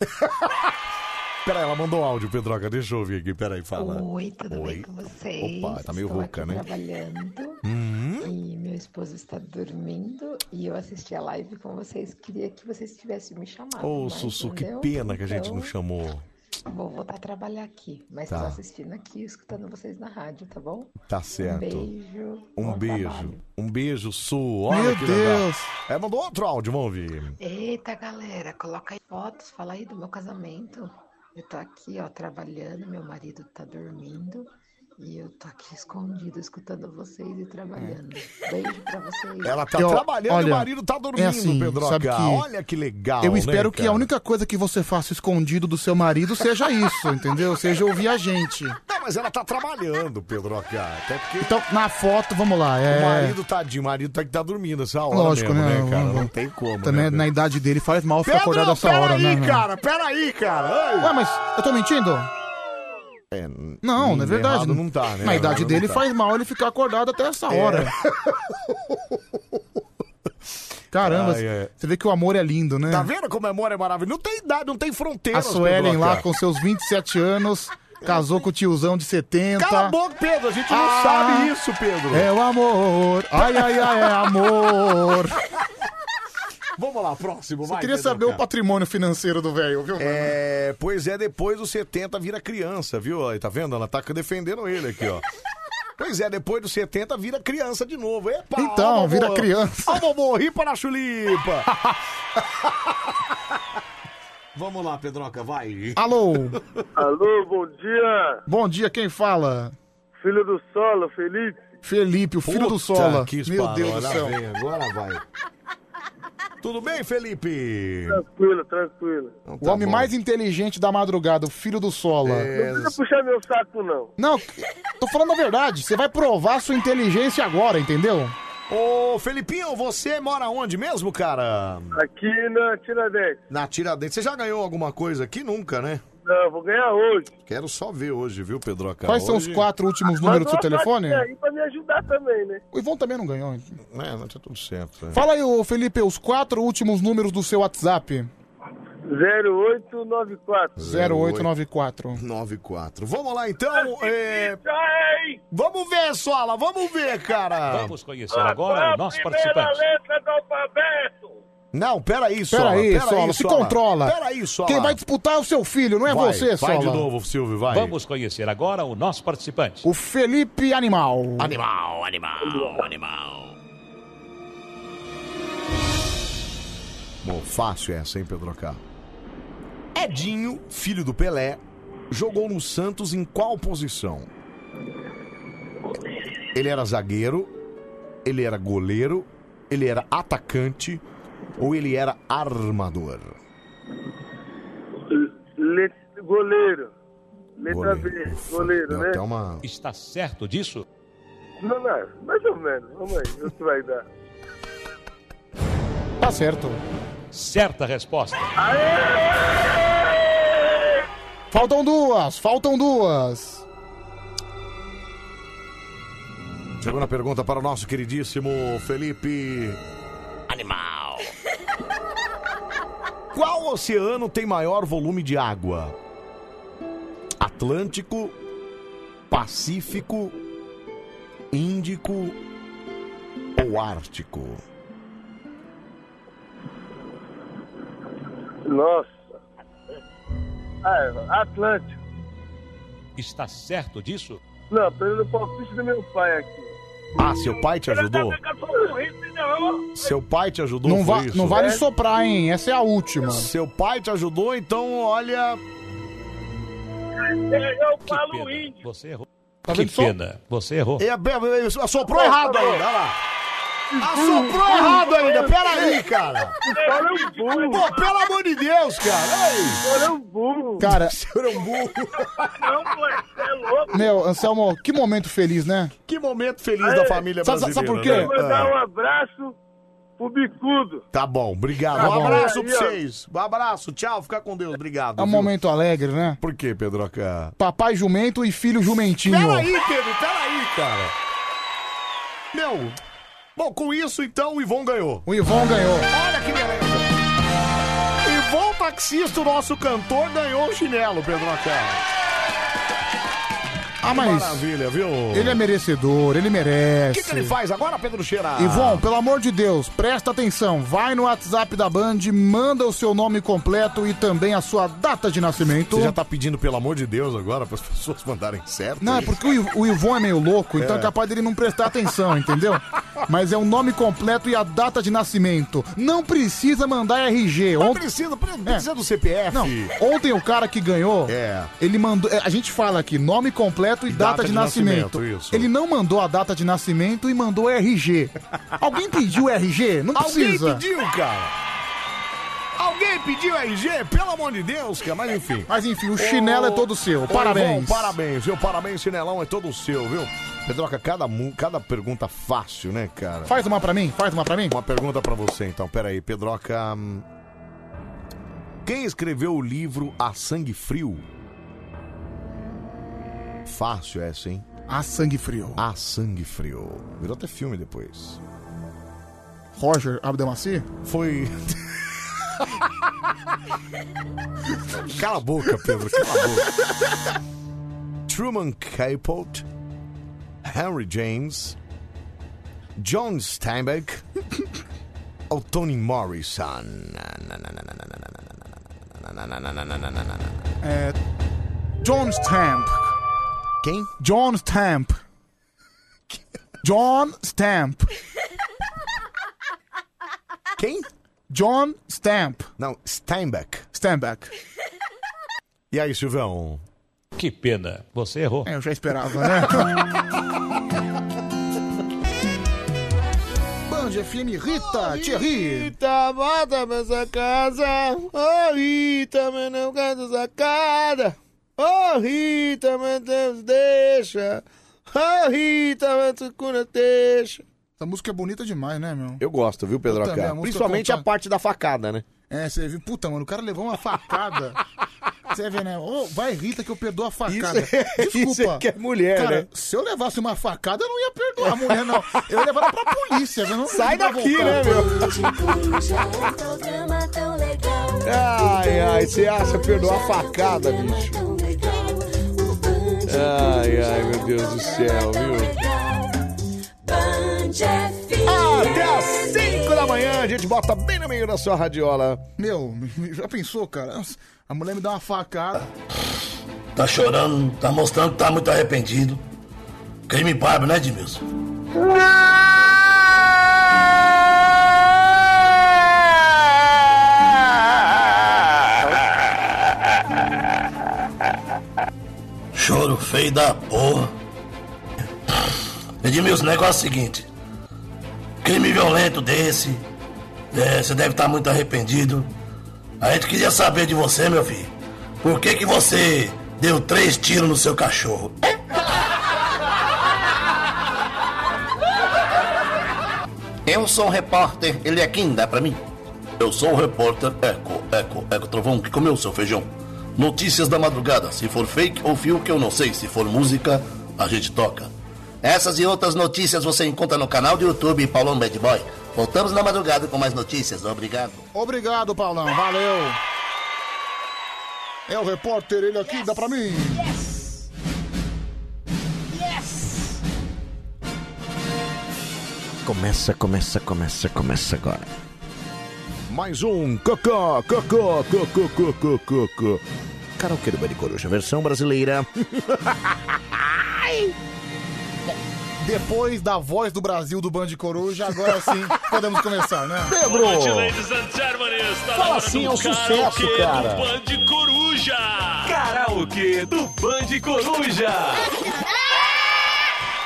Peraí, ela mandou um áudio, Pedroca. Deixa eu ouvir aqui. Peraí, fala. Oi, tudo Oi. bem com vocês? Opa, tá meio Estou rouca, aqui né? Uhum. trabalhando e meu esposo está dormindo e eu assisti a live com vocês. Queria que vocês tivessem me chamado. Ô, mas Sussu, não que deu, pena que a gente então não chamou. Vou voltar a trabalhar aqui, mas Tá. estou assistindo aqui e escutando vocês na rádio, tá bom? Tá certo. Um beijo. Um bom beijo. trabalho. Um beijo, Su. Olha Meu que Deus. legal. É, mandou outro áudio, vamos ouvir. Eita, galera, coloca aí fotos, fala aí do meu casamento. Eu tô aqui, ó, trabalhando, meu marido tá dormindo e eu tô aqui escondido, escutando vocês e trabalhando. Beijo pra vocês. Ela tá Eu- trabalhando e olha, o marido tá dormindo, é assim, Pedroca. sabe que- Olha que legal. Eu espero né, que a cara? única coisa que você faça escondido do seu marido seja isso, entendeu? Seja ouvir a gente. Não, mas ela tá trabalhando, Pedro Acá. Até porque Então, na foto, vamos lá. É... o marido, tadinho, o marido tá que tá dormindo essa hora Lógico, mesmo, né? né, cara? Vamos- Não tem como, Também né? na idade dele faz mal ficar Pedro, acordado essa pera hora, aí, né? velho? cara, peraí, cara. Ei. Ué, mas eu tô mentindo? É, Não, não é errado verdade. Não tá, né? Na idade Errado dele não tá. faz mal ele ficar acordado até essa É. hora. Caramba, Ai, ai. você vê que o amor é lindo, né? Tá vendo como é amor é maravilhoso? Não tem idade, não tem fronteira. A Suelen lá com Cala seus 27 anos, casou com o tiozão de 70. a boca, Pedro, a gente não Ah. sabe isso, Pedro. É o amor. Ai, ai, ai, é amor. Vamos lá, próximo, Só vai. queria Pedro saber o Acá. patrimônio financeiro do velho, viu? É, pois é, depois dos 70 vira criança, viu? Aí, tá vendo? Ela tá defendendo ele aqui, ó. Pois é, depois dos 70 vira criança de novo. Epa, Então, vira criança. Ó, vovô, ripa na chulipa. Vamos lá, Pedroca, vai. Alô? Alô, bom dia. Bom dia, quem fala? Filho do Solo, Felipe. Felipe, o filho Puta do Sola. que Meu Deus do esparola, céu. vem, agora vai. Tudo bem, Felipe? Tranquilo, tranquilo. Então Tá o tá homem mais inteligente da madrugada, o filho do Sola. É. Não precisa puxar meu saco, não. Não, tô falando a verdade. Você vai provar sua inteligência agora, entendeu? Ô, Felipinho, você mora onde mesmo, cara? Aqui na Tiradentes. Na Tiradentes. Você já ganhou alguma coisa aqui? Nunca, né? Não, vou ganhar hoje. Ah, Quero só ver hoje, viu, Pedroca? Quais são os Hoje- quatro últimos números do seu Manda uma telefone? fotinha aí pra me ajudar também, né? O Ivon também não ganhou. É, não tá tudo certo. é. Fala aí, ô Felipe, os quatro últimos números do seu WhatsApp. 0894. 0894. 94. Vamos lá então. é, Vamos ver, Sola, vamos ver, cara. Vamos conhecer agora o nosso participante. letra do alfabeto. Não, peraí, Sola. Peraí, peraí, Sola, se controla. Peraí, Sola. Quem vai disputar é o seu filho, não é Vai, você, Sola. vai de novo, Silvio, vai. Vamos conhecer agora o nosso participante. O Felipe Animal. Animal, animal, animal. Bom, fácil essa, hein, Pedro K. Edinho, filho do Pelé, jogou no Santos em qual posição? Ele era zagueiro, ele era goleiro, ele era atacante ou ele era armador? Le- Goleiro. Letra B, goleiro, né? um Está certo disso? Não, não, mais ou menos. Vamos aí, vê o que vai dar. Tá certo. Certa resposta. Faltam duas, faltam duas. Segunda pergunta para o nosso queridíssimo Felipe. Animal. Qual oceano tem maior volume de água? Atlântico, Pacífico, Índico ou Ártico? Nossa. Ah, Atlântico. Está certo disso? Não, pelo palpite do meu pai aqui. Ah, seu pai te ajudou? Seu pai te ajudou? Não, foi va- isso? É? não vale soprar, hein? Essa é a última. Seu pai te ajudou, então olha. É, Eu falo índio. Você errou. Tá que vendo só? pena. Você errou. É, be- be- assoprou errado ainda, olha lá. Assoprou Hum. errado ainda, peraí, cara. um Pô, pelo amor de Deus, cara. Ei. Cara, Senhor é um burro. meu, Anselmo, que momento feliz, né? Que momento feliz da família Sabe- brasileira. sabe por quê? né? Mandar É. um Ah, abraço pro Bicudo. Tá bom, obrigado. Tá um bom. abraço Aí, pra ó. vocês. Um abraço, tchau, fica com Deus, obrigado. É um viu? momento alegre, né? Por quê, Pedroca? Papai jumento e filho jumentinho. Peraí, Pedro, peraí, cara. Meu, bom, com isso então o Ivon ganhou. O Ivon ganhou. Olha que beleza. Ivon Taxista, o nosso cantor, ganhou o chinelo, Pedro Acá. Ah, mas Maravilha, viu? ele é merecedor, ele O merece. que, que ele faz agora, Pedro Cheira? Ivon, pelo amor de Deus, presta atenção. Vai no WhatsApp da Band, manda o seu nome completo e também a sua data de nascimento. Você já tá pedindo pelo amor de Deus agora para as pessoas mandarem certo? Não, é porque o, Iv- o Ivon é meio louco, então É. é capaz dele não prestar atenção, entendeu? Mas é o nome completo e a data de nascimento. Não precisa mandar RG. Não precisa, precisa do CPF. É. Não, ontem o cara que ganhou, É. ele mandou. é, A gente fala aqui, nome completo e, data, de, nascimento. isso. Ele não mandou a data de nascimento e mandou RG. Alguém pediu RG? Não precisa. Alguém pediu, cara. Alguém pediu RG? Pelo amor de Deus, cara. Mas enfim. Mas enfim, o chinelo é todo seu. Parabéns. Ivon, parabéns, viu? Parabéns, chinelão é todo seu, viu? Pedroca, cada, mu- cada pergunta fácil, né, cara? Faz uma pra mim, faz uma pra mim. Uma pergunta pra você, então. Pera aí, Pedroca. hum, Quem escreveu o livro A Sangue Frio? Fácil essa, hein? A Sangue Frio. A Sangue Frio. Virou até filme depois. Roger Abdelmaci? Foi. Cala a boca, Pedro, cala a boca. Truman Capote, Henry James, John Steinbeck ou Tony Morrison? É. John Stamp. Quem? John Stamp. John Stamp. Quem? John Stamp. Não, Steinbeck. Steinbeck. E aí, Silvão? Que pena. Você errou. É, eu já esperava, né? Band Tarde FM, Rita Thierry. Rita, volta pra essa casa. Ô Rita, meu não canto sacada. Ô Rita, meu Deus, deixa. Ah, Ô Rita, meu tucuna, deixa. Essa música é bonita demais, né, meu? Eu gosto, viu, Pedro Puta, minha Acá? música Principalmente conta- a parte da facada, né? É, você viu? Puta, mano, o cara levou uma facada. Você vê, né? Ô, vai, Rita, que eu perdoo a facada. Isso é- Desculpa. isso é que é mulher, cara, né? se eu levasse uma facada, eu não ia perdoar a mulher, não. Eu ia levar ela pra polícia. viu? Não, Sai não ia daqui, voltar. né, meu? Ai, ai, você acha perdoar a facada, bicho? Ai, ai, meu Deus do céu, viu? Até às 5 da manhã, a gente bota bem no meio da sua radiola. Meu, já pensou, cara? A mulher me dá uma facada. Tá chorando, tá mostrando que tá muito arrependido. Crime bárbaro, né, Edmilson? Choro feio da porra. Edmilson, o negócio é o seguinte. Crime violento desse. é, você deve estar muito arrependido. A gente queria saber de você, meu filho. Por que que você deu três tiros no seu cachorro? Eu sou um repórter, ele é quem dá pra mim? Eu sou o repórter Eco, Eco, Eco Trovão que comeu seu feijão. Notícias da madrugada, se for fake ou fio que eu não sei, se for música, a gente toca. Essas e outras notícias você encontra no canal do YouTube Paulão Bad Boy. Voltamos na madrugada com mais notícias, obrigado. Obrigado, Paulão. Valeu. É o repórter, ele aqui, dá pra mim. Começa, começa, começa, começa agora. Mais um Cocô, Cocô, Cocô, Cocô, Cocô. Karaokê do Bande Coruja, versão brasileira. Depois da voz do Brasil do Band Coruja, agora sim podemos começar, né? Pedro! Boa noite, ladies and gentlemen. Está Fala na hora assim, do é um sucesso, karaokê cara. do Band Coruja. Karaokê do Band Coruja.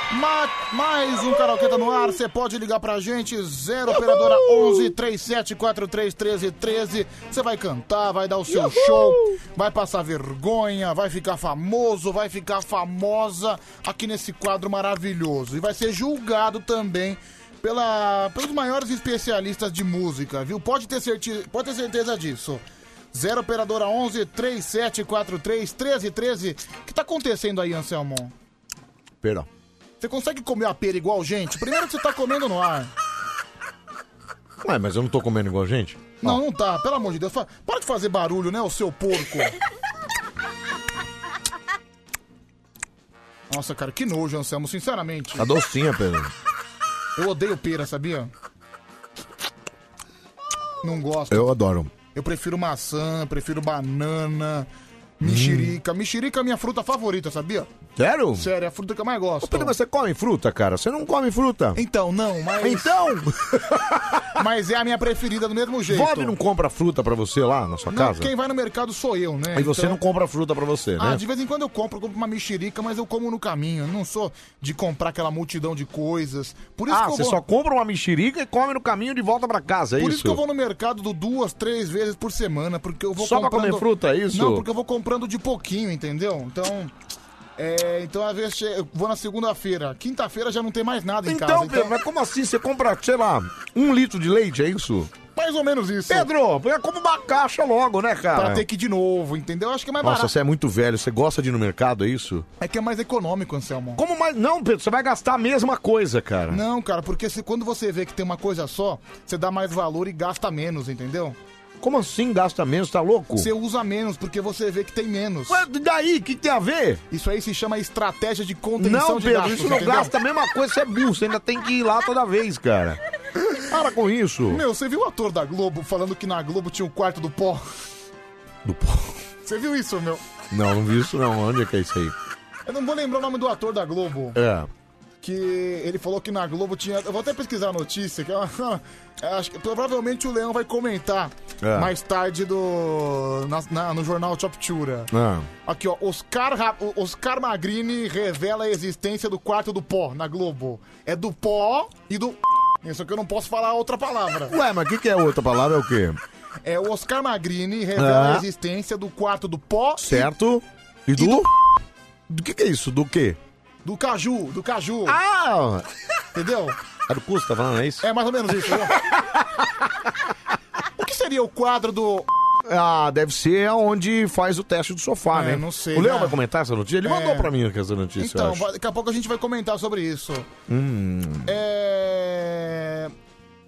Ma- mais um Karaokê tá no ar, você pode ligar pra gente, 0 operadora 11 37 43 13 13. Você vai cantar, vai dar o seu show, vai passar vergonha, vai ficar famoso, vai ficar famosa aqui nesse quadro maravilhoso. E vai ser julgado também pela, pelos maiores especialistas de música, viu? Pode ter, certi pode ter certeza disso. 0 operadora 11 37 43 13 13. O que tá acontecendo aí, Anselmo? Perdão. Você consegue comer a pera igual gente? Primeiro que você tá comendo no ar. Ué, mas eu não tô comendo igual gente? Não, não tá, pelo amor de Deus. Fa- Para de fazer barulho, né, o seu porco. Nossa, cara, que nojo, Anselmo, sinceramente. Tá docinha, Pedro. Eu odeio pera, sabia? Não gosto. Eu adoro. Eu prefiro maçã, prefiro banana, mexerica. Mexerica é a minha fruta favorita, sabia? Sério? Sério, é a fruta que eu mais Ô, gosto. Pedro, mas você come fruta, cara? Você não come fruta? Então, não, mas. Então! mas é a minha preferida do mesmo jeito. Vod não compra fruta pra você lá na sua Não, casa? quem vai no mercado sou eu, né? Aí você Então- não compra fruta pra você, né? Ah, de vez em quando eu compro, eu compro uma mexerica, mas eu como no caminho. Eu não sou de comprar aquela multidão de coisas. Por isso ah, que eu você vou... só compra uma mexerica e come no caminho de volta pra casa, é Por isso? isso que eu vou no mercado do duas, três vezes por semana, porque eu vou Só pra comprando... comer fruta, é isso? Não, porque eu vou comprando de pouquinho, entendeu? Então... É, então às vezes che- eu vou na segunda-feira. Quinta-feira já não tem mais nada em Então, casa. Pedro, mas como assim? Você compra, sei lá, um litro de leite, é isso? Mais ou menos isso. Pedro, é como uma caixa logo, né, cara? Pra ter que ir de novo, entendeu? Acho que é mais Nossa, barato. você é muito velho, você gosta de ir no mercado, é isso? É que é mais econômico, Anselmo. Como mais. Não, Pedro, você vai gastar a mesma coisa, cara. Não, cara, porque se, quando você vê que tem uma coisa só, você dá mais valor e gasta menos, entendeu? Como assim gasta menos? Tá louco? Você usa menos porque você vê que tem menos. Ué, daí? O que tem a ver? Isso aí se chama estratégia de contenção Não, de Pedro, gastos, isso não entendeu? gasta a mesma coisa, você é burro, você ainda tem que ir lá toda vez, cara. Para com isso. Meu, você viu o ator da Globo falando que na Globo tinha o quarto do pó? Do pó. Você viu isso, meu? Não, não vi isso não. Onde é que é isso aí? Eu não vou lembrar o nome do ator da Globo. É. Que ele falou que na Globo tinha. Eu vou até pesquisar a notícia, que é uma- acho que provavelmente o Leão vai comentar É. mais tarde do. na- na- no jornal Choptura. Ah. Aqui, ó. Oscar, Ra- o- Oscar Magrini revela a existência do quarto do pó na Globo. É do pó e do. Isso que eu não posso falar outra palavra. Ué, mas o que, que é outra palavra? É o quê? É o Oscar Magrini revela Ah. a existência do quarto do pó, Certo? E do. Do que, que é isso? Do quê? do caju, do caju. Ah! Entendeu? É do custo, tá falando, é isso? É mais ou menos isso. entendeu? o que seria o quadro do Ah, deve ser onde faz o teste do sofá, É, né? não sei, O Léo né? vai comentar essa notícia? Ele É. mandou pra mim essa notícia, eu Então, acho. va- daqui a pouco a gente vai comentar sobre isso. Hum. É...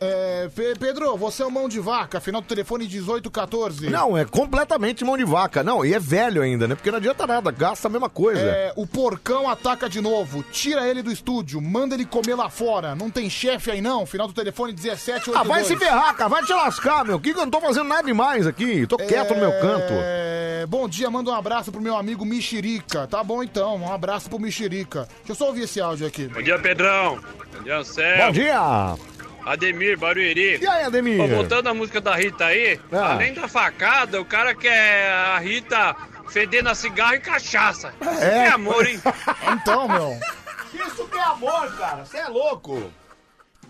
é, Pe- Pedro, você é um mão de vaca, final do telefone 1814. Não, é completamente mão de vaca. Não, e é velho ainda, né? Porque não adianta nada, gasta a mesma coisa. É, o porcão ataca de novo, tira ele do estúdio, manda ele comer lá fora. Não tem chefe aí não, final do telefone 1782. Ah, vai se ferrar, cara, vai te lascar, meu. Que que eu não tô fazendo nada demais aqui. Tô quieto no meu canto. É, Bom dia, manda um abraço pro meu amigo Mexerica. Tá bom então, um abraço pro Mexerica. Deixa eu só ouvir esse áudio aqui. Bom dia, Pedrão. Bom dia, Anselmo. Bom dia! Ademir, Barueri. E aí, Ademir? Ô, voltando à música da Rita aí, Ah. além da facada, o cara quer a Rita fedendo a cigarro e cachaça. É. Que amor, hein? Então, meu. Isso que é amor, cara. Você é louco.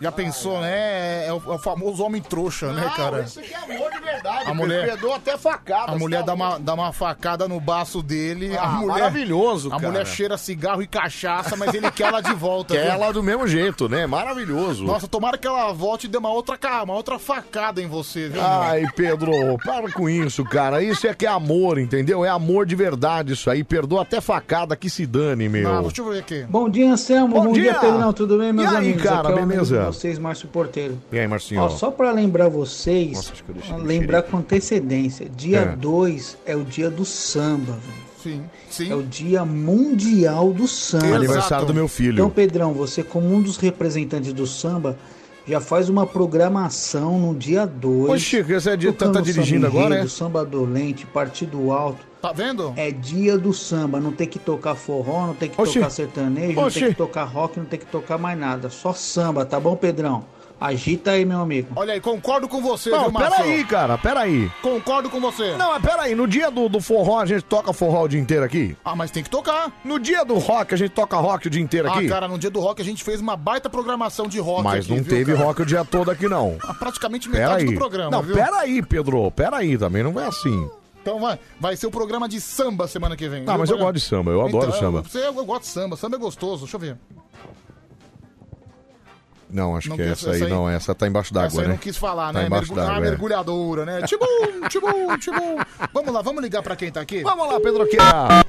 Já pensou, né? É o, é o famoso homem trouxa, né, cara? que é amor de verdade. A mulher- Perdoa até facada. A mulher dá uma, dá uma facada no baço dele. tá Ah, a mulher, maravilhoso, a cara. mulher cheira cigarro e cachaça, mas ele quer ela de volta. Quer viu? é ela do mesmo jeito, né? Maravilhoso. Nossa, tomara que ela volte e dê uma outra, ca- uma outra facada em você, viu? Ai, Pedro, para com isso, cara. Isso é que é amor, entendeu? É amor de verdade isso aí. Perdoa até facada que se dane, meu. Ah, deixa eu ver aqui. Bom dia, Anselmo. Bom, Bom dia, dia. Pedrão. Tudo bem, meus E aí, amigos? Aqui cara, é o amigo beleza? de vocês, Márcio Porteiro. E aí, Marcinho? Ó, só para lembrar vocês, deixei lembrar com antecedência, dia É. 2 é. o dia do samba, velho. Sim, sim. É o dia mundial do samba. É Aniversário do meu filho. Então, Pedrão, você como um dos representantes do samba, já faz uma programação no dia 2. Ô, Chico, esse é dia- tá- tá tocando dirigindo samba agora, enredo, é? Samba dolente, partido alto. Tá vendo? É dia do samba, não tem que tocar forró, não tem que Oxi. tocar sertanejo, Oxi. não tem que tocar rock, não tem que tocar mais nada. Só samba, tá bom, Pedrão? Agita aí, meu amigo. Olha aí, concordo com você, Não, viu, Márcio? peraí, cara, peraí. Concordo com você. Não, mas peraí, no dia do, do forró a gente toca forró o dia inteiro aqui? Ah, mas tem que tocar. No dia do rock a gente toca rock o dia inteiro aqui? Ah, cara, no dia do rock a gente fez uma baita programação de rock mas aqui, não viu, teve cara? rock o dia todo aqui, não. Ah, Praticamente metade Peraí. do programa, Não, viu? peraí, Pedro, peraí também, não é assim. Então vai, vai ser o programa de samba semana que vem. Então, Tá, mas eu gosto de samba, eu adoro samba. Eu, eu, eu gosto de samba, samba é gostoso, deixa eu ver. Não, acho Não, que é essa- essa, essa aí, aí- não, essa tá embaixo Essa d'água, aí né? não quis falar, Tá né? embaixo Mergulha- d'água, é. mergulhadora, né? Tibum, tibum, tibum. Vamos lá, vamos ligar pra quem tá aqui? Vamos lá, Pedro Queira.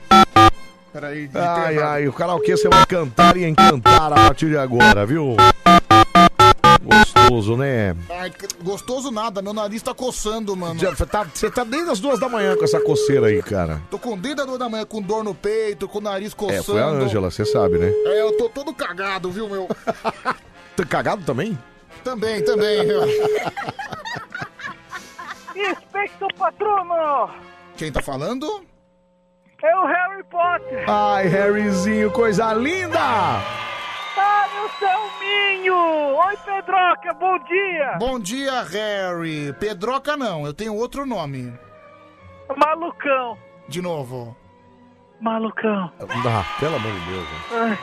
Peraí, digitei Ai, errado. ai, o karaokê você vai cantar e encantar a partir de agora, viu? Gostoso, né? Ai, que- gostoso nada, meu nariz tá coçando, mano. Já- Você tá, você tá desde as duas da manhã com essa coceira aí, cara. Tô com o dedo da dor da manhã, com dor no peito, com o nariz coçando. É, foi a Ângela, você sabe, né? É, eu tô todo cagado, viu, meu? Tá cagado também? também, também. viu? Respeito, patrono! Quem tá falando? É o Harry Potter! Ai, Harryzinho, coisa linda! Ah, meu Selminho! Oi, Pedroca, bom dia! Bom dia, Harry. Pedroca não, eu tenho outro nome. Malucão! De novo. Malucão! Ah, pelo amor de Deus. né? Ai,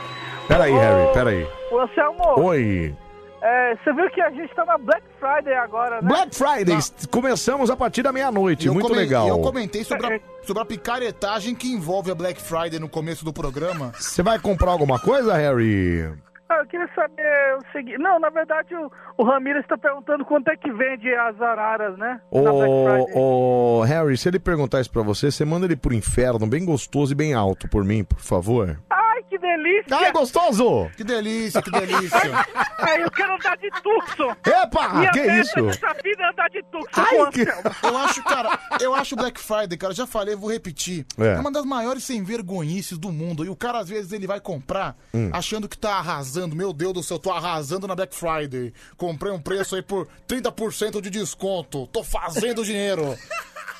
Peraí, Ô, Harry, peraí. Ô, Anselmo, Oi. é, você viu que a gente tá na Black Friday agora, né? Black Fridays, começamos a partir da meia-noite, Tá. Eu muito comen- legal. Eu comentei sobre É. a, sobre a picaretagem que envolve a Black Friday no começo do programa. Você vai comprar alguma coisa, Harry? Ah, eu queria saber o seguinte... Não, na verdade, o, o Ramiro está perguntando quanto é que vende as araras, né? Na Black Friday. Ô, ô, Harry, se ele perguntar isso pra você, você manda ele pro inferno, bem gostoso e bem alto por mim, por favor. Ai, que delícia! Ai, gostoso! Que delícia, que delícia. Ai, É, eu quero andar de tuxo! Epa, Minha que meta isso? nessa vida é andar de tuxo com o Ai, que- Anselmo. Eu acho, cara, eu acho Black Friday, cara, já falei, vou repetir. É. É. uma das maiores sem vergonhices do mundo. E o cara, às vezes, ele vai comprar Hum. achando que tá arrasando. Meu Deus do céu, tô arrasando na Black Friday. Comprei um preço aí por 30% de desconto. Tô fazendo dinheiro.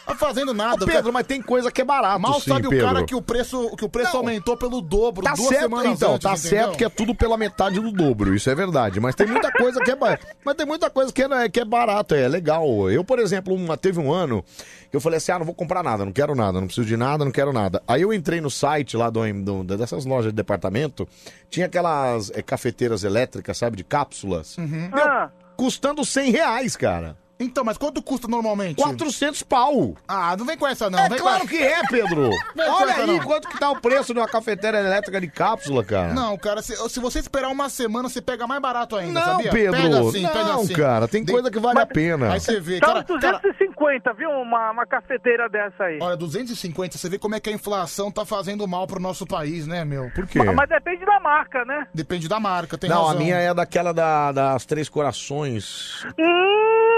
Tá fazendo nada. Pedro, mas tem coisa que é barato, Mal sim, sabe Pedro. o cara que o preço, que o preço aumentou pelo dobro Tá duas certo, semanas então, antes, tá entendeu? certo que é tudo pela metade do dobro, isso é verdade. Mas tem muita coisa que é ba- Mas tem muita coisa que é, que é barato, é legal. Eu, por exemplo, uma- teve um ano que eu falei assim: ah, não vou comprar nada, não quero nada, não preciso de nada, não quero nada. Aí eu entrei no site lá do, do- dessas lojas de departamento, tinha aquelas eh, cafeteiras elétricas, sabe, de cápsulas. Uhum. Meu, Custando 100 reais, cara. Então, mas quanto custa normalmente? 400 pau. Ah, não vem com essa não. É vem com claro essa. que é, Pedro. Vem com Olha essa, aí não. quanto que tá o preço de uma cafeteira elétrica de cápsula, cara. Não, cara, se, se você esperar uma semana, você pega mais barato ainda, Não, sabia? Pedro, Pega assim, não, pega assim. cara, tem De- coisa que vale a pena. Aí você vê, Tá cara, uns 250, viu? Uma, uma cafeteira dessa aí. Olha, 250, você vê como é que a inflação tá fazendo mal pro nosso país, né, meu? Por quê? Ma- mas depende da marca, né? Depende da marca, tem não, razão. a minha é daquela da- das Três Corações. Hum.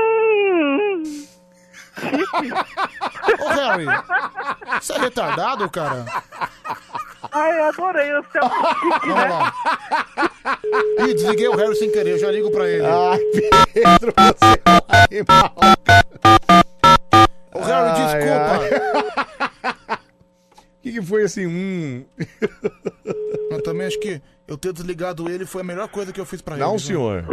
Ô, Harry, você é retardado, cara? Ai, adorei o seu pique, né? Ih, desliguei o Harry sem querer, eu já ligo pra ele. Ai, Pedro, você é um vai mal. Ô, Harry, desculpa. O que, que foi assim? Hum. um? Eu também acho que eu ter desligado ele foi a melhor coisa que eu fiz pra ele. Não, viu? senhor.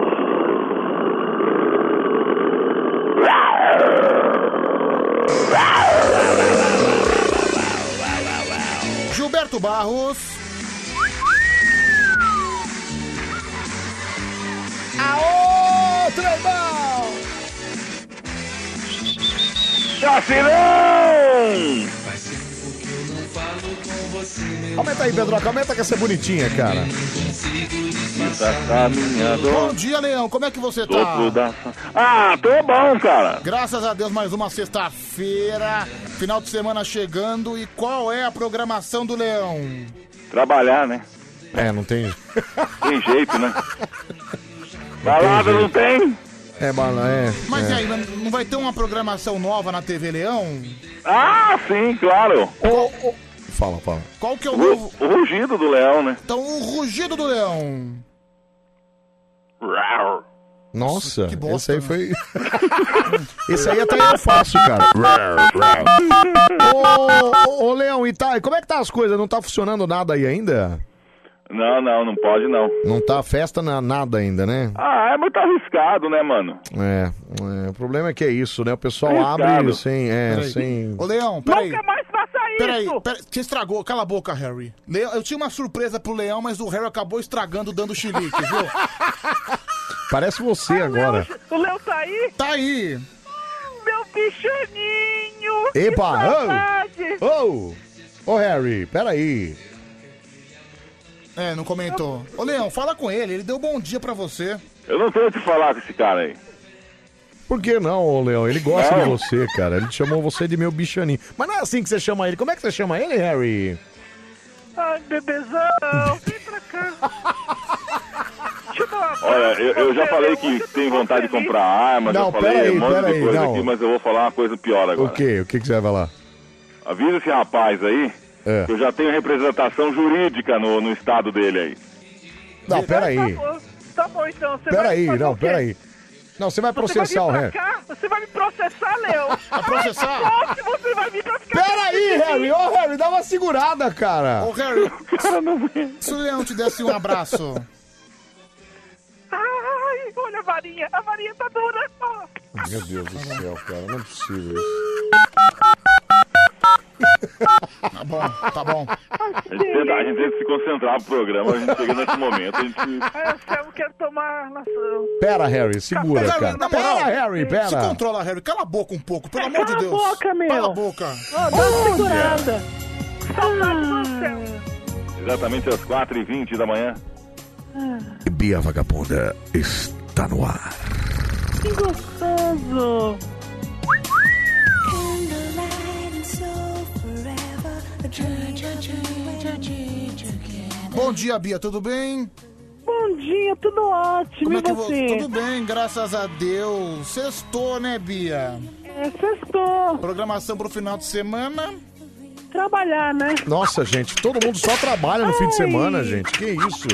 Gilberto Barros. Aô, Trebão! Chafirão! Aumenta aí, Pedro, aumenta que essa é bonitinha, cara. Tá caminhando. Bom dia, Leão, como é que você tá? Sopro da- Ah, tô bom, cara. Graças a Deus, mais uma sexta-feira, final de semana chegando. E qual é a programação do Leão? Trabalhar, né? É, não tem. Tem jeito, né? Balada não tem? É, mano, é. Mas é. e aí, não- não vai ter uma programação nova na TV Leão? Ah, sim, claro. Fala, fala. Qual que é o Ru- novo? O rugido do leão, né? Então, o rugido do Leão. Rar. Nossa, né? esse aí foi. esse aí até eu faço, cara. ô, ô, ô, Leão, e tá, e como é que tá as coisas? Não tá funcionando nada aí ainda? Não, não, não pode não. Não tá festa na, nada ainda, né? Ah, é muito arriscado, né, mano? É, é, o problema é que é isso, né? O pessoal Arriscado. abre sem. É, Peraí. sem. Ô, Leão, peraí. Nunca mais faça isso! Peraí, peraí, te estragou. Cala a boca, Harry. Leão, eu tinha uma surpresa pro Leão, mas o Harry acabou estragando dando chilique, viu? Parece você agora. O Léo tá aí? Tá aí. Meu bichaninho! que Epa! saudade. Ô! Ô, ô, Harry, peraí. É, não comentou. Ô, Leão, fala com ele. Ele deu bom dia pra você. Eu não tenho o que falar com esse cara aí. Por que não, ô, Leão? Ele gosta Não. de você, cara. Ele chamou você de meu bichaninho. Mas não é assim que você chama ele. Como é que você chama ele, Harry? Ai, bebezão, vem pra cá. Deixa eu dar uma- Olha, eu, eu já falei que tenho vontade de comprar armas, Não, já falei peraí, um monte peraí, de coisa não. aqui, mas eu vou falar uma coisa pior O agora. quê? O que, que você vai falar? Avisa esse rapaz aí É. que eu já tenho representação jurídica no, no estado dele aí. Não, peraí. Tá bom, Tá bom, então. Você vai Peraí, fazer não, o quê? peraí. Não, você vai processar o você vai vir Harry. pra cá? Você vai me processar, Léo? Vai processar? você vai vir pra ficar... Peraí, Harry! Ô, Harry, dá uma segurada, cara! Ô, Harry, se o Leão te desse um abraço... Ai, olha a varinha. A varinha tá dura. Ó, Meu Deus do céu, cara, não é possível isso. Tá bom, tá bom. A gente, tenta, a gente tenta se concentrar pro programa, a gente chega nesse momento, a gente... Eu quero tomar lação. Pera, Harry, segura, Harry, cara. na moral, Pera, Harry, Se pera. controla, Harry. Cala a boca um pouco, pelo amor de Cala a Deus. boca, meu. Cala a boca. Ó, dá uma segurada. Saudade do Marcelo. Exatamente às 4h20 da manhã. Bia Vagabunda está no ar. Que gostoso! Bom dia, Bia, tudo bem? Bom dia, tudo ótimo, Como e é que você? Tudo bem, graças a Deus. Sextou, né, Bia? É, sextou. Programação pro final de semana. Trabalhar, né? Nossa, gente, todo mundo só trabalha no fim de semana, gente. Que isso?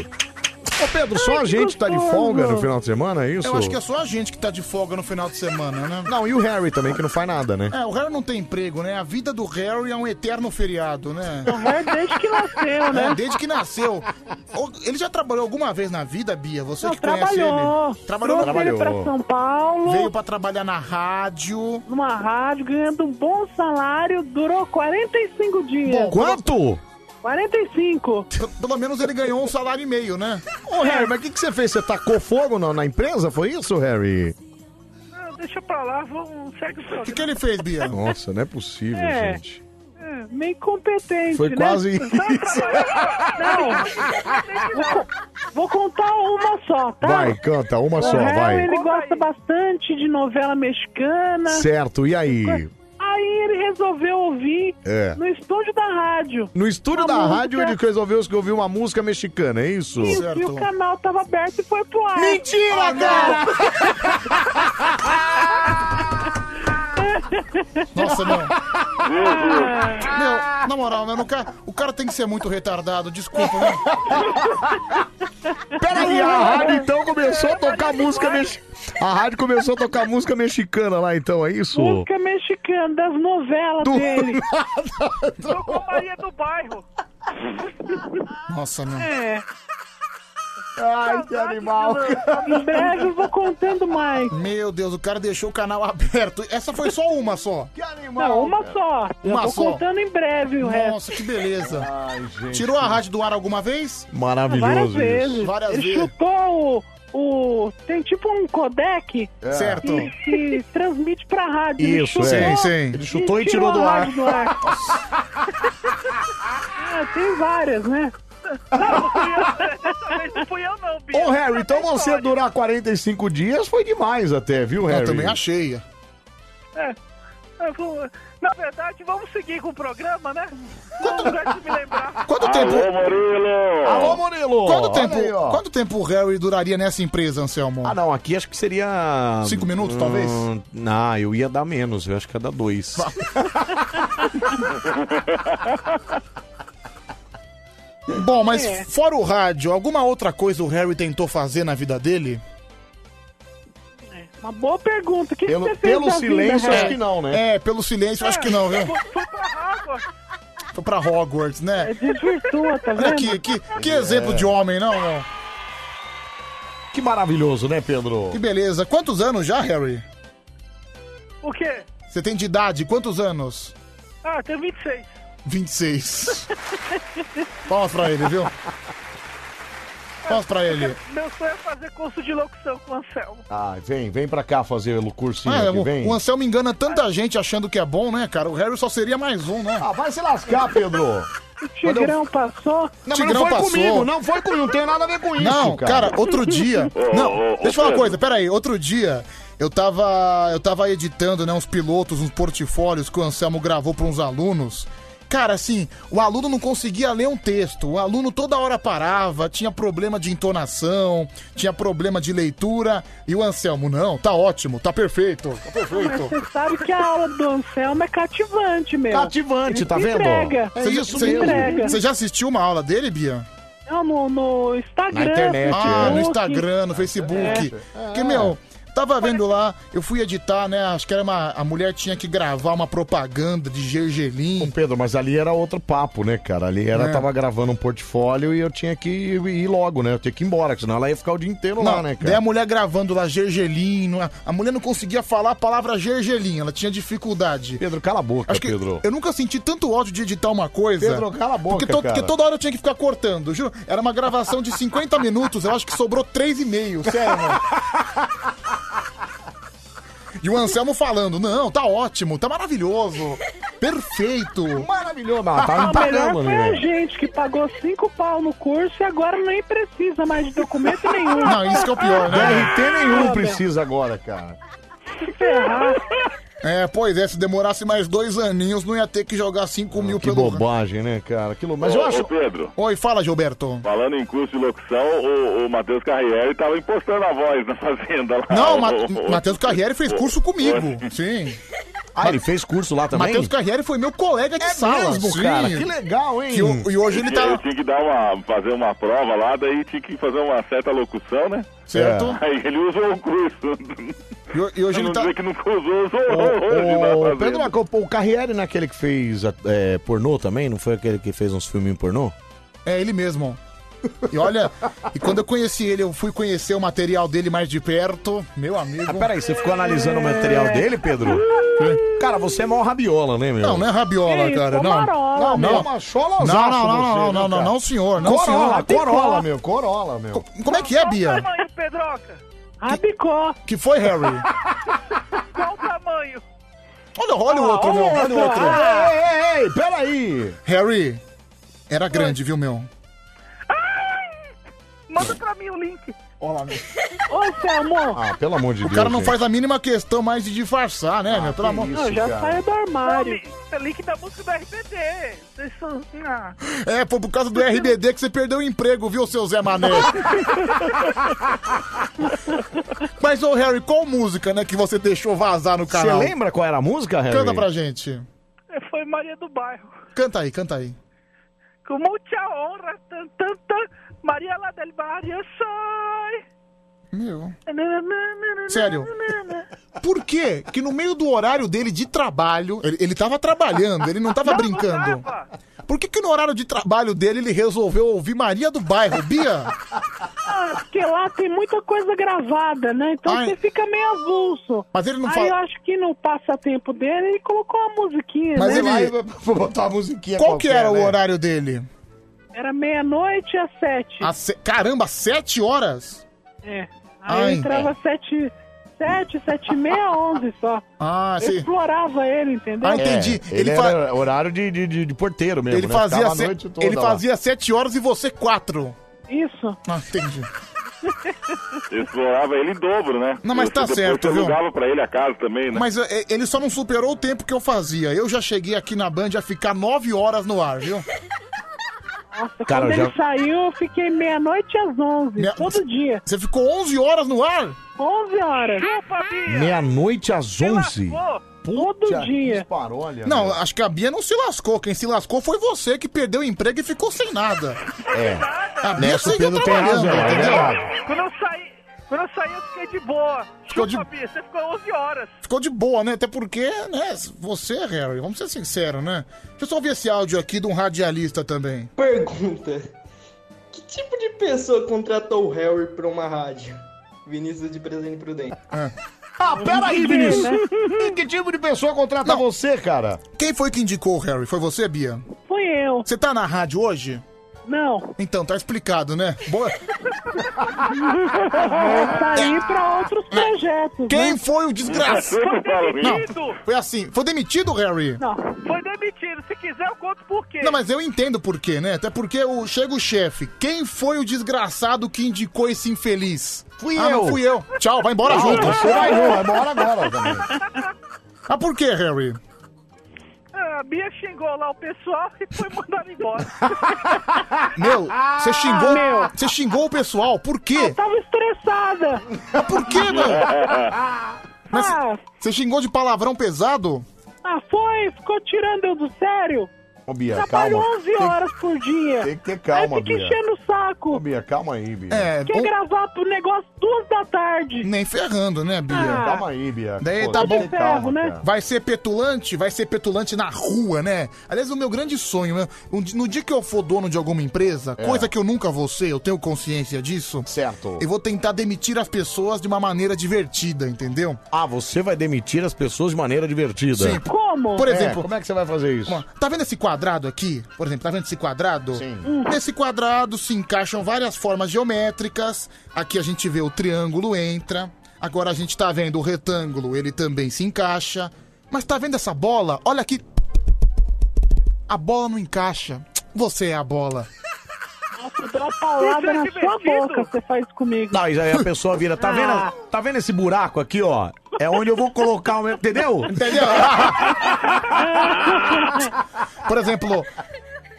Ô Pedro, só a gente tá de folga no final de semana, é isso? Eu acho que é só a gente que tá de folga no final de semana, né? Não, e o Harry também, que não faz nada, né? É, o Harry não tem emprego, né? A vida do Harry é um eterno feriado, né? O Harry desde que nasceu, né? É, desde que nasceu. Ô, Ele já trabalhou alguma vez na vida, Bia? Você Não, que conhece trabalhou. ele. Trabalhou Trouxe ele pra São Paulo. Veio pra trabalhar na rádio. Numa rádio, ganhando um bom salário, durou 45 dias. Quanto? 45. Pelo menos ele ganhou um salário e meio, né? Ô Harry, mas o que, que você fez? Você tacou fogo na, na empresa? Foi isso, Harry? Não, Ah, deixa pra lá, vamos, segue o programa. O que, ele fez, Bia? Nossa, não é possível, É. gente. É, meio incompetente, Foi né? quase Não, isso. vou, vou contar uma só, tá? Vai, canta, uma só, o Harry, vai. Ele gosta bastante de novela mexicana. Certo, e aí? Aí ele resolveu ouvir É. no estúdio da rádio. No estúdio Uma da rádio música- ele resolveu ouvir uma música mexicana, é isso? Isso, e o canal tava aberto e foi pro ar. Mentira, cara! Nossa, meu. meu, na moral, meu, no ca- o cara tem que ser muito retardado, desculpa, né? Peraí, a rádio então começou a tocar música mexicana. A rádio começou a tocar música mexicana lá, então, é isso? Música mexicana das novelas Do dele. Tocou Maria do Bairro. Nossa, meu. É. Ai, que animal. Em breve eu vou contando mais. Meu Deus, o cara deixou o canal aberto. Essa foi só uma só. Que animal, Não, uma cara. só. Eu Uma vou só. contando em breve o resto. Nossa, que beleza. Ai, gente. Tirou a rádio do ar alguma vez? Várias Maravilhoso vezes. isso. Várias Ele vezes. chutou o, o- Tem tipo um codec. É. Certo. Que, que transmite pra rádio. Ele Isso, chutou- é. Ele chutou e tirou do a ar. rádio do ar. Ah, tem várias, né? Não fui eu, não, Bia. Ô, Harry, então você durar 45 dias foi demais até, viu, Harry? também achei. É. Eu vou- Na verdade, vamos seguir com o programa, né? Quanto... Não me lembrar. Ah, Quanto tempo? Alô, Murilo! Alô, Murilo! Quanto Olha tempo, aí, ó. quanto tempo o Harry duraria nessa empresa, Anselmo? Ah, não, aqui acho que seria. Cinco minutos, talvez? Hum, Não, eu ia dar menos, eu acho que ia dar dois. Bom, mas É. fora o rádio, alguma outra coisa o Harry tentou fazer na vida dele? Uma boa pergunta. O que que você fez da vida, É, Harry? É, pelo silêncio, acho que não, viu? Foi pra Hogwarts, né? É desvirtua, tá Olha que, que, que exemplo de homem, não, não? Que maravilhoso, né, Pedro? Que beleza. Quantos anos já, Harry? O quê? Você tem de idade? Quantos anos? Ah, tem 26. 26. Palmas pra ele, viu? Palmas pra ele. Meu sonho é fazer curso de locução com o Anselmo. Ah, vem, vem pra cá fazer o cursinho Ah, aqui, o, vem. o Anselmo engana tanta gente achando que é bom, né, cara? O Harry só seria mais um, né? Ah, vai se lascar, Pedro! O Tigrão passou. Não, mas não foi comigo, não foi comigo, não tem nada a ver com Não, cara, outro dia. Não, deixa eu falar uma coisa, peraí. Outro dia, eu tava. Eu tava editando, né, uns pilotos, uns portfólios que o Anselmo gravou pra uns alunos. Cara, assim, o aluno não conseguia ler um texto. O aluno toda hora parava, tinha problema de entonação, tinha problema de leitura. E o Anselmo, não, tá ótimo, tá perfeito, tá Mas perfeito. você sabe que a aula do Anselmo é cativante, meu. Cativante, Ele tá se vendo? Entrega. Você já- você- Entrega. Você já assistiu uma aula dele, Bia? Não, no, no Instagram. Ah, no é. Facebook. Instagram, no Facebook. É. Que, meu, tava vendo lá, eu fui editar, né? Acho que era uma. A mulher tinha que gravar uma propaganda de gergelim. Pedro, mas ali era outro papo, né, cara? Ali era, É. tava gravando um portfólio e eu tinha que ir, ir logo, né? Eu tinha que ir embora, que senão ela ia ficar o dia inteiro lá, né, daí a cara? mulher gravando lá gergelim. não- A mulher não conseguia falar a palavra gergelim, ela tinha dificuldade. Pedro, cala a boca, Acho que Pedro. Eu nunca senti tanto ódio de editar uma coisa. Pedro, cala a boca, Porque, to- cara. porque toda hora eu tinha que ficar cortando, juro. Era uma gravação de 50 minutos, eu acho que sobrou 3,5, sério, mano. E o Anselmo falando, não, tá ótimo, tá maravilhoso, perfeito. Maravilhoso, Ah, mas tava me melhor pagando, foi né? a gente que pagou cinco pau no curso e agora nem precisa mais de documento nenhum. Não, isso que é o pior, né? DRT nenhum Ah, precisa agora, cara. Se ferrar. É, pois é, se demorasse mais dois aninhos, não ia ter que jogar 5 mil Que pelo... bobagem, né, cara? Que lou- Mas Ô, eu ô, acho. Pedro, Oi, fala, Gilberto. falando em curso de locução, o, o Matheus Carrieri tava impostando a voz na fazenda lá. Não, o, Ma o- o- Matheus Carriere fez curso comigo. Oi. Sim. Ah, ele fez curso lá também? Matheus Carriere foi meu colega de É sala. mesmo, cara? Que legal, Que o- e hoje ele Tinha- Eu tá. tinha que dar uma, fazer uma prova lá, daí tinha que fazer uma certa locução, né? Certo. Aí ele usou o curso. E, ho- e Pra hoje ele não tá. dizer que nunca usou, usou hoje na Ô, ô, fazenda. Pedro Marcão, pô, o Carriere naquele que fez é, pornô também? Não foi aquele que fez uns filminhos pornô? É ele mesmo. E olha, e quando eu conheci ele, eu fui conhecer o material dele mais de perto, meu amigo. Ah, peraí, você ficou analisando o material dele, Pedro? Cara, você é mó rabiola, né, meu? Não, não é rabiola, Ih, cara. Não, Marola, não, meu. é não. Uma não, cholazaço não, não, não, você, não, né, não, não, cara? não, senhor, não, Corolla, senhor. Corolla, meu, Corolla, meu. Ah, Como é que é, Bia? Pedroca, Rabicó. Que foi, Harry? qual o tamanho? Olha, olha o outro, meu. Olha o outro. Ah. Ei, ei, ei, peraí. Harry, era grande, viu, meu? Manda pra mim o link. Olá, meu. Ô, Selmo. Ah, pelo amor de O Deus. cara não gente. Ah, faz a mínima questão mais de disfarçar, né, meu? Pelo amor Não, já saiu do armário. Link, é link da música do RBD. Vocês são. Ah. É, foi por causa do RBD que você perdeu o emprego, viu, seu Zé Mané? Mas, ô Harry, qual música, né, que você deixou vazar no Você canal? lembra qual era a música, Harry? Canta pra gente. Foi Maria do Bairro. Canta aí, canta aí. Com muita honra, tan, tan, tan. Maria lá del Barrio, soy. Meu. Sério? Por quê? Que no meio do horário dele de trabalho, ele, ele tava trabalhando, ele não tava brincando. Por que que no horário de trabalho dele ele resolveu ouvir Maria do Bairro, Bia? Ah, porque lá tem muita coisa gravada, né? Então você fica meio avulso. Ah, é. Mas ele não Aí fala- eu acho que no passatempo dele ele colocou uma musiquinha, Mas né? ele... Vou botar uma musiquinha Qual que era qualquer, o né? horário dele? Era meia-noite às sete. Às se- Caramba, sete horas? É. Aí Ai. eu entrava às sete, sete, sete e meia, onze só. Ah, eu sim. explorava ele, entendeu? Ah, entendi. É, ele Ele era horário de, de, de- de porteiro mesmo, ele né? fazia, Ficava a se- noite toda ele lá. fazia sete horas e você quatro. Isso. Ah, entendi. Eu explorava ele em dobro, né? Não, mas Você tá depois certo, você viu? alugava pra ele a casa também, né? Mas é, ele só não superou o tempo que eu fazia. Eu já cheguei aqui na Band a ficar nove horas no ar, viu? Nossa, Cara, quando eu ele já- saiu, eu fiquei meia-noite às onze, todo dia. Você ficou onze horas no ar? Onze horas. Meia-noite às 11? todo dia. Não, acho que a Bia não se lascou. Quem se lascou foi você que perdeu o emprego e ficou sem nada. É. A Bia Nessa o seguiu Pedro tem trabalhando, razão, é entendeu? verdade. Quando eu saí, quando eu saí, eu fiquei de boa. Ficou de- Chupa, Bia, você ficou 11 horas. Ficou de boa, né? Até porque, né, você, Harry, vamos ser sinceros, né? Deixa eu só ouvir esse áudio aqui de um radialista também. Pergunta: Que tipo de pessoa contratou o Harry pra uma rádio? Vinícius de Presidente Prudente. Ah, peraí, Vinícius. que tipo de pessoa contrata você, cara? Quem foi que indicou o Harry? Foi você, Bia? Fui eu. Você tá na rádio hoje? Não. Então, tá explicado, né? Boa. saí Tá pra outros projetos. Quem né? foi o desgraçado? Foi demitido. Não, foi assim. Foi demitido, Harry? Não. Foi demitido. Se quiser, eu conto por quê. Não, mas eu entendo por quê, né? Até porque o, chega o chefe. Quem foi o desgraçado que indicou esse infeliz? Fui ah, eu. Não, fui eu. Tchau, vai embora Não, junto. você vai é embora, vai embora agora também. Ah, por quê, Harry? Ah, A Bia xingou lá o pessoal e foi mandado embora. Meu, você xingou, meu. você xingou o pessoal, por quê? Eu Ah, tava estressada. Mas por quê, meu? Mas você xingou de palavrão pesado? Ah, foi, ficou tirando eu do sério. Ô, Bia, Trabalho calma. 11 horas por dia. Tem que ter calma, Aí fica Bia. enchendo o saco. Ô, Bia, calma aí, Bia. É, Quer gravar pro negócio duas da tarde. Nem ferrando, né, Bia? Ah. Calma aí, Bia. Daí Pô, tá tem bom. que ter calma, né? cara. Vai ser petulante? Vai ser petulante na rua, né? Aliás, o meu grande sonho, né? Um di- no dia que eu for dono de alguma empresa, coisa que eu nunca vou ser, eu tenho consciência disso. É. Certo. Eu vou tentar demitir as pessoas de uma maneira divertida, entendeu? Ah, você vai demitir as pessoas de maneira divertida. Sim. Como? Por É, exemplo- como é que você vai fazer isso? Ó, Tá vendo esse quadrado aqui? Por exemplo, tá vendo esse quadrado? Sim. Nesse quadrado se encaixam várias formas geométricas. Aqui a gente vê o triângulo entra. Agora a gente tá vendo o retângulo, ele também se encaixa. Mas tá vendo essa bola? Olha aqui. A bola não encaixa. Você é a bola. Nossa, dá uma paulada na é sua boca. Você faz isso comigo. Não, e aí a pessoa vira, tá Ah. vendo? Tá vendo esse buraco aqui, ó? É onde eu vou colocar o meu, entendeu? Entendeu? Por exemplo,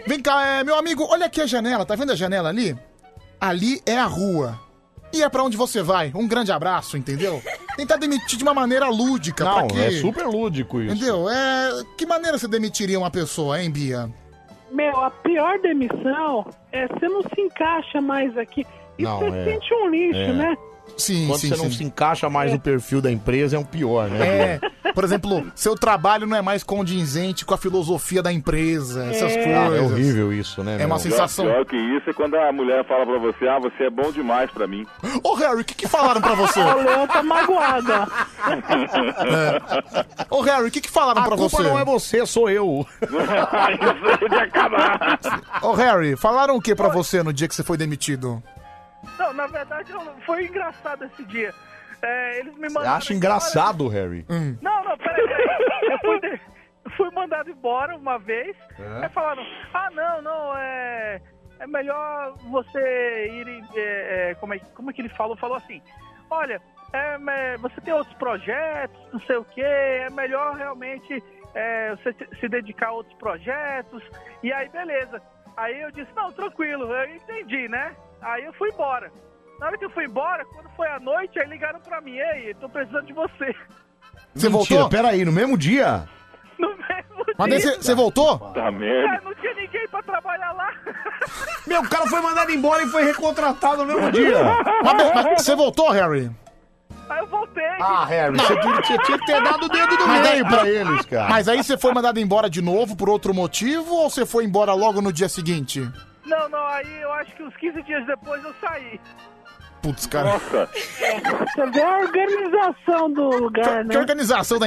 vem cá, é, meu amigo, olha aqui a janela, tá vendo a janela ali? Ali é a rua. E é pra onde você vai. Um grande abraço, entendeu? Tentar demitir de uma maneira lúdica. pra Não, quê? é super lúdico isso. Entendeu? É... Que maneira você demitiria uma pessoa, hein, Bia? Meu, a pior demissão é você não se encaixa mais aqui. E Não, você é. sente um lixo, É. né? Sim, Quando sim, você não sim. se encaixa mais no perfil da empresa, é um pior, né? É, por exemplo, seu trabalho não é mais condizente com a filosofia da empresa, essas Ah, é coisas. horrível isso, né? É meu? uma sensação. Pior que isso é quando a mulher fala pra você, ah, você é bom demais pra mim. Ô, Harry, o que, que falaram pra você? O Leão tá magoado. ó. Ô, Harry, o que, que falaram A pra culpa você? não é você, sou eu. Ô, Harry, falaram o que pra você no dia que você foi demitido? Não, na verdade eu- foi engraçado esse dia. É, eles me mandaram. Acho engraçado, Harry. Não, não, peraí, peraí. Eu fui, de- fui mandado embora uma vez. É. Aí falaram, ah, não, não, é. É melhor você ir. em- é, é, como, é, como é que ele falou? Falou assim: olha, é, me- você tem outros projetos, não sei o quê, é melhor realmente é, você se- se dedicar a outros projetos. E aí, beleza. Aí eu disse: não, tranquilo, eu entendi, né? Aí eu fui embora. Na hora que eu fui embora, quando foi à noite, aí ligaram pra mim: ei, tô precisando de você. Você voltou? Peraí, no mesmo dia? Mas daí você- você voltou? Tá É. merda. Cara, não tinha ninguém pra trabalhar lá. Meu, o cara foi mandado embora e foi recontratado no mesmo dia. Mas, bem, mas você voltou, Harry? Aí eu voltei. Ah, Harry, você tinha, você tinha que ter dado o dedo Ah, do Mas meio daí- pra eles, cara. Mas aí você foi mandado embora de novo por outro motivo ou você foi embora logo no dia seguinte? Não, não, aí eu acho que uns 15 dias depois eu saí. Putz, cara. Nossa. Você vê a organização do lugar, que, né? Que organização da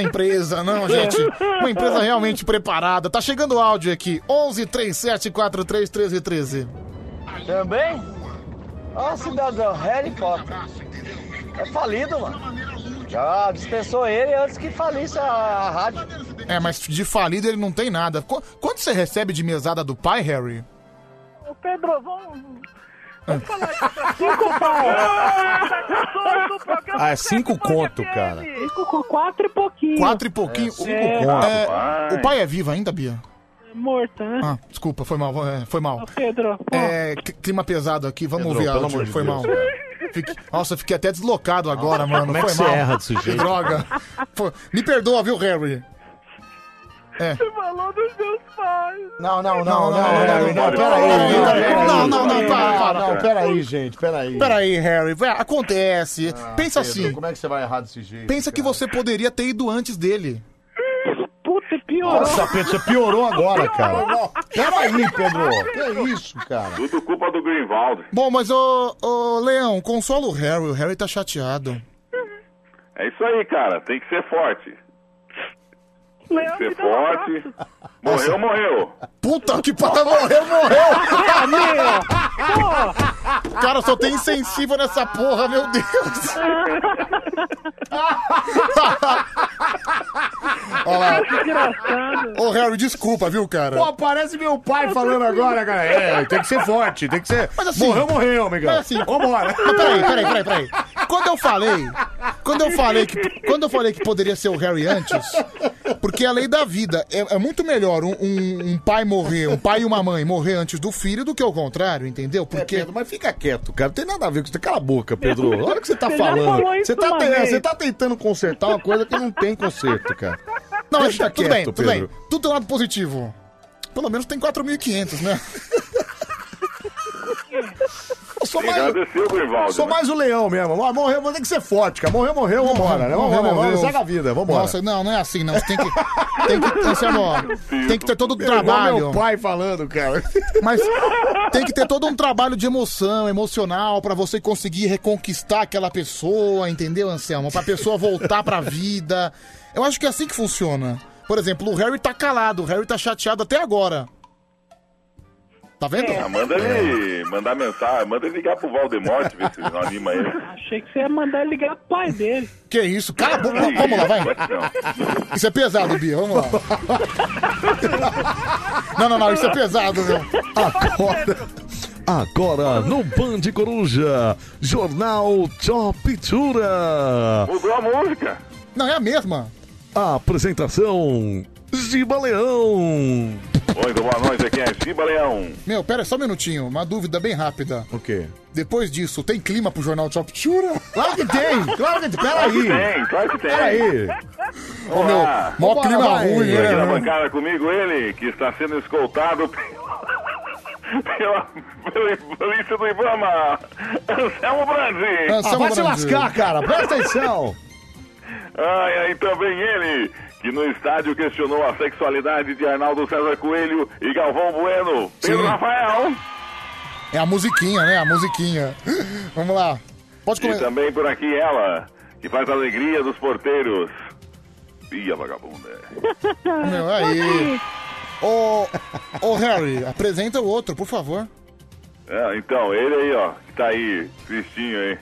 empresa, não, gente? Uma empresa realmente preparada. Tá chegando o áudio aqui. 11 37 43 13 13. Também? Ó, cidadão, Harry Potter. É falido, mano. Já dispensou ele antes que falisse a, a rádio. É, mas de falido ele não tem nada. Qu- Quanto você recebe de mesada do pai, Harry? Ô, Pedro, vamos. Hum. Cinco Ah, tá pau. Ah, é cinco conto, cara. Cinco com quatro e pouquinho. Quatro e pouquinho. É, cinco É, conto, é, pai. o pai é vivo ainda, Bia? Morta, né? Ah, desculpa, foi mal, é, foi mal. Pedro, É, cl- clima pesado aqui, vamos Pedro, ouvir pelo áudio, amor de foi Deus, mal. cara. Fique- Nossa, fiquei até deslocado agora, mano. como é foi que você mal. erra desse Que jeito? droga. Pô, me perdoa, viu, Harry? É. Você falou dos meus pais. Não, não, não, não, Harry, não, peraí, não, não, não, não, não, peraí, não, não, não, peraí, para, para, não, para. peraí, gente, peraí. Peraí, Harry, vai, acontece. Pedro, Pensa assim, Como é que você vai errar desse jeito? pensa que você poderia ter ido antes dele. Puta, piorou. Nossa, Pedro, você piorou agora, cara. Peraí, Pedro. é Que isso, cara? Tudo culpa do Greenwald. Bom, mas ô, ô Leão, consola o Harry, o Harry tá chateado. É isso aí, cara. Tem que ser forte. Tem que ser forte. Morreu, morreu. Puta que pariu, morreu, morreu! Ah, meu! Pô! Cara, eu só tem insensível nessa porra, meu Deus! Olha lá. Ô, Harry, desculpa, viu, cara? Pô, parece meu pai falando agora, cara. É, tem que ser forte, tem que ser. Mas assim- morreu, morreu, amigão. Mas assim- Vambora. Mas peraí, peraí, peraí, peraí. Quando eu falei. Quando eu falei que. Quando eu falei que poderia ser o Harry antes, porque é a lei da vida. É, é muito melhor um, um- um pai morrer, um pai e uma mãe morrer antes do filho do que o contrário, entendeu? Porque. É, Pedro, mas fica quieto, cara. Não tem nada a ver com isso. Cala a boca, Pedro. Olha o que você tá Você já falando. falou isso Você tá, uma te- vez. você tá tentando consertar uma coisa que não tem conserto, cara. Não, mas Deixa tudo bem, quieto, tudo bem. Pedro. Tudo tem lado positivo. Pelo menos tem 4.500, né? Eu sou Tem que mais. agradecer o Greenwald. Sou né? mais o leão mesmo. Ah, morreu, mas tem que ser forte, cara. Morreu, morreu, vambora, né? Vambora, vambora, Segue a vida, vambora. Nossa, não, não é assim, não. Você tem que. Tem que, tem que, é ser, ó, tem que ter todo o Igual trabalho. meu pai falando, cara. Mas tem que ter todo um trabalho de emoção, emocional, pra você conseguir reconquistar aquela pessoa, entendeu, Anselmo? Pra pessoa voltar pra vida. Eu acho que é assim que funciona. Por exemplo, o Harry tá calado, o Harry tá chateado até agora. Tá vendo? É. Ah, manda ele mandar mensagem, manda ele ligar pro Valdemorte, ver se ele não anima ele. Achei que você ia mandar ele ligar pro pai dele. Que isso? Cala a boca, vamos lá, vai. Isso é pesado, Bia, vamos lá. Não, não, não, isso é pesado, meu. Agora, agora no Band Coruja, Jornal Top Pintura. Mudou a música. Não, é a mesma. Apresentação Giba Leão. Muito boa noite, aqui é Giba Leão. Meu, pera só um minutinho, uma dúvida bem rápida. O quê? Depois disso, tem clima pro jornal Chop Chura? Claro que tem, claro que tem, Claro que tem, claro que tem. Peraí. Ô, meu, Olá. mó Opa, clima vai. ruim, E né, Aqui na meu? bancada comigo ele, que está sendo escoltado pela, pela, pela polícia do Ibama, Anselmo Brandi. Ah, vai se lascar, cara, presta atenção. Ai, ai, também ele, que no estádio questionou a sexualidade de Arnaldo César Coelho e Galvão Bueno. Pedro Rafael. É a musiquinha, né? A musiquinha. Vamos lá. Pode E começar. também por aqui ela, que faz a alegria dos porteiros. Bia Vagabunda. Meu, aí. Ô, ô, Harry, apresenta o outro, por favor. É, então, ele aí, ó, que tá aí, tristinho aí.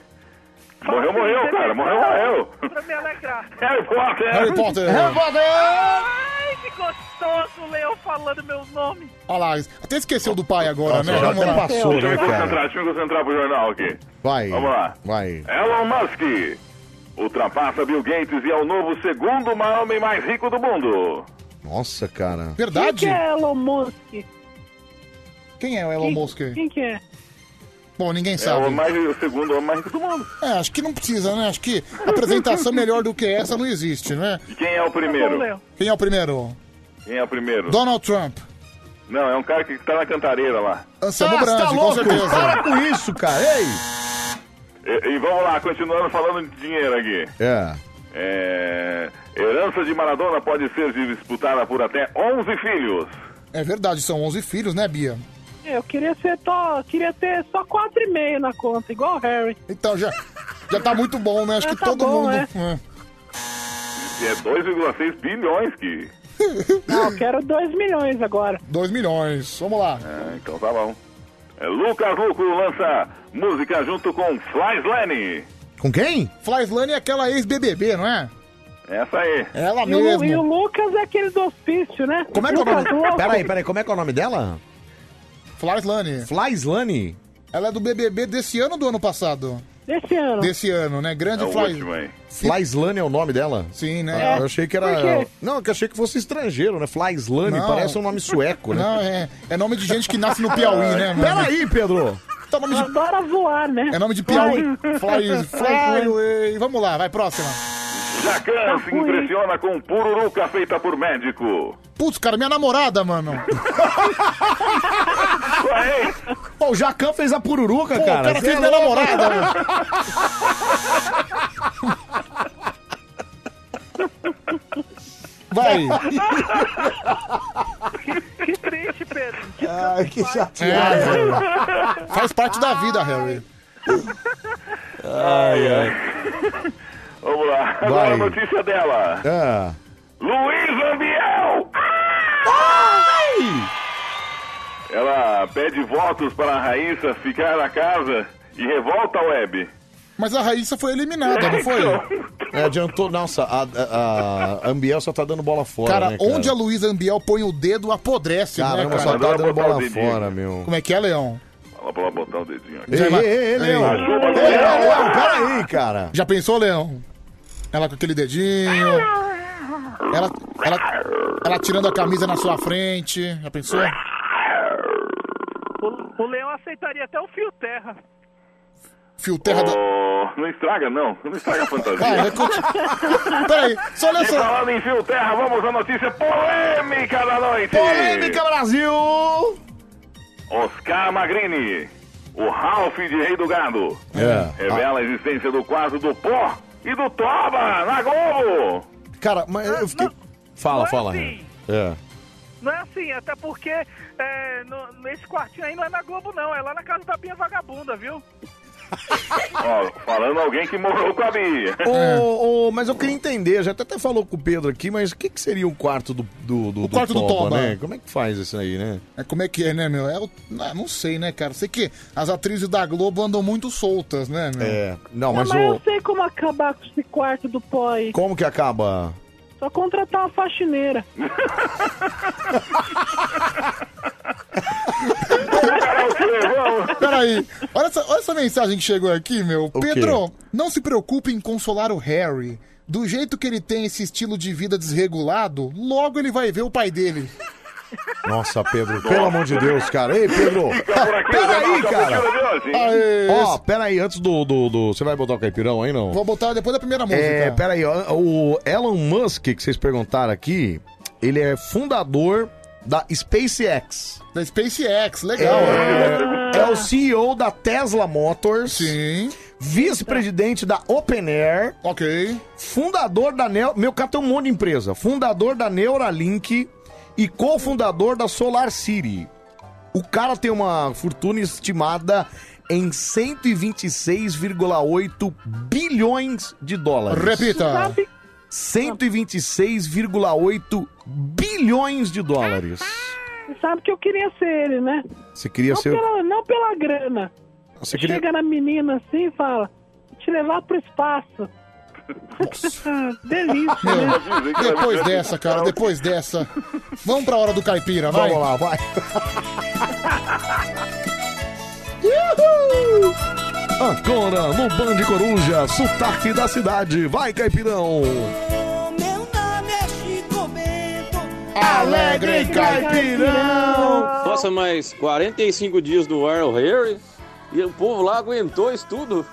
Morreu, morreu, cara, morreu, morreu. Pra me alegrar. Harry Potter. Harry Potter. é. Harry Ai, que gostoso, Leo, falando meu nome. Olha lá, até esqueceu do pai agora, Nossa, né? já Vamos até lá. passou, Deixa eu me concentrar, deixa eu me concentrar pro jornal aqui. Vai. Vamos lá. Vai. Elon Musk ultrapassa Bill Gates e é o novo segundo maior homem mais rico do mundo. Nossa, cara. Verdade? Quem que é Elon Musk? Quem é o Elon Quem- Musk? Quem que é? Bom, ninguém É sabe. o, mais, o segundo homem mais rico do mundo. É, acho que não precisa, né? Acho que apresentação melhor do que essa não existe, né? E quem é o primeiro? Quem é o primeiro? Quem é o primeiro? Donald Trump. Não, é um cara que tá na cantareira lá. Anselmo Ah, você Brandi, tá é com louco? certeza. Para com isso, cara. Ei. E, e vamos lá, continuando falando de dinheiro aqui. É. É, herança de Maradona pode ser disputada por até 11 filhos. É verdade, são 11 filhos, né, Bia? É, Eu queria ser só, queria ter só 4,5 na conta, igual o Harry. Então já, já tá muito bom, né? Acho Já que tá todo bom, mundo. é. é. E é 2,6 bilhões que. Não, eu quero 2 milhões agora. 2 milhões, vamos lá. Ah, então tá bom. É, Lucas Luco lança música junto com Fly Slane. Com quem? Flyslane é aquela ex-BBB, não é? Essa aí. Ela E o, e o mesmo. Lucas é aquele do hospício, né? Como é que é o Lucas nome? Louco. Peraí, peraí, como é que é o nome dela? Flyslane. Flyslane? Ela é do BBB desse ano ou do ano passado? Desse ano. Desse ano, né? Grande É o Fly. último aí. Flyslane é o nome dela? Sim, né? Ah, É. eu achei que Por quê? era. Não, que eu achei que fosse estrangeiro, né? Flyslane Não. parece um nome sueco, né? Não, é, é nome de gente que nasce no Piauí, né? mano? Peraí, Pedro! Tá nome de- Adora voar, né? É nome de Piauí. Fly. Fly, Flyway. Vamos lá, vai, próxima. Jacan se impressiona com pururuca feita por médico. Putz, cara, minha namorada, mano. Pô, o Jacan fez a pururuca, Pô, o cara. cara Você fez é minha louco. namorada, mano. Vai. Que triste, Pedro. Ai, que É, chateado. velho. Faz parte da vida, Harry. Ai, ai. Vamos lá. Vai. Agora a notícia É. dela. tá. Ah. Luiz Ambiel! Ah! Ai! Ela pede votos para a Raíssa ficar na casa e revolta a web. Mas a Raíssa foi eliminada, não foi? É, adiantou. Nossa, a, a, a Ambiel só tá dando bola fora. Cara, né, onde a Luísa Ambiel põe o dedo, apodrece, Caramba, né, só cara? tá dando botar o bola dedinho. fora, meu. Como é que é, Leão? Fala pra ela botar o dedinho aqui. Ei, ei, ei, ei, Leão. Achou, Ei, mas- Leão, peraí, cara. Já pensou, Leão? Ela com aquele dedinho. Ela, ela, ela tirando a camisa na sua frente. Já pensou? É, O, o Leão aceitaria até o fio terra. Fio terra da. Ô, não estraga, não. Não estraga a fantasia. Cara, é Peraí, só olha E só. falando em fio terra, vamos à notícia polêmica da noite. Polêmica Brasil! Oscar Magrini, o Ralph de Rei do Gado, É. revela a existência do quadro do Pó e do Toba na Globo. Cara, mas eu fiquei. Fala, Mas fala. assim, É. Não é assim, até porque é, no- nesse quartinho aí não é na Globo, não. É lá na casa da Bia Vagabunda, viu? Ó, falando alguém que morou com a Bia. É. Ô, ô, mas eu queria entender, já até- até falou com o Pedro aqui, mas o que, que seria o quarto do, do, do, O quarto do Toba. né? Como é que faz isso aí, né? É como é que é, né, meu? É o- ah, não sei, né, cara? Sei que as atrizes da Globo andam muito soltas, né, meu? É, não, Não, mas mas eu o, sei como acabar com esse quarto do pó aí. como que acaba? Só contratar uma faxineira. Peraí, olha essa, olha essa mensagem que chegou aqui, meu. quê? Pedro, não se preocupe em consolar o Harry. Do jeito que ele tem esse estilo de vida desregulado, logo ele vai ver o pai dele. Nossa, Pedro, pelo amor de Deus, cara. Ei, Pedro. Peraí, cara. Aê, Ó, peraí, antes do, do, do- Você vai botar o caipirão aí, não? Vou botar depois da primeira música. É, peraí, ó, o Elon Musk, que vocês perguntaram aqui, ele é fundador da SpaceX. Da SpaceX, legal. É, é o CEO da Tesla Motors. Sim. Vice-presidente da OpenAir. Ok. Fundador da... Neo... Meu cara tem um monte de empresa. Fundador da Neuralink e cofundador da SolarCity. O cara tem uma fortuna estimada em 126,8 bilhões de dólares. Repita. Sabe- 126,8 bilhões de dólares. Você sabe que eu queria ser ele, né? Você queria não, ser o- pela, não pela grana. Você queria- Chega na menina assim e fala, "Vou te levar pro espaço. Delícia, né? Meu, depois dessa, cara, depois dessa. Vamos pra hora do caipira, vai. Vamos lá, vai. Uhul! Agora no Band Coruja, sotaque da cidade. Vai, caipirão! Alegre Caipirão! Passa mais 45 dias no ar o Harry e o povo lá aguentou isso tudo.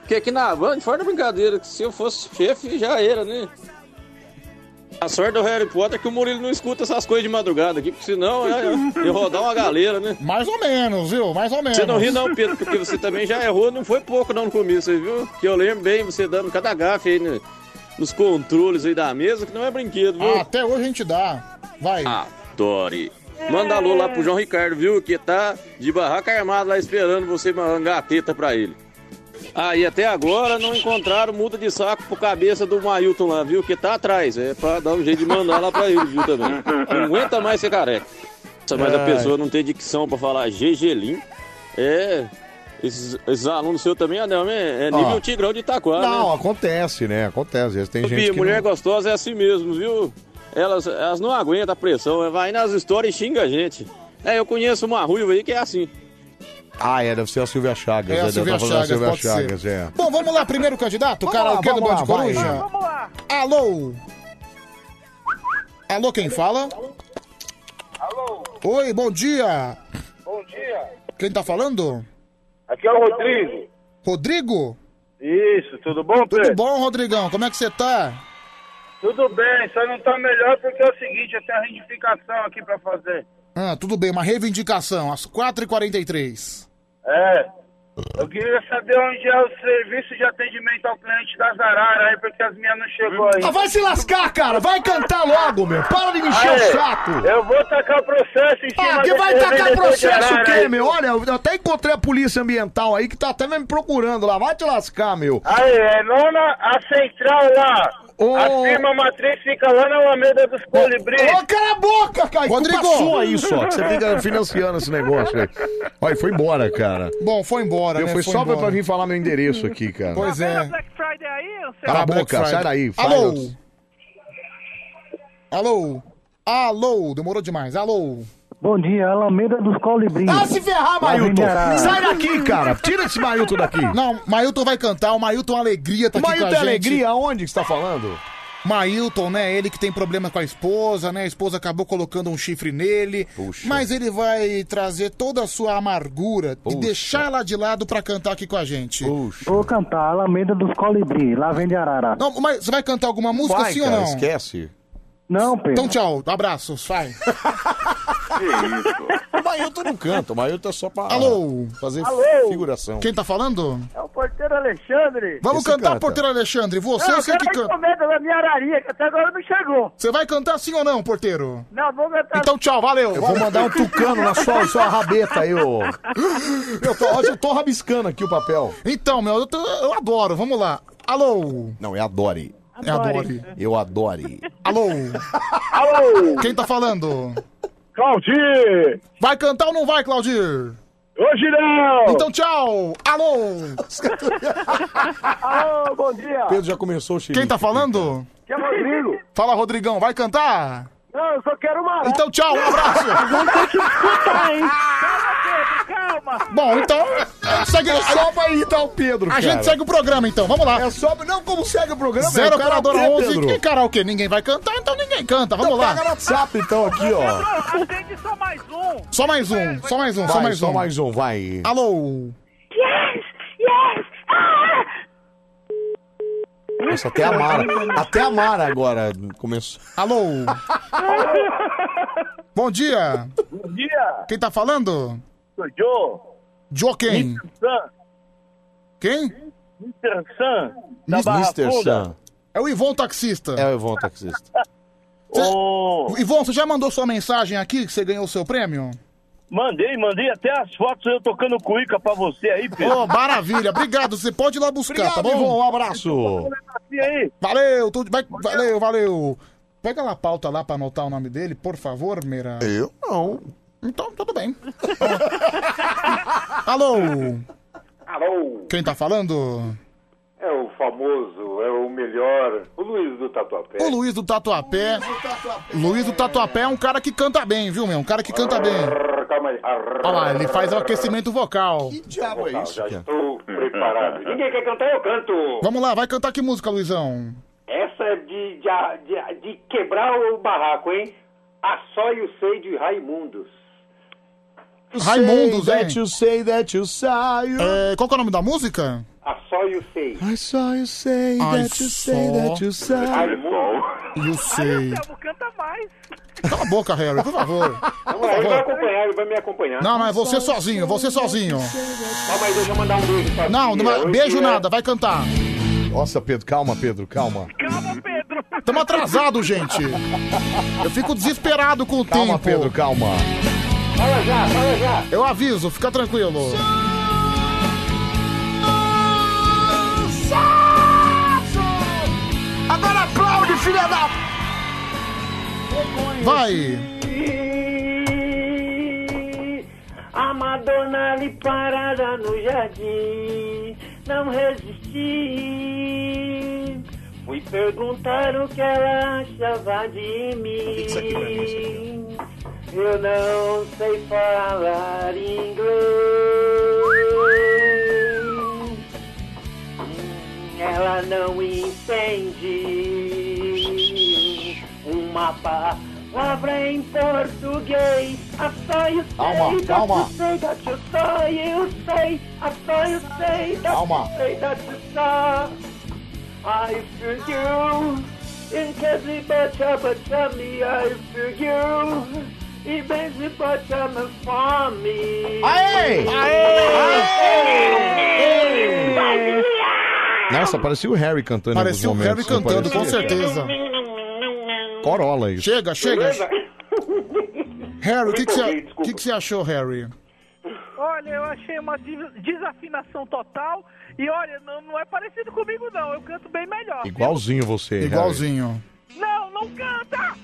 Porque aqui na Band, fora da brincadeira, que se eu fosse chefe já era, né? A sorte do Harry Potter é que o Murilo não escuta essas coisas de madrugada aqui, porque senão é, é, ia rodar uma galera, né? Mais ou menos, viu? Mais ou menos. Você não ri não, Pedro, porque você também já errou, não foi pouco não no começo, aí, viu? Que eu lembro bem você dando cada gafe aí né, nos controles aí da mesa, que não é brinquedo, viu? Ah, até hoje a gente dá. Vai. Adore. Manda alô lá pro João Ricardo, viu? Que tá de barraca armada lá esperando você mangar a teta pra ele. Ah, e até agora não encontraram multa de saco pro cabeça do Mailton lá, viu? Que tá atrás. É pra dar um jeito de mandar lá pra ele, viu? Também. Não aguenta mais ser careca. Nossa, mas Ai. a pessoa não tem dicção pra falar GGLIM. É. Esses, esses alunos seus também, ah, não, é, é nível Ó. tigrão de Itaquá, né? Não, acontece, né? Acontece. Às vezes tem Bia, gente que mulher não... gostosa é assim mesmo, viu? Elas, elas não aguentam a pressão, vai nas histórias e xinga a gente. É, eu conheço uma ruiva aí que é assim. Ah, é, deve ser a Silvia Chagas. É a né? Silvia Tá falando da Chagas, pode ser. Chagas, é. Bom, vamos lá, primeiro candidato, Vamos cara, lá, o que do vamos Band lá, Coruja? vai. Vamos lá. Alô? Alô, quem fala? Alô? Oi, bom dia. Bom dia. Quem tá falando? Aqui é o Rodrigo. Rodrigo? Isso, tudo bom, Pedro? Tudo bom, Rodrigão? Como é que você tá? Tudo bem, só não tá melhor porque é o seguinte, eu tenho a reivindicação aqui pra fazer. Ah, tudo bem, uma reivindicação, às 4h43. É. Eu queria saber onde é o serviço de atendimento ao cliente das araras aí, porque as minhas não chegou aí. Ah, vai se lascar, cara! Vai cantar logo, meu! Para de me encher Aê, o saco! Eu vou tacar processo em cima Ah, que desse vai tacar revendedor de processo o arara quê, aí. meu? Olha, eu até encontrei a polícia ambiental aí que tá até me procurando lá. Vai te lascar, meu. Aí, é nona, a central lá. A firma matriz fica lá na Alameda dos Colibris. Ô, cala a boca, cara! Culpa sua isso, ó. que Você fica fica financiando esse negócio aí. Olha, foi embora, cara. Bom, foi embora, Eu né? fui Foi só pra- embora. pra vir falar meu endereço aqui, cara. Pois é. Cala a Black boca, Friday. sai daí. Alô? Finance. Alô? Alô? Demorou demais. Alô? Bom dia, Alameda dos Colibris. Ah, se ferrar, Lá vem Mailton! de Arara. Sai daqui, cara! Tira esse Mailton daqui! Não, Mailton vai cantar, o Mailton Alegria tá aqui Mailton é com a gente. Alegria, onde que você tá falando? Mailton, né? Ele que tem problema com a esposa, né? A esposa acabou colocando um chifre nele. Mas ele vai trazer toda a sua amargura e deixar ela de lado pra cantar aqui com a gente. Vou cantar Alameda dos Colibris, lá vem de Arara. Não, mas você vai cantar alguma música Vai, sim ou cara, não? Esquece. Então. Não, Pedro. Então tchau, abraços, vai. O Mailton não canta, o Mailton é só pra Alô? fazer Alô? figuração. Quem tá falando? É o porteiro Alexandre. Vamos cantar, porteiro Alexandre. Você, não, eu você quero que a canta. encomenda da minha araria, que até agora não chegou. Você vai cantar sim ou não, porteiro? Não, vou cantar. Então tchau, valeu. Eu vou mandar um tucano na sua, sua rabeta aí, ô. Eu tô, hoje eu tô rabiscando aqui o papel. Então, meu, eu, tô- eu adoro, vamos lá. Alô? Não, é adore. É adore. Eu adore. Alô? Alô? Quem tá falando? Claudir! Vai cantar ou não vai, Claudir? Hoje não! Então tchau! Alô! Alô, Ah, bom dia! Pedro já começou o xerife. Quem tá falando? Que é Rodrigo? Fala, Rodrigão, vai cantar? Não, eu só quero uma Então tchau, um abraço! Pedro, calma. Bom, então. Segue É só pra irritar o Pedro. A gente segue o programa então, vamos lá. É só. Não, como segue o programa? Zero é o karaokê, operadora 11. Pedro. Que karaokê? Ninguém vai cantar, então ninguém canta. Vamos Então lá. pega no WhatsApp, então, aqui, ó. Atende só mais um. Só mais um, só mais um, só Vai, mais só um. mais um, vai. Alô? Yes! Yes! Ah! Nossa, até a Mara. Até a Mara agora começou. Alô? Ah. Bom dia. Bom um dia. Quem tá falando? Sou Joe. Joe quem? Mr. Sam. Quem? Mr. Sam. da Barra Mr. Funda. Sam. É o Ivon Taxista. É o Ivon Taxista. Ivon, você já mandou sua mensagem aqui que você ganhou o seu prêmio? Mandei, mandei até as fotos eu tocando cuíca pra você aí, Pedro. Ô, maravilha. Obrigado. Você pode ir lá buscar, tá Obrigado, bom? Ivon, um abraço. Valeu, tudo. Vai, valeu, valeu. Pega lá a pauta lá pra anotar o nome dele, por favor, Meira. Eu não. Então, tudo bem. Alô? Ah, Alô, Quem tá falando? é o famoso, é o melhor, o Luiz do Tatuapé. O É. Luiz do Tatuapé. Luiz do Tatuapé é um cara que canta bem, viu, meu? Um cara que canta bem. Arr, Calma aí. Olha lá, ele faz o aquecimento vocal. diabo é isso? Já estou preparado. Ninguém quer cantar, eu canto. Vamos lá, vai cantar que música, Luizão? Essa é de, de, de, de quebrar o barraco, hein? A só e o sei de Raimundos. Raimundos, Say hein? that you say that you saio. É, qual que é o nome da música? A só e o sei. I saw you say Ai, that you say só. that you saio. Raimundos. Eu sei. Cala a boca, Harry, por favor. Vamos lá, ele vai acompanhar, ele vai me acompanhar. Não, mas você sozinho, você sozinho. Calma aí, deixa eu mandar um beijo pra Não, tia. não vai- Oi, beijo tia. nada, vai cantar. Nossa, Pedro, calma, Pedro, calma. Tamo atrasado, gente. Uhum. Eu fico desesperado com o tempo. Calma, Pedro, calma. Fala já, fala já. Eu aviso, fica tranquilo. Agora aplaude, filha da... Vai. A Madonna ali parada no jardim, não resisti. Fui perguntar o Tá que ela achava de mim. Eu não sei falar inglês. Ela não entende uma palavra em português. A só eu sei, Calma, that calma. you say, that you só eu sei, a só eu sei, that Calma. you say, that you só. I feel you. In case bacha bacha me, I feel you. E beijo bacha me fome. Aê! Aê! Vai, Nossa, parecia o Harry cantando Parecia em o alguns Harry momentos, não cantando, com parecia? certeza. Corolla isso. Chega, chega. Beleza? Harry, o que que Muito você bem, o que que você achou, Harry? Olha, eu achei uma des- desafinação total. E olha, não, não é parecido comigo, não. Eu canto bem melhor. Igualzinho você, Harry. Igualzinho. Não, não canta!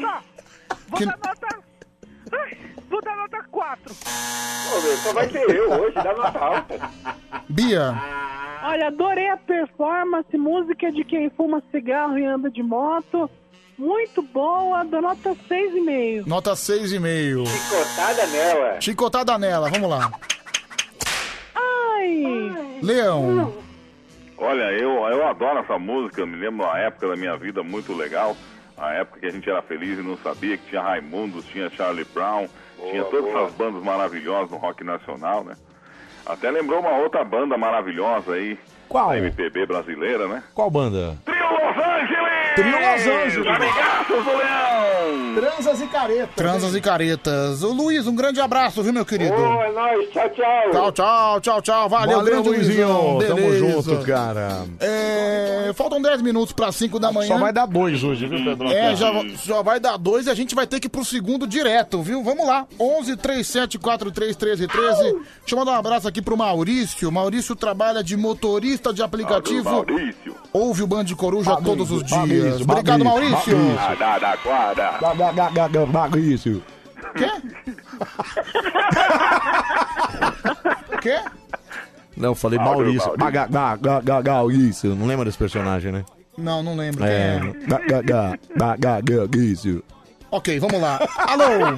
Tá, vou dar nota. Ai, vou dar nota 4. Pô, meu, só vai ter eu hoje, dá nota alta. Bia, Olha, adorei a performance, música de quem fuma cigarro e anda de moto. Muito boa, dou nota 6,5. nota 6,5. Chicotada nela. Chicotada nela, vamos lá. Ai! Leão. Olha, eu, eu adoro essa música, eu me lembro uma época da minha vida muito legal, a época que a gente era feliz e não sabia que tinha Raimundos, tinha Charlie Brown, tinha todas boa. essas bandas maravilhosas no rock nacional, né? Até lembrou uma outra banda maravilhosa aí, Qual? a MPB brasileira, né? Qual banda? Trio Los Angeles! Trio Los Angeles. Amigaços do Leão! Transas e caretas. Transas e caretas. Ô Luiz, um grande abraço, viu, meu querido? Ô, é nóis, tchau, tchau. Tchau, tchau, tchau, tchau. Valeu, Valeu, grande Luizão. Luizinho. Tamo Beleza. junto, cara. É, faltam 10 minutos para 5 da manhã. Só vai dar dois hoje, viu, Pedro? É, já, já vai dar dois e a gente vai ter que ir pro segundo direto, viu? Vamos lá. 11 37 43 13 13. Deixa eu mandar um abraço aqui pro Maurício. Maurício trabalha de motorista de aplicativo. Alô, Maurício. Ouve o Band Coruja Maurício, todos os dias. Maurício, Obrigado, Maurício. Maurício, Ah, da, da quadra. Ga- ga- ga- ga- ga- Maurício. Quê? Não, eu falei Maurício. Ga- ga- ga- ga- Maurício. Não lembra desse personagem, né? Não, não lembro. quem É. é. Ga- ga- ga- ga- ga- ga- Maurício. Ok, vamos lá. Alô?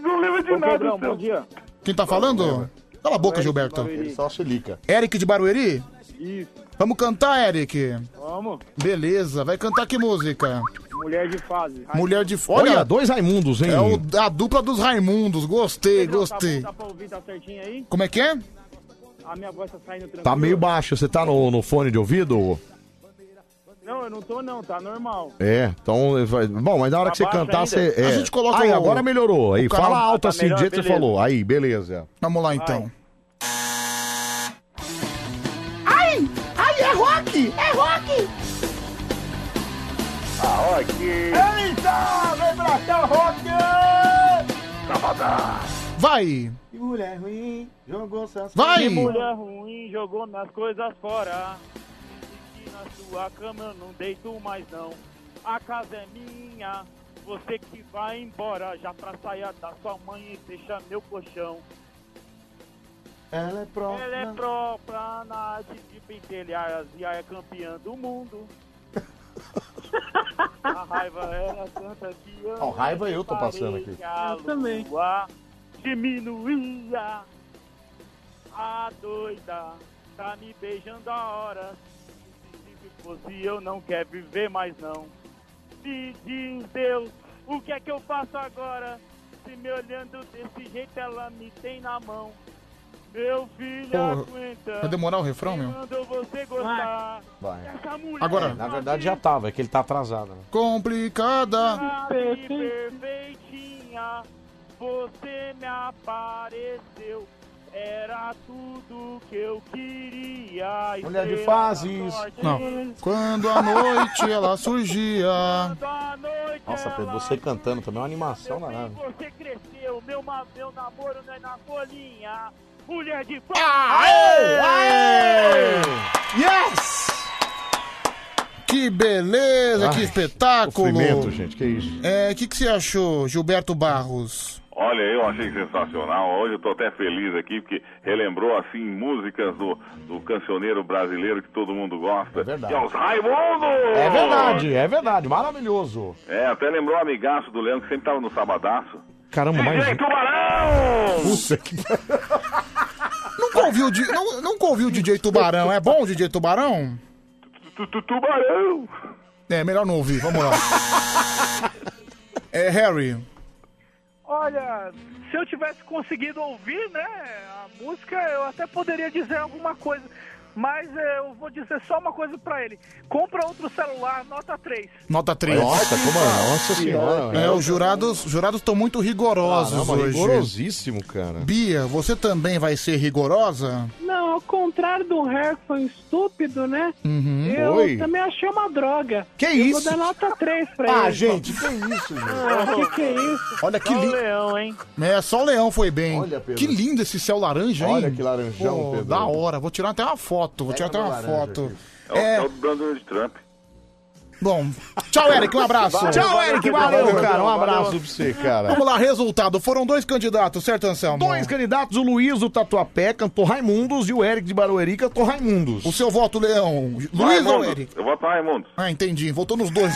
não lembra de Ô, nada, Pedrão, seu. bom dia. Quem tá falando? Cala a boca, Gilberto. Ele só se lica. Eric de Barueri? Isso, Vamos cantar, Eric. vamos. Beleza, vai cantar que música? Mulher de fase. Mulher de Olha, Folha. dois Raimundos, hein? É o- a dupla dos Raimundos. Gostei, Pedrão, gostei. Tá, bom, tá pra ouvir, tá certinho aí? Como é que é? A minha voz tá saindo tranquila. Tá meio baixo, você tá no, no fone de ouvido? Não, eu não tô não, tá normal. É, então. ele vai- Bom, mas na hora Tá que você baixo cantar, ainda? é você. É. A gente coloca Aí, o- agora melhorou. Aí, o cara- fala Ah, alto tá assim, melhor, do jeito que você beleza. falou. Aí, beleza. Vamos lá então. Ai! Ai, é rock! É rock! Ah, ó, aqui. Eita! Vem pra cá, rock! Tá Vai! Que mulher ruim jogou suas Vai! Que mulher ruim jogou minhas coisas fora. Diz que na sua cama eu não deito mais não. A casa é minha, você que vai embora. Já pra saia da sua mãe e deixa meu colchão. Ela é própria. Ela é própria na arte de pentelhar e é campeã do mundo. A raiva era tanta que eu. Não, raiva eu tô passando aqui. Eu também. Diminuía. A doida tá me beijando a hora. Se fosse eu não quero viver mais não. Me diz Deus, o que é que eu faço agora? Se me olhando desse jeito ela me tem na mão. Meu filho, Porra, aguenta. vai demorar o refrão, meu? Quando você gostar. Vai. Essa mulher Agora. Na verdade já tava, é que ele tá atrasado. né? Complicada. sabe tá perfeitinha, você me apareceu. Era tudo que eu queria. Mulher de Estrela fases. norte. Não. Quando a noite ela surgia. Nossa, Pedro, você cantando também é uma animação na nave. Você cresceu, meu, ma- meu namoro não é na folhinha. Mulher de Ah, Yes! Que beleza, que espetáculo. Cumprimento, gente, que isso. É, o que, que você achou, Gilberto Barros? Olha, eu achei sensacional. Hoje eu tô até feliz aqui porque relembrou assim músicas do, do cancioneiro brasileiro que todo mundo gosta. É verdade. Que é os Raimundos! É verdade, é verdade, maravilhoso. É, até lembrou o amigaço do Leandro que sempre tava no sabadaço. Caramba, mais. Ei, Tubarão! Puta que. Nunca ouviu, di- nu- nunca ouviu o DJ Tubarão. É bom o DJ Tubarão? Tubarão! É, melhor não ouvir. Vamos lá. É, Harry. Olha, se eu tivesse conseguido ouvir, né, a música, eu até poderia dizer alguma coisa. Mas eh, eu vou dizer só uma coisa pra ele. Compra outro celular, nota 3. Nota 3. Nossa, como é? Nossa senhora. É, os jurados os jurados estão muito rigorosos Caramba, hoje. rigorosíssimo, cara. Bia, você também vai ser rigorosa? Não, ao contrário do Harry, que foi um estúpido, né? Uhum. Eu Oi. também achei uma droga. Que eu isso? Vou dar nota 3 pra ele. Ah, gente, que isso, Ah, gente. que que é isso? Olha que lindo. leão, hein? É, só o leão foi bem. Olha, Pedro. Que lindo esse céu laranja, hein? Olha que laranjão, Pedro. Da hora. Vou tirar até uma foto. Vou tirar até uma foto. É, o- é o Donald Trump. Bom, tchau, Eric. Um abraço. Valeu, Tchau, valeu, Eric, valeu, valeu, cara, um valeu. abraço pra você, cara. Vamos lá, resultado. Foram dois candidatos, certo, Anselmo? Dois candidatos, o Luiz do Tatuapé cantou Raimundos e o Eric de Barueri cantou Raimundos. O seu voto, Leão. Luiz ou Raimundos. Eric? Eu voto no Raimundo. Ah, entendi. Voltou nos dois.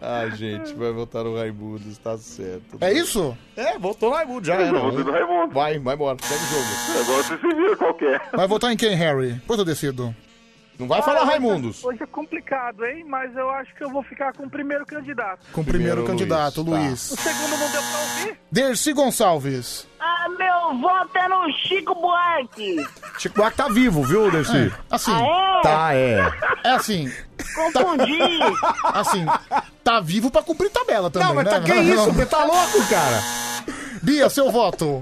Ai, gente, vai votar no Raimundo, está certo. É isso? É, votou no Raimundo, já É, era. votou no Raimundo. Vai, vai embora, segue o jogo. Agora você se vira qualquer. Vai votar em quem, Harry? Depois eu decido. Não vai Ah, hoje- Hoje é complicado, hein? Mas eu acho que eu vou ficar com o primeiro candidato. Com o primeiro, candidato, Luiz. tá. O segundo não deu pra ouvir? Dercy Gonçalves. Ah, meu voto é no Chico Buarque. Chico Buarque tá vivo, viu, Dercy? Assim. Ah, é? Tá, é. É assim. Confundi. Assim, tá vivo pra cumprir tabela também, Não, mas né? tá que isso? Você tá louco, cara? Bia, seu voto.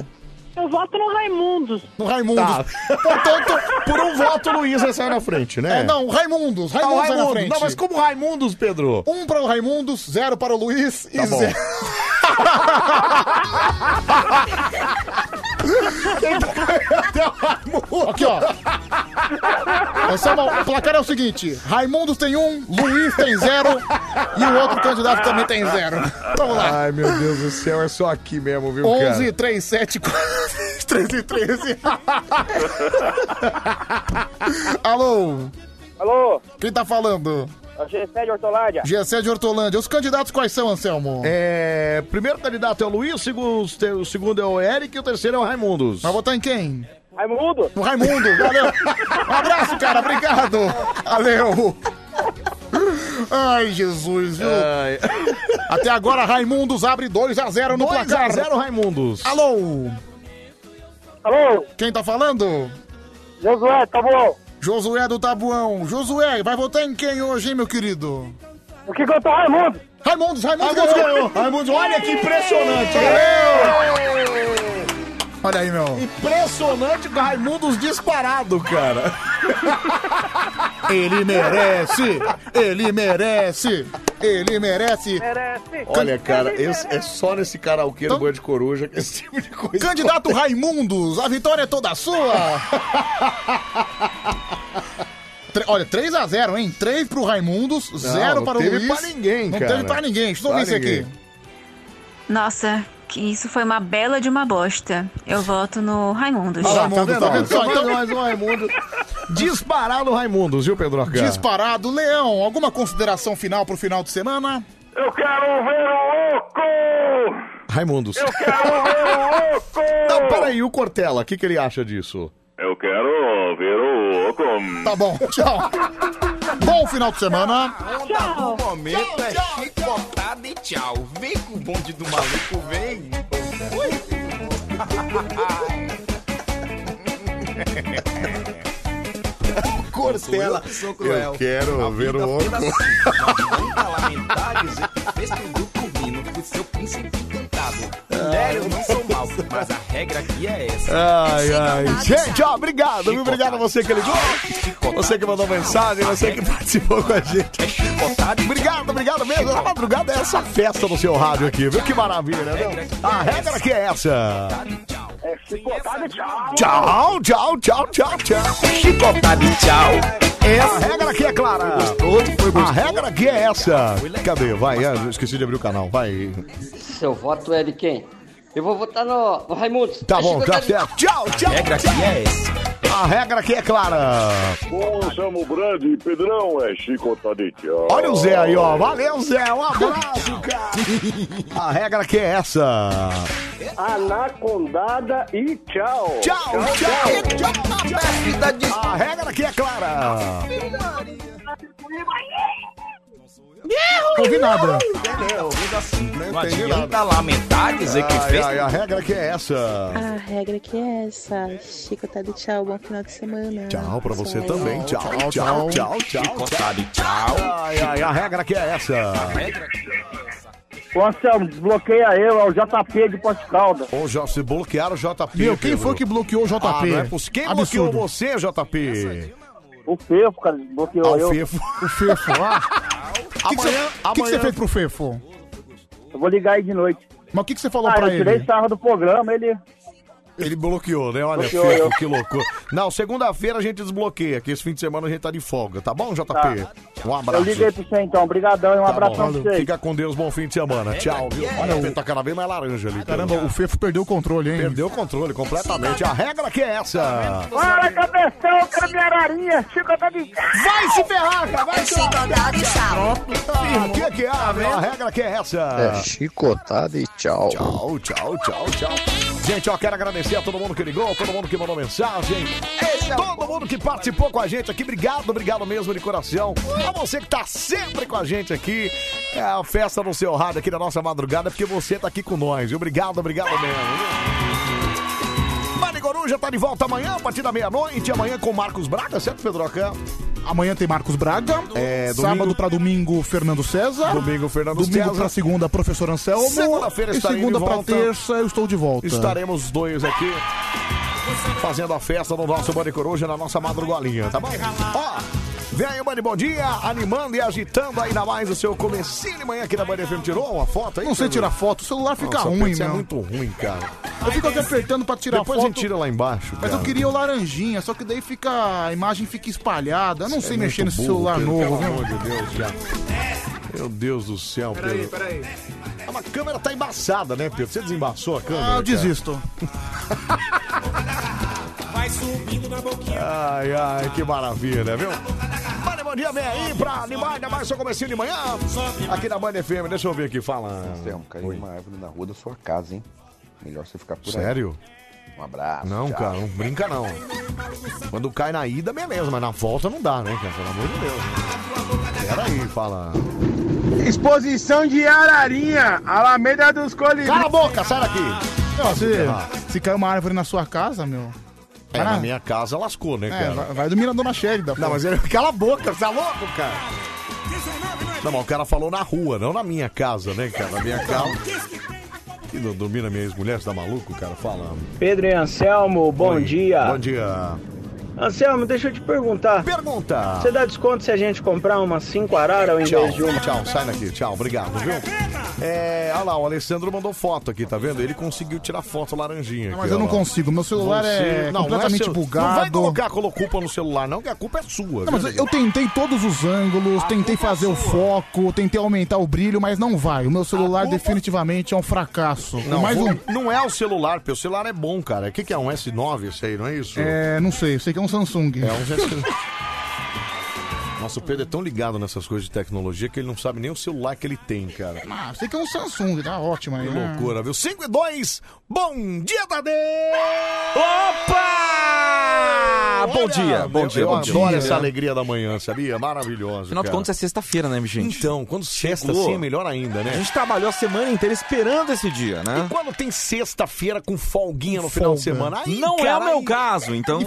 Eu voto no Raimundos. No Tá. Raimundos. Portanto, por um voto, o Luiz vai sair na frente, né? É, não, Raimundos. Ah, o Raimundos vai na Raimundo. frente. Não, mas como Raimundos, Pedro? Tá Um para o Raimundos, zero para o Luiz e bom. zero. Então, Aqui, ó. Anselmo, o placar é o seguinte: Raimundos tem um, Luiz tem zero e o outro candidato também tem zero. Vamos lá. um Ai, meu Deus do céu, é só aqui mesmo, viu, cara? 11, 3, 7, 4, 1313. Alô? Alô? Quem tá falando? A é Gessé de Hortolândia. Gessé é de Hortolândia. Os candidatos quais são, Anselmo? É, primeiro candidato é o Luiz, segundo- o te- o segundo é o Eric e o terceiro é o Raimundos. Vai votar em quem? Raimundo. O Raimundo, valeu. Um abraço, cara. Obrigado. Valeu. Ai, Jesus, viu? Ai. Até agora, Raimundos abre 2x0 no 2 a placar. 0, Raimundos. Alô? Alô? Quem tá falando? Josué, tá Tabuão. Josué do Tabuão. Josué, vai votar em quem hoje, hein, meu querido? O que cantou Raimundo? Raimundos, Raimundos Raimundos ganhou. ganhou. Raimundos, olha que impressionante. Olha aí, meu. Impressionante o Raimundos disparado, cara. Ele merece! Ele merece! Ele merece! Olha, cara, esse- é só nesse karaokê do Band de Coruja que esse tipo de coisa. Então- Candidato Raimundos, a vitória é toda sua! Tre- Olha, 3x0, hein? 3 pro Raimundos, Não, 0 não para o teve Luiz. pra ninguém, não cara. teve pra ninguém. Deixa eu Pra ouvir isso aqui. ninguém. Nossa, que isso foi uma bela de uma bosta. Eu voto no Raimundo. Olha lá, Raimundos, tá tá vendo? vendo só? Então, Então- mais um Raimundo. Disparado o Raimundos, viu, Pedro Disparado. Leão, alguma consideração final pro final de semana? Eu quero ver o louco! Raimundos. Eu quero ver o louco! Não, Ah, peraí, o Cortella, o que, que ele acha disso? Eu quero ver o louco. Tá bom, tchau. Bom final de semana. Tchau. momento é chicotada e tchau. Vem com o bonde do maluco, vem. Cortella. Sou Eu quero ver o louco. louco. Parlamentares fez tudo combino com seu príncipe encantado. Mulher, eu não sou mal, mas a regra aqui é essa. Ai, ai. Gente, ó, obrigado, viu? Obrigado a você que ligou, Ah, você que mandou mensagem, você que participou com a gente. É Obrigado, obrigado mesmo. Na madrugada é essa festa no seu rádio aqui, viu? Que maravilha, viu? A regra que é essa. É chicotada e tchau. Tchau, tchau, tchau, tchau, tchau. Chicotada e tchau. Essa a regra aqui é clara. A regra aqui é essa. Cadê? Vai, ah, eu esqueci de abrir o canal. Vai. Seu voto é de quem? Eu vou votar no, no Raimundo. Tá bom, tá certo. Tchau, tchau. tchau. A regra aqui é clara. Bom, chamo o grande Pedrão, é chicotada e tchau. Olha o Zé aí, ó. Valeu, Zé. Um abraço, cara. A regra aqui é essa. Anacondada e tchau. Tchau, tchau. A regra aqui é clara. Ah. Não ouvi nada. Não adianta lamentar dizer que Ai, fez. ai, a regra aqui é essa. A regra que é essa. Chico tá de tchau, bom final de semana. Tchau pra você também. Tchau, tchau, tchau, tchau. tchau, Ai, ai, a regra aqui é essa. Ô, Anselmo, desbloqueia eu, é o JP de Ponte Calda. Ô, Jó, você bloquearam o JP. Meu, quem Pedro. foi que bloqueou o JP? Ah, não é possível. Quem Absurdo. bloqueou você, JP? O Fefo, cara, desbloqueou Ah, o eu. Fefo. O Fefo, lá. O que, que, Amanhã- você, que que você amanhã- fez pro Fefo? Eu vou ligar aí de noite. Mas o que, que você falou ah, pra eu tirei ele? sarro do programa, ele... Ele bloqueou, né? Olha, Bloqueou Fefo, eu. que loucura. Não, segunda-feira a gente desbloqueia, que esse fim de semana a gente tá de folga, tá bom, JP? Um abraço. Eu liguei pra você então, obrigadão e um Tá abração bom. pra vocês. Fica com Deus, bom fim de semana. Tchau, viu? Olha, o Fefo tá cada vez mais laranja ali. É, Caramba, o Fefo perdeu o controle, hein? Tá Perdeu o controle completamente. A regra que é essa. Fala, cabeção, caminhararinha, chicotada de Vai se ferrar, cara, vai se ferrar. O que que é? Tá A regra que é essa. chicotada e tchau. Tchau, tchau, tchau, tchau. Gente, ó, quero agradecer a todo mundo que ligou, todo mundo que mandou mensagem, todo mundo que participou com a gente aqui. Obrigado, obrigado mesmo de coração. A você que tá sempre com a gente aqui. É a festa no seu rádio aqui da nossa madrugada, porque você tá aqui com nós. viu? Obrigado, obrigado mesmo. Mari Coruja tá de volta amanhã, a partir da meia-noite. Amanhã com Marcos Braga, certo, Pedroca? Amanhã tem Marcos Braga. É, domingo- Sábado pra domingo, Fernando César. Domingo, Fernando domingo César. pra segunda, professor Anselmo. Segunda-feira E estarei de segunda pra volta. terça, eu estou de volta. Estaremos os dois aqui fazendo a festa no nosso Bande Coruja, na nossa madrugolinha, tá bom? Ó, vem aí o Bande Bom Dia, animando e agitando ainda mais o seu comecinho de manhã aqui na Bande FM. Tirou uma foto aí? Não sei tirar foto, o celular fica ruim, Isso é meu. muito ruim, cara. Eu fico aqui apertando pra tirar Depois a foto. gente tira lá embaixo, Mas eu cara. queria o laranjinha, só que daí fica. A imagem fica espalhada. Eu não Você sei é mexer muito nesse burro, celular Pedro, novo, Pelo viu? amor de Deus, cara. Meu Deus do céu, Pedro. É peraí. Ah, mas A câmera tá embaçada, né, Pedro? Você desembaçou a câmera? Ah, eu desisto. Vai subindo na boquinha. Ai, ai, que maravilha, viu? Mano, Ah. bom dia, vem aí pra animar ainda mais seu comecinho de manhã. Aqui na Band FM, deixa eu ver aqui, fala. Anselmo, caiu uma árvore na rua da sua casa, hein? Melhor você ficar por aí. Sério? Um abraço. Não, tchau. cara, não brinca não. Quando cai na ida, beleza, mas na volta não dá, né, cara? Pelo amor de Deus. Peraí, fala. Exposição de Ararinha, Alameda dos Colibris. Cala a boca, sai daqui. se, se cair uma árvore na sua casa, meu. É, na minha casa lascou, né, É, cara? vai, vai dormir na dona Sherida. Não, mas ele- cala a boca, você é louco, cara? Não, mas o cara falou na rua, não na minha casa, né, cara? Na minha casa. Que não dormir na minha ex-mulher, você tá maluco, cara? Fala. Pedro e Anselmo, bom Oi, dia. Bom dia. Anselmo, deixa eu te perguntar. Pergunta. Você dá desconto se a gente comprar umas 5 araras ao Tchau, invés de uma? tchau, sai daqui, tchau, obrigado, viu? É, olha lá, o Alessandro mandou foto aqui, tá vendo? Ele conseguiu tirar foto laranjinha. Não, aqui, mas eu olha não lá. consigo, meu celular é completamente seu- bugado. Não vai colocar colo- culpa no celular, não, que a culpa é sua. Não, mas viu? eu tentei todos os ângulos, tentei é fazer o foco, tentei aumentar o brilho, mas não vai. O meu celular definitivamente é um fracasso. Não, mais vou- um. não é o celular, porque o celular é bom, cara. O que, que é um S9 esse aí, não é isso? É, não sei, eu sei que é um Samsung. É um Nossa, o Pedro é tão ligado nessas coisas de tecnologia que ele não sabe nem o celular que ele tem, cara. Ah, eu sei que é um Samsung, tá ótimo aí. Que né? loucura, viu? 5 e 2, bom dia, Tadeu! Opa! Ah, Bom dia, bom eu, dia, Eu bom adoro dia. essa alegria da manhã, sabia? Maravilhosa, Afinal de cara. contas, é sexta-feira, né, gente? Então, quando sexta, Chegou. assim, é melhor ainda, né? A gente trabalhou a semana inteira esperando esse dia, né? E quando tem sexta-feira com folguinha no final de Folga. semana? Aí, Não é cara, o meu aí- Ah, caso, então...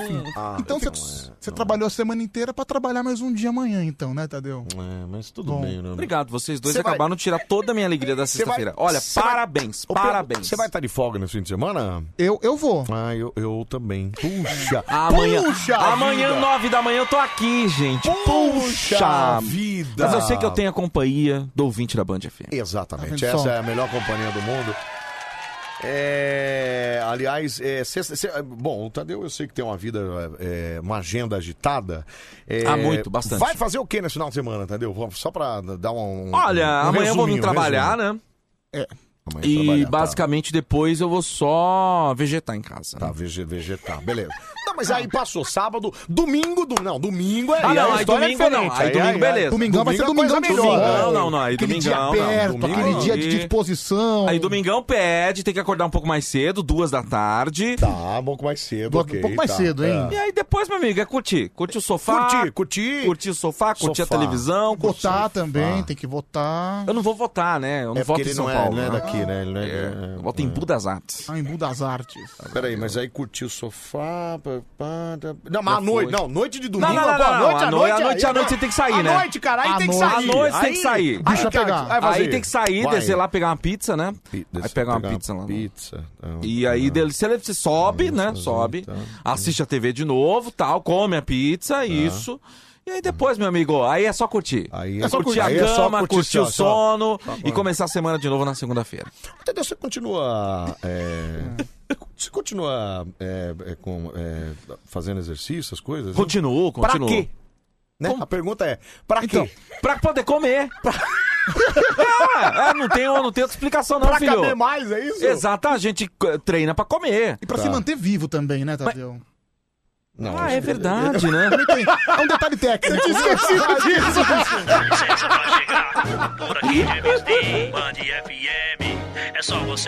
Então você você trabalhou a semana inteira pra trabalhar mais um dia amanhã, então, né, Tadeu? É, mas tudo Bom. bem, né? Obrigado, vocês dois Cê vai- acabaram de tirar toda a minha alegria da Cê vai- sexta-feira. Olha, cê vai- parabéns, Ô, Pedro, parabéns. Você vai estar de folga nesse fim de semana? Eu, eu vou. Ah, eu, eu também. Puxa. Amanhã, Puxa amanhã vida. nove da manhã, eu tô aqui, gente. Puxa Puxa, vida. Mas eu sei que eu tenho a companhia do ouvinte da Band FM. Exatamente. Tá vendo Essa só? é a melhor companhia do mundo. É, aliás, é, sexta- se- bom, o Tadeu eu sei que tem uma vida, é, uma agenda agitada. É, Ah, muito, bastante. Vai fazer o que nesse final de semana, Tadeu? Só pra dar um. um- Olha, um amanhã eu vou vir resuminho, trabalhar, resuminho. É. né? Amanhã E trabalhar, tá. basicamente depois eu vou só vegetar em casa. Tá, vege- vegetar, beleza. Não, mas aí passou sábado, domingo, do... não, domingo é. Ah, não, a aí história é domingo não, diferente. aí domingo, beleza. Domingão vai ser é domingão coisa de melhor. folga. Não, não, não, aí aquele domingão, não, dia perto, domingo aquele não. dia de E- disposição. Aí Domingão pede, tem que acordar um pouco mais cedo, duas da tarde. Tá, um pouco mais cedo, ok, pouco mais tá, cedo, hein? tá. E aí depois, meu amigo, é curtir. Curtir o sofá. Curtir, curtir. Curtir o sofá, curtir Sofá. a televisão. curtir- Votar também, tem que votar. Eu não vou votar, né? Eu não É porque voto ele em São não é- Paulo. não é né? daqui, né? Ele não é- é- eu voto em Budas Artes. Ah, em Budas Artes. Ah, Peraí, mas aí curtiu o sofá. pá, pá, tá- Não, Já mas à noite, foi. não, noite de domingo. Não, não, não, pô, à não, noite, à à no- noite, à noite, aí- tá. à noite você tem que sair, à né? À noite, cara, aí À tem que noite. sair. À noite tem que sair. Aí, Deixa cara, pegar. vai fazer. Aí tem que sair, Vai. descer lá, pegar uma pizza, né? aí pega uma pegar uma pizza lá. né? Pizza. tá, E aí dele, se ele- você sobe, né? Sobe, assiste a TV de novo, tal, come a pizza, Tá. isso. E aí depois, meu amigo, aí é só curtir. Aí é só curtir a curtir. Aí é só cama, curtir, curtir só, o só. tá sono Só e começar a semana de novo na segunda-feira. Ah, Entendeu? Você continua. É... Você continua é, é, com, é, fazendo exercício, essas coisas? né? Continuo, Pra continuo. Então, quê? Né? A pergunta é, pra quê? Pra poder comer. Pra... É, é, não tem não tem outra explicação não, Pra filho. caber mais, é isso? Exato, a gente c- treina pra comer. Tá. E pra se manter vivo também, né, Tadeu? Não, Ah, é verdade, né? Também tem- É um detalhe técnico. Eu tinha esquecido disso. Por aqui é Miss D, Band FM. É só você